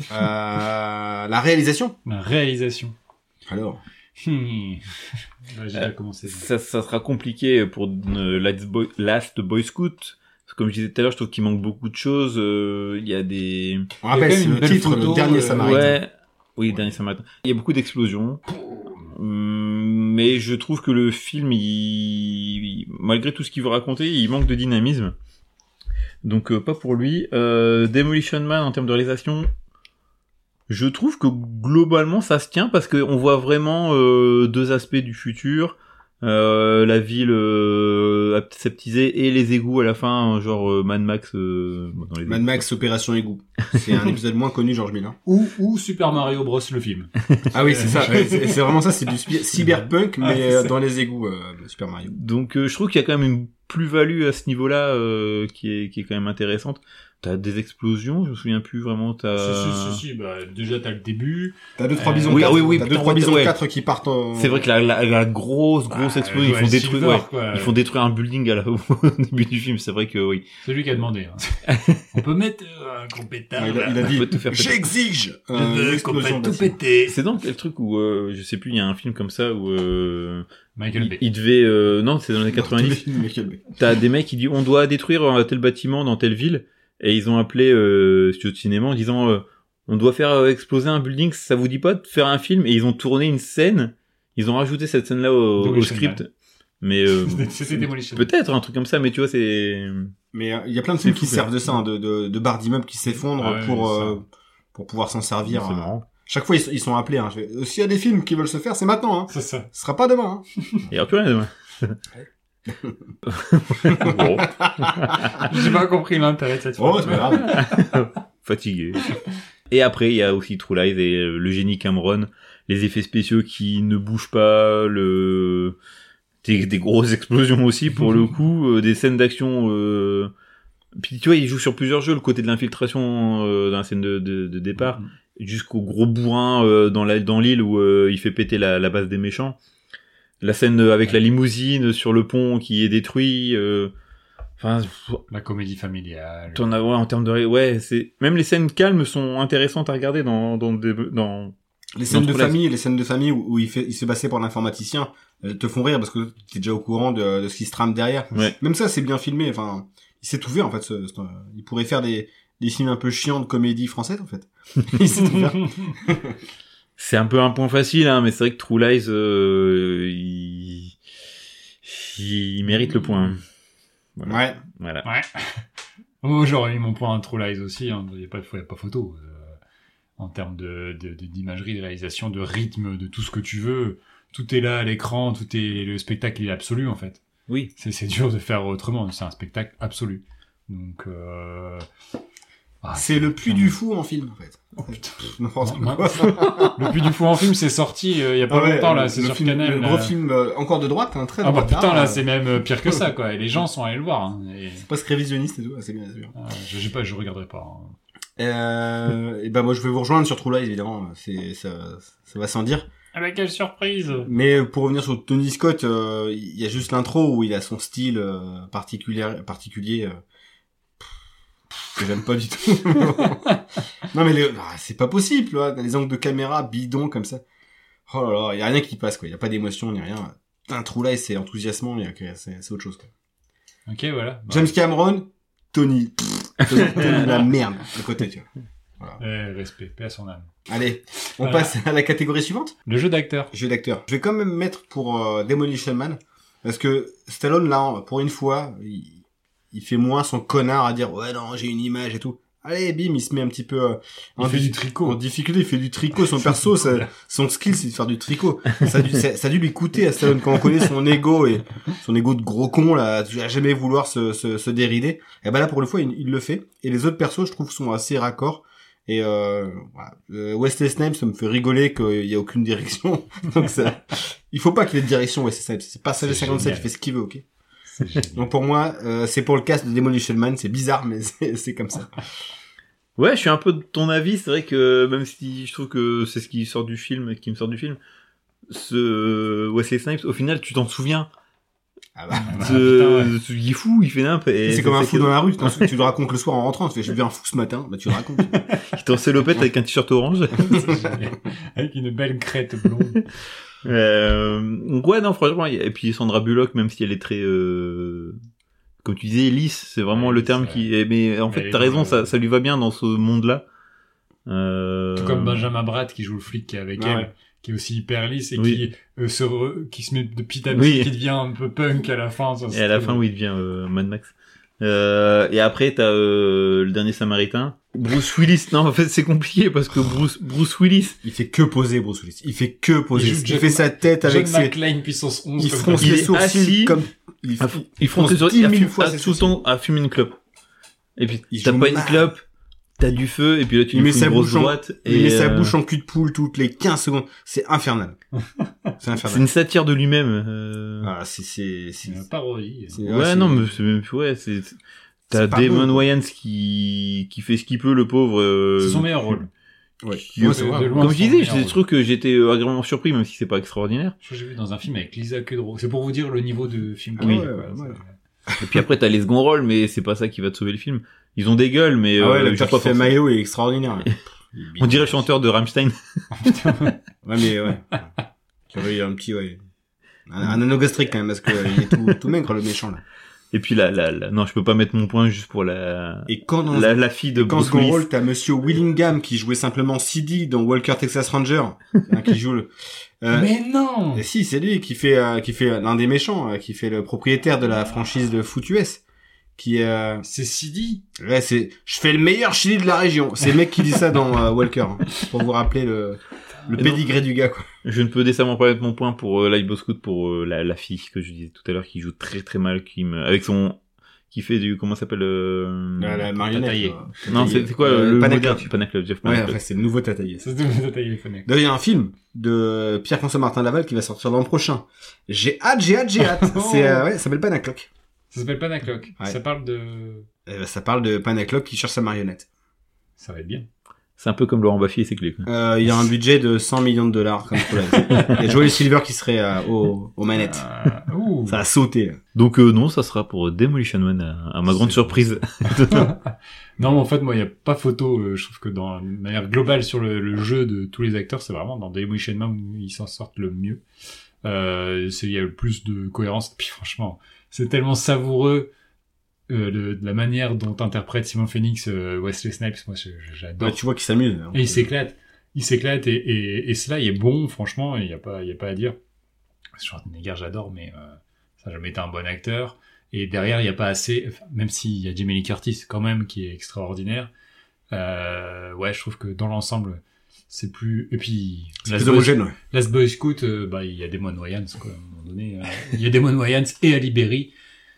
[SPEAKER 2] ça.
[SPEAKER 1] euh, la réalisation
[SPEAKER 2] La réalisation.
[SPEAKER 1] alors
[SPEAKER 2] Hmm. Ouais, J'ai déjà commencé.
[SPEAKER 3] ça, ça sera compliqué pour euh, Last Boy, Last Boy Scout. Parce que Comme je disais tout à l'heure, je trouve qu'il manque beaucoup de choses. euh, Il y a des...
[SPEAKER 1] on
[SPEAKER 2] Il y a
[SPEAKER 1] rappelle
[SPEAKER 2] quand même
[SPEAKER 1] c'est
[SPEAKER 2] une
[SPEAKER 1] le
[SPEAKER 2] belle
[SPEAKER 1] titre
[SPEAKER 2] photo,
[SPEAKER 1] le dernier
[SPEAKER 2] euh,
[SPEAKER 1] Samaritain
[SPEAKER 3] Ouais. Oui, dernier Samaritain. Il y a beaucoup d'explosions. Hum, Mais je trouve que le film, il... il- malgré tout ce qu'il veut raconter, il manque de dynamisme. Donc euh, pas pour lui. Euh, Demolition Man en termes de réalisation, je trouve que globalement ça se tient parce qu'on voit vraiment euh, deux aspects du futur. euh, la ville euh, aseptisée et les égouts à la fin, genre euh, Mad Max. euh, bon, dans les
[SPEAKER 1] Mad
[SPEAKER 3] égouts.
[SPEAKER 1] Max Opération Égout. C'est un épisode moins connu, Georges Miller.
[SPEAKER 2] Ou, ou Super Mario Bros le film.
[SPEAKER 1] Ah oui, c'est ça. ouais, C'est c'est vraiment ça, c'est du spi- cyberpunk,
[SPEAKER 2] Ah,
[SPEAKER 1] mais
[SPEAKER 2] c'est
[SPEAKER 1] euh,
[SPEAKER 2] ça.
[SPEAKER 1] dans les égouts, euh, Super Mario.
[SPEAKER 3] Donc euh, je trouve qu'il y a quand même une plus-value à ce niveau-là euh, qui est qui est quand même intéressante. T'as des explosions, je me souviens plus vraiment. T'as.
[SPEAKER 2] Si, si, si, si, bah, déjà t'as le début.
[SPEAKER 1] T'as deux,
[SPEAKER 2] Euh,
[SPEAKER 1] trois bisons
[SPEAKER 3] oui,
[SPEAKER 1] quatre-
[SPEAKER 3] ah oui, oui,
[SPEAKER 1] t'as deux,
[SPEAKER 3] putain,
[SPEAKER 1] trois
[SPEAKER 3] ouais,
[SPEAKER 1] bisons
[SPEAKER 3] ouais.
[SPEAKER 1] quatre qui partent en...
[SPEAKER 3] C'est vrai que la, la, la grosse grosse
[SPEAKER 2] Bah,
[SPEAKER 3] explosion, ils
[SPEAKER 2] Joel
[SPEAKER 3] font détruire,
[SPEAKER 2] Silver,
[SPEAKER 3] ouais,
[SPEAKER 2] quoi.
[SPEAKER 3] ils font détruire un building à la, au début du film. C'est vrai que oui.
[SPEAKER 2] C'est lui qui a demandé. hein. On peut mettre euh, un gros pétard.
[SPEAKER 1] Ouais, il,
[SPEAKER 2] là.
[SPEAKER 1] a, il a
[SPEAKER 3] On
[SPEAKER 1] dit,
[SPEAKER 3] peut tout faire péter.
[SPEAKER 1] j'exige euh,
[SPEAKER 2] Je veux
[SPEAKER 1] une
[SPEAKER 2] qu'on
[SPEAKER 1] explosion
[SPEAKER 2] fasse tout
[SPEAKER 1] d'acier.
[SPEAKER 2] péter.
[SPEAKER 3] C'est donc le truc où euh, je sais plus, il y a un film comme ça où euh,
[SPEAKER 2] Michael
[SPEAKER 3] il,
[SPEAKER 2] Bay.
[SPEAKER 3] il devait euh, non, c'est dans les années 90.
[SPEAKER 1] Michael Bay.
[SPEAKER 3] T'as des mecs qui disent on doit détruire euh, tel bâtiment dans telle ville et ils ont appelé euh, studio de cinéma en disant euh, on doit faire euh, exploser un building, ça vous dit pas de faire un film et ils ont tourné une scène, ils ont rajouté cette scène là au, au
[SPEAKER 2] Demolition
[SPEAKER 3] script. Mais euh,
[SPEAKER 2] C'était Demolition.
[SPEAKER 3] peut-être un truc comme ça mais tu vois c'est
[SPEAKER 1] Mais euh, il y a plein de
[SPEAKER 3] C'est
[SPEAKER 1] films qui
[SPEAKER 3] fou, ça.
[SPEAKER 1] servent de ça, hein, de, de, de barres d'immeubles qui s'effondrent
[SPEAKER 2] Ouais,
[SPEAKER 1] pour
[SPEAKER 2] c'est ça.
[SPEAKER 1] euh, pour pouvoir s'en
[SPEAKER 3] c'est
[SPEAKER 1] servir. hein.
[SPEAKER 3] marrant.
[SPEAKER 1] Chaque fois ils, sont- ils sont appelés. Hein. Je vais- S'il y a des films qui veulent se faire, c'est maintenant. Hein.
[SPEAKER 2] C'est ça.
[SPEAKER 1] Ce sera pas demain. Hein.
[SPEAKER 3] Il y aura plus rien demain. Bon,
[SPEAKER 2] J'ai pas compris l'intérêt de cette
[SPEAKER 1] Oh,
[SPEAKER 2] phrase.
[SPEAKER 1] c'est pas grave.
[SPEAKER 3] fatigué. Et après, il y a aussi True Lies et euh, le génie Cameron, les effets spéciaux qui ne bougent pas, le des, des grosses explosions aussi pour le coup, euh, des scènes d'action. euh, Puis tu vois, il joue sur plusieurs jeux, le côté de l'infiltration euh, dans la scène de, de- de départ, jusqu'au gros bourrin euh, dans la- dans l'île où euh, il fait péter la, la base des méchants. La scène euh, avec la limousine sur le pont qui est détruit. euh, Enfin,
[SPEAKER 2] La comédie familiale.
[SPEAKER 3] T'en as- ouais, en termes de ouais, c'est même les scènes calmes sont intéressantes à regarder dans dans des- dans
[SPEAKER 1] Les scènes
[SPEAKER 3] Non,
[SPEAKER 1] de
[SPEAKER 3] pour la-
[SPEAKER 1] famille, les scènes de famille où, où il fait, il se passait pour l'informaticien, elles te font rire parce que t'es déjà au courant de, de ce qui se trame derrière.
[SPEAKER 3] Ouais.
[SPEAKER 1] Même ça, c'est bien filmé. Enfin, il s'est tout fait en fait. ce- ce- il pourrait faire des des films un peu chiants de comédie française en fait. il sait tout faire.
[SPEAKER 3] c'est un peu un point facile hein, mais c'est vrai que True Lies euh, il... il mérite le point. Voilà.
[SPEAKER 1] Ouais.
[SPEAKER 3] Voilà.
[SPEAKER 2] Ouais. Oh, j'aurais mis mon point à True Lies aussi. hein. Il n'y a, pas- y a pas photo. euh, en termes d'imagerie, de, de, d'imagerie, de réalisation, de rythme, de tout ce que tu veux. Tout est là à l'écran. Tout est le spectacle il est absolu en fait.
[SPEAKER 3] Oui.
[SPEAKER 2] C'est c'est dur de faire autrement. C'est un spectacle absolu. Donc. Euh... ah,
[SPEAKER 1] C'est le puits du fou en film en fait.
[SPEAKER 2] Oh, putain.
[SPEAKER 1] N'importe
[SPEAKER 2] Non,
[SPEAKER 1] quoi.
[SPEAKER 2] Le Puy du Fou en film, c'est sorti euh, il y a pas
[SPEAKER 1] Ah ouais,
[SPEAKER 2] longtemps là,
[SPEAKER 1] le-
[SPEAKER 2] c'est
[SPEAKER 1] le
[SPEAKER 2] sur
[SPEAKER 1] film-
[SPEAKER 2] Canal.
[SPEAKER 1] Le
[SPEAKER 2] là.
[SPEAKER 1] gros film euh, encore de droite, un très
[SPEAKER 2] Ah bah
[SPEAKER 1] droitard,
[SPEAKER 2] putain là,
[SPEAKER 1] euh,
[SPEAKER 2] c'est même euh, pire que ça quoi. Et les gens sont allés le voir. hein. Et,
[SPEAKER 1] presque Euh, révisionniste et tout, ouais, c'est bien sûr.
[SPEAKER 2] euh, je sais pas, je regarderai pas. hein.
[SPEAKER 1] Euh, et ben moi je vais vous rejoindre sur True Lies évidemment, c'est ça, ça va sans dire.
[SPEAKER 2] Ah bah quelle surprise
[SPEAKER 1] Mais pour revenir sur Tony Scott, euh, il y a juste l'intro où il a son style euh, particulier particulier euh, pff, que j'aime pas du tout. non mais les- ah, c'est pas possible, là, les angles de caméra bidons comme ça. Oh là là, il y a rien qui passe quoi, il y a pas d'émotion ni rien. Un True Lies c'est enthousiasmant, mais euh, c'est c'est autre chose. Quoi.
[SPEAKER 2] Ok voilà. Bah,
[SPEAKER 1] James Cameron, Tony. Pff, Tony, Tony la merde à côté, tu vois.
[SPEAKER 2] eh, respect, paix à son âme.
[SPEAKER 1] Allez, on
[SPEAKER 2] Voilà.
[SPEAKER 1] passe à la catégorie suivante,
[SPEAKER 2] Le jeu d'acteur.
[SPEAKER 1] jeu d'acteur. Je vais quand même mettre pour euh, Demolition Man, parce que Stallone, là, hein, pour une fois, il, il fait moins son connard à dire « Ouais, non, j'ai une image et tout ». Allez, bim, il se met un petit peu euh,
[SPEAKER 2] Il
[SPEAKER 1] en,
[SPEAKER 2] fait
[SPEAKER 1] dif-
[SPEAKER 2] du
[SPEAKER 1] en
[SPEAKER 2] tricot. hein.
[SPEAKER 1] difficulté, il fait du tricot. Son perso, ça- son skill, c'est de faire du tricot. Ça a, dû, ça, ça a dû lui coûter à Stallone quand on connaît son ego et son ego de gros con là, à jamais vouloir se, se, se dérider. Et ben là pour le fois il, il le fait. Et les autres persos je trouve sont assez raccords. Et euh, voilà. Euh, Wesley Snipes ça me fait rigoler qu'il y a aucune direction. Donc ça, il faut pas qu'il ait de direction Wesley Snipes. C'est passager
[SPEAKER 2] C'est
[SPEAKER 1] 57
[SPEAKER 2] génial.
[SPEAKER 1] il fait ce qu'il veut, ok.
[SPEAKER 2] C'est génial.
[SPEAKER 1] Donc pour moi euh, c'est pour le cast de Demolition Man. C'est bizarre mais c'est c'est comme ça.
[SPEAKER 3] Ouais, je suis un peu de ton avis, c'est vrai que même si je trouve que c'est ce qui sort du film qui me sort du film ce Wesley Snipes au final tu t'en souviens.
[SPEAKER 1] Ah bah.
[SPEAKER 2] Ah, putain, ouais.
[SPEAKER 3] Ce- ce- Il est fou, il fait nimp et
[SPEAKER 1] C'est comme un
[SPEAKER 3] ça
[SPEAKER 1] fou
[SPEAKER 3] qui-
[SPEAKER 1] dans la rue, tu t'en sou- tu le racontes le soir en rentrant, tu fais j'ai vu un fou ce matin, bah tu le racontes.
[SPEAKER 3] qui est en salopette avec un t-shirt orange.
[SPEAKER 2] C'est génial. Avec une belle crête blonde.
[SPEAKER 3] Euh, donc ouais, non, franchement, et puis Sandra Bullock, même si elle est très, euh, comme tu disais, lisse, c'est vraiment
[SPEAKER 2] Ouais,
[SPEAKER 3] le terme
[SPEAKER 2] c'est-
[SPEAKER 3] qui, est- mais en
[SPEAKER 2] Mais elle
[SPEAKER 3] fait,
[SPEAKER 2] est
[SPEAKER 3] t'as raison,
[SPEAKER 2] dans-
[SPEAKER 3] ça, ça lui va bien dans ce monde-là. Euh,
[SPEAKER 2] Tout comme Benjamin Bratt qui joue le flic qui est avec
[SPEAKER 1] Ah
[SPEAKER 2] elle.
[SPEAKER 1] ouais.
[SPEAKER 2] Qui est aussi hyper lisse et
[SPEAKER 3] Oui.
[SPEAKER 2] qui, euh, se re- qui se met de petit à petit,
[SPEAKER 3] Oui.
[SPEAKER 2] qui devient un peu punk à la fin. ça,
[SPEAKER 3] Et à la
[SPEAKER 2] c'est-
[SPEAKER 3] fin, oui, il devient euh, Mad Max. Euh, et après, t'as euh, le dernier Samaritain. Bruce Willis. Non, en fait, c'est compliqué parce que Bruce, Bruce Willis,
[SPEAKER 1] Il fait que poser Bruce Willis. Il fait que poser.
[SPEAKER 2] joue
[SPEAKER 1] Il,
[SPEAKER 2] Jack
[SPEAKER 1] fait
[SPEAKER 2] Ma-
[SPEAKER 1] sa tête avec
[SPEAKER 2] John
[SPEAKER 1] ses.
[SPEAKER 2] McClane puissance 11.
[SPEAKER 1] Il
[SPEAKER 2] comme
[SPEAKER 1] fronce
[SPEAKER 2] ça.
[SPEAKER 3] Il
[SPEAKER 1] les
[SPEAKER 3] est assis.
[SPEAKER 1] sourcils comme. Il,
[SPEAKER 3] Ah,
[SPEAKER 1] fr-
[SPEAKER 3] il fronce
[SPEAKER 1] fronce
[SPEAKER 3] les sourcils,
[SPEAKER 1] 10
[SPEAKER 3] il
[SPEAKER 1] 000
[SPEAKER 3] fume,
[SPEAKER 1] fois
[SPEAKER 3] à
[SPEAKER 1] ses
[SPEAKER 3] tout le
[SPEAKER 1] sourcils.
[SPEAKER 3] temps à fumer une clope. Et puis
[SPEAKER 1] Il
[SPEAKER 3] t'as
[SPEAKER 1] joue
[SPEAKER 3] pas une
[SPEAKER 1] mal.
[SPEAKER 3] clope, t'as du feu, et puis là tu
[SPEAKER 1] Il
[SPEAKER 3] lui
[SPEAKER 1] met
[SPEAKER 3] fous
[SPEAKER 1] sa
[SPEAKER 3] une grosse
[SPEAKER 1] bouche en-
[SPEAKER 3] droite.
[SPEAKER 1] Il
[SPEAKER 3] et,
[SPEAKER 1] met sa
[SPEAKER 3] euh,
[SPEAKER 1] bouche en cul de poule toutes les 15 secondes. C'est infernal. C'est
[SPEAKER 3] C'est
[SPEAKER 1] infernal.
[SPEAKER 3] une satire de lui-même. euh.
[SPEAKER 1] Ah, c'est, c'est, c'est-
[SPEAKER 2] C'est une parodie.
[SPEAKER 1] c'est-
[SPEAKER 3] ouais,
[SPEAKER 1] c'est- ah,
[SPEAKER 3] non, mais c'est même ouais, c'est t'as
[SPEAKER 1] C'est pas
[SPEAKER 3] Damon
[SPEAKER 1] beau.
[SPEAKER 3] Wayans qui qui fait ce qu'il peut, le pauvre. euh,
[SPEAKER 2] C'est son meilleur rôle.
[SPEAKER 1] Ouais.
[SPEAKER 3] qui-
[SPEAKER 1] Ouais, c'est
[SPEAKER 2] de-
[SPEAKER 1] vrai.
[SPEAKER 2] de loin.
[SPEAKER 3] Comme je
[SPEAKER 2] son
[SPEAKER 3] disais,
[SPEAKER 2] meilleur
[SPEAKER 3] j'ai des
[SPEAKER 2] rôle.
[SPEAKER 3] trucs que j'étais euh, agréablement surpris, même si c'est pas extraordinaire.
[SPEAKER 2] Je crois que j'ai vu dans un film avec Lisa Kudrow. C'est pour vous dire le niveau de film.
[SPEAKER 1] Ah
[SPEAKER 2] qu'il y a,
[SPEAKER 1] ouais,
[SPEAKER 2] quoi.
[SPEAKER 1] ouais, ouais.
[SPEAKER 3] Et puis après t'as les second rôles, mais c'est pas ça qui va te sauver le film. Ils ont des gueules, mais
[SPEAKER 1] Ah ouais,
[SPEAKER 3] euh,
[SPEAKER 1] l'acteur
[SPEAKER 3] je sais
[SPEAKER 1] qui fait
[SPEAKER 3] forcément-
[SPEAKER 1] Milo est extraordinaire. Il-
[SPEAKER 3] On dirait le chanteur de Rammstein.
[SPEAKER 1] Ouais, mais ouais. J'avais un petit, ouais. Un, un anogastrique quand même, parce que euh, il est tout, tout maigre, le méchant, là.
[SPEAKER 3] Et puis là, là, là, non, je peux pas mettre mon point juste pour la
[SPEAKER 1] Et quand dans
[SPEAKER 3] la, la fille de
[SPEAKER 1] Quand
[SPEAKER 3] Bruce
[SPEAKER 1] second
[SPEAKER 3] Willis.
[SPEAKER 1] rôle, t'as Monsieur Willingham qui jouait simplement CD dans Walker Texas Ranger, hein, qui joue le. euh,
[SPEAKER 2] Mais non
[SPEAKER 1] et si, c'est lui qui fait euh, qui fait l'un des méchants, euh, qui fait le propriétaire de la franchise de foot US, qui euh,
[SPEAKER 2] C'est Sidi.
[SPEAKER 1] ouais c'est je fais le meilleur chili de la région. C'est le mec qui dit ça dans euh, Walker, hein, pour vous rappeler le le
[SPEAKER 3] Et
[SPEAKER 1] pédigré du gars quoi.
[SPEAKER 3] Je ne peux décemment pas mettre mon point pour euh, Live Scout pour euh, la, la fille que je disais tout à l'heure qui joue très très mal, qui me, avec son, qui fait du, comment ça s'appelle euh...
[SPEAKER 2] Ah,
[SPEAKER 1] La, la marionnette.
[SPEAKER 2] Tataillé.
[SPEAKER 1] quoi.
[SPEAKER 3] Non, c'est
[SPEAKER 1] Tataillé.
[SPEAKER 3] c'est quoi
[SPEAKER 1] Euh,
[SPEAKER 3] euh, le
[SPEAKER 1] Panaclope.
[SPEAKER 3] moderne- Panaclope, Jeff
[SPEAKER 1] Ouais,
[SPEAKER 3] Panaclope.
[SPEAKER 1] enfin, c'est le nouveau Tataillé.
[SPEAKER 2] Ça se devait être téléphonique.
[SPEAKER 1] D'ailleurs, il y a un film de Pierre-François Martin Laval qui va sortir l'an prochain. J'ai hâte, j'ai hâte, j'ai hâte. c'est euh, ouais, ça s'appelle Panacloc.
[SPEAKER 2] Ça s'appelle Panacloc.
[SPEAKER 1] Ouais.
[SPEAKER 2] Ça parle de.
[SPEAKER 1] Euh, ça parle de Panacloc qui cherche sa marionnette.
[SPEAKER 2] Ça va être bien.
[SPEAKER 3] C'est un peu comme Laurent Baffy et ses clés. quoi.
[SPEAKER 1] Euh, Il y a un budget de 100 millions de dollars comme problème. Il y a Joel Silver qui serait euh, aux, aux manettes.
[SPEAKER 2] Ah, ouh.
[SPEAKER 1] Ça a sauté. là.
[SPEAKER 3] Donc euh, non, ça sera pour Demolition Man, euh, à, à ma grande
[SPEAKER 2] C'est-
[SPEAKER 3] surprise.
[SPEAKER 2] Non, mais en fait, moi, il n'y a pas photo. euh, je trouve que dans de manière globale sur le, le jeu de tous les acteurs, c'est vraiment dans Demolition Man où ils s'en sortent le mieux. Euh, c'est- Il y a le plus de cohérence. Puis franchement, c'est tellement savoureux euh, de, de la manière dont interprète Simon Phoenix euh, Wesley Snipes. Moi, je- je- j'adore.
[SPEAKER 1] Ouais, tu vois qu'il s'amuse. hein.
[SPEAKER 2] Et il s'éclate. Il s'éclate et, et, et cela il est bon, franchement, il n'y a, pas- il y a pas à dire. Schwarzenegger, j'adore, mais euh, ça n'a jamais été un bon acteur. Et derrière, il n'y a pas assez, enfin, même s'il y a Jamie Lee Curtis quand même, qui est extraordinaire. Euh, ouais, je trouve que dans l'ensemble, c'est plus... Et puis,
[SPEAKER 1] C'est
[SPEAKER 2] Last
[SPEAKER 1] plus
[SPEAKER 2] Boy,
[SPEAKER 1] homogène. ouais.
[SPEAKER 2] Last Boy Scout, euh, bah, il y a des moines Wayans, quoi. À un moment donné, euh, il y a des moines Wayans et Ali Berry.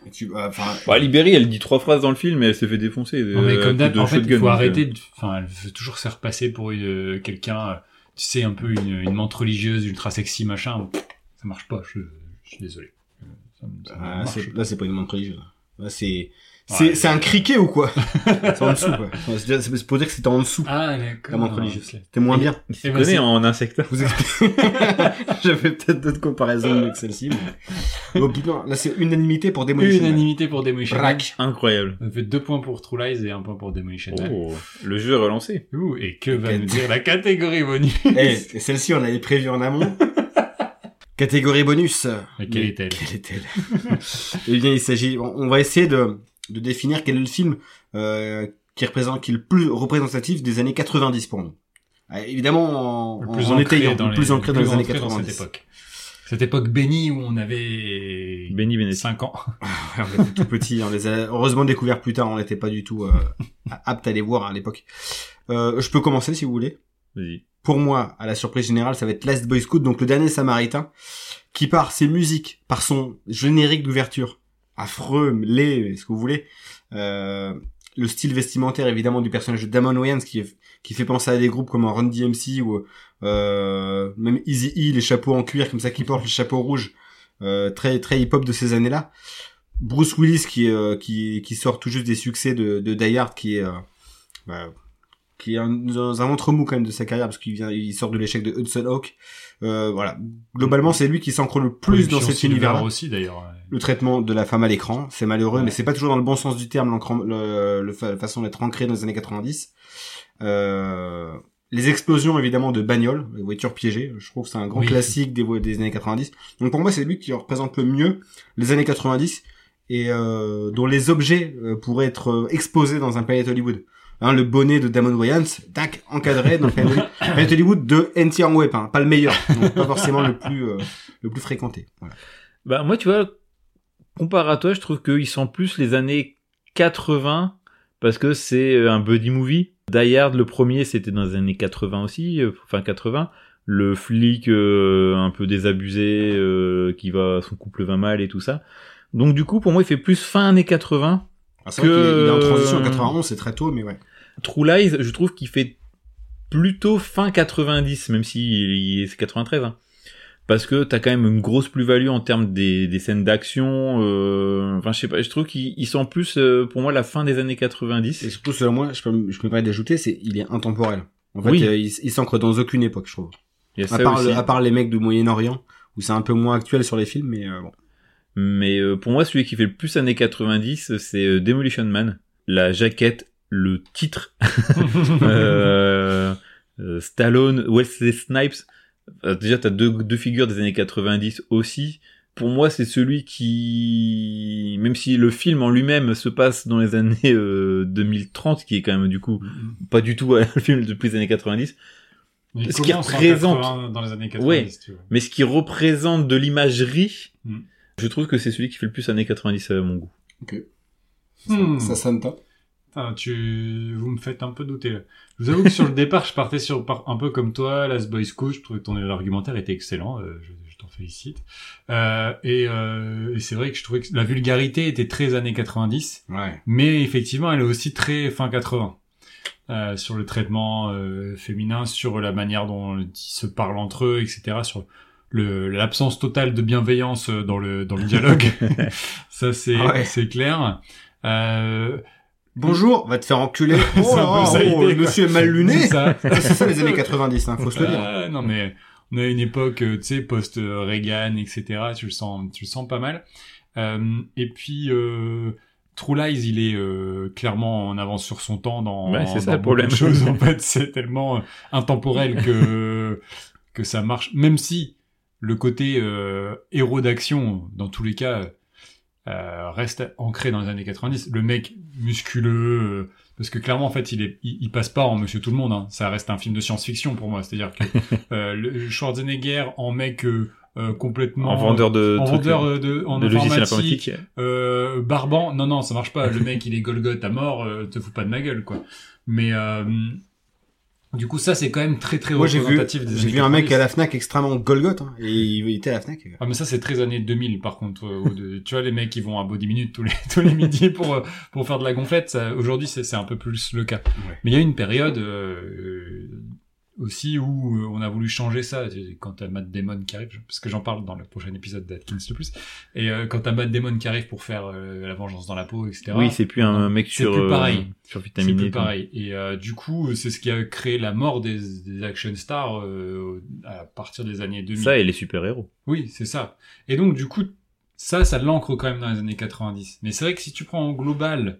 [SPEAKER 1] Et tu- ouais, enfin,
[SPEAKER 3] Bah, Libéry, elle dit trois phrases dans le film et elle se fait défoncer.
[SPEAKER 2] Non, mais
[SPEAKER 3] euh,
[SPEAKER 2] comme
[SPEAKER 3] à
[SPEAKER 2] d'hab,
[SPEAKER 3] coups de
[SPEAKER 2] en fait, il
[SPEAKER 3] shotgun,
[SPEAKER 2] faut
[SPEAKER 3] donc, euh.
[SPEAKER 2] arrêter. de- Enfin, elle veut toujours se repasser pour une- quelqu'un, euh, tu sais, un peu une, une menthe religieuse, ultra sexy, machin. Ça marche pas, je, je suis désolé. Euh, Ça, me- ça me
[SPEAKER 1] ah,
[SPEAKER 2] marche.
[SPEAKER 1] c'est- là, c'est pas une montre religieuse. Là, c'est
[SPEAKER 2] Ouais.
[SPEAKER 1] c'est c'est un criquet ou quoi C'est en dessous. Quoi. Ouais, c'est- C'est pour dire que c'était en dessous.
[SPEAKER 2] Ah, d'accord.
[SPEAKER 1] La menthe religieuse. C'était moins bien.
[SPEAKER 3] Il se
[SPEAKER 2] Eh ben,
[SPEAKER 3] connaît
[SPEAKER 2] c'est-
[SPEAKER 3] en insecte.
[SPEAKER 1] Vous expliquez. J'avais peut-être d'autres comparaisons mieux que celle-ci. Mais... Donc, non, Oh, là, c'est unanimité pour Demolition Man.
[SPEAKER 2] Unanimité pour Demolition Man.
[SPEAKER 1] Braque.
[SPEAKER 3] Incroyable.
[SPEAKER 2] Ça fait deux points pour True Lies et un point pour Demolition Man.
[SPEAKER 3] Oh, le jeu est relancé.
[SPEAKER 2] Ouh, et que va
[SPEAKER 1] Quête.
[SPEAKER 2] nous dire la catégorie bonus
[SPEAKER 1] Eh, et celle-ci, on l'avait prévue en amont. Catégorie bonus.
[SPEAKER 2] Mais quelle est-elle
[SPEAKER 1] Quelle est-elle Eh bien, il s'agit. On on va essayer de, de définir quel est le film euh, qui représente, qui est le plus représentatif des années 90 pour nous. Ah, Évidemment, en,
[SPEAKER 2] Le
[SPEAKER 1] en
[SPEAKER 2] ancré
[SPEAKER 1] étayant,
[SPEAKER 2] dans
[SPEAKER 1] le plus
[SPEAKER 2] les-
[SPEAKER 1] ancré dans les années
[SPEAKER 2] ancré dans
[SPEAKER 1] 90.
[SPEAKER 2] cette époque. Cette époque bénie où on avait
[SPEAKER 3] Benny Benetti.
[SPEAKER 2] 5 ans.
[SPEAKER 1] Ouais, on était tout petits, on les a heureusement découverts plus tard, on n'était pas du tout euh, aptes à les voir à l'époque. Euh, je peux commencer si vous voulez.
[SPEAKER 3] Vas-y.
[SPEAKER 1] Pour moi, à la surprise générale, ça va être Last Boy Scout, donc le dernier Samaritain, qui par ses musiques, par son générique d'ouverture, affreux, laid, ce que vous voulez, euh, le style vestimentaire évidemment du personnage de Damon Wayans qui, est- qui fait penser à des groupes comme en Run DMC ou euh, même Easy E, les chapeaux en cuir comme ça qui portent, les chapeaux rouges, euh, très très hip-hop de ces années-là. Bruce Willis qui, euh, qui qui sort tout juste des succès de, de Die Hard qui est euh, bah, qui est un- dans un ventre mou quand même de sa carrière parce qu'il vient il sort de l'échec de Hudson Hawk. Euh, voilà, globalement c'est lui qui s'ancre le plus dans
[SPEAKER 2] Production
[SPEAKER 1] cet
[SPEAKER 2] Silver
[SPEAKER 1] univers
[SPEAKER 2] aussi d'ailleurs.
[SPEAKER 1] le traitement de la femme à l'écran, c'est malheureux,
[SPEAKER 2] Ouais.
[SPEAKER 1] mais c'est pas toujours dans le bon sens du terme, l'encran- le, le fa- la façon d'être ancré dans les années 90. Euh, les explosions évidemment de bagnoles, les voitures piégées, je trouve que c'est un grand
[SPEAKER 2] Oui.
[SPEAKER 1] classique des, vo- des années 90. Donc pour moi, c'est lui qui représente le mieux les années 90 et euh, dont les objets euh, pourraient être euh, exposés dans un Planet Hollywood. Hein, le bonnet de Damon Wayans, tac, encadré dans le Planet Hollywood- Planet Hollywood de N.T. Web, hein, pas le meilleur, donc pas forcément le plus euh, le plus fréquenté. Voilà.
[SPEAKER 3] Bah moi tu vois, comparé à toi, je trouve qu'il sent plus les années 80 parce que c'est euh, un buddy movie. Die Hard, le premier, c'était dans les années 80 aussi, euh, fin 80. Le flic euh, un peu désabusé euh, qui va, son couple va mal et tout ça. Donc du coup, pour moi, il fait plus fin années 80.
[SPEAKER 1] Ah, c'est vrai
[SPEAKER 3] que-
[SPEAKER 1] qu'il est, il est en transition en 91, c'est très tôt, mais ouais.
[SPEAKER 3] True Lies, je trouve qu'il fait plutôt fin 90, même si il est- c'est 93. hein. Parce que t'as quand même une grosse plus-value en termes des, des scènes d'action. euh, Enfin, je sais pas, je trouve qu'ils ils sont plus, euh, pour moi, la fin des années 90.
[SPEAKER 1] Et surtout, selon moi, je peux, me- je peux pas d'ajouter, c'est, il est intemporel. En fait,
[SPEAKER 3] Oui.
[SPEAKER 1] euh, il, s- il s'ancre dans aucune époque, je trouve.
[SPEAKER 3] Il y a
[SPEAKER 1] À
[SPEAKER 3] ça
[SPEAKER 1] part,
[SPEAKER 3] aussi.
[SPEAKER 1] à part les mecs du Moyen-Orient, où c'est un peu moins actuel sur les films, mais euh, bon.
[SPEAKER 3] Mais euh, pour moi, celui qui fait le plus années 90, c'est euh, Demolition Man. La jaquette, le titre, euh, euh, Stallone, Wesley Snipes. Euh, déjà, t'as deux, deux figures des années 90 aussi. Pour moi, c'est celui qui, même si le film en lui-même se passe dans les années euh, 2030, qui est quand même du coup pas du tout euh, le film depuis les années 90,
[SPEAKER 2] Mais il
[SPEAKER 3] Ce qui
[SPEAKER 2] commence en
[SPEAKER 3] représente-
[SPEAKER 2] 80, dans les années 90,
[SPEAKER 3] Ouais.
[SPEAKER 2] tu vois.
[SPEAKER 3] mais ce qui représente de l'imagerie,
[SPEAKER 2] Mm.
[SPEAKER 3] je trouve que c'est celui qui fait le plus années 90 à mon goût.
[SPEAKER 2] Hmm.
[SPEAKER 1] sonne top.
[SPEAKER 2] Putain, tu... Vous me faites un peu douter là. Je vous avoue que sur le départ, je partais sur par- un peu comme toi, Last Boy Scout. Je trouvais que ton argumentaire était excellent. euh, je je t'en félicite. Euh, et euh, et c'est vrai que je trouvais que la vulgarité était très années 90.
[SPEAKER 1] Ouais.
[SPEAKER 2] Mais effectivement, elle est aussi très fin 80. euh, sur le traitement euh, féminin, sur la manière dont ils se parlent entre eux, etc. Sur le l'absence totale de bienveillance euh, dans le dans le dialogue. Ça c'est
[SPEAKER 1] Ah ouais.
[SPEAKER 2] c'est clair. Euh,
[SPEAKER 1] Bonjour, va te faire enculer.
[SPEAKER 2] C'est
[SPEAKER 1] Oh,
[SPEAKER 2] un
[SPEAKER 1] là,
[SPEAKER 2] peu ça
[SPEAKER 1] oh,
[SPEAKER 2] l'idée,
[SPEAKER 1] le
[SPEAKER 2] quoi.
[SPEAKER 1] monsieur est mal
[SPEAKER 2] c'est
[SPEAKER 1] luné.
[SPEAKER 2] ça.
[SPEAKER 1] Ouais, c'est ça les années 90, hein, faut se le dire.
[SPEAKER 2] Ah, non mais on a une époque, euh, tu sais, post euh, Reagan, etc. Tu le sens, tu le sens pas mal. Euh, et puis euh, True Lies, il est euh, clairement en avance sur son temps dans,
[SPEAKER 3] Ouais, c'est ça
[SPEAKER 2] dans
[SPEAKER 3] le
[SPEAKER 2] beaucoup
[SPEAKER 3] problème.
[SPEAKER 2] de choses. En fait, c'est tellement euh, intemporel que que ça marche. Même si le côté euh, héros d'action, dans tous les cas, euh, reste ancré dans les années 90. Le mec musculeux, euh, parce que clairement en fait, il, est, il, il passe pas en Monsieur Tout le Monde. hein. Ça reste un film de science-fiction pour moi. C'est-à-dire que euh, le Schwarzenegger en mec euh, euh, complètement
[SPEAKER 3] en vendeur de,
[SPEAKER 2] en
[SPEAKER 3] trucs,
[SPEAKER 2] vendeur,
[SPEAKER 3] euh,
[SPEAKER 2] euh, de, en
[SPEAKER 3] de logiciels
[SPEAKER 2] informatique,
[SPEAKER 3] informatiques.
[SPEAKER 2] euh, Barban, non, non, ça marche pas. Le mec, il est Golgoth à mort, euh, te fous pas de ma gueule, quoi. Mais euh, du coup, ça, c'est quand même très, très
[SPEAKER 1] Moi j'ai vu,
[SPEAKER 2] représentatif des
[SPEAKER 1] j'ai
[SPEAKER 2] années
[SPEAKER 1] vu un mec
[SPEAKER 2] 90.
[SPEAKER 1] à la Fnac extrêmement Golgoth, hein, et il était à la Fnac.
[SPEAKER 2] Ah, mais ça, c'est très années 2000, par contre. euh, ou de- tu vois, les mecs, ils vont à Body Minute tous les, tous les midis pour, euh, pour faire de la gonflette. ça, Aujourd'hui, c'est c'est un peu plus le cas.
[SPEAKER 1] Ouais.
[SPEAKER 2] Mais il y a une période euh, euh, aussi où euh, on a voulu changer ça. Tu- Quand t'as Matt Damon qui arrive, je- parce que j'en parle dans le prochain épisode d'Atkins le plus, et euh, quand t'as Matt Damon qui arrive pour faire euh, La Vengeance dans la peau, etc.
[SPEAKER 3] Oui, c'est plus un mec
[SPEAKER 2] C'est
[SPEAKER 3] sur,
[SPEAKER 2] plus
[SPEAKER 3] euh,
[SPEAKER 2] pareil.
[SPEAKER 3] sur
[SPEAKER 2] C'est
[SPEAKER 3] vitamine
[SPEAKER 2] plus
[SPEAKER 3] et tout.
[SPEAKER 2] pareil. Et euh, du coup, c'est ce qui a créé la mort des, des action stars euh, à partir des années 2000.
[SPEAKER 3] Ça et les super-héros.
[SPEAKER 2] Oui, c'est ça. Et donc, du coup, ça, ça l'ancre quand même dans les années 90. Mais c'est vrai que si tu prends en global,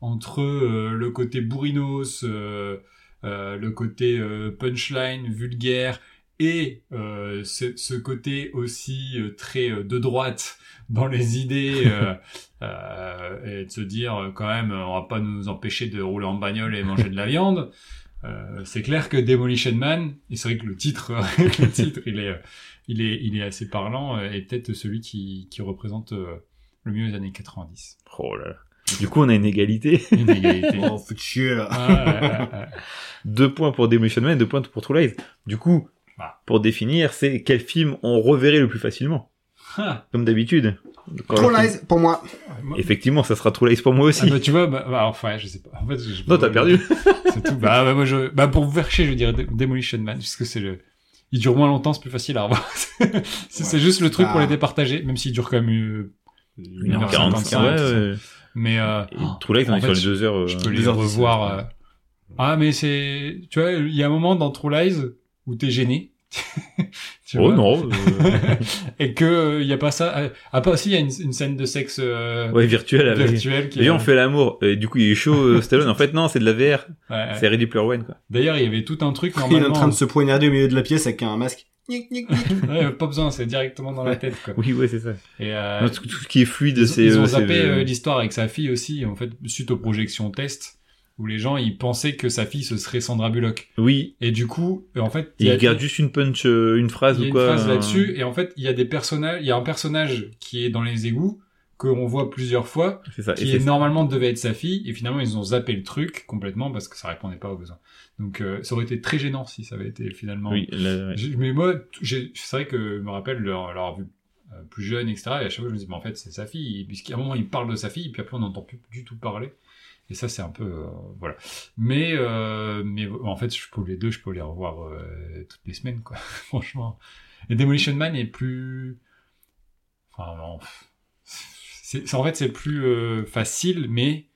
[SPEAKER 2] entre euh, le côté bourrinos, euh, euh, le côté euh, punchline, vulgaire, et euh, ce, ce côté aussi euh, très euh, de droite dans les idées, euh, euh, et de se dire, euh, quand même, on va pas nous empêcher de rouler en bagnole et manger de la viande. Euh, c'est clair que Demolition Man, et c'est vrai que le titre, le titre, il est, euh, il est, il est assez parlant euh, et peut-être celui qui, qui représente euh, le mieux les années 90.
[SPEAKER 3] Oh là là. Du coup, on a une égalité.
[SPEAKER 2] Une égalité.
[SPEAKER 1] Oh, faut te chier, là.
[SPEAKER 2] Ah, ah, ah, ah.
[SPEAKER 3] deux points pour Demolition Man et deux points pour True Lies. Du coup,
[SPEAKER 2] Ah.
[SPEAKER 3] pour définir, c'est quel film on reverrait le plus facilement.
[SPEAKER 2] Ah,
[SPEAKER 3] Comme d'habitude. Quand
[SPEAKER 1] True
[SPEAKER 3] le film-
[SPEAKER 1] Lies, pour moi.
[SPEAKER 2] moi-
[SPEAKER 3] Effectivement, ça sera True Lies pour moi
[SPEAKER 2] Ah,
[SPEAKER 3] aussi.
[SPEAKER 2] bah, tu vois, bah, bah, enfin, je sais pas. En fait, je-
[SPEAKER 3] Non, t'as perdu.
[SPEAKER 2] C'est tout. Bah, bah, moi, je, bah, pour vous faire chier, je dirais Dem- Demolition Man, puisque c'est le, il dure moins longtemps, c'est plus facile à revoir. si c'est juste le truc pour
[SPEAKER 1] Bah.
[SPEAKER 2] les départager, même s'il dure quand même euh,
[SPEAKER 3] 1h45.
[SPEAKER 2] 1h55,
[SPEAKER 3] ouais, ouais.
[SPEAKER 2] Mais, euh,
[SPEAKER 3] Et True Lies, on
[SPEAKER 2] En
[SPEAKER 3] est
[SPEAKER 2] fait,
[SPEAKER 3] sur les deux heures. euh,
[SPEAKER 2] je peux
[SPEAKER 3] deux
[SPEAKER 2] les
[SPEAKER 3] heures dix.
[SPEAKER 2] revoir. euh. Ah, mais c'est, tu vois, il y a un moment dans True Lies où t'es gêné. Tu
[SPEAKER 3] Oh
[SPEAKER 2] vois
[SPEAKER 3] non. euh,
[SPEAKER 2] et que il y a pas ça. euh, Ah pas si il y a une, une scène de sexe euh,
[SPEAKER 3] Ouais, virtuel avec.
[SPEAKER 2] virtuel qui.
[SPEAKER 3] D'ailleurs, on fait l'amour. Et du coup, il est chaud, euh, Stallone. En fait, non, c'est de la VR.
[SPEAKER 2] Ouais, ouais.
[SPEAKER 3] C'est Ready Player One, quoi.
[SPEAKER 2] D'ailleurs, il y avait tout un truc
[SPEAKER 1] Il est
[SPEAKER 2] normalement.
[SPEAKER 1] en train de se poignarder au milieu de la pièce avec un masque. Gnic, gnic, gnic.
[SPEAKER 2] Ouais, pas besoin, c'est directement dans la tête quoi.
[SPEAKER 3] Oui, ouais, c'est ça.
[SPEAKER 2] Et euh,
[SPEAKER 3] Non, tout, tout ce qui est fluide,
[SPEAKER 2] ils,
[SPEAKER 3] c'est.
[SPEAKER 2] ils ont
[SPEAKER 3] euh, c'est-
[SPEAKER 2] zappé euh, l'histoire avec sa fille aussi en fait suite aux projections test où les gens ils pensaient que sa fille ce serait Sandra Bullock
[SPEAKER 3] euh, Oui,
[SPEAKER 2] et du coup euh, en fait il y
[SPEAKER 3] il
[SPEAKER 2] a,
[SPEAKER 3] garde juste une punch, euh, une
[SPEAKER 2] il y
[SPEAKER 3] phrase
[SPEAKER 2] a
[SPEAKER 3] ou
[SPEAKER 2] une
[SPEAKER 3] quoi.
[SPEAKER 2] phrase
[SPEAKER 3] euh,
[SPEAKER 2] là-dessus et en fait il y a des personnages il y a un personnage qui est dans les égouts qu'on voit plusieurs fois,
[SPEAKER 3] C'est Bah, ça. Et
[SPEAKER 2] qui
[SPEAKER 3] c'est-
[SPEAKER 2] est- normalement devait être sa fille, et finalement ils ont zappé le truc complètement parce que ça répondait pas aux besoins. Donc euh, ça aurait été très gênant si ça avait été finalement.
[SPEAKER 3] Oui, là, ouais.
[SPEAKER 2] J'ai- Mais moi, t- j'ai- c'est vrai que je me rappelle leur, leur vu euh, plus jeune, etc. Et à chaque fois, je me dis, mais en fait, c'est sa fille. Puisqu'à un moment, il parle de sa fille, puis après, on n'entend plus du tout parler. Et ça, c'est un peu. euh, voilà. Mais, euh, mais en fait, je peux les deux, je peux les revoir euh, toutes les semaines, quoi. Franchement. Et Demolition Man est plus. Enfin, non. C'est, c'est- en fait, c'est plus euh, facile, mais.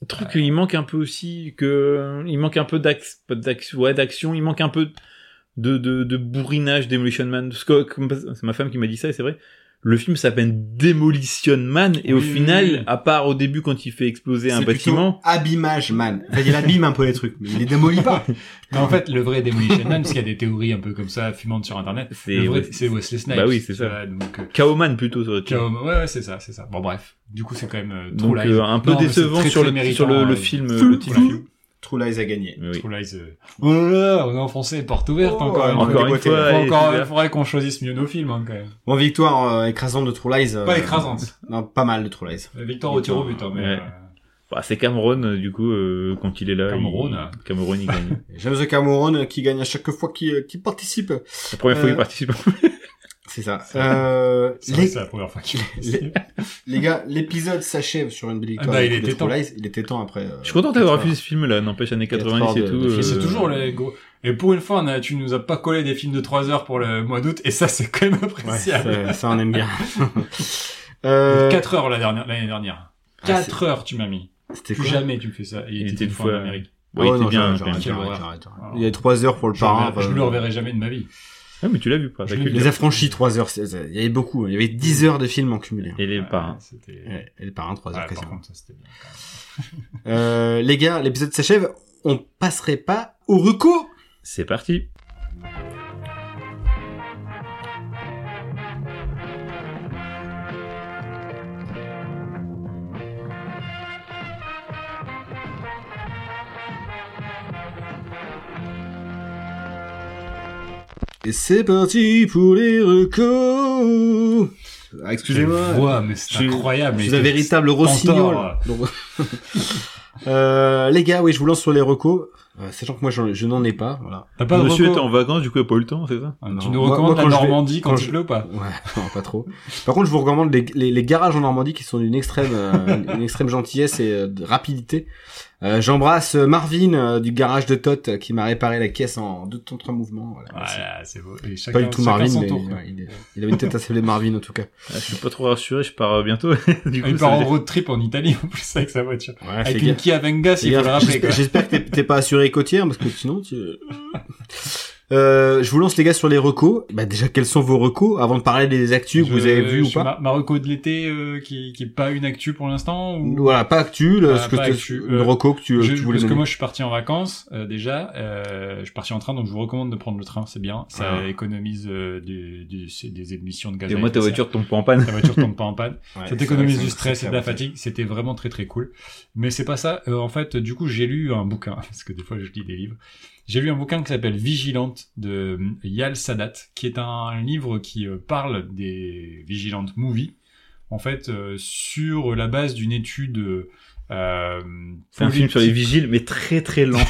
[SPEAKER 3] Le truc, il manque un peu aussi que, il manque un peu d'action, d'action, ouais, d'action, il manque un peu de, de, de bourrinage Demolition Man. Parce que, comme- c'est ma femme qui m'a dit ça et c'est vrai. Le film s'appelle Demolition Man et au
[SPEAKER 2] Oui, oui,
[SPEAKER 3] final,
[SPEAKER 2] oui.
[SPEAKER 3] à part au début quand il fait exploser un
[SPEAKER 1] C'est plutôt
[SPEAKER 3] bâtiment,
[SPEAKER 1] abîmage, man. Enfin, il abîme un peu les trucs, mais il les démolit pas.
[SPEAKER 2] Mais en fait, le vrai Demolition Man, parce qu'il y a des théories un peu comme ça, fumantes sur Internet,
[SPEAKER 3] c'est
[SPEAKER 2] le vrai,
[SPEAKER 3] ouais,
[SPEAKER 2] c'est Wesley Snipes.
[SPEAKER 3] Bah oui, c'est
[SPEAKER 2] tu
[SPEAKER 3] ça.
[SPEAKER 2] vois, donc, euh,
[SPEAKER 3] Chaos Man plutôt. ça aurait été.
[SPEAKER 2] Chaos- ouais, ouais, c'est ça, c'est ça. Bon, bref. Du coup, c'est quand même euh, True
[SPEAKER 3] Donc,
[SPEAKER 2] Lies.
[SPEAKER 3] euh, un peu
[SPEAKER 2] Non, mais c'est
[SPEAKER 3] décevant
[SPEAKER 2] très,
[SPEAKER 3] sur,
[SPEAKER 2] très
[SPEAKER 3] le,
[SPEAKER 2] méritant,
[SPEAKER 3] sur le, le
[SPEAKER 2] euh,
[SPEAKER 3] film,
[SPEAKER 2] True
[SPEAKER 3] le titre du
[SPEAKER 2] Lies.
[SPEAKER 3] film.
[SPEAKER 1] True Lies a gagné.
[SPEAKER 3] Mais oui.
[SPEAKER 2] True Lies. euh, Oh là là, on est enfoncé porte ouverte
[SPEAKER 1] Oh,
[SPEAKER 2] encore.
[SPEAKER 1] encore
[SPEAKER 2] une
[SPEAKER 1] une
[SPEAKER 2] fois.
[SPEAKER 3] dégoûté.
[SPEAKER 1] fois,
[SPEAKER 2] Faut
[SPEAKER 3] allez,
[SPEAKER 2] encore,
[SPEAKER 3] c'est
[SPEAKER 2] il faudrait qu'on choisisse mieux nos films, hein, quand même.
[SPEAKER 1] Bon, victoire euh, écrasante de True Lies. euh,
[SPEAKER 2] Pas écrasante.
[SPEAKER 1] Non, pas mal de True Lies.
[SPEAKER 2] Victor au tir au but, hein, mais.
[SPEAKER 3] Ouais.
[SPEAKER 2] euh,
[SPEAKER 3] Bah, c'est Cameron, euh, du coup, euh, quand il est là.
[SPEAKER 2] Cameron,
[SPEAKER 3] il-
[SPEAKER 2] hein.
[SPEAKER 3] Cameron, il gagne.
[SPEAKER 1] James Cameron euh, qui gagne à chaque fois qu'il euh, qu'il participe.
[SPEAKER 3] La première fois
[SPEAKER 1] Euh,
[SPEAKER 3] qu'il participe.
[SPEAKER 1] C'est ça.
[SPEAKER 2] C'est-
[SPEAKER 1] Euh,
[SPEAKER 2] c'est vrai que
[SPEAKER 1] les,
[SPEAKER 2] C'est la première fois qu'il
[SPEAKER 1] les- les gars, l'épisode s'achève sur une belle victoire.
[SPEAKER 2] Ah bah,
[SPEAKER 1] du
[SPEAKER 2] il
[SPEAKER 1] coup, de
[SPEAKER 2] était
[SPEAKER 1] True
[SPEAKER 2] temps.
[SPEAKER 1] Lies. Il était temps après. euh,
[SPEAKER 3] Je suis content d'avoir
[SPEAKER 1] quatre
[SPEAKER 3] vu ce film là, n'empêche années
[SPEAKER 1] Quatre
[SPEAKER 3] 90 et
[SPEAKER 1] heures de-
[SPEAKER 3] tout.
[SPEAKER 1] de film.
[SPEAKER 2] Et c'est
[SPEAKER 3] euh,
[SPEAKER 2] toujours les gros. Et pour une fois, on a, tu nous as pas collé des films de 3 heures pour le mois d'août, et ça, c'est quand même
[SPEAKER 1] Ouais,
[SPEAKER 2] appréciable.
[SPEAKER 1] ça, ça, on aime bien. euh,
[SPEAKER 2] 4 heures la dernière- l'année dernière.
[SPEAKER 1] ah,
[SPEAKER 2] 4 heures, tu m'as mis.
[SPEAKER 1] C'était
[SPEAKER 2] Plus
[SPEAKER 1] quoi
[SPEAKER 2] jamais tu me fais ça. Il était une fois en Amérique.
[SPEAKER 1] Oh,
[SPEAKER 3] Ouais, il était
[SPEAKER 1] non,
[SPEAKER 3] bien.
[SPEAKER 1] j'arrête,
[SPEAKER 3] quand même.
[SPEAKER 1] j'arrête,
[SPEAKER 2] Quelle
[SPEAKER 1] j'arrête,
[SPEAKER 2] horreur.
[SPEAKER 1] j'arrête.
[SPEAKER 2] Alors,
[SPEAKER 1] Il y a trois heures pour le
[SPEAKER 2] Je
[SPEAKER 1] parrain.
[SPEAKER 2] le- je
[SPEAKER 1] enfin,
[SPEAKER 2] le reverrai jamais de ma vie.
[SPEAKER 3] Ah, mais tu l'as vu pas. t'as
[SPEAKER 2] Je
[SPEAKER 3] que
[SPEAKER 2] l'ai
[SPEAKER 3] le-
[SPEAKER 1] Les affranchis, trois heures. c'est- c'est- Il y avait beaucoup. Il y avait 10 heures de film en cumulé. hein.
[SPEAKER 3] Et les
[SPEAKER 2] Ouais,
[SPEAKER 3] parrains.
[SPEAKER 2] Ah, C'était. Ah,
[SPEAKER 1] Ouais, Et le parrain, trois
[SPEAKER 2] Ouais,
[SPEAKER 1] heures
[SPEAKER 2] par
[SPEAKER 1] quasiment.
[SPEAKER 2] contre, ça, c'était bien, quand même.
[SPEAKER 1] Euh, les gars, l'épisode s'achève. On passerait pas au recours
[SPEAKER 3] C'est parti.
[SPEAKER 1] Et c'est parti pour les recours Ah, Excusez-moi.
[SPEAKER 2] Je vois, mais c'est
[SPEAKER 1] Je-
[SPEAKER 2] incroyable.
[SPEAKER 1] Je
[SPEAKER 2] mais
[SPEAKER 1] suis un
[SPEAKER 2] c'est-
[SPEAKER 1] véritable rossignol. Donc- Euh, les gars, oui, je vous lance sur les recos. Euh, sachant que moi, j'en- je n'en ai pas. Voilà.
[SPEAKER 2] T'as pas de
[SPEAKER 3] Monsieur
[SPEAKER 2] recours
[SPEAKER 3] était en vacances, du coup, il a pas eu le temps, c'est ça
[SPEAKER 2] Ah,
[SPEAKER 1] Non.
[SPEAKER 2] Tu nous
[SPEAKER 1] Moi-
[SPEAKER 2] recommandes
[SPEAKER 1] moi, quand
[SPEAKER 2] la
[SPEAKER 1] je vais-
[SPEAKER 2] Normandie quand,
[SPEAKER 1] quand
[SPEAKER 2] il
[SPEAKER 1] je-
[SPEAKER 2] pleut ou pas
[SPEAKER 1] Ouais, non, pas trop. Par contre, je vous recommande les, les, les garages en Normandie qui sont d'une extrême, euh, une extrême gentillesse et euh, de rapidité. Euh, J'embrasse euh, Marvin euh, du garage de Tot euh, qui m'a réparé la caisse en deux temps trois mouvements. Voilà, merci.
[SPEAKER 2] Voilà, Ah, c'est beau. Et
[SPEAKER 1] Pas
[SPEAKER 2] chacun,
[SPEAKER 1] du tout
[SPEAKER 2] chacun
[SPEAKER 1] Marvin,
[SPEAKER 2] son
[SPEAKER 1] mais
[SPEAKER 2] tour. quoi.
[SPEAKER 1] ouais, il, est- il avait une tête assez Marvin en tout cas.
[SPEAKER 3] Ah, Je suis pas trop rassuré, je pars euh, bientôt. du
[SPEAKER 2] Il
[SPEAKER 3] coup, ça
[SPEAKER 2] part
[SPEAKER 3] veut
[SPEAKER 2] en
[SPEAKER 3] dire-
[SPEAKER 2] road trip en Italie en plus avec sa voiture.
[SPEAKER 1] Ouais, fais
[SPEAKER 2] Avec une
[SPEAKER 1] gaffe.
[SPEAKER 2] Kia Venga, s'il
[SPEAKER 1] Fais
[SPEAKER 2] faut le
[SPEAKER 1] gaffe.
[SPEAKER 2] rappeler. quoi.
[SPEAKER 1] J'espère- J'espère que t'es- t'es pas assuré côtière parce que sinon tu... Euh, je vous lance les gars sur les recos. Bah déjà quels sont vos recos avant de parler des actus que vous
[SPEAKER 2] Je-
[SPEAKER 1] avez vu
[SPEAKER 2] je
[SPEAKER 1] ou
[SPEAKER 2] suis
[SPEAKER 1] pas
[SPEAKER 2] Ma- Marocco de l'été euh, qui qui est pas une actu pour l'instant ou-
[SPEAKER 1] Voilà, pas actu, le,
[SPEAKER 2] Ah,
[SPEAKER 1] ce que
[SPEAKER 2] pas
[SPEAKER 1] t'es-
[SPEAKER 2] actu.
[SPEAKER 1] le
[SPEAKER 2] Euh,
[SPEAKER 1] reco que tu,
[SPEAKER 2] Je-
[SPEAKER 1] tu voulais
[SPEAKER 2] parce que
[SPEAKER 1] donner.
[SPEAKER 2] moi je suis parti en vacances euh, déjà, euh, je suis parti en train donc je vous recommande de prendre le train, c'est bien, ça
[SPEAKER 1] Ah.
[SPEAKER 2] économise euh, du- du- c'est des émissions de gaz.
[SPEAKER 3] Et
[SPEAKER 2] à
[SPEAKER 3] moi,
[SPEAKER 2] effet
[SPEAKER 3] ta
[SPEAKER 2] de serre.
[SPEAKER 3] voiture tombe pas en panne.
[SPEAKER 2] Ta voiture tombe pas en panne.
[SPEAKER 1] Ouais,
[SPEAKER 2] ça
[SPEAKER 1] c'est
[SPEAKER 2] t'économise
[SPEAKER 1] vrai,
[SPEAKER 2] du
[SPEAKER 1] c'est
[SPEAKER 2] stress et
[SPEAKER 1] très
[SPEAKER 2] de la
[SPEAKER 1] avantage.
[SPEAKER 2] fatigue. C'était vraiment très très cool. Mais c'est pas ça. Euh, en fait, du coup, j'ai lu un bouquin, parce que des fois je lis des livres. J'ai lu un bouquin qui s'appelle Vigilante de euh, Yal Sadat, qui est un livre qui euh, parle des Vigilante Movies, en fait, euh, sur la base d'une étude. euh, euh,
[SPEAKER 3] C'est un film sur les vigiles, mais très très lent.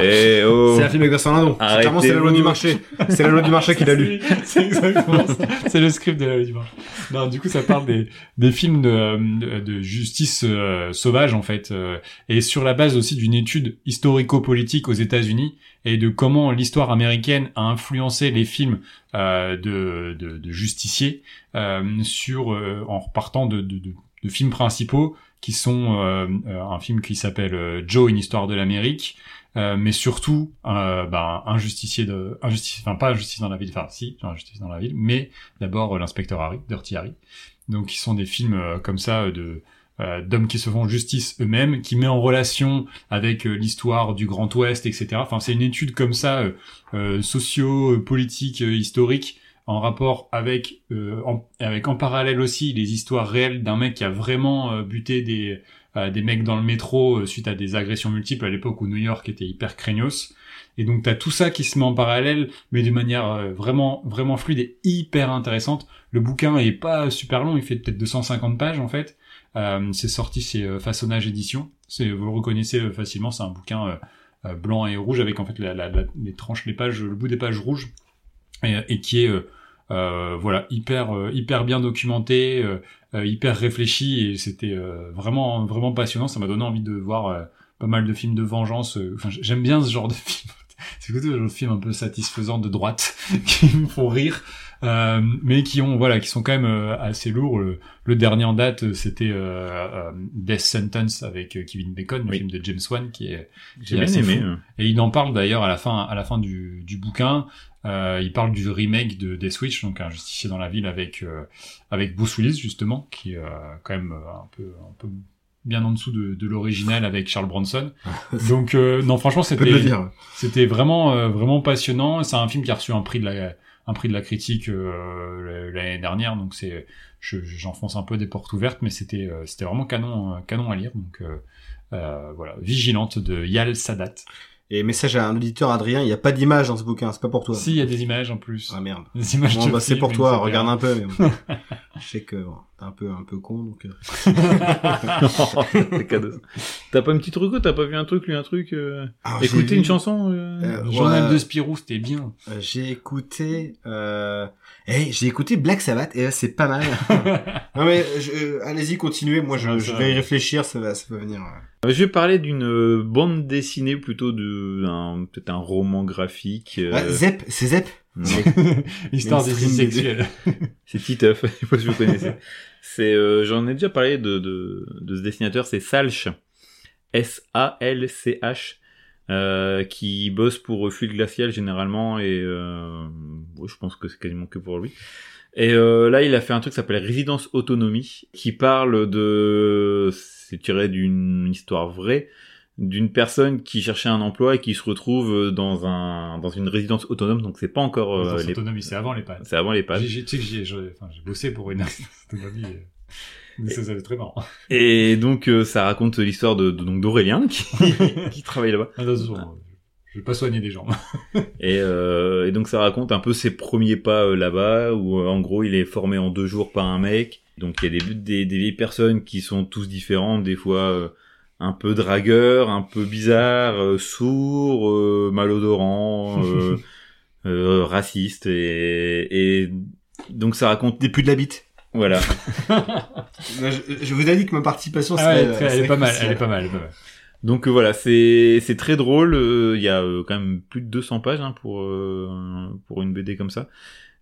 [SPEAKER 3] Eh oh.
[SPEAKER 1] C'est un film avec Vincent Lindon. C'est Clairement, c'est la loi
[SPEAKER 3] Arrêtez-vous.
[SPEAKER 1] du marché. C'est la loi du marché qu'il a lu.
[SPEAKER 2] C'est exactement ça. C'est le script de la Loi du Marché. Non, du coup, ça parle des, des films de, euh, de justice euh, sauvage, en fait, euh, et sur la base aussi d'une étude historico-politique aux États-Unis et de comment l'histoire américaine a influencé les films euh, de, de, de justiciers euh, sur, euh, en repartant de, de, de- de films principaux qui sont euh, euh, un film qui s'appelle euh, Joe, une histoire de l'Amérique, euh, mais surtout euh, ben, un justicier de un justi- enfin pas un justicier dans la ville enfin si un justicier dans la ville mais d'abord euh, l'inspecteur Harry Dirty Harry donc ils sont des films euh, comme ça euh, de euh, d'hommes qui se font justice eux-mêmes qui met en relation avec euh, l'histoire du Grand Ouest etc enfin c'est une étude comme ça euh, euh, socio politique euh, historique en rapport avec euh, en, avec en parallèle aussi les histoires réelles d'un mec qui a vraiment euh, buté des euh, des mecs dans le métro euh, suite à des agressions multiples à l'époque où New York était hyper craignos. Et donc t'as tout ça qui se met en parallèle, mais d'une manière euh, vraiment vraiment fluide et hyper intéressante. Le bouquin est pas super long, il fait peut-être 250 pages en fait. Euh, c'est sorti chez euh, Façonnage Édition. C'est vous le reconnaissez euh, facilement, c'est un bouquin euh, euh, blanc et rouge avec en fait la, la- la- les tranches, les pages, le bout des pages rouges et, et qui est euh, euh, voilà hyper euh, hyper bien documenté, euh, euh, hyper réfléchi et c'était euh, vraiment vraiment passionnant. Ça m'a donné envie de voir euh, pas mal de films de vengeance. euh, Enfin, j- j'aime bien ce genre de film. C'est plutôt le genre de film un peu satisfaisant de droite qui me font rire, euh, mais qui ont voilà qui sont quand même euh, assez lourds. Le, le dernier en date, euh, c'était euh, euh, Death Sentence avec euh, Kevin Bacon, le
[SPEAKER 3] Oui.
[SPEAKER 2] film de James Wan qui est
[SPEAKER 3] J'ai
[SPEAKER 2] Et
[SPEAKER 3] bien
[SPEAKER 2] assez
[SPEAKER 3] aimé.
[SPEAKER 2] fou.
[SPEAKER 3] euh.
[SPEAKER 2] et il en parle d'ailleurs à la fin, à la fin du, du bouquin. Euh, il parle du remake de des Switch, donc Injustifié dans la ville avec euh, avec Bruce Willis justement, qui est euh, quand même euh, un peu un peu bien en dessous de, de l'original avec Charles Bronson. Donc euh, non, franchement,
[SPEAKER 1] Peut le
[SPEAKER 2] c'était
[SPEAKER 1] dire.
[SPEAKER 2] c'était vraiment euh, vraiment passionnant. C'est un film qui a reçu un prix de la un prix de la critique euh, l'année dernière, donc c'est je- j'enfonce un peu des portes ouvertes, mais c'était euh, c'était vraiment canon euh, canon à lire. Donc euh, euh, voilà, Vigilante de Yal Sadat.
[SPEAKER 1] Et message à un auditeur, Adrien, il n'y a pas d'image dans ce bouquin, c'est pas pour toi.
[SPEAKER 2] Si, il y a des images en plus.
[SPEAKER 1] Ah merde.
[SPEAKER 2] Des images
[SPEAKER 1] Bon,
[SPEAKER 2] de
[SPEAKER 1] bah, c'est
[SPEAKER 2] films,
[SPEAKER 1] pour toi,
[SPEAKER 2] etc.
[SPEAKER 1] regarde un peu. Mais bon. Je sais que bon, t'es un peu, un peu con, donc. euh.
[SPEAKER 3] C'est cadeau. T'as pas une petite reco T'as pas vu un truc, lui, un truc euh...
[SPEAKER 1] Alors, j'ai
[SPEAKER 3] Écouter
[SPEAKER 1] vu-
[SPEAKER 3] une chanson euh,
[SPEAKER 1] Euh,
[SPEAKER 2] Journal
[SPEAKER 1] ouais.
[SPEAKER 2] de Spirou, c'était bien.
[SPEAKER 1] Euh, J'ai écouté, euh... eh, j'ai écouté Black Sabbath et euh, c'est pas mal. non mais je- euh, allez-y, continuez. Moi, je,
[SPEAKER 2] Ouais,
[SPEAKER 1] je
[SPEAKER 2] ça
[SPEAKER 1] vais
[SPEAKER 2] va.
[SPEAKER 1] y réfléchir. Ça va, ça va venir. ouais.
[SPEAKER 3] Je vais parler d'une euh, bande dessinée plutôt de d'un- peut-être un roman graphique. euh,
[SPEAKER 1] Ah, Zep, c'est Zep.
[SPEAKER 3] ouais.
[SPEAKER 2] Histoire des
[SPEAKER 1] Mainstream des
[SPEAKER 2] sexuelles.
[SPEAKER 3] C'est Titeuf, je sais pas si vous connaissez. C'est, euh, j'en ai déjà parlé de, de, de ce dessinateur, c'est Salch, S-A-L-C-H, euh, qui bosse pour euh, Fluide Glacial généralement, et euh, ouais, je pense que c'est quasiment que pour lui. Et euh, là, il a fait un truc qui s'appelle Résidence Autonomie, qui parle de... C'est tiré d'une histoire vraie, d'une personne qui cherchait un emploi et qui se retrouve dans, un, dans une résidence autonome, donc c'est pas encore... euh, les-
[SPEAKER 2] Autonomie, c'est avant les pattes.
[SPEAKER 3] C'est avant les pages.
[SPEAKER 2] J'ai- j'ai- Tu sais que j'ai je- enfin, j'ai bossé pour une autonomie. euh, mais Ça, ça va être très marrant.
[SPEAKER 3] Et donc euh, ça raconte l'histoire de, de- donc d'Aurélien qui, qui travaille là-bas.
[SPEAKER 2] Attention, euh, je vais pas soigner des gens. Ah
[SPEAKER 3] Et, euh, et donc ça raconte un peu ses premiers pas euh, là-bas où euh, en gros il est formé en deux jours par un mec. Donc il y a des, des, des vieilles personnes qui sont tous différentes, des fois euh, un peu dragueurs, un peu bizarres, euh, sourds, euh, malodorants, euh, euh, racistes et, et donc ça raconte
[SPEAKER 1] Des puits de la bite.
[SPEAKER 3] voilà.
[SPEAKER 1] Là, je, je vous ai dit que ma participation
[SPEAKER 2] Ah ouais,
[SPEAKER 1] serait,
[SPEAKER 2] elle est très- elle,
[SPEAKER 1] serait
[SPEAKER 2] est pas mal,
[SPEAKER 1] cruciale.
[SPEAKER 2] elle est pas mal, elle est pas mal.
[SPEAKER 3] Donc euh, voilà, c'est c'est très drôle. euh, Il y a euh, quand même plus de 200 pages hein, pour euh, pour une BD comme ça.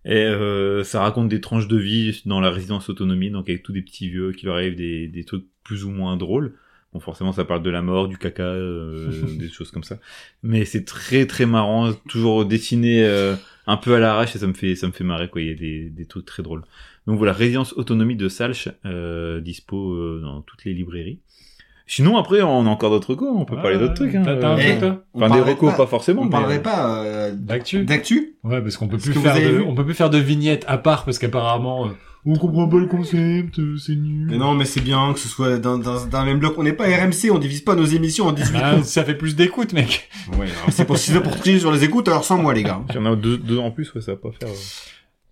[SPEAKER 3] Et euh, ça raconte des tranches de vie dans la résidence autonomie, donc avec tous des petits vieux qui leur arrivent des des trucs plus ou moins drôles. Bon, forcément, ça parle de la mort, du caca, euh, des choses comme ça. Mais c'est très très marrant, toujours dessiné euh, un peu à l'arrache et ça me fait ça me fait marrer quoi. Il y a des des trucs très drôles. Donc voilà, résidence autonomie de Salch, euh, dispo euh, dans toutes les librairies. Sinon, après, on a encore d'autres recos, on peut parler d'autres trucs. Hein.
[SPEAKER 2] T'as t'as un
[SPEAKER 1] Eh,
[SPEAKER 2] truc, toi
[SPEAKER 1] On
[SPEAKER 3] Enfin, des
[SPEAKER 1] parlerait
[SPEAKER 3] recos,
[SPEAKER 1] pas-
[SPEAKER 3] pas, forcément.
[SPEAKER 1] On
[SPEAKER 3] mais-
[SPEAKER 1] parlerait pas euh,
[SPEAKER 2] D'actu
[SPEAKER 1] d'actu.
[SPEAKER 2] Ouais, parce qu'on peut
[SPEAKER 1] Est-ce
[SPEAKER 2] plus
[SPEAKER 1] que vous
[SPEAKER 2] faire
[SPEAKER 1] avez
[SPEAKER 2] de,
[SPEAKER 1] vu
[SPEAKER 2] on peut plus faire de vignettes à part parce qu'apparemment, euh, on comprend pas le concept, euh, c'est nul.
[SPEAKER 1] Mais non, mais c'est bien que ce soit dans, dans, dans un même bloc. On n'est pas RMC, on divise pas nos émissions en 18.
[SPEAKER 2] Ah, ça fait plus d'écoute, mec.
[SPEAKER 1] ouais, alors, c'est pour si pour trier sur les écoutes, alors sans moi, les gars.
[SPEAKER 3] euh, Il y en a deux, deux en plus, ouais, ça va pas faire. euh.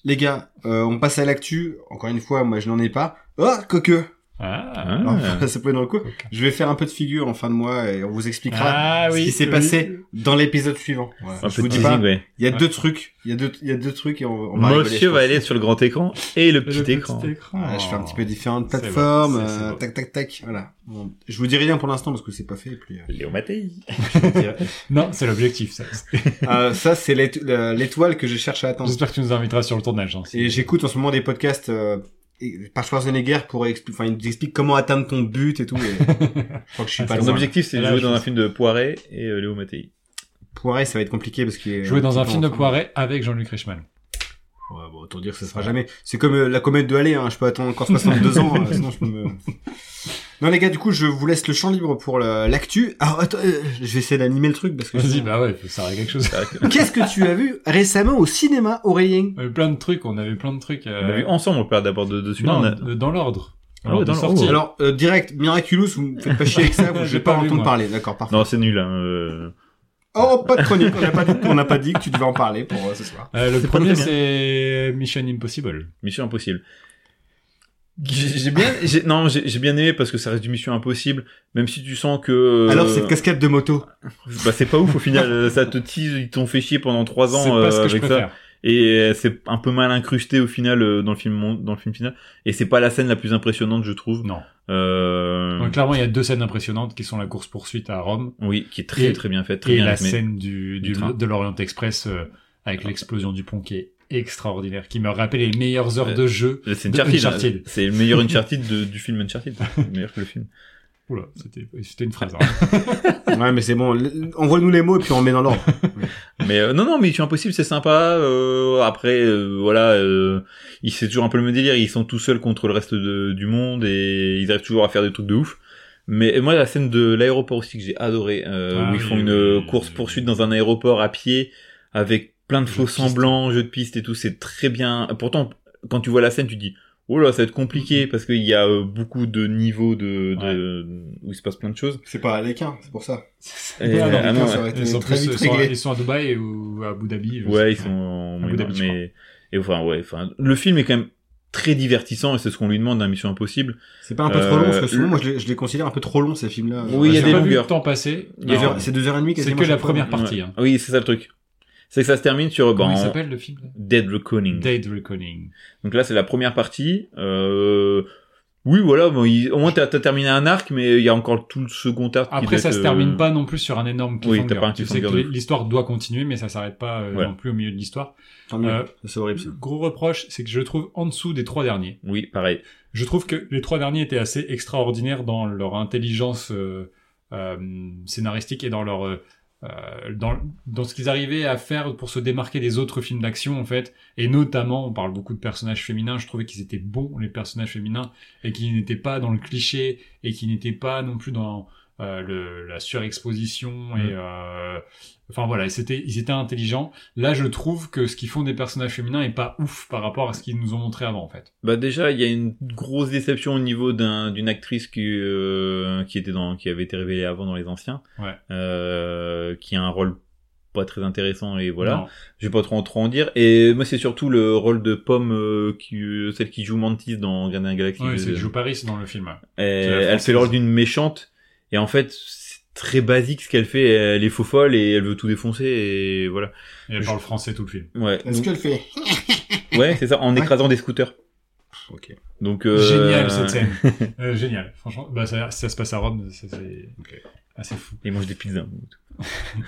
[SPEAKER 1] Les gars, euh, on passe à l'actu. Encore une fois, moi, je n'en ai pas. Oh, coqueux.
[SPEAKER 2] Ah,
[SPEAKER 3] Hein
[SPEAKER 1] Alors, ça peut être dans le coup. Je vais faire un peu de figure en fin de mois et on vous expliquera
[SPEAKER 2] Ah
[SPEAKER 1] ce qui s'est
[SPEAKER 2] oui.
[SPEAKER 1] passé dans l'épisode suivant. Voilà.
[SPEAKER 3] Un
[SPEAKER 1] je
[SPEAKER 3] peu
[SPEAKER 1] vous
[SPEAKER 3] de
[SPEAKER 1] dis pas,
[SPEAKER 3] teasing, ouais.
[SPEAKER 1] il y a
[SPEAKER 2] Ouais.
[SPEAKER 1] deux trucs. Il y a deux, il y a deux trucs et on, on va rigoler, je
[SPEAKER 3] Monsieur
[SPEAKER 1] pense.
[SPEAKER 3] va aller sur le grand écran et le
[SPEAKER 2] Le
[SPEAKER 3] petit écran.
[SPEAKER 1] Voilà, Ah, je fais un petit peu différentes
[SPEAKER 2] Oh. C'est beau,
[SPEAKER 1] plateformes,
[SPEAKER 2] c'est- c'est
[SPEAKER 1] euh,
[SPEAKER 2] beau.
[SPEAKER 1] tac tac tac, voilà. Bon, je vous dis rien pour l'instant parce que c'est pas fait et puis. euh,
[SPEAKER 3] Léo Mattei.
[SPEAKER 1] je vous dirai.
[SPEAKER 2] Non, c'est l'objectif, ça.
[SPEAKER 1] Euh, ça c'est l'éto- euh, l'étoile que je cherche à attendre.
[SPEAKER 2] J'espère que tu nous inviteras sur le tournage. hein.
[SPEAKER 1] Et j'écoute en ce moment des podcasts euh, et- par Schwarzenegger pour expli- enfin il nous explique comment atteindre ton but et tout. et je crois que je suis
[SPEAKER 2] Ah,
[SPEAKER 1] pas
[SPEAKER 2] c'est
[SPEAKER 3] Son
[SPEAKER 1] loin.
[SPEAKER 3] objectif, c'est de
[SPEAKER 2] Là,
[SPEAKER 3] jouer
[SPEAKER 2] je
[SPEAKER 3] dans un
[SPEAKER 2] pense-
[SPEAKER 3] film de Poiret et euh, Léo Mattei.
[SPEAKER 1] Poiret, ça va être compliqué parce qu'il est
[SPEAKER 3] hein,
[SPEAKER 2] Jouer dans un
[SPEAKER 1] petit
[SPEAKER 2] film de
[SPEAKER 1] peu en-
[SPEAKER 2] Poiret avec Jean-Luc Reichmann.
[SPEAKER 1] Ouais, bon, autant dire que ça sera jamais. C'est comme euh, la comète de Halley, hein. je peux attendre encore 62 ans, euh, sinon je peux me... Non les gars, du coup, je vous laisse le champ libre pour la- l'actu. Alors attends, euh, je vais essayer d'animer le truc parce que...
[SPEAKER 2] Vas-y, bah ouais, faut s'arrêter quelque chose.
[SPEAKER 1] Qu'est-ce que tu as vu récemment au cinéma, Aurélien
[SPEAKER 2] On avait plein de trucs, on avait plein de trucs. euh,
[SPEAKER 3] On a vu ensemble, on parle d'abord de, de celui-là.
[SPEAKER 2] non,
[SPEAKER 3] on a-
[SPEAKER 2] de- dans l'ordre. Alors,
[SPEAKER 3] ouais,
[SPEAKER 2] de
[SPEAKER 3] dans le-
[SPEAKER 2] sortie.
[SPEAKER 3] oh.
[SPEAKER 1] Alors, euh, direct, Miraculous, vous me faites pas chier avec ça, vous- je
[SPEAKER 2] J'ai
[SPEAKER 1] vais pas
[SPEAKER 2] pas vu,
[SPEAKER 1] entendre
[SPEAKER 2] moi.
[SPEAKER 1] parler. D'accord, parfait.
[SPEAKER 3] Non, c'est nul. Hein. euh.
[SPEAKER 1] Oh, pas de chronique, on n'a pas, dit- on n'a pas dit que tu devais en parler pour euh, ce soir.
[SPEAKER 2] Euh, le
[SPEAKER 3] C'est pas hein.
[SPEAKER 2] premier,
[SPEAKER 3] très
[SPEAKER 2] c'est Mission Impossible.
[SPEAKER 3] Mission Impossible. J'ai j'ai bien, j'ai- non, j'ai j'ai bien aimé parce que ça reste du Mission Impossible, même si tu sens que. euh,
[SPEAKER 1] Alors, cette cascade de moto.
[SPEAKER 3] bah, c'est pas ouf au final. euh, ça te tease, ils t'ont fait chier pendant trois ans
[SPEAKER 2] C'est
[SPEAKER 3] euh,
[SPEAKER 2] pas ce que je
[SPEAKER 3] avec ça.
[SPEAKER 2] préfère.
[SPEAKER 3] et euh, c'est un peu mal incrusté au final euh, dans le film mon- dans le film final et c'est pas la scène la plus impressionnante je trouve
[SPEAKER 2] Non.
[SPEAKER 3] euh...
[SPEAKER 2] Donc, clairement, il y a deux scènes impressionnantes qui sont la course poursuite à Rome
[SPEAKER 3] oui qui est très
[SPEAKER 2] Et-
[SPEAKER 3] très bien faite très
[SPEAKER 2] et
[SPEAKER 3] bien
[SPEAKER 2] la
[SPEAKER 3] rythmée.
[SPEAKER 2] scène du, du-
[SPEAKER 3] Du train.
[SPEAKER 2] de l'Orient Express euh, avec l'explosion du pont qui est extraordinaire, qui me rappelle les meilleures heures de jeu.
[SPEAKER 3] c'est
[SPEAKER 2] de
[SPEAKER 3] Uncharted, hein.
[SPEAKER 2] Uncharted.
[SPEAKER 3] c'est le meilleur Uncharted de- du film Uncharted meilleur que le film
[SPEAKER 2] Oula, c'était c'était une phrase. hein.
[SPEAKER 1] Ouais, mais c'est bon, l- envoie-nous les mots et puis on met dans l'ordre.
[SPEAKER 3] mais euh, non non mais tu impossible c'est sympa euh, après euh, voilà euh, il c'est toujours un peu le même délire ils sont tout seuls contre le reste de- du monde et ils arrivent toujours à faire des trucs de ouf mais euh, moi la scène de l'aéroport aussi que j'ai adoré euh,
[SPEAKER 2] Ah
[SPEAKER 3] où ils
[SPEAKER 2] oui,
[SPEAKER 3] font
[SPEAKER 2] oui,
[SPEAKER 3] une
[SPEAKER 2] oui, oui,
[SPEAKER 3] course
[SPEAKER 2] oui.
[SPEAKER 3] poursuite dans un aéroport à pied avec plein de
[SPEAKER 2] Jeu
[SPEAKER 3] faux
[SPEAKER 2] de piste.
[SPEAKER 3] semblants jeux de piste et tout c'est très bien pourtant quand tu vois la scène tu te dis oh là ça va être compliqué
[SPEAKER 2] Mm-hmm.
[SPEAKER 3] parce qu'il y a euh, beaucoup de niveaux de, de où il se passe plein de choses
[SPEAKER 1] C'est pas à l'écart, c'est pour ça.
[SPEAKER 3] Et,
[SPEAKER 2] Ah non,
[SPEAKER 3] ah non,
[SPEAKER 1] ça aurait été
[SPEAKER 2] Ils sont,
[SPEAKER 1] très
[SPEAKER 2] plus-
[SPEAKER 1] vite
[SPEAKER 2] ils sont-
[SPEAKER 1] réglé.
[SPEAKER 2] ils sont à Dubaï ou à Abu Dhabi. je sais
[SPEAKER 3] Ouais, ils
[SPEAKER 2] pas.
[SPEAKER 3] sont en
[SPEAKER 2] Abu
[SPEAKER 3] moyen-
[SPEAKER 2] Dhabi, je
[SPEAKER 3] mais et enfin ouais, enfin le film est quand même très divertissant et c'est ce qu'on lui demande d'un Mission Impossible.
[SPEAKER 1] C'est pas un peu trop long, parce que
[SPEAKER 3] Euh,
[SPEAKER 1] souvent, moi, je les, je les considère un peu trop longs, ces films-là.
[SPEAKER 3] Oui, il y a
[SPEAKER 2] J'ai
[SPEAKER 3] des
[SPEAKER 2] pas vu le
[SPEAKER 3] longueurs.
[SPEAKER 2] temps passer.
[SPEAKER 3] Il
[SPEAKER 1] Deux
[SPEAKER 3] y a des-
[SPEAKER 2] Alors,
[SPEAKER 1] heures- C'est deux heures et demie
[SPEAKER 2] C'est
[SPEAKER 1] quasiment.
[SPEAKER 2] que la
[SPEAKER 1] chaque fois.
[SPEAKER 2] première partie. Hein.
[SPEAKER 3] Oui, c'est ça le truc. C'est que ça se termine sur bah,
[SPEAKER 2] Comment il
[SPEAKER 3] en-
[SPEAKER 2] s'appelle le film là
[SPEAKER 3] Dead Reckoning.
[SPEAKER 2] Dead Reckoning.
[SPEAKER 3] Donc là, c'est la première partie. Euh... Oui, voilà, bon, il- au moins t'as t'as terminé un arc, mais il y a encore tout le second arc. qui doit
[SPEAKER 2] Après, ça
[SPEAKER 3] être,
[SPEAKER 2] se
[SPEAKER 3] euh,
[SPEAKER 2] termine pas non plus sur un énorme cliffhanger.
[SPEAKER 3] t'as pas un
[SPEAKER 2] Tu sais que
[SPEAKER 3] cliffhanger de fou.
[SPEAKER 2] l'histoire doit continuer, mais ça s'arrête pas euh,
[SPEAKER 3] Ouais.
[SPEAKER 2] non plus au milieu de l'histoire.
[SPEAKER 1] Tant mieux.
[SPEAKER 2] Euh,
[SPEAKER 1] C'est horrible, ça.
[SPEAKER 2] Gros reproche, c'est que je le trouve en dessous des trois derniers.
[SPEAKER 3] Oui, pareil.
[SPEAKER 2] Je trouve que les trois derniers étaient assez extraordinaires dans leur intelligence euh, euh, scénaristique et dans leur euh, euh, dans, dans ce qu'ils arrivaient à faire pour se démarquer des autres films d'action en fait. Et notamment, on parle beaucoup de personnages féminins. Je trouvais qu'ils étaient bons les personnages féminins et qu'ils n'étaient pas dans le cliché et qu'ils n'étaient pas non plus dans euh, le, la surexposition et
[SPEAKER 3] Mhm.
[SPEAKER 2] euh, enfin voilà c'était ils étaient intelligents là je trouve que ce qu'ils font des personnages féminins est pas ouf par rapport à ce qu'ils nous ont montré avant en fait
[SPEAKER 3] Bah déjà, il y a une grosse déception au niveau d'un- d'une actrice qui euh, qui était dans qui avait été révélée avant dans les anciens,
[SPEAKER 2] Ouais.
[SPEAKER 3] euh, qui a un rôle pas très intéressant et voilà.
[SPEAKER 2] Non.
[SPEAKER 3] Je vais pas trop en, trop en dire. Et moi, c'est surtout le rôle de Pomme, euh, qui, euh, celle qui joue Mantis dans Guardian Galaxy.
[SPEAKER 2] Oui,
[SPEAKER 3] Je-
[SPEAKER 2] c'est qui joue Paris dans le film.
[SPEAKER 3] Et
[SPEAKER 2] la
[SPEAKER 3] elle
[SPEAKER 2] française.
[SPEAKER 3] fait le rôle d'une méchante. Et en fait, c'est très basique ce qu'elle fait. Elle est faux folle et elle veut tout défoncer. Et voilà.
[SPEAKER 2] Et elle parle français tout le film.
[SPEAKER 3] Ouais,
[SPEAKER 1] Est-ce qu'elle fait
[SPEAKER 3] ouais c'est ça, en
[SPEAKER 1] Ouais.
[SPEAKER 3] écrasant des scooters.
[SPEAKER 1] Ok.
[SPEAKER 3] Donc, euh,
[SPEAKER 2] Génial cette scène. Euh, génial. Franchement, bah, ça, ça se passe à Rome, ça, c'est
[SPEAKER 1] Ok.
[SPEAKER 2] assez fou.
[SPEAKER 3] Ils mangent des pizzas.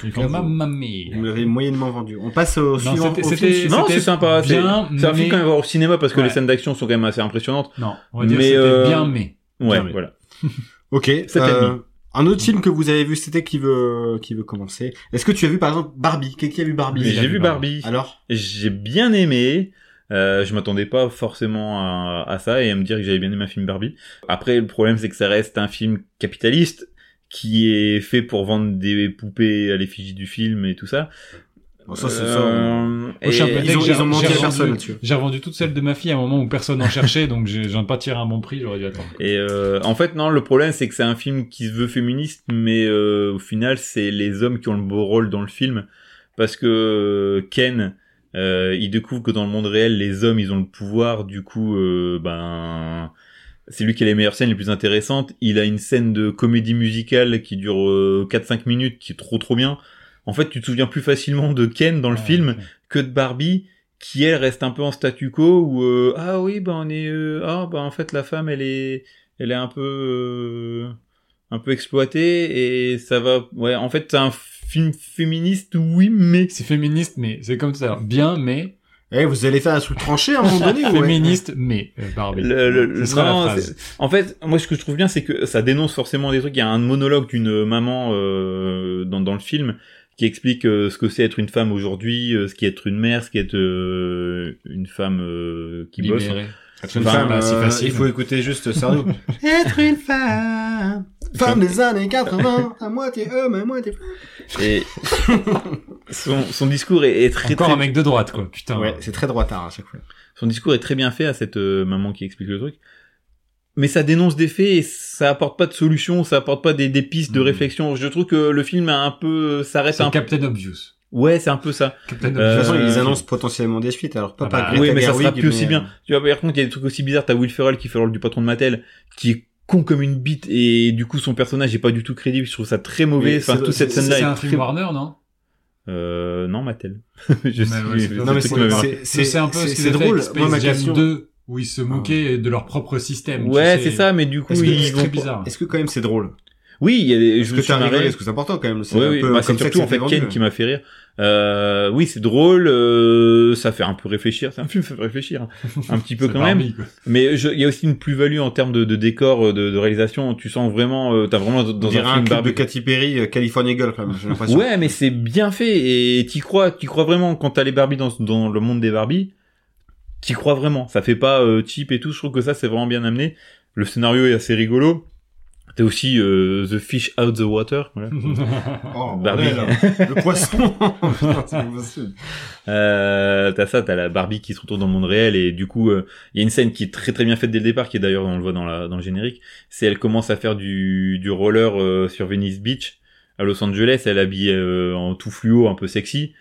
[SPEAKER 2] Ils font Mamma mia.
[SPEAKER 1] Vous me l'avez moyennement vendu. On passe au
[SPEAKER 2] Non,
[SPEAKER 1] suivant.
[SPEAKER 2] c'était-
[SPEAKER 1] au film
[SPEAKER 2] c'était-
[SPEAKER 1] suivant.
[SPEAKER 3] Non,
[SPEAKER 2] C'était
[SPEAKER 3] c'est sympa. C'est
[SPEAKER 2] bien,
[SPEAKER 3] c'est un film
[SPEAKER 2] mais-
[SPEAKER 3] quand même à voir au cinéma parce que
[SPEAKER 2] Ouais.
[SPEAKER 3] les scènes d'action sont quand même assez impressionnantes.
[SPEAKER 2] Non, on va dire
[SPEAKER 3] Mais,
[SPEAKER 2] c'était
[SPEAKER 3] euh,
[SPEAKER 2] bien mais.
[SPEAKER 3] Ouais,
[SPEAKER 1] Bien, oui.
[SPEAKER 3] voilà.
[SPEAKER 1] Ok.
[SPEAKER 3] la
[SPEAKER 1] euh, un autre film que vous avez vu, c'était qui veut, qui veut commencer. Est-ce que tu as vu, par exemple, Barbie? Qui qui a vu Barbie?
[SPEAKER 2] Oui,
[SPEAKER 3] J'ai vu Barbie.
[SPEAKER 1] Alors?
[SPEAKER 3] J'ai bien aimé. Euh, je m'attendais pas forcément à, à ça et à me dire que j'avais bien aimé un film Barbie. Après, le problème, c'est que ça reste un film capitaliste qui est fait pour vendre des poupées à l'effigie du film et tout ça.
[SPEAKER 1] Bon, ça, c'est ça.
[SPEAKER 3] Euh,
[SPEAKER 2] Moi, je suis un peu
[SPEAKER 3] et-
[SPEAKER 1] Ils
[SPEAKER 2] deg,
[SPEAKER 1] ont,
[SPEAKER 2] j'ai-
[SPEAKER 1] ils ont menti
[SPEAKER 2] j'ai
[SPEAKER 1] à personne
[SPEAKER 2] rendu-
[SPEAKER 1] là-dessus.
[SPEAKER 2] J'ai revendu toutes celles de ma fille à un moment où personne n'en cherchait, donc j'ai- je viens de pas tirer un bon prix, j'aurais dû attendre.
[SPEAKER 3] Et euh, en fait, non, le problème, c'est que c'est un film qui se veut féministe, mais euh, au final, c'est les hommes qui ont le beau rôle dans le film. Parce que euh, Ken, euh, il découvre que dans le monde réel, les hommes, ils ont le pouvoir. Du coup, euh, ben, c'est lui qui a les meilleures scènes, les plus intéressantes. Il a une scène de comédie musicale qui dure euh, 4-5 minutes, qui est trop trop bien. En fait, tu te souviens plus facilement de Ken dans le
[SPEAKER 2] Euh, Ouais,
[SPEAKER 3] film
[SPEAKER 2] ok.
[SPEAKER 3] que de Barbie qui elle reste un peu en statu quo où euh, ah oui ben on est euh, ah ben en fait la femme elle est elle est un peu euh, un peu exploitée et ça va ouais en fait c'est un film féministe oui mais
[SPEAKER 2] C'est féministe mais, c'est comme ça. Bien mais,
[SPEAKER 1] Eh, vous allez faire un truc tranché à un moment donné, ouais.
[SPEAKER 2] féministe mais, euh, Barbie.
[SPEAKER 3] Le- le-
[SPEAKER 2] Ce
[SPEAKER 3] le-
[SPEAKER 2] sera la
[SPEAKER 3] non,
[SPEAKER 2] phrase.
[SPEAKER 3] en fait moi ce que je trouve bien c'est que ça dénonce forcément des trucs il y a un monologue d'une maman euh, dans dans le film qui explique euh, ce que c'est être une femme aujourd'hui euh, ce qu'est être une mère ce qu'est être euh, une femme euh, qui bosse
[SPEAKER 2] Libéré.
[SPEAKER 1] Être une
[SPEAKER 3] Enfin,
[SPEAKER 1] femme,
[SPEAKER 2] bah, c'est
[SPEAKER 1] euh,
[SPEAKER 2] facile.
[SPEAKER 1] Il faut écouter juste Sardou. Être une femme. Femme des années 80, à moitié homme, à moitié
[SPEAKER 3] Et son, son discours est, est très,
[SPEAKER 2] Encore
[SPEAKER 3] très-
[SPEAKER 2] un mec de droite quoi, putain.
[SPEAKER 1] Ouais, hein, c'est très droitard à chaque fois.
[SPEAKER 3] son discours est très bien fait à cette euh, maman qui explique le truc. mais ça dénonce des faits et ça apporte pas de solution, ça apporte pas des, des pistes de
[SPEAKER 2] Mhm.
[SPEAKER 3] réflexion. Je trouve que le film a un peu euh, s'arrête
[SPEAKER 2] C'est
[SPEAKER 3] un peu.
[SPEAKER 2] Captain Obvious.
[SPEAKER 3] Ouais, c'est un peu ça.
[SPEAKER 2] Captain
[SPEAKER 1] De
[SPEAKER 3] Euh,
[SPEAKER 1] toute façon, ils
[SPEAKER 3] je-
[SPEAKER 1] annoncent potentiellement des suites, alors pas
[SPEAKER 2] Ah
[SPEAKER 1] par
[SPEAKER 2] bah,
[SPEAKER 1] Greta
[SPEAKER 3] oui, mais ça
[SPEAKER 1] Gerwig,
[SPEAKER 3] sera plus aussi
[SPEAKER 1] mais, euh,
[SPEAKER 3] bien. Tu vois, par contre, il y a des trucs aussi bizarres. T'as Will Ferrell qui fait le rôle du patron de Mattel, qui est con comme une bite et du coup son personnage est pas du tout crédible. Je trouve ça très mauvais.
[SPEAKER 1] Mais
[SPEAKER 3] Enfin,
[SPEAKER 1] c'est-
[SPEAKER 3] toute cette
[SPEAKER 2] C'est
[SPEAKER 3] scène-là.
[SPEAKER 2] c'est
[SPEAKER 3] est
[SPEAKER 2] un
[SPEAKER 3] très-
[SPEAKER 2] film Warner, non
[SPEAKER 3] Euh, non, Mattel.
[SPEAKER 2] Mais
[SPEAKER 3] je sais.
[SPEAKER 2] ouais, c'est
[SPEAKER 3] c'est
[SPEAKER 2] pas-
[SPEAKER 3] le
[SPEAKER 1] Non, mais
[SPEAKER 3] truc
[SPEAKER 1] c'est-
[SPEAKER 3] qui m'avait marqué.
[SPEAKER 1] c'est-
[SPEAKER 2] C'est c'est un peu ce
[SPEAKER 1] c'est-
[SPEAKER 2] qu'ils
[SPEAKER 1] c'est
[SPEAKER 2] avaient fait
[SPEAKER 1] drôle.
[SPEAKER 2] avec
[SPEAKER 1] Moi, ma
[SPEAKER 2] Space Jam
[SPEAKER 1] question-
[SPEAKER 2] 2, où ils se moquaient de leur propre système. tu
[SPEAKER 3] Ouais,
[SPEAKER 2] sais.
[SPEAKER 3] c'est ça. Mais du coup,
[SPEAKER 1] Est-ce que-
[SPEAKER 2] Ah.
[SPEAKER 3] il-
[SPEAKER 2] C'est
[SPEAKER 1] est-ce que-
[SPEAKER 2] très bizarre.
[SPEAKER 1] Est-ce que quand même c'est drôle
[SPEAKER 3] oui, il y a des.
[SPEAKER 1] Est-ce
[SPEAKER 3] Je
[SPEAKER 1] que
[SPEAKER 3] me suis
[SPEAKER 1] t'as
[SPEAKER 3] marré.
[SPEAKER 1] rigolé Est-ce que c'est important quand même C'est
[SPEAKER 3] Oui,
[SPEAKER 1] un
[SPEAKER 3] oui,
[SPEAKER 1] peu
[SPEAKER 3] bah, c'est
[SPEAKER 1] comme ça que
[SPEAKER 3] surtout en
[SPEAKER 1] c'était
[SPEAKER 3] fait
[SPEAKER 1] vendu.
[SPEAKER 3] Ken qui m'a fait rire. Euh, oui, c'est drôle, euh, ça fait un peu réfléchir, c'est un film qui fait réfléchir, hein. un petit peu
[SPEAKER 2] C'est
[SPEAKER 3] quand même.
[SPEAKER 2] Barbie, quoi.
[SPEAKER 3] Mais je- il y a aussi une plus-value en termes de, de décor, euh, de, de réalisation. Tu sens vraiment, euh, t'as vraiment
[SPEAKER 1] On
[SPEAKER 3] dans un
[SPEAKER 1] dirait un clip
[SPEAKER 3] film
[SPEAKER 1] de
[SPEAKER 3] Barbie.
[SPEAKER 1] Katy Perry, euh, California Girl quand même, j'ai l'impression.
[SPEAKER 3] Ouais, mais c'est bien fait et t'y crois, t'y crois vraiment. Quand t'as les Barbie dans, dans le monde des Barbie, t'y crois vraiment. Ça fait pas euh, cheap et tout. Je trouve que ça c'est vraiment bien amené. Le scénario est assez rigolo. T'as aussi euh, The Fish Out the Water. Voilà.
[SPEAKER 1] Oh,
[SPEAKER 3] Barbie.
[SPEAKER 1] bordel, le poisson. Putain, c'est pas possible.
[SPEAKER 3] Euh, t'as ça, t'as la Barbie qui se retrouve dans le monde réel et du coup, il y a une scène qui est très très bien faite dès le départ, qui est d'ailleurs on le voit dans, la, dans le générique, c'est elle commence à faire du, du roller euh, sur Venice Beach à Los Angeles, elle habille euh, en tout fluo, un peu sexy,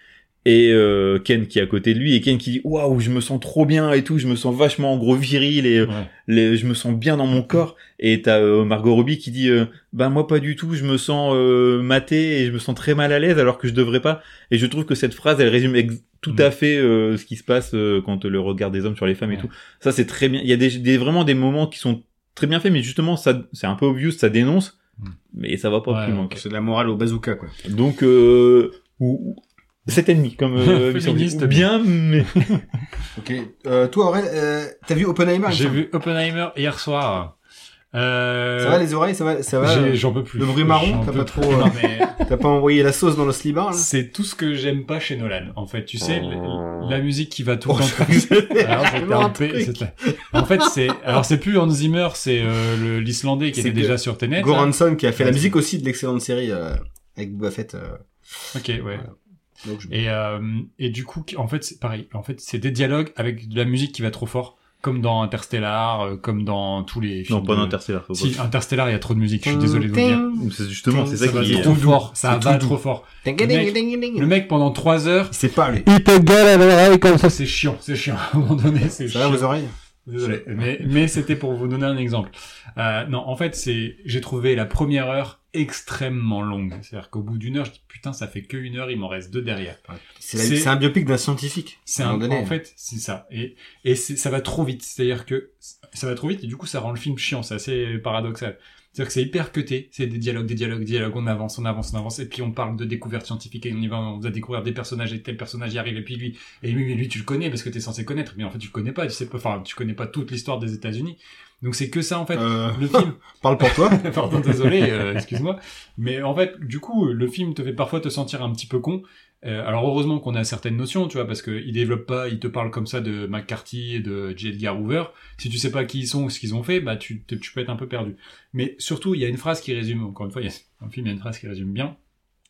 [SPEAKER 3] et euh, Ken qui est à côté de lui et Ken qui dit waouh, je me sens trop bien et tout, je me sens vachement en gros viril et euh,
[SPEAKER 2] Ouais.
[SPEAKER 3] les- je me sens bien dans mon corps et t'as euh, Margot Robbie qui dit euh, bah moi pas du tout je me sens euh, maté et je me sens très mal à l'aise alors que je devrais pas et je trouve que cette phrase elle résume ex- tout à fait euh, ce qui se passe euh, quand le regard des hommes sur les femmes et
[SPEAKER 2] Mm. Ouais.
[SPEAKER 3] tout ça c'est très bien il y a des, des- vraiment des moments qui sont très bien faits mais justement ça c'est un peu obvious ça dénonce
[SPEAKER 2] Mm.
[SPEAKER 3] mais ça va pas
[SPEAKER 2] Ouais,
[SPEAKER 3] plus loin
[SPEAKER 1] C'est de la morale au bazooka, quoi.
[SPEAKER 3] donc euh, ou- ou- cet ennemi comme euh,
[SPEAKER 2] Féministe.
[SPEAKER 3] Victor dit. bien mais
[SPEAKER 1] Ok. Euh, toi, Aurel, euh, t'as vu Oppenheimer il me
[SPEAKER 2] J'ai
[SPEAKER 1] semble
[SPEAKER 2] vu Oppenheimer hier soir. Euh,
[SPEAKER 1] Ça va les oreilles, ça va, ça va.
[SPEAKER 2] j'ai-
[SPEAKER 1] euh,
[SPEAKER 2] J'en peux plus.
[SPEAKER 1] Le bruit marron,
[SPEAKER 2] J'en
[SPEAKER 1] t'as pas
[SPEAKER 2] peux plus.
[SPEAKER 1] trop, euh,
[SPEAKER 2] Non, mais
[SPEAKER 1] T'as pas envoyé la sauce dans le slibar là
[SPEAKER 2] c'est tout ce que j'aime pas chez Nolan. En fait, tu sais,
[SPEAKER 3] Oh.
[SPEAKER 2] la musique qui va tout
[SPEAKER 1] Oh,
[SPEAKER 2] le temps.
[SPEAKER 1] je-
[SPEAKER 2] Alors, c'était
[SPEAKER 1] Vraiment
[SPEAKER 2] un
[SPEAKER 1] un
[SPEAKER 2] peu-
[SPEAKER 1] truc.
[SPEAKER 2] c'était- En fait, c'est alors c'est plus Hans Zimmer, c'est euh, le- l'Islandais qui
[SPEAKER 1] C'est
[SPEAKER 2] était déjà sur Tenet. là.
[SPEAKER 1] Goranson qui a fait la
[SPEAKER 2] Ouais.
[SPEAKER 1] musique aussi de l'excellente série euh, avec Boba Fett. euh,
[SPEAKER 2] Ok, ouais.
[SPEAKER 1] donc je-
[SPEAKER 2] Et, euh, et du coup, qui- en fait, c'est pareil. En fait, c'est des dialogues avec de la musique qui va trop fort, comme dans Interstellar, euh, comme dans tous les films.
[SPEAKER 3] non pas
[SPEAKER 2] de-
[SPEAKER 3] d'Interstellar faut pas.
[SPEAKER 2] Si, Interstellar, il y a trop de musique, je suis désolé de vous le dire.
[SPEAKER 3] C'est justement c'est ça,
[SPEAKER 2] Ça va
[SPEAKER 3] qui est
[SPEAKER 2] trop fort, ça
[SPEAKER 1] C'est
[SPEAKER 2] va
[SPEAKER 1] tout
[SPEAKER 2] trop
[SPEAKER 1] doux.
[SPEAKER 2] fort.
[SPEAKER 1] Ding, ding,
[SPEAKER 2] mec-
[SPEAKER 1] ding, ding.
[SPEAKER 2] Le mec, pendant trois heures,
[SPEAKER 1] Il sait pas lui.
[SPEAKER 5] Il te gueule à l'oreille comme ça.
[SPEAKER 2] c'est chiant, c'est chiant. À un moment donné, c'est
[SPEAKER 1] Ça va
[SPEAKER 2] chiant.
[SPEAKER 1] vos oreilles
[SPEAKER 2] Désolé. Mais, mais c'était pour vous donner un exemple. Euh, non, en fait, c'est, j'ai trouvé la première heure extrêmement longue. C'est-à-dire qu'au bout d'une heure, je dis, putain, ça fait que une heure, il m'en reste deux derrière.
[SPEAKER 1] C'est la-
[SPEAKER 2] C'est-
[SPEAKER 1] c'est un biopic d'un scientifique.
[SPEAKER 2] C'est
[SPEAKER 1] à
[SPEAKER 2] un,
[SPEAKER 1] moment donné.
[SPEAKER 2] en fait, c'est ça. Et, et c'est- ça va trop vite. C'est-à-dire que ça va trop vite et du coup, ça rend le film chiant. C'est assez paradoxal. C'est-à-dire que c'est hyper cuté. C'est des dialogues, des dialogues, des dialogues. On avance, on avance, on avance. Et puis, on parle de découverte scientifique et on y va. On va découvrir des personnages et tel personnage y arrive. Et puis, lui, et lui, lui, tu le connais parce que t'es censé connaître. Mais en fait, tu le connais pas. Tu sais pas, enfin, tu connais pas toute l'histoire des États-Unis. Donc, c'est que ça, en fait.
[SPEAKER 1] Euh,
[SPEAKER 2] Le film,
[SPEAKER 1] Parle pour toi.
[SPEAKER 2] pardon, désolé, euh, excuse-moi. Mais en fait, du coup, le film te fait parfois te sentir un petit peu con. Euh, alors heureusement qu'on a certaines notions, tu vois, parce qu'il développe pas, il te parle comme ça de McCarthy et de J. Edgar Hoover. Si tu sais pas qui ils sont ou ce qu'ils ont fait, bah tu, te- tu peux être un peu perdu. Mais surtout, il y a une phrase qui résume, encore une fois, il y a, dans le film, il y a une phrase qui résume bien.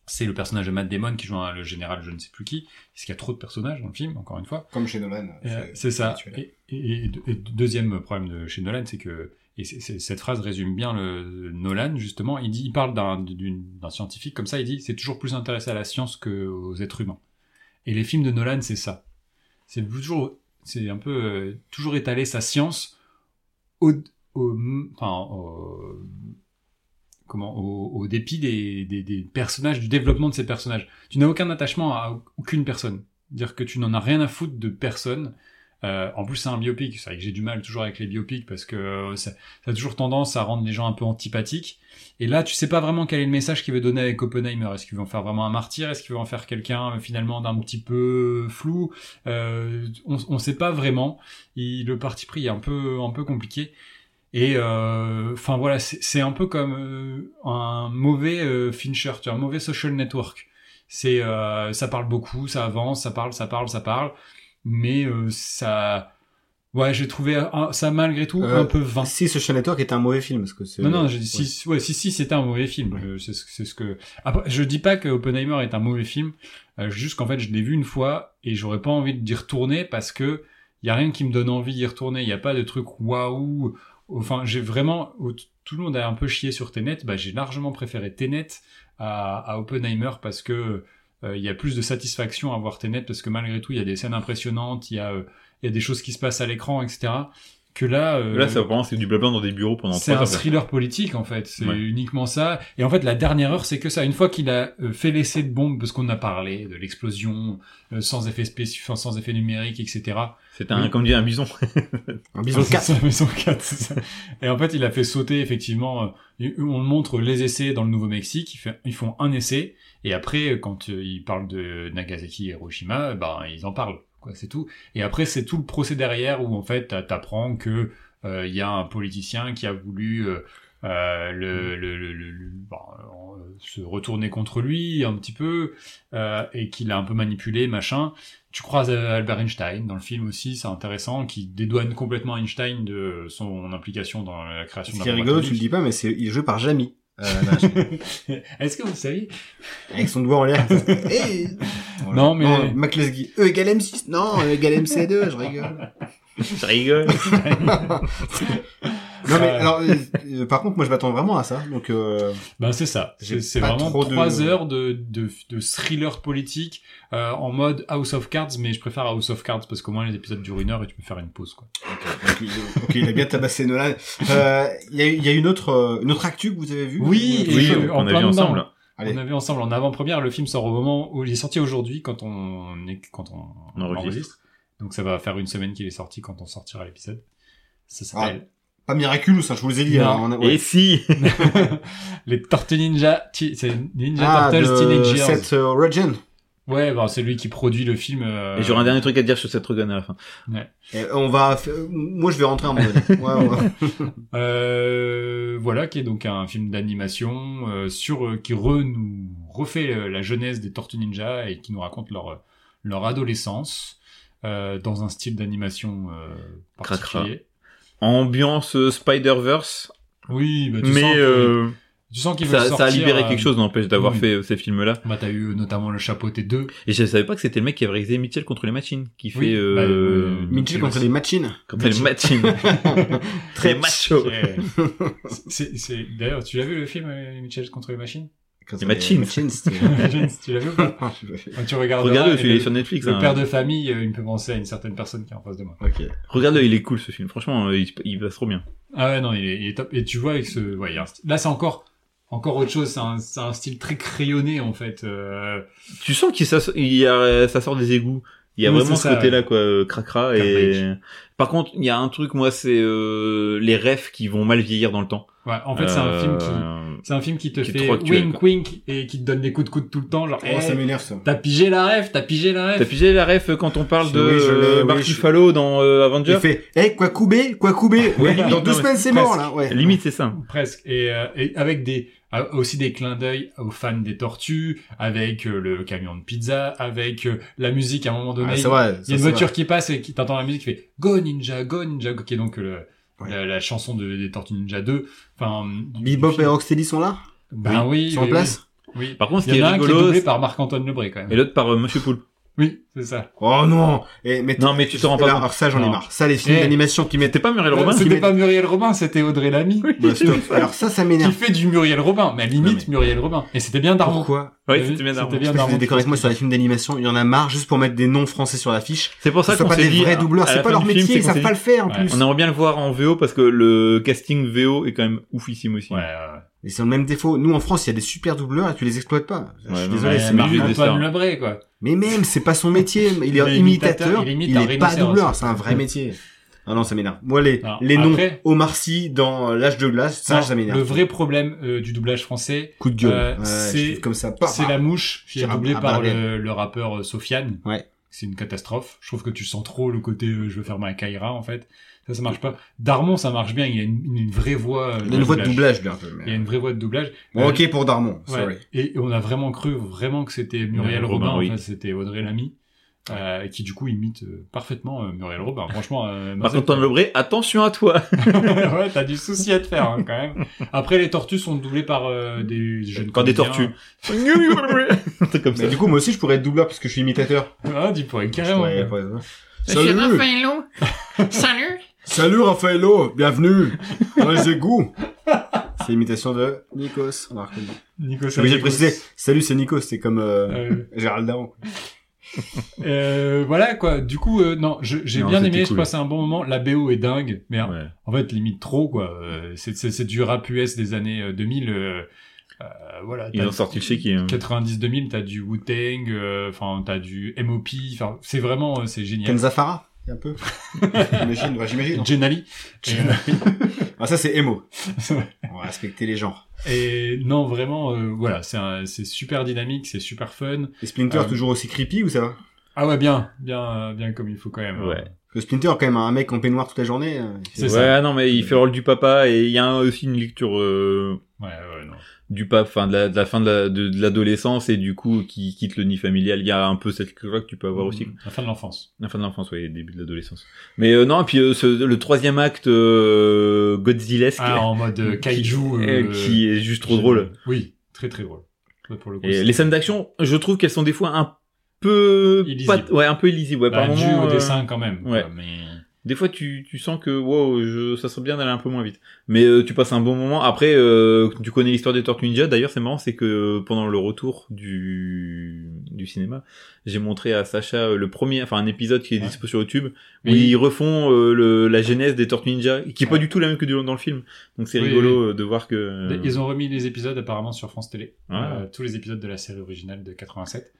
[SPEAKER 2] C'est le personnage de Matt Damon qui joue un- le général je ne sais plus qui, parce qu'il y a trop de personnages dans le film, encore une fois.
[SPEAKER 1] Comme chez Nolan.
[SPEAKER 2] Euh, C'est ça. Et, et- et de- et deuxième problème de chez Nolan, c'est que et c'est- c'est- cette phrase résume bien le Nolan justement. Il dit, il parle d'un d'une- d'un scientifique comme ça. Il dit, c'est toujours plus intéressé à la science que aux êtres humains. Et les films de Nolan, c'est ça. C'est toujours, c'est un peu euh, toujours étaler sa science au, au- enfin, au- comment, au, au dépit des, des- des personnages, du développement de ces personnages. Tu n'as aucun attachement à aucune personne. Dire que tu n'en as rien à foutre de personne. Euh, en plus, c'est un biopic. C'est vrai que j'ai du mal toujours avec les biopics parce que euh, ça, ça a toujours tendance à rendre les gens un peu antipathiques. Et là, tu sais pas vraiment quel est le message qu'il veut donner avec Oppenheimer. Est-ce qu'il veut en faire vraiment un martyr Est-ce qu'il veut en faire quelqu'un euh, finalement d'un petit peu flou Euh, On on sait pas vraiment. Il, le parti pris est un peu, un peu compliqué. Et euh, enfin voilà, c'est c'est un peu comme euh, un mauvais euh, Fincher, tu vois, un mauvais social network. C'est euh, ça parle beaucoup, ça avance, ça parle, ça parle, ça parle, mais euh, ça, ouais, j'ai trouvé euh, ça malgré tout
[SPEAKER 1] Euh,
[SPEAKER 2] un peu vain.
[SPEAKER 1] Si Social Network est un mauvais film, parce que c'est.
[SPEAKER 2] Non, non, j'ai dit si, ouais, si, si, c'était un mauvais film. Euh, C'est ce c'est ce que. Après, je dis pas que Oppenheimer est un mauvais film. euh, juste qu'en fait, je l'ai vu une fois et j'aurais pas envie d'y retourner parce que y a rien qui me donne envie d'y retourner. Il y a pas de truc waouh. enfin, j'ai vraiment, où t- tout le monde a un peu chié sur Tenet, bah, j'ai largement préféré Tenet à, à Oppenheimer parce que euh, il y a plus de satisfaction à voir Tenet parce que malgré tout, il y a des scènes impressionnantes, il y a, euh, il y a des choses qui se passent à l'écran, etc. Que là, euh,
[SPEAKER 3] Là, ça, vraiment, c'est du blabla dans des bureaux pendant
[SPEAKER 2] c'est
[SPEAKER 3] trois
[SPEAKER 2] un
[SPEAKER 3] heures.
[SPEAKER 2] thriller politique en fait, c'est
[SPEAKER 3] Ouais.
[SPEAKER 2] uniquement ça. Et en fait, la dernière heure, c'est que ça. Une fois qu'il a euh, fait l'essai de bombe, parce qu'on a parlé de l'explosion, euh, sans effet spécial, sans effet numérique, etc.
[SPEAKER 3] C'était un,
[SPEAKER 2] Oui.
[SPEAKER 3] comme dit un bison.
[SPEAKER 1] Un bison
[SPEAKER 2] C'est
[SPEAKER 1] 4.
[SPEAKER 2] ça, Maison 4, c'est ça. Et en fait, il a fait sauter, effectivement, euh, il- on montre les essais dans le Nouveau-Mexique, ils, fait- ils font un essai, et après, euh, quand euh, ils parlent de Nagasaki et Hiroshima, euh, ben, ils en parlent, quoi, c'est tout. Et après, c'est tout le procès derrière où, en fait, t'as- t'apprends que euh, il y a un politicien qui a voulu... euh, euh,
[SPEAKER 1] Mm.
[SPEAKER 2] le, le, le, le- le- bon, euh, se retourner contre lui un petit peu euh, et qu'il a un peu manipulé machin tu croises euh, Albert Einstein dans le film aussi, c'est intéressant, qui dédouane complètement Einstein de son implication dans la création
[SPEAKER 1] Ce
[SPEAKER 2] de
[SPEAKER 1] qui est
[SPEAKER 2] la bombe
[SPEAKER 1] rigolo, tu le
[SPEAKER 2] atomique.
[SPEAKER 1] dis pas, mais c'est il est joué par Jamie.
[SPEAKER 2] Ah,
[SPEAKER 1] Euh, non, je-
[SPEAKER 2] Est-ce que vous saviez
[SPEAKER 1] avec son doigt en l'air. comme ça. Eh Voilà.
[SPEAKER 2] Non, mais-
[SPEAKER 1] McCleskey. E égale M6. Non, E égale MC2, je rigole.
[SPEAKER 3] Je rigole.
[SPEAKER 1] Non, mais
[SPEAKER 2] Euh.
[SPEAKER 1] alors, euh, euh, par contre, moi, je m'attends vraiment à ça. Donc, euh,
[SPEAKER 2] Ben c'est ça,
[SPEAKER 1] J'ai
[SPEAKER 2] c'est c'est
[SPEAKER 1] pas
[SPEAKER 2] vraiment
[SPEAKER 1] trop de-
[SPEAKER 2] trois heures de, de, de thriller politique euh, en mode House of Cards, mais je préfère House of Cards parce qu'au moins les épisodes durent une heure et tu peux faire une pause. quoi.
[SPEAKER 1] donc, il- ok, il a bien tabassé Nolan. Euh, Il y, a- il y a une autre, euh, une autre actu que vous avez vue
[SPEAKER 2] Oui,
[SPEAKER 1] Ou-
[SPEAKER 2] et-
[SPEAKER 3] oui,
[SPEAKER 2] je- en
[SPEAKER 3] on a
[SPEAKER 2] plein
[SPEAKER 3] vu ensemble.
[SPEAKER 2] dedans.
[SPEAKER 3] là.
[SPEAKER 1] Allez.
[SPEAKER 2] On avait ensemble en avant-première, le film sort au moment où il est sorti aujourd'hui quand on, est- quand on,
[SPEAKER 3] On enregistre.
[SPEAKER 2] Donc ça va faire une semaine qu'il est sorti quand on sortira l'épisode. Ça
[SPEAKER 1] Ah.
[SPEAKER 2] s'appelle
[SPEAKER 1] Pas miraculeux, ça, je vous ai dit.
[SPEAKER 2] Non.
[SPEAKER 1] hein, on a- ouais.
[SPEAKER 3] Et si
[SPEAKER 2] les Tortues Ninja, ti- c'est Ninja
[SPEAKER 1] Ah,
[SPEAKER 2] Turtles
[SPEAKER 1] de
[SPEAKER 2] Teenage Years.
[SPEAKER 1] cette euh, Origin.
[SPEAKER 2] Ouais, bah, c'est lui qui produit le film. euh,
[SPEAKER 3] Et j'aurais un dernier truc à dire sur cette regarde à la fin.
[SPEAKER 1] Et on va, f- euh, moi je vais rentrer à mon avis. Ouais, on va-
[SPEAKER 2] euh, voilà, qui est donc un film d'animation euh, sur euh, qui re, nous refait euh, la jeunesse des Tortues Ninja et qui nous raconte leur euh, leur adolescence euh, dans un style d'animation euh,
[SPEAKER 3] Cracra.
[SPEAKER 2] particulier.
[SPEAKER 3] Ambiance euh, Spider-Verse,
[SPEAKER 2] Oui, bah, tu sens
[SPEAKER 3] mais
[SPEAKER 2] que-
[SPEAKER 3] euh,
[SPEAKER 2] tu sens qu'il veut
[SPEAKER 3] ça, ça
[SPEAKER 2] sortir.
[SPEAKER 3] a libéré
[SPEAKER 2] euh,
[SPEAKER 3] quelque chose, n'empêche, d'avoir
[SPEAKER 2] oui.
[SPEAKER 3] fait euh, ces films-là.
[SPEAKER 2] Bah, t'as eu euh, notamment le chapeau T2.
[SPEAKER 3] Et je savais pas que c'était le mec qui avait réalisé Mitchell contre les machines, qui fait...
[SPEAKER 2] Oui,
[SPEAKER 3] euh,
[SPEAKER 2] bah, euh,
[SPEAKER 1] Mitchell contre les machines.
[SPEAKER 3] contre les machines. Très macho.
[SPEAKER 2] qui est- euh, c'est- c'est- D'ailleurs, tu l'as vu le film euh, Mitchell contre les machines
[SPEAKER 1] Contre
[SPEAKER 3] Les machines.
[SPEAKER 1] c'était-
[SPEAKER 2] James, tu l'as vu ou pas Quand tu regardes
[SPEAKER 3] Regarde-le, il est sur Netflix.
[SPEAKER 2] le
[SPEAKER 3] hein.
[SPEAKER 2] père de famille, euh, il me fait penser à une certaine personne qui est en face de moi.
[SPEAKER 1] ok.
[SPEAKER 3] Regarde-le, il est cool ce film. Franchement, euh, il, il passe trop bien.
[SPEAKER 2] Ah ouais, non, il est, il est top. Et tu vois, avec ce, ouais, il y a un sty- là, c'est encore, encore autre chose. C'est un, c'est un style très crayonné, en fait. euh,
[SPEAKER 3] Tu sens qu'il ça, il y a- ça sort des égouts. Il y a
[SPEAKER 2] Oui,
[SPEAKER 3] vraiment
[SPEAKER 2] c'est
[SPEAKER 3] ce
[SPEAKER 2] ça,
[SPEAKER 3] côté-là, quoi, euh, cracra. Et...
[SPEAKER 2] Carnage.
[SPEAKER 3] Par contre, il y a un truc, moi, c'est euh, les rêves qui vont mal vieillir dans le temps.
[SPEAKER 2] Ouais, en fait, c'est un film qui,
[SPEAKER 3] qui...
[SPEAKER 2] c'est un film qui te
[SPEAKER 3] Euh, qui est
[SPEAKER 2] fait
[SPEAKER 3] trop actuel,
[SPEAKER 2] wink wink et qui te donne des coups de coude tout le temps. Genre,
[SPEAKER 1] Oh,
[SPEAKER 2] Eh,
[SPEAKER 1] ça m'énerve ça.
[SPEAKER 2] t'as pigé la rêve, t'as pigé la
[SPEAKER 3] T'as
[SPEAKER 2] rêve.
[SPEAKER 3] pigé la ref quand on parle
[SPEAKER 1] Oui,
[SPEAKER 3] de
[SPEAKER 1] je l'ai,
[SPEAKER 3] euh,
[SPEAKER 1] oui,
[SPEAKER 3] Mark
[SPEAKER 1] je-
[SPEAKER 3] Ruffalo dans euh, Avengers
[SPEAKER 1] Il fait, eh, quoi couper, quoi couper.
[SPEAKER 3] Ah, Ouais,
[SPEAKER 1] Dans
[SPEAKER 3] non,
[SPEAKER 1] deux
[SPEAKER 3] mais
[SPEAKER 1] semaines, c'est
[SPEAKER 2] presque.
[SPEAKER 1] mort là. Ouais.
[SPEAKER 3] Limite, c'est ça.
[SPEAKER 2] Presque. Et, euh, et avec des, euh, aussi des clins d'œil aux fans des tortues, avec euh, le camion de pizza, avec euh, la musique à un moment donné.
[SPEAKER 1] Ah, c'est vrai. ça,
[SPEAKER 2] Il y a une
[SPEAKER 1] c'est
[SPEAKER 2] voiture qui passe et qui t'entends la musique qui fait Go Ninja, Go Ninja, qui est donc le,
[SPEAKER 1] Ouais.
[SPEAKER 2] la, la chanson de, des Tortues Ninja 2. Enfin,
[SPEAKER 1] vrai. Bebop et Rocksteady sont là.
[SPEAKER 2] Ben oui.
[SPEAKER 1] Ils sont en
[SPEAKER 2] oui,
[SPEAKER 1] place.
[SPEAKER 2] Oui. oui.
[SPEAKER 3] Par contre, ce
[SPEAKER 2] Il
[SPEAKER 3] qui
[SPEAKER 2] y en
[SPEAKER 3] est
[SPEAKER 2] a un qui est
[SPEAKER 3] rigolo,
[SPEAKER 2] doublé
[SPEAKER 3] c'est-
[SPEAKER 2] par Marc-Antoine Lebré quand même.
[SPEAKER 3] et l'autre par euh, Monsieur Poulpe.
[SPEAKER 2] Oui, c'est ça.
[SPEAKER 1] Oh non. Et mais
[SPEAKER 3] Non, mais tu te rends pas
[SPEAKER 1] là,
[SPEAKER 3] compte.
[SPEAKER 1] alors ça, j'en ai
[SPEAKER 2] Non.
[SPEAKER 1] marre. Ça, les films
[SPEAKER 2] Eh.
[SPEAKER 1] d'animation qui mettent.
[SPEAKER 3] C'était pas Muriel
[SPEAKER 2] Euh,
[SPEAKER 3] Robin
[SPEAKER 1] qui
[SPEAKER 2] C'était
[SPEAKER 1] met-
[SPEAKER 2] pas Muriel Robin, c'était Audrey Lamy
[SPEAKER 1] Bah, stop. Alors ça, ça m'énerve.
[SPEAKER 2] qui fait du Muriel Robin, mais limite
[SPEAKER 3] Non, mais-
[SPEAKER 2] Muriel Robin. Et c'était bien Darmon.
[SPEAKER 1] Pourquoi
[SPEAKER 3] Ouais, c'était
[SPEAKER 2] C'était
[SPEAKER 3] bien Darmon.
[SPEAKER 1] Je sais pas si
[SPEAKER 2] bien
[SPEAKER 1] vous
[SPEAKER 2] Darmon.
[SPEAKER 1] êtes d'accord avec moi sur les films d'animation. Il y en a marre juste pour mettre des noms français sur l'affiche.
[SPEAKER 3] C'est pour ça
[SPEAKER 1] Ce sont
[SPEAKER 3] qu'on
[SPEAKER 1] pas
[SPEAKER 3] s'est
[SPEAKER 1] des
[SPEAKER 3] dit.
[SPEAKER 1] vrais
[SPEAKER 3] à-
[SPEAKER 1] doubleurs.
[SPEAKER 3] à la
[SPEAKER 1] C'est pas
[SPEAKER 3] fin
[SPEAKER 1] leur
[SPEAKER 3] du film,
[SPEAKER 1] métier.
[SPEAKER 3] c'est
[SPEAKER 1] Ils
[SPEAKER 3] qu'on
[SPEAKER 1] savent
[SPEAKER 3] s'est
[SPEAKER 1] pas
[SPEAKER 3] dit-
[SPEAKER 1] le faire en
[SPEAKER 2] Ouais.
[SPEAKER 1] plus.
[SPEAKER 3] On aimerait bien le voir en VO parce que le casting VO est quand même oufissime aussi.
[SPEAKER 2] Ouais, ouais, ouais.
[SPEAKER 1] Et c'est le même défaut. Nous, en France, il y a des super doubleurs et tu les exploites pas. Je
[SPEAKER 3] Ouais,
[SPEAKER 1] suis
[SPEAKER 3] non,
[SPEAKER 1] désolé,
[SPEAKER 2] Ouais,
[SPEAKER 3] c'est
[SPEAKER 1] c'est
[SPEAKER 3] marrant.
[SPEAKER 1] marrant.
[SPEAKER 3] Marc-Antoine
[SPEAKER 2] Marc-Antoine Lebré, quoi.
[SPEAKER 1] Mais même, c'est pas son métier. Il est
[SPEAKER 2] Il
[SPEAKER 1] imitateur,
[SPEAKER 2] est imitateur, il
[SPEAKER 1] il,
[SPEAKER 2] imite un
[SPEAKER 1] est pas
[SPEAKER 2] rhinocéros.
[SPEAKER 1] doubleur. C'est un vrai métier. Ah non, ça m'énerve. Moi, les,
[SPEAKER 2] Alors,
[SPEAKER 1] les noms
[SPEAKER 2] après-
[SPEAKER 1] Omar Sy dans euh, L'âge de glace, ça,
[SPEAKER 2] Non,
[SPEAKER 1] ça m'énerve.
[SPEAKER 2] le vrai problème euh, du doublage français,
[SPEAKER 1] coup de gueule.
[SPEAKER 2] euh,
[SPEAKER 1] Ouais,
[SPEAKER 2] c'est-
[SPEAKER 1] je trouve comme ça. Paf,
[SPEAKER 2] C'est la mouche qui est
[SPEAKER 1] J'ai
[SPEAKER 2] doublée
[SPEAKER 1] rab-
[SPEAKER 2] par
[SPEAKER 1] rabarbé.
[SPEAKER 2] le, le rappeur euh, Sofiane.
[SPEAKER 1] Ouais.
[SPEAKER 2] C'est une catastrophe. Je trouve que tu sens trop le côté euh, je veux faire ma Kaira en fait. Ça, ça marche pas. Darmon, ça marche bien. Il y a une, une vraie voix. euh,
[SPEAKER 1] Il y a une voix de doublage, là, un peu.
[SPEAKER 2] Il y a
[SPEAKER 1] mais-
[SPEAKER 2] une vraie voix de doublage.
[SPEAKER 1] Bon,
[SPEAKER 2] Euh,
[SPEAKER 1] ok pour Darmon.
[SPEAKER 2] ouais.
[SPEAKER 1] Sorry.
[SPEAKER 2] Et on a vraiment cru vraiment que c'était Muriel
[SPEAKER 3] Muriel
[SPEAKER 2] Robin.
[SPEAKER 3] Robin, oui.
[SPEAKER 2] en fait, c'était Audrey Lamy. euh, qui du coup imite euh, parfaitement euh, Muriel Robin. Franchement, euh, Marcel,
[SPEAKER 3] Marc-Antoine Lebré, attention à toi.
[SPEAKER 2] ouais, t'as du souci à te faire hein, quand même. Après, les tortues sont doublées par euh, des jeunes.
[SPEAKER 3] Quand des
[SPEAKER 2] comédiens.
[SPEAKER 3] tortues. Un truc comme ça.
[SPEAKER 1] Mais du coup, moi aussi, je pourrais être doubleur parce que je suis imitateur.
[SPEAKER 2] Ah, tu pourrais
[SPEAKER 1] Je
[SPEAKER 2] carrément.
[SPEAKER 1] pourrais-
[SPEAKER 2] ouais.
[SPEAKER 1] pourrais- Salut.
[SPEAKER 5] Salut
[SPEAKER 1] Salut Raffaello, bienvenue dans les égouts. C'est l'imitation de Nikos. On a reconnu.
[SPEAKER 2] Nico
[SPEAKER 1] Je suis obligé de préciser. Salut, c'est Nikos. C'est comme euh,
[SPEAKER 2] Euh,
[SPEAKER 1] Gérald Daron. quoi.
[SPEAKER 2] euh, voilà quoi. Du coup, euh, non, je- j'ai
[SPEAKER 3] Non,
[SPEAKER 2] bien aimé.
[SPEAKER 3] c'était
[SPEAKER 2] Je
[SPEAKER 3] cool.
[SPEAKER 2] passais un bon moment. La BO est dingue, mais
[SPEAKER 3] Ouais.
[SPEAKER 2] en fait limite trop quoi. Euh, c'est- C'est c'est du rap US des années euh, 2000. euh, euh, voilà.
[SPEAKER 3] Ils
[SPEAKER 2] t'as-
[SPEAKER 3] ont sorti le chéquier. Hein.
[SPEAKER 2] 90-2000, t'as du Wu-Tang, euh, enfin t'as du M.O.P. Enfin, c'est vraiment, euh, c'est génial.
[SPEAKER 1] Kenza Farah, un peu. J'imagine. ouais, J'imagine.
[SPEAKER 2] Genali.
[SPEAKER 1] Ah, ça, c'est Emo. On va respecter les genres.
[SPEAKER 2] euh, Et non, vraiment, euh, voilà, c'est un- c'est super dynamique, c'est super fun.
[SPEAKER 1] Et Splinter,
[SPEAKER 2] Euh,
[SPEAKER 1] toujours aussi creepy ou ça va
[SPEAKER 2] Ah ouais, bien, bien, euh, bien comme il faut quand même.
[SPEAKER 3] Ouais.
[SPEAKER 1] Parce que Splinter, quand même, un mec en peignoir toute la journée. euh,
[SPEAKER 2] C'est
[SPEAKER 3] ouais, ah
[SPEAKER 2] ça.
[SPEAKER 3] non, mais il fait le rôle du papa et il y a un- aussi une lecture euh,
[SPEAKER 2] Ouais, ouais, non.
[SPEAKER 3] du papa, enfin de la, de la fin de la- de- de l'adolescence et du coup qui quitte le nid familial. Il y a un peu cette lecture-là que tu peux avoir aussi.
[SPEAKER 2] La fin de l'enfance.
[SPEAKER 3] La fin de l'enfance, oui, début de l'adolescence. Mais euh, non, et puis euh, ce- le troisième acte euh, Godzillesque
[SPEAKER 2] Ah, en mode euh,
[SPEAKER 3] qui-
[SPEAKER 2] kaiju.
[SPEAKER 3] euh,
[SPEAKER 2] euh,
[SPEAKER 3] qui est juste trop drôle.
[SPEAKER 2] Oui, très très drôle. Ouais, Pour le coup,
[SPEAKER 3] Et
[SPEAKER 2] c'est-
[SPEAKER 3] les scènes d'action, je trouve qu'elles sont des fois un peu
[SPEAKER 2] Illisibles.
[SPEAKER 3] ouais, un peu illisibles. Ouais,
[SPEAKER 2] bah,
[SPEAKER 3] par
[SPEAKER 2] dû
[SPEAKER 3] moments,
[SPEAKER 2] au
[SPEAKER 3] euh,
[SPEAKER 2] dessin quand même. quoi,
[SPEAKER 3] ouais.
[SPEAKER 2] mais...
[SPEAKER 3] Des fois, tu, tu sens que wow, je, ça serait bien d'aller un peu moins vite. Mais euh, tu passes un bon moment. Après, euh, tu connais l'histoire des Tortues Ninja. D'ailleurs, c'est marrant, c'est que euh, pendant le retour du, du cinéma, j'ai montré à Sacha euh, le premier, enfin un épisode qui est
[SPEAKER 2] Ouais.
[SPEAKER 3] dispo sur YouTube où
[SPEAKER 2] Mais
[SPEAKER 3] ils refont euh, le, la genèse des Tortues Ninja, qui est pas
[SPEAKER 2] Ouais.
[SPEAKER 3] du tout la même que du- dans le film. Donc c'est
[SPEAKER 2] Oui,
[SPEAKER 3] rigolo euh, de voir que. euh,
[SPEAKER 2] Ils ont remis les épisodes apparemment sur France Télé.
[SPEAKER 3] Ah.
[SPEAKER 2] Euh, tous les épisodes de la série originale de 87.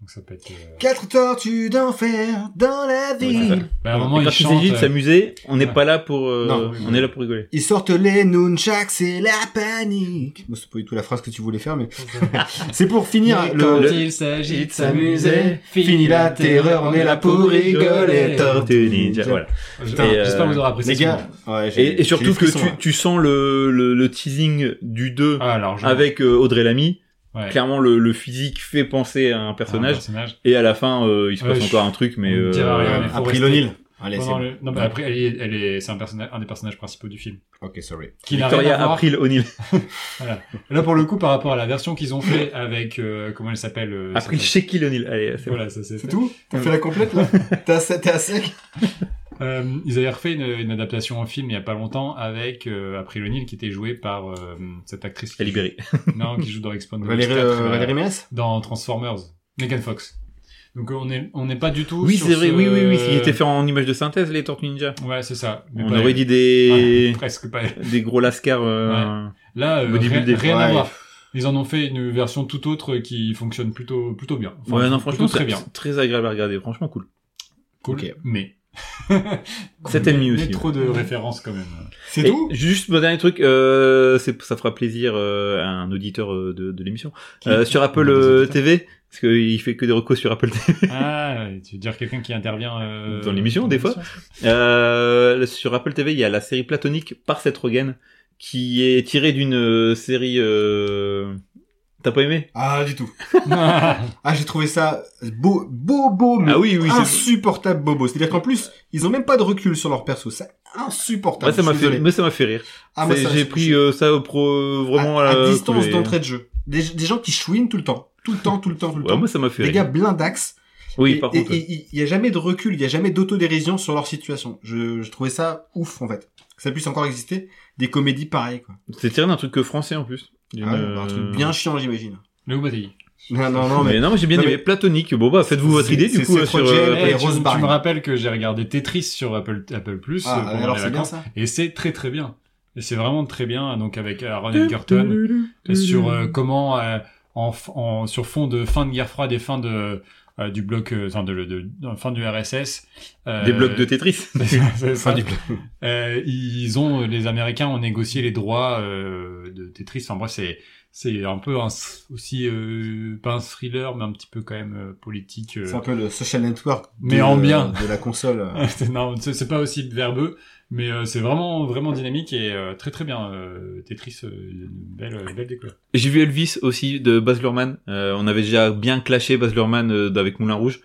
[SPEAKER 2] Donc ça peut être. euh,
[SPEAKER 1] Quatre tortues d'enfer dans la
[SPEAKER 3] Ouais, c'est
[SPEAKER 1] ville.
[SPEAKER 3] ça.
[SPEAKER 2] Bah, à un moment,
[SPEAKER 3] Et quand
[SPEAKER 2] ils
[SPEAKER 3] il
[SPEAKER 2] chantent.
[SPEAKER 3] s'agit de
[SPEAKER 2] euh,
[SPEAKER 3] s'amuser, on n'est pas là pour. euh,
[SPEAKER 1] Non,
[SPEAKER 3] on est là pour rigoler.
[SPEAKER 1] Ils sortent les nunchaks, c'est la panique. Bon, c'est pas du tout la phrase que tu voulais faire, mais c'est pour finir le,
[SPEAKER 3] quand
[SPEAKER 2] euh, il s'agit
[SPEAKER 1] de s'amuser, fini la terreur, on est là pour rigoler.
[SPEAKER 3] Tortues Ninja, voilà.
[SPEAKER 2] Putain,
[SPEAKER 3] Et, euh,
[SPEAKER 2] ah, J'espère que vous aurez apprécié.
[SPEAKER 1] les
[SPEAKER 2] ce
[SPEAKER 1] gars.
[SPEAKER 2] moment.
[SPEAKER 1] Ouais, j'ai-
[SPEAKER 3] Et, et surtout
[SPEAKER 1] j'ai
[SPEAKER 3] que
[SPEAKER 1] des frissons,
[SPEAKER 3] tu,
[SPEAKER 1] là.
[SPEAKER 3] tu sens le, le, le teasing du 2
[SPEAKER 2] Ah, alors, je-
[SPEAKER 3] avec euh, Audrey Lamy.
[SPEAKER 2] ouais.
[SPEAKER 3] Clairement, le, le physique fait penser à un
[SPEAKER 2] Un
[SPEAKER 3] personnage.
[SPEAKER 2] personnage.
[SPEAKER 3] Et à la fin, euh, il se
[SPEAKER 2] Ouais,
[SPEAKER 3] passe
[SPEAKER 2] je-
[SPEAKER 3] encore un truc, mais... euh,
[SPEAKER 2] on ne dira rien, mais-
[SPEAKER 1] Ah,
[SPEAKER 2] faut
[SPEAKER 1] April
[SPEAKER 2] rester-
[SPEAKER 1] O'Neil. Allez, c'est
[SPEAKER 2] Pendant
[SPEAKER 1] bon.
[SPEAKER 2] le- Non, mais après, elle est, elle est, c'est un personnage, un des personnages principaux du film.
[SPEAKER 1] Ok, sorry.
[SPEAKER 2] Qui n'a rien à
[SPEAKER 3] Victoria
[SPEAKER 2] voir-
[SPEAKER 3] April O'Neil.
[SPEAKER 2] Là, pour le coup, par rapport à la version qu'ils ont fait avec, euh, comment elle s'appelle, euh,
[SPEAKER 3] April
[SPEAKER 2] cette-
[SPEAKER 3] Shaquille O'Neil. Allez, c'est bon.
[SPEAKER 2] Voilà, ça c'est fait.
[SPEAKER 1] tout T'as fait la complète, là T'es à sec- t'es à sec
[SPEAKER 2] Euh, ils avaient refait une, une adaptation en film il y a pas longtemps avec euh, April O'Neil qui était jouée par euh, cette actrice qui,
[SPEAKER 3] Elle est libérée.
[SPEAKER 2] non, qui joue dans Expandables
[SPEAKER 1] Valérie,
[SPEAKER 2] 4,
[SPEAKER 1] euh,
[SPEAKER 2] euh,
[SPEAKER 1] Valérie Mérès
[SPEAKER 2] dans Transformers, Megan Fox. Donc euh, on est on n'est pas du tout
[SPEAKER 3] Oui,
[SPEAKER 2] sur
[SPEAKER 3] c'est vrai.
[SPEAKER 2] ce- euh,
[SPEAKER 3] Oui, oui, oui. Il était fait en image de synthèse, les Tortues Ninja.
[SPEAKER 2] Ouais, c'est ça. Mais
[SPEAKER 3] On
[SPEAKER 2] pas-
[SPEAKER 3] aurait dit
[SPEAKER 2] Ouais,
[SPEAKER 3] des...
[SPEAKER 2] presque pas.
[SPEAKER 3] des gros lascars. euh,
[SPEAKER 2] Là, euh, rien,
[SPEAKER 3] Bodybuildé.
[SPEAKER 2] rien à
[SPEAKER 1] Ouais.
[SPEAKER 2] voir. Ils en ont fait une version tout autre qui fonctionne plutôt plutôt bien. Enfin,
[SPEAKER 3] ouais, non,
[SPEAKER 2] plutôt
[SPEAKER 3] franchement,
[SPEAKER 2] très
[SPEAKER 3] c'est
[SPEAKER 2] bien.
[SPEAKER 3] c'est très agréable à regarder. Franchement, cool.
[SPEAKER 2] Cool.
[SPEAKER 1] Ok.
[SPEAKER 2] Mais
[SPEAKER 3] C'était
[SPEAKER 2] Mais-
[SPEAKER 3] mieux
[SPEAKER 2] mais
[SPEAKER 3] aussi.
[SPEAKER 2] trop de références quand même.
[SPEAKER 1] C'est
[SPEAKER 3] Et
[SPEAKER 1] tout
[SPEAKER 3] Juste mon dernier truc, euh, c'est- ça fera plaisir euh, à un auditeur euh, de, de l'émission. Euh, sur Apple
[SPEAKER 1] Des
[SPEAKER 3] euh,
[SPEAKER 1] auditeurs.
[SPEAKER 3] TV, parce qu'il fait que des recos sur Apple TV.
[SPEAKER 2] Ah, tu veux dire quelqu'un qui intervient euh,
[SPEAKER 3] Dans l'émission,
[SPEAKER 2] dans
[SPEAKER 3] des fois.
[SPEAKER 2] l'émission
[SPEAKER 3] Euh, sur Apple TV, il y a la série platonique par Seth Rogen, qui est tirée d'une euh, série. euh, T'as pas aimé
[SPEAKER 1] Ah, du tout.
[SPEAKER 2] Ah,
[SPEAKER 1] Ah, j'ai trouvé ça beau, beau, beau, mais
[SPEAKER 3] Ah oui, oui. c'est-
[SPEAKER 1] insupportable bobo. C'est-à-dire qu'en plus, ils ont même pas de recul sur leur perso. C'est
[SPEAKER 3] Ouais,
[SPEAKER 1] insupportable.
[SPEAKER 3] ça
[SPEAKER 1] Ah,
[SPEAKER 3] m'a
[SPEAKER 1] Je suis
[SPEAKER 3] fait,
[SPEAKER 1] désolé.
[SPEAKER 3] mais ça m'a fait rire.
[SPEAKER 1] Ah, moi,
[SPEAKER 3] C'est-
[SPEAKER 1] ça m'a
[SPEAKER 3] J'ai
[SPEAKER 1] fait
[SPEAKER 3] pris
[SPEAKER 1] chier.
[SPEAKER 3] euh, ça au pro vraiment
[SPEAKER 1] à, à
[SPEAKER 3] la
[SPEAKER 1] distance
[SPEAKER 3] coulée.
[SPEAKER 1] d'entrée de jeu. Des, des gens qui chouinent tout le temps. Tout le temps, tout le temps, tout le
[SPEAKER 3] Ouais,
[SPEAKER 1] temps.
[SPEAKER 3] moi ça m'a fait
[SPEAKER 1] des
[SPEAKER 3] rire.
[SPEAKER 1] gars blindax.
[SPEAKER 3] oui,
[SPEAKER 1] et-
[SPEAKER 3] par
[SPEAKER 1] et
[SPEAKER 3] contre. ouais.
[SPEAKER 1] il n'y a jamais de recul, il n'y a jamais d'autodérision sur leur situation. Je, je trouvais ça ouf, en fait. Que ça puisse encore exister. Des comédies pareilles, quoi.
[SPEAKER 3] C'est tiré d'un truc euh, français en plus. D'une,
[SPEAKER 1] Ah ouais, bah, Un truc
[SPEAKER 3] euh,
[SPEAKER 1] bien chiant, j'imagine.
[SPEAKER 2] Léo Bataille.
[SPEAKER 1] Non, non, non,
[SPEAKER 3] mais
[SPEAKER 1] mais...
[SPEAKER 3] non, moi j'ai bien
[SPEAKER 1] Non,
[SPEAKER 3] aimé.
[SPEAKER 1] mais-
[SPEAKER 3] Platonique. Bon bah, faites-vous votre
[SPEAKER 1] C'est-
[SPEAKER 3] idée du
[SPEAKER 1] c'est
[SPEAKER 3] coup euh,
[SPEAKER 1] Seth
[SPEAKER 3] sur.
[SPEAKER 1] Rogen
[SPEAKER 3] euh,
[SPEAKER 1] et-
[SPEAKER 2] Eh, tu-
[SPEAKER 1] Rose
[SPEAKER 2] tu,
[SPEAKER 1] Byrne.
[SPEAKER 2] me rappelles que j'ai regardé Tetris sur Apple, Apple Plus
[SPEAKER 1] Ah,
[SPEAKER 2] euh, pendant
[SPEAKER 1] alors
[SPEAKER 2] les
[SPEAKER 1] c'est bien
[SPEAKER 2] vacances.
[SPEAKER 1] ça.
[SPEAKER 2] Et c'est très très bien. Et c'est vraiment très bien. Donc avec euh, Aaron Edgerton. Et sur euh, comment euh, en, f- en- sur fond de fin de guerre froide et fin de euh, du bloc euh, enfin de, de, de- fin du RSS euh,
[SPEAKER 3] Des blocs de Tetris.
[SPEAKER 2] c'est ça.
[SPEAKER 1] Fin du plan.
[SPEAKER 2] Euh, ils ont les Américains ont négocié les droits euh, de Tetris enfin bref c'est c'est un peu un, s- aussi euh, pas un thriller mais un petit peu quand même euh, politique euh.
[SPEAKER 1] C'est un peu le social network.
[SPEAKER 2] Mais
[SPEAKER 1] de-
[SPEAKER 2] en bien.
[SPEAKER 1] De la console.
[SPEAKER 2] non c'est c'est pas aussi verbeux mais euh, c'est vraiment vraiment dynamique et euh, très très bien euh, Tetris euh, une belle une belle découverte
[SPEAKER 3] J'ai vu Elvis aussi de Baz Luhrmann. Euh, on avait déjà bien clashé Baz Luhrmann euh, avec Moulin Rouge.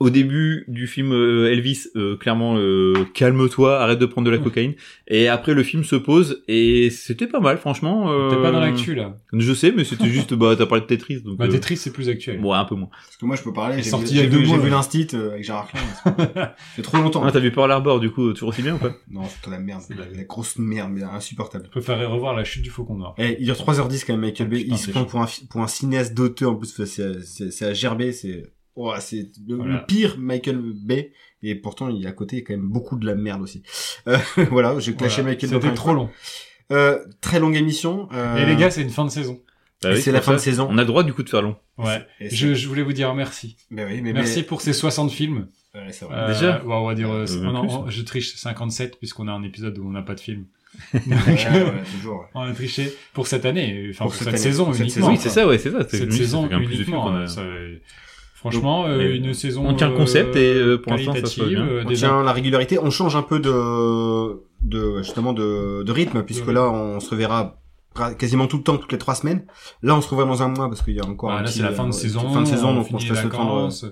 [SPEAKER 3] au début du film euh, Elvis, euh, clairement, euh, calme-toi, arrête de prendre de la
[SPEAKER 2] Mmh.
[SPEAKER 3] cocaïne. Et après, le film se pose et c'était pas mal, franchement. euh,
[SPEAKER 2] T'es pas dans l'actu là.
[SPEAKER 3] Je sais, mais c'était juste, bah, t'as parlé de Tetris, donc.
[SPEAKER 2] Bah,
[SPEAKER 3] euh,
[SPEAKER 2] Tetris, c'est plus actuel.
[SPEAKER 3] bon, un peu moins.
[SPEAKER 1] Parce que moi, je peux
[SPEAKER 2] Il est
[SPEAKER 1] parler. J'ai vu,
[SPEAKER 2] sorti il y a
[SPEAKER 1] j'ai
[SPEAKER 2] deux
[SPEAKER 1] vu, j'ai
[SPEAKER 2] mois,
[SPEAKER 1] vu
[SPEAKER 2] là.
[SPEAKER 1] l'instit euh, avec Gérard Klein. c'est pas vrai. C'est trop longtemps.
[SPEAKER 3] Ah, t'as vu Pearl Harbor, du coup, toujours aussi bien ou pas
[SPEAKER 1] Non, c'est de la merde.
[SPEAKER 2] C'est de la
[SPEAKER 1] La grosse merde, mais insupportable.
[SPEAKER 2] Je préférerais revoir la chute du faucon noir.
[SPEAKER 1] Eh, il dure 3h10 quand même, Michael Bay.
[SPEAKER 2] Ah, Putain,
[SPEAKER 1] Il se
[SPEAKER 2] c'est
[SPEAKER 1] prend
[SPEAKER 2] chaud.
[SPEAKER 1] pour un, fi- pour un cinéaste d'auteur. En plus, enfin, c'est c'est- c'est à gerber. C'est oh, c'est le, le
[SPEAKER 2] Voilà.
[SPEAKER 1] pire Michael Bay. Et pourtant, il est à côté il y a quand même beaucoup de la merde aussi. Euh, voilà, j'ai clashé
[SPEAKER 2] Voilà.
[SPEAKER 1] Michael Bay.
[SPEAKER 2] C'était
[SPEAKER 1] encore
[SPEAKER 2] trop
[SPEAKER 1] une
[SPEAKER 2] long.
[SPEAKER 1] fois. Euh, très longue émission. euh,
[SPEAKER 2] Et les gars, c'est une fin de saison.
[SPEAKER 3] Bah
[SPEAKER 1] Et c'est la
[SPEAKER 3] pour
[SPEAKER 1] fin de
[SPEAKER 3] ça,
[SPEAKER 1] saison.
[SPEAKER 3] On a le droit, du coup, de faire long.
[SPEAKER 1] et
[SPEAKER 2] Ouais.
[SPEAKER 1] c'est- Eh ben,
[SPEAKER 2] Je, je voulais vous dire merci.
[SPEAKER 1] Mais oui, mais
[SPEAKER 2] merci
[SPEAKER 1] mais-
[SPEAKER 2] pour ces 60 films.
[SPEAKER 1] Ouais, c'est vrai.
[SPEAKER 2] Euh,
[SPEAKER 3] Déjà
[SPEAKER 2] ouais, On va dire, euh,
[SPEAKER 3] Euh,
[SPEAKER 2] on-
[SPEAKER 3] plus.
[SPEAKER 2] on- je triche c'est 57 puisqu'on a un épisode où on n'a pas de film.
[SPEAKER 1] Ouais,
[SPEAKER 2] Donc, euh,
[SPEAKER 1] ouais, toujours. ouais.
[SPEAKER 2] on a triché pour cette année, enfin
[SPEAKER 1] Pour
[SPEAKER 2] pour,
[SPEAKER 1] cette
[SPEAKER 2] cette,
[SPEAKER 1] année,
[SPEAKER 2] saison
[SPEAKER 1] pour cette
[SPEAKER 2] uniquement.
[SPEAKER 1] saison,
[SPEAKER 3] oui, c'est ça, ouais, c'est ça.
[SPEAKER 2] Cette
[SPEAKER 3] oui, ça
[SPEAKER 2] saison
[SPEAKER 3] fait quand même plus de films
[SPEAKER 2] uniquement.
[SPEAKER 3] qu'on a-
[SPEAKER 2] hein, ça, euh, Franchement,
[SPEAKER 3] Donc,
[SPEAKER 2] euh,
[SPEAKER 3] et-
[SPEAKER 2] une saison.
[SPEAKER 3] on tient le concept et, euh, pour l'instant, ça se passe
[SPEAKER 2] qualitative,
[SPEAKER 3] bien.
[SPEAKER 2] euh,
[SPEAKER 1] On
[SPEAKER 2] déjà-
[SPEAKER 1] tient la régularité. On change un peu de, de justement de, de rythme puisque
[SPEAKER 2] De-
[SPEAKER 1] là on se reverra pra- quasiment tout le temps toutes les trois semaines. Là on se revoit dans un mois parce qu'il y a encore. un
[SPEAKER 2] Voilà, Bah, là,
[SPEAKER 1] petit,
[SPEAKER 2] c'est la fin de
[SPEAKER 1] euh,
[SPEAKER 2] saison.
[SPEAKER 1] Fin de saison
[SPEAKER 2] on
[SPEAKER 1] donc on
[SPEAKER 2] finit
[SPEAKER 1] se
[SPEAKER 2] les
[SPEAKER 1] laisse le temps. de-
[SPEAKER 2] vacances.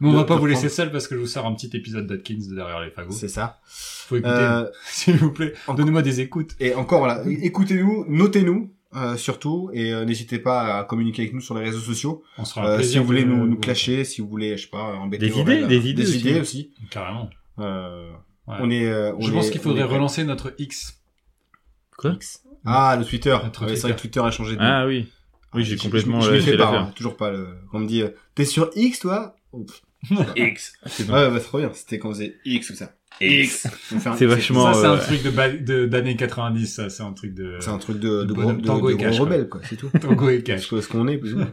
[SPEAKER 2] Mais on
[SPEAKER 1] de-
[SPEAKER 2] va pas
[SPEAKER 1] de
[SPEAKER 2] vous laisser
[SPEAKER 1] prendre-
[SPEAKER 2] seul parce que je vous sers un petit épisode d'Atkins de derrière les fagots.
[SPEAKER 1] C'est Euh, ça.
[SPEAKER 2] Faut écouter,
[SPEAKER 1] Euh,
[SPEAKER 2] s'il vous plaît.
[SPEAKER 1] encore-
[SPEAKER 2] Donnez-moi des écoutes.
[SPEAKER 1] et encore voilà, écoutez-nous, notez-nous euh, surtout et euh, n'hésitez pas à communiquer avec nous sur les réseaux sociaux.
[SPEAKER 2] On sera
[SPEAKER 1] Euh, si vous voulez nous, nous
[SPEAKER 2] clasher
[SPEAKER 1] clasher, si vous voulez je sais pas embêter
[SPEAKER 3] Des idées,
[SPEAKER 1] Aurel,
[SPEAKER 3] des
[SPEAKER 1] euh,
[SPEAKER 3] idées aussi.
[SPEAKER 1] idées aussi.
[SPEAKER 2] Carrément.
[SPEAKER 1] Euh,
[SPEAKER 2] Ouais.
[SPEAKER 1] On est. euh, on
[SPEAKER 2] je pense
[SPEAKER 1] est-
[SPEAKER 2] qu'il
[SPEAKER 1] on
[SPEAKER 2] faudrait
[SPEAKER 1] est prêt.
[SPEAKER 2] relancer notre X.
[SPEAKER 1] Ah le Twitter. Ouais,
[SPEAKER 2] Notre
[SPEAKER 1] C'est vrai que Twitter a changé. de nom.
[SPEAKER 3] Ah oui. Oui, j'ai complètement
[SPEAKER 1] Je, je, je l'ai
[SPEAKER 3] lâché
[SPEAKER 1] fait pas,
[SPEAKER 3] l'affaire.
[SPEAKER 1] hein, toujours pas. Le... On me dit, euh, t'es sur X, toi Oh, pff.
[SPEAKER 3] X. C'est
[SPEAKER 1] Ouais, bah, trop bien. C'était quand on faisait X ou ça.
[SPEAKER 3] X.
[SPEAKER 1] On fait un-
[SPEAKER 3] C'est vachement-
[SPEAKER 2] Ça, c'est
[SPEAKER 3] euh,
[SPEAKER 2] un truc de ba- de- d'années 90, ça. C'est un truc de
[SPEAKER 1] C'est un Euh, truc de, de,
[SPEAKER 2] Bon,
[SPEAKER 1] gros, de,
[SPEAKER 2] tango
[SPEAKER 1] de
[SPEAKER 2] et
[SPEAKER 1] gros
[SPEAKER 2] cash, quoi.
[SPEAKER 1] rebelle, quoi. C'est tout.
[SPEAKER 2] tango et
[SPEAKER 1] Parce
[SPEAKER 2] cash.
[SPEAKER 1] que ce qu'on est, plus ou moins.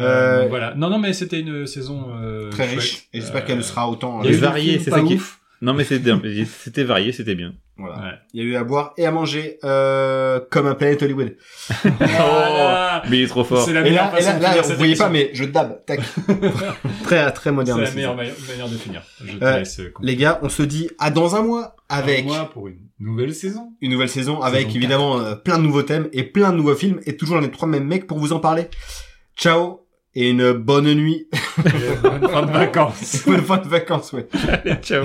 [SPEAKER 2] Euh,
[SPEAKER 1] Euh,
[SPEAKER 2] Voilà. Non, non, mais c'était une saison euh,
[SPEAKER 1] Très
[SPEAKER 2] chouette.
[SPEAKER 1] riche. Et j'espère
[SPEAKER 2] Euh,
[SPEAKER 1] qu'elle le sera autant.
[SPEAKER 2] Il y a eu
[SPEAKER 1] euh,
[SPEAKER 2] des
[SPEAKER 3] varié,
[SPEAKER 2] films
[SPEAKER 3] c'est
[SPEAKER 2] pas
[SPEAKER 3] ça qui-
[SPEAKER 2] ouf.
[SPEAKER 3] Non, mais c'était c'était varié, c'était bien.
[SPEAKER 1] Voilà.
[SPEAKER 2] Ouais.
[SPEAKER 1] Il y a eu à boire et à manger, euh, comme un planète Hollywood.
[SPEAKER 2] Ah Voilà.
[SPEAKER 3] Mais il est trop fort.
[SPEAKER 2] C'est la
[SPEAKER 1] Et
[SPEAKER 2] meilleure
[SPEAKER 1] là, et
[SPEAKER 2] façon
[SPEAKER 1] là,
[SPEAKER 2] de
[SPEAKER 1] là,
[SPEAKER 2] finir
[SPEAKER 1] vous
[SPEAKER 2] cette
[SPEAKER 1] voyez pas,
[SPEAKER 2] émission.
[SPEAKER 1] mais je dab, tac. très, très moderne.
[SPEAKER 2] C'est la
[SPEAKER 1] c'est
[SPEAKER 2] meilleure
[SPEAKER 1] ça.
[SPEAKER 2] ma- manière de finir. Je te
[SPEAKER 1] Euh,
[SPEAKER 2] laisse euh, continuer.
[SPEAKER 1] Les gars, on se dit à dans un mois avec
[SPEAKER 2] moi pour une nouvelle saison.
[SPEAKER 1] une nouvelle saison avec
[SPEAKER 2] Saison
[SPEAKER 1] évidemment euh, plein de nouveaux thèmes et plein de nouveaux films et toujours les trois mêmes mecs pour vous en parler. Ciao et une bonne nuit,
[SPEAKER 2] Et bonne fin de vacances.
[SPEAKER 1] bonne fin de vacances, ouais.
[SPEAKER 3] Ciao.